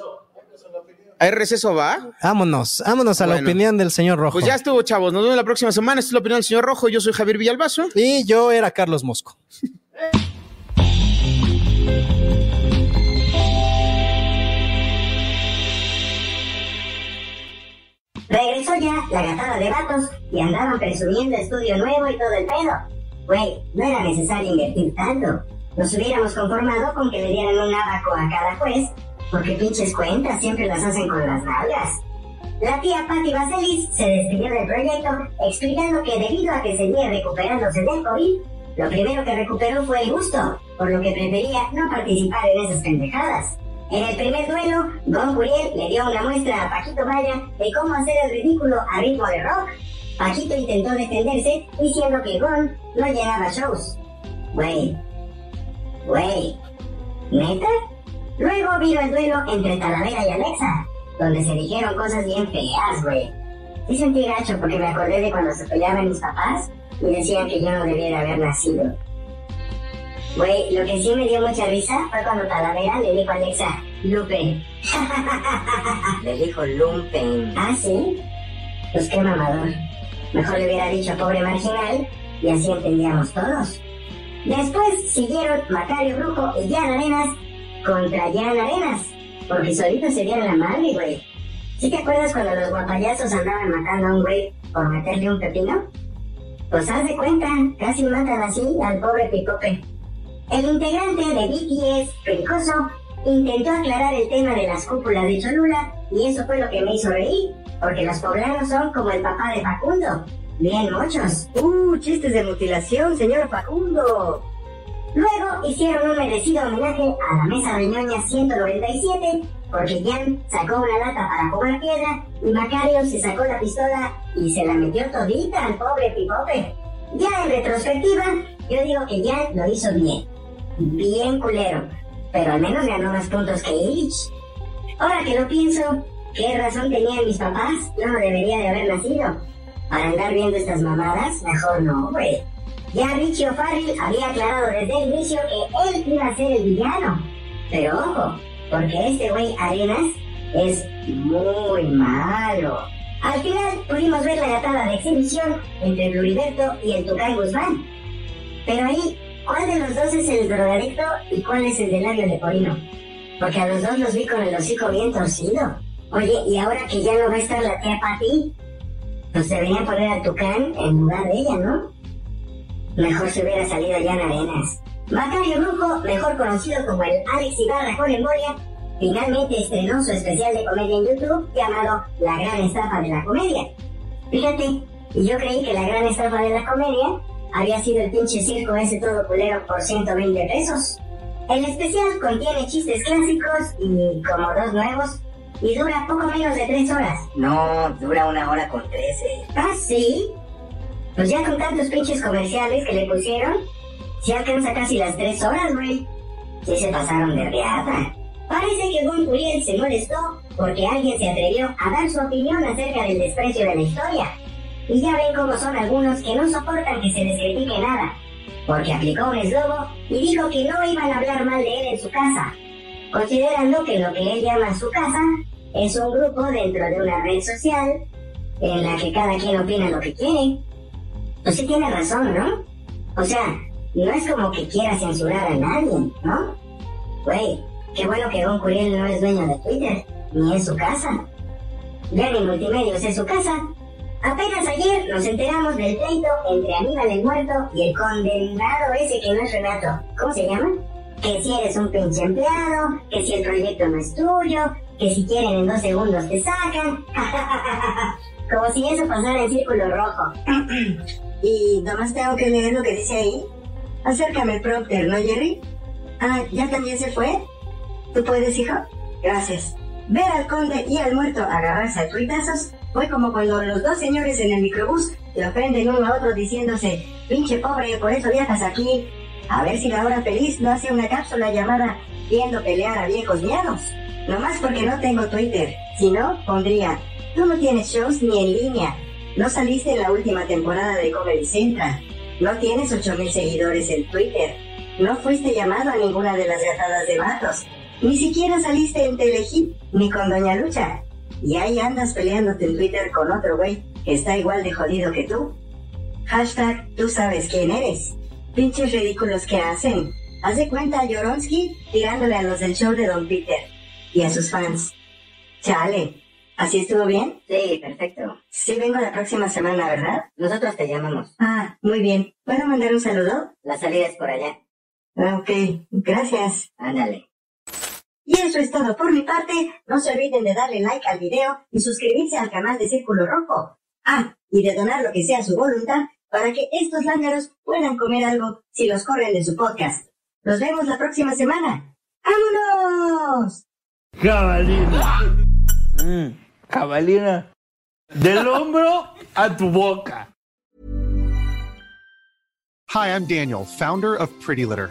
[SPEAKER 3] ¿Hay receso va?
[SPEAKER 2] Vámonos, vámonos a la
[SPEAKER 3] Bueno.
[SPEAKER 2] opinión del señor Rojo.
[SPEAKER 3] Pues ya estuvo, chavos. Nos vemos la próxima semana. Esta es la opinión del señor Rojo. Yo soy Javier Villalbazo.
[SPEAKER 2] Y yo era Carlos Mosco.
[SPEAKER 12] Regresó ya la gatada de vatos y andaban presumiendo estudio nuevo y todo el pedo. Güey, no era necesario invertir tanto. Nos hubiéramos conformado con que le dieran un abaco a cada juez, porque pinches cuentas siempre las hacen con las nalgas. La tía Patti Vaselis se despidió del proyecto explicando que debido a que seguía recuperándose del COVID, lo primero que recuperó fue el gusto, por lo que prefería no participar en esas pendejadas. En el primer duelo, Don Curiel le dio una muestra a Paquito Maya de cómo hacer el ridículo a ritmo de rock. Paquito intentó defenderse diciendo que Gon no llenaba shows. Güey. Güey. ¿Neta? Luego vino el duelo entre Talavera y Alexa, donde se dijeron cosas bien feas, güey. Sí sentí gacho porque me acordé de cuando se peleaban mis papás y decían que yo no debiera haber nacido. Güey, lo que sí me dio mucha risa fue cuando Talavera le dijo a Alexa, Lupe. le dijo Lumpen. ¿Ah, sí? Pues qué mamador. Mejor le hubiera dicho pobre marginal y así entendíamos todos. Después siguieron Macario Brujo y Jan Arenas contra Jan Arenas, porque solitos se dieron la madre, güey. ¿Sí te acuerdas cuando los guapayazos andaban matando a un güey por meterle un pepino? Pues haz de cuenta, casi matan así al pobre Picope. El integrante de BTS, Rincoso, intentó aclarar el tema de las cúpulas de Cholula y eso fue lo que me hizo reír, porque los poblanos son como el papá de Facundo. Bien muchos. ¡Uh, chistes de mutilación, señor Facundo! Luego hicieron un merecido homenaje a la mesa Reñoña 197 porque Jan sacó una lata para jugar piedra y Macario se sacó la pistola y se la metió todita al pobre Pipope. Ya en retrospectiva, yo digo que Jan lo hizo bien. Bien culero. Pero al menos ganó más puntos que Illich. Ahora que lo pienso, ¿qué razón tenían mis papás? Yo no debería de haber nacido. Para andar viendo estas mamadas, mejor no, güey. Ya Richie O'Farrell había aclarado desde el inicio que él iba a ser el villano. Pero ojo, porque este güey Arenas es muy malo. Al final pudimos ver la gatada de exhibición entre Floriberto y el Tucán Guzmán. Pero ahí, ¿cuál de los dos es el drogadicto y cuál es el del labio leporino? Porque a los dos los vi con el hocico bien torcido. Oye, y ahora que ya no va a estar la tía Pati, pues deberían poner al Tucán en lugar de ella, ¿no? Mejor se hubiera Pues, salido ya en Arenas. Macario Brujo, mejor conocido como el Alex Ibarra con embolia, finalmente estrenó su especial de comedia en YouTube llamado La Gran Estafa de la Comedia. Fíjate, y yo creí que la gran estafa de la comedia había sido el pinche circo ese todo culero por 120 pesos. El especial contiene chistes clásicos y como dos nuevos y dura poco menos de tres horas. No, dura una hora con trece. ¿Ah, sí? Pues ya con tantos pinches comerciales que le pusieron, se alcanza casi las tres horas, güey. Sí se pasaron de reata. Parece que Gon Curiel se molestó porque alguien se atrevió a dar su opinión acerca del desprecio de la historia. Y ya ven cómo son algunos que no soportan que se les critique nada, porque aplicó un eslobo y dijo que no iban a hablar mal de él en su casa, considerando que lo que él llama su casa es un grupo dentro de una red social en la que cada quien opina lo que quiere. Pues sí tiene razón, ¿no? O sea, no es como que quiera censurar a nadie, ¿no? Güey, qué bueno que Don Curiel no es dueño de Twitter, ni es su casa. Ya ni Multimedios es su casa. Apenas ayer nos enteramos del pleito entre Aníbal el Muerto y el condenado ese que no es Renato. ¿Cómo se llama? Que si eres un pinche empleado, que si el proyecto no es tuyo, que si quieren en dos segundos te sacan. como si eso pasara en círculo rojo. y nomás tengo que leer lo que dice ahí. Acércame el prompter, ¿no, Jerry? Ah, ¿ya también se fue? ¿Tú puedes, hijo? Gracias. Ver al conde y al muerto agarrarse a tuitazos fue como cuando los dos señores en el microbús le ofenden uno a otro diciéndose, pinche pobre, por eso viajas aquí. A ver si la hora feliz no hace una cápsula llamada Viendo pelear a viejos miados. Nomás porque no tengo Twitter. Si no, pondría, tú no tienes shows ni en línea. No saliste en la última temporada de Comedy Central. No tienes 8000 seguidores en Twitter. No fuiste llamado a ninguna de las gatadas de vatos. Ni siquiera saliste en Telehit ni con Doña Lucha. Y ahí andas peleándote en Twitter con otro güey que está igual de jodido que tú. Hashtag tú sabes quién eres. Pinches ridículos que hacen. Haz de cuenta a Yoronsky tirándole a los del show de Don Peter y a sus fans. Chale. ¿Así estuvo bien? Sí, perfecto. Sí, vengo la próxima semana, ¿verdad? Nosotros te llamamos. Ah, muy bien. ¿Puedo mandar un saludo? La salida es por allá. Ok, gracias. Ándale. Y eso es todo por mi parte. No se olviden de darle like al video y suscribirse al canal de Círculo Rojo. Ah, y de donar lo que sea su voluntad para que estos lángaros puedan comer algo si los corren de su podcast. Nos vemos la próxima semana. ¡Vámonos!
[SPEAKER 22] Jabalina. Mm, jabalina. Del hombro a tu boca.
[SPEAKER 23] Hi, I'm Daniel, founder of Pretty Litter.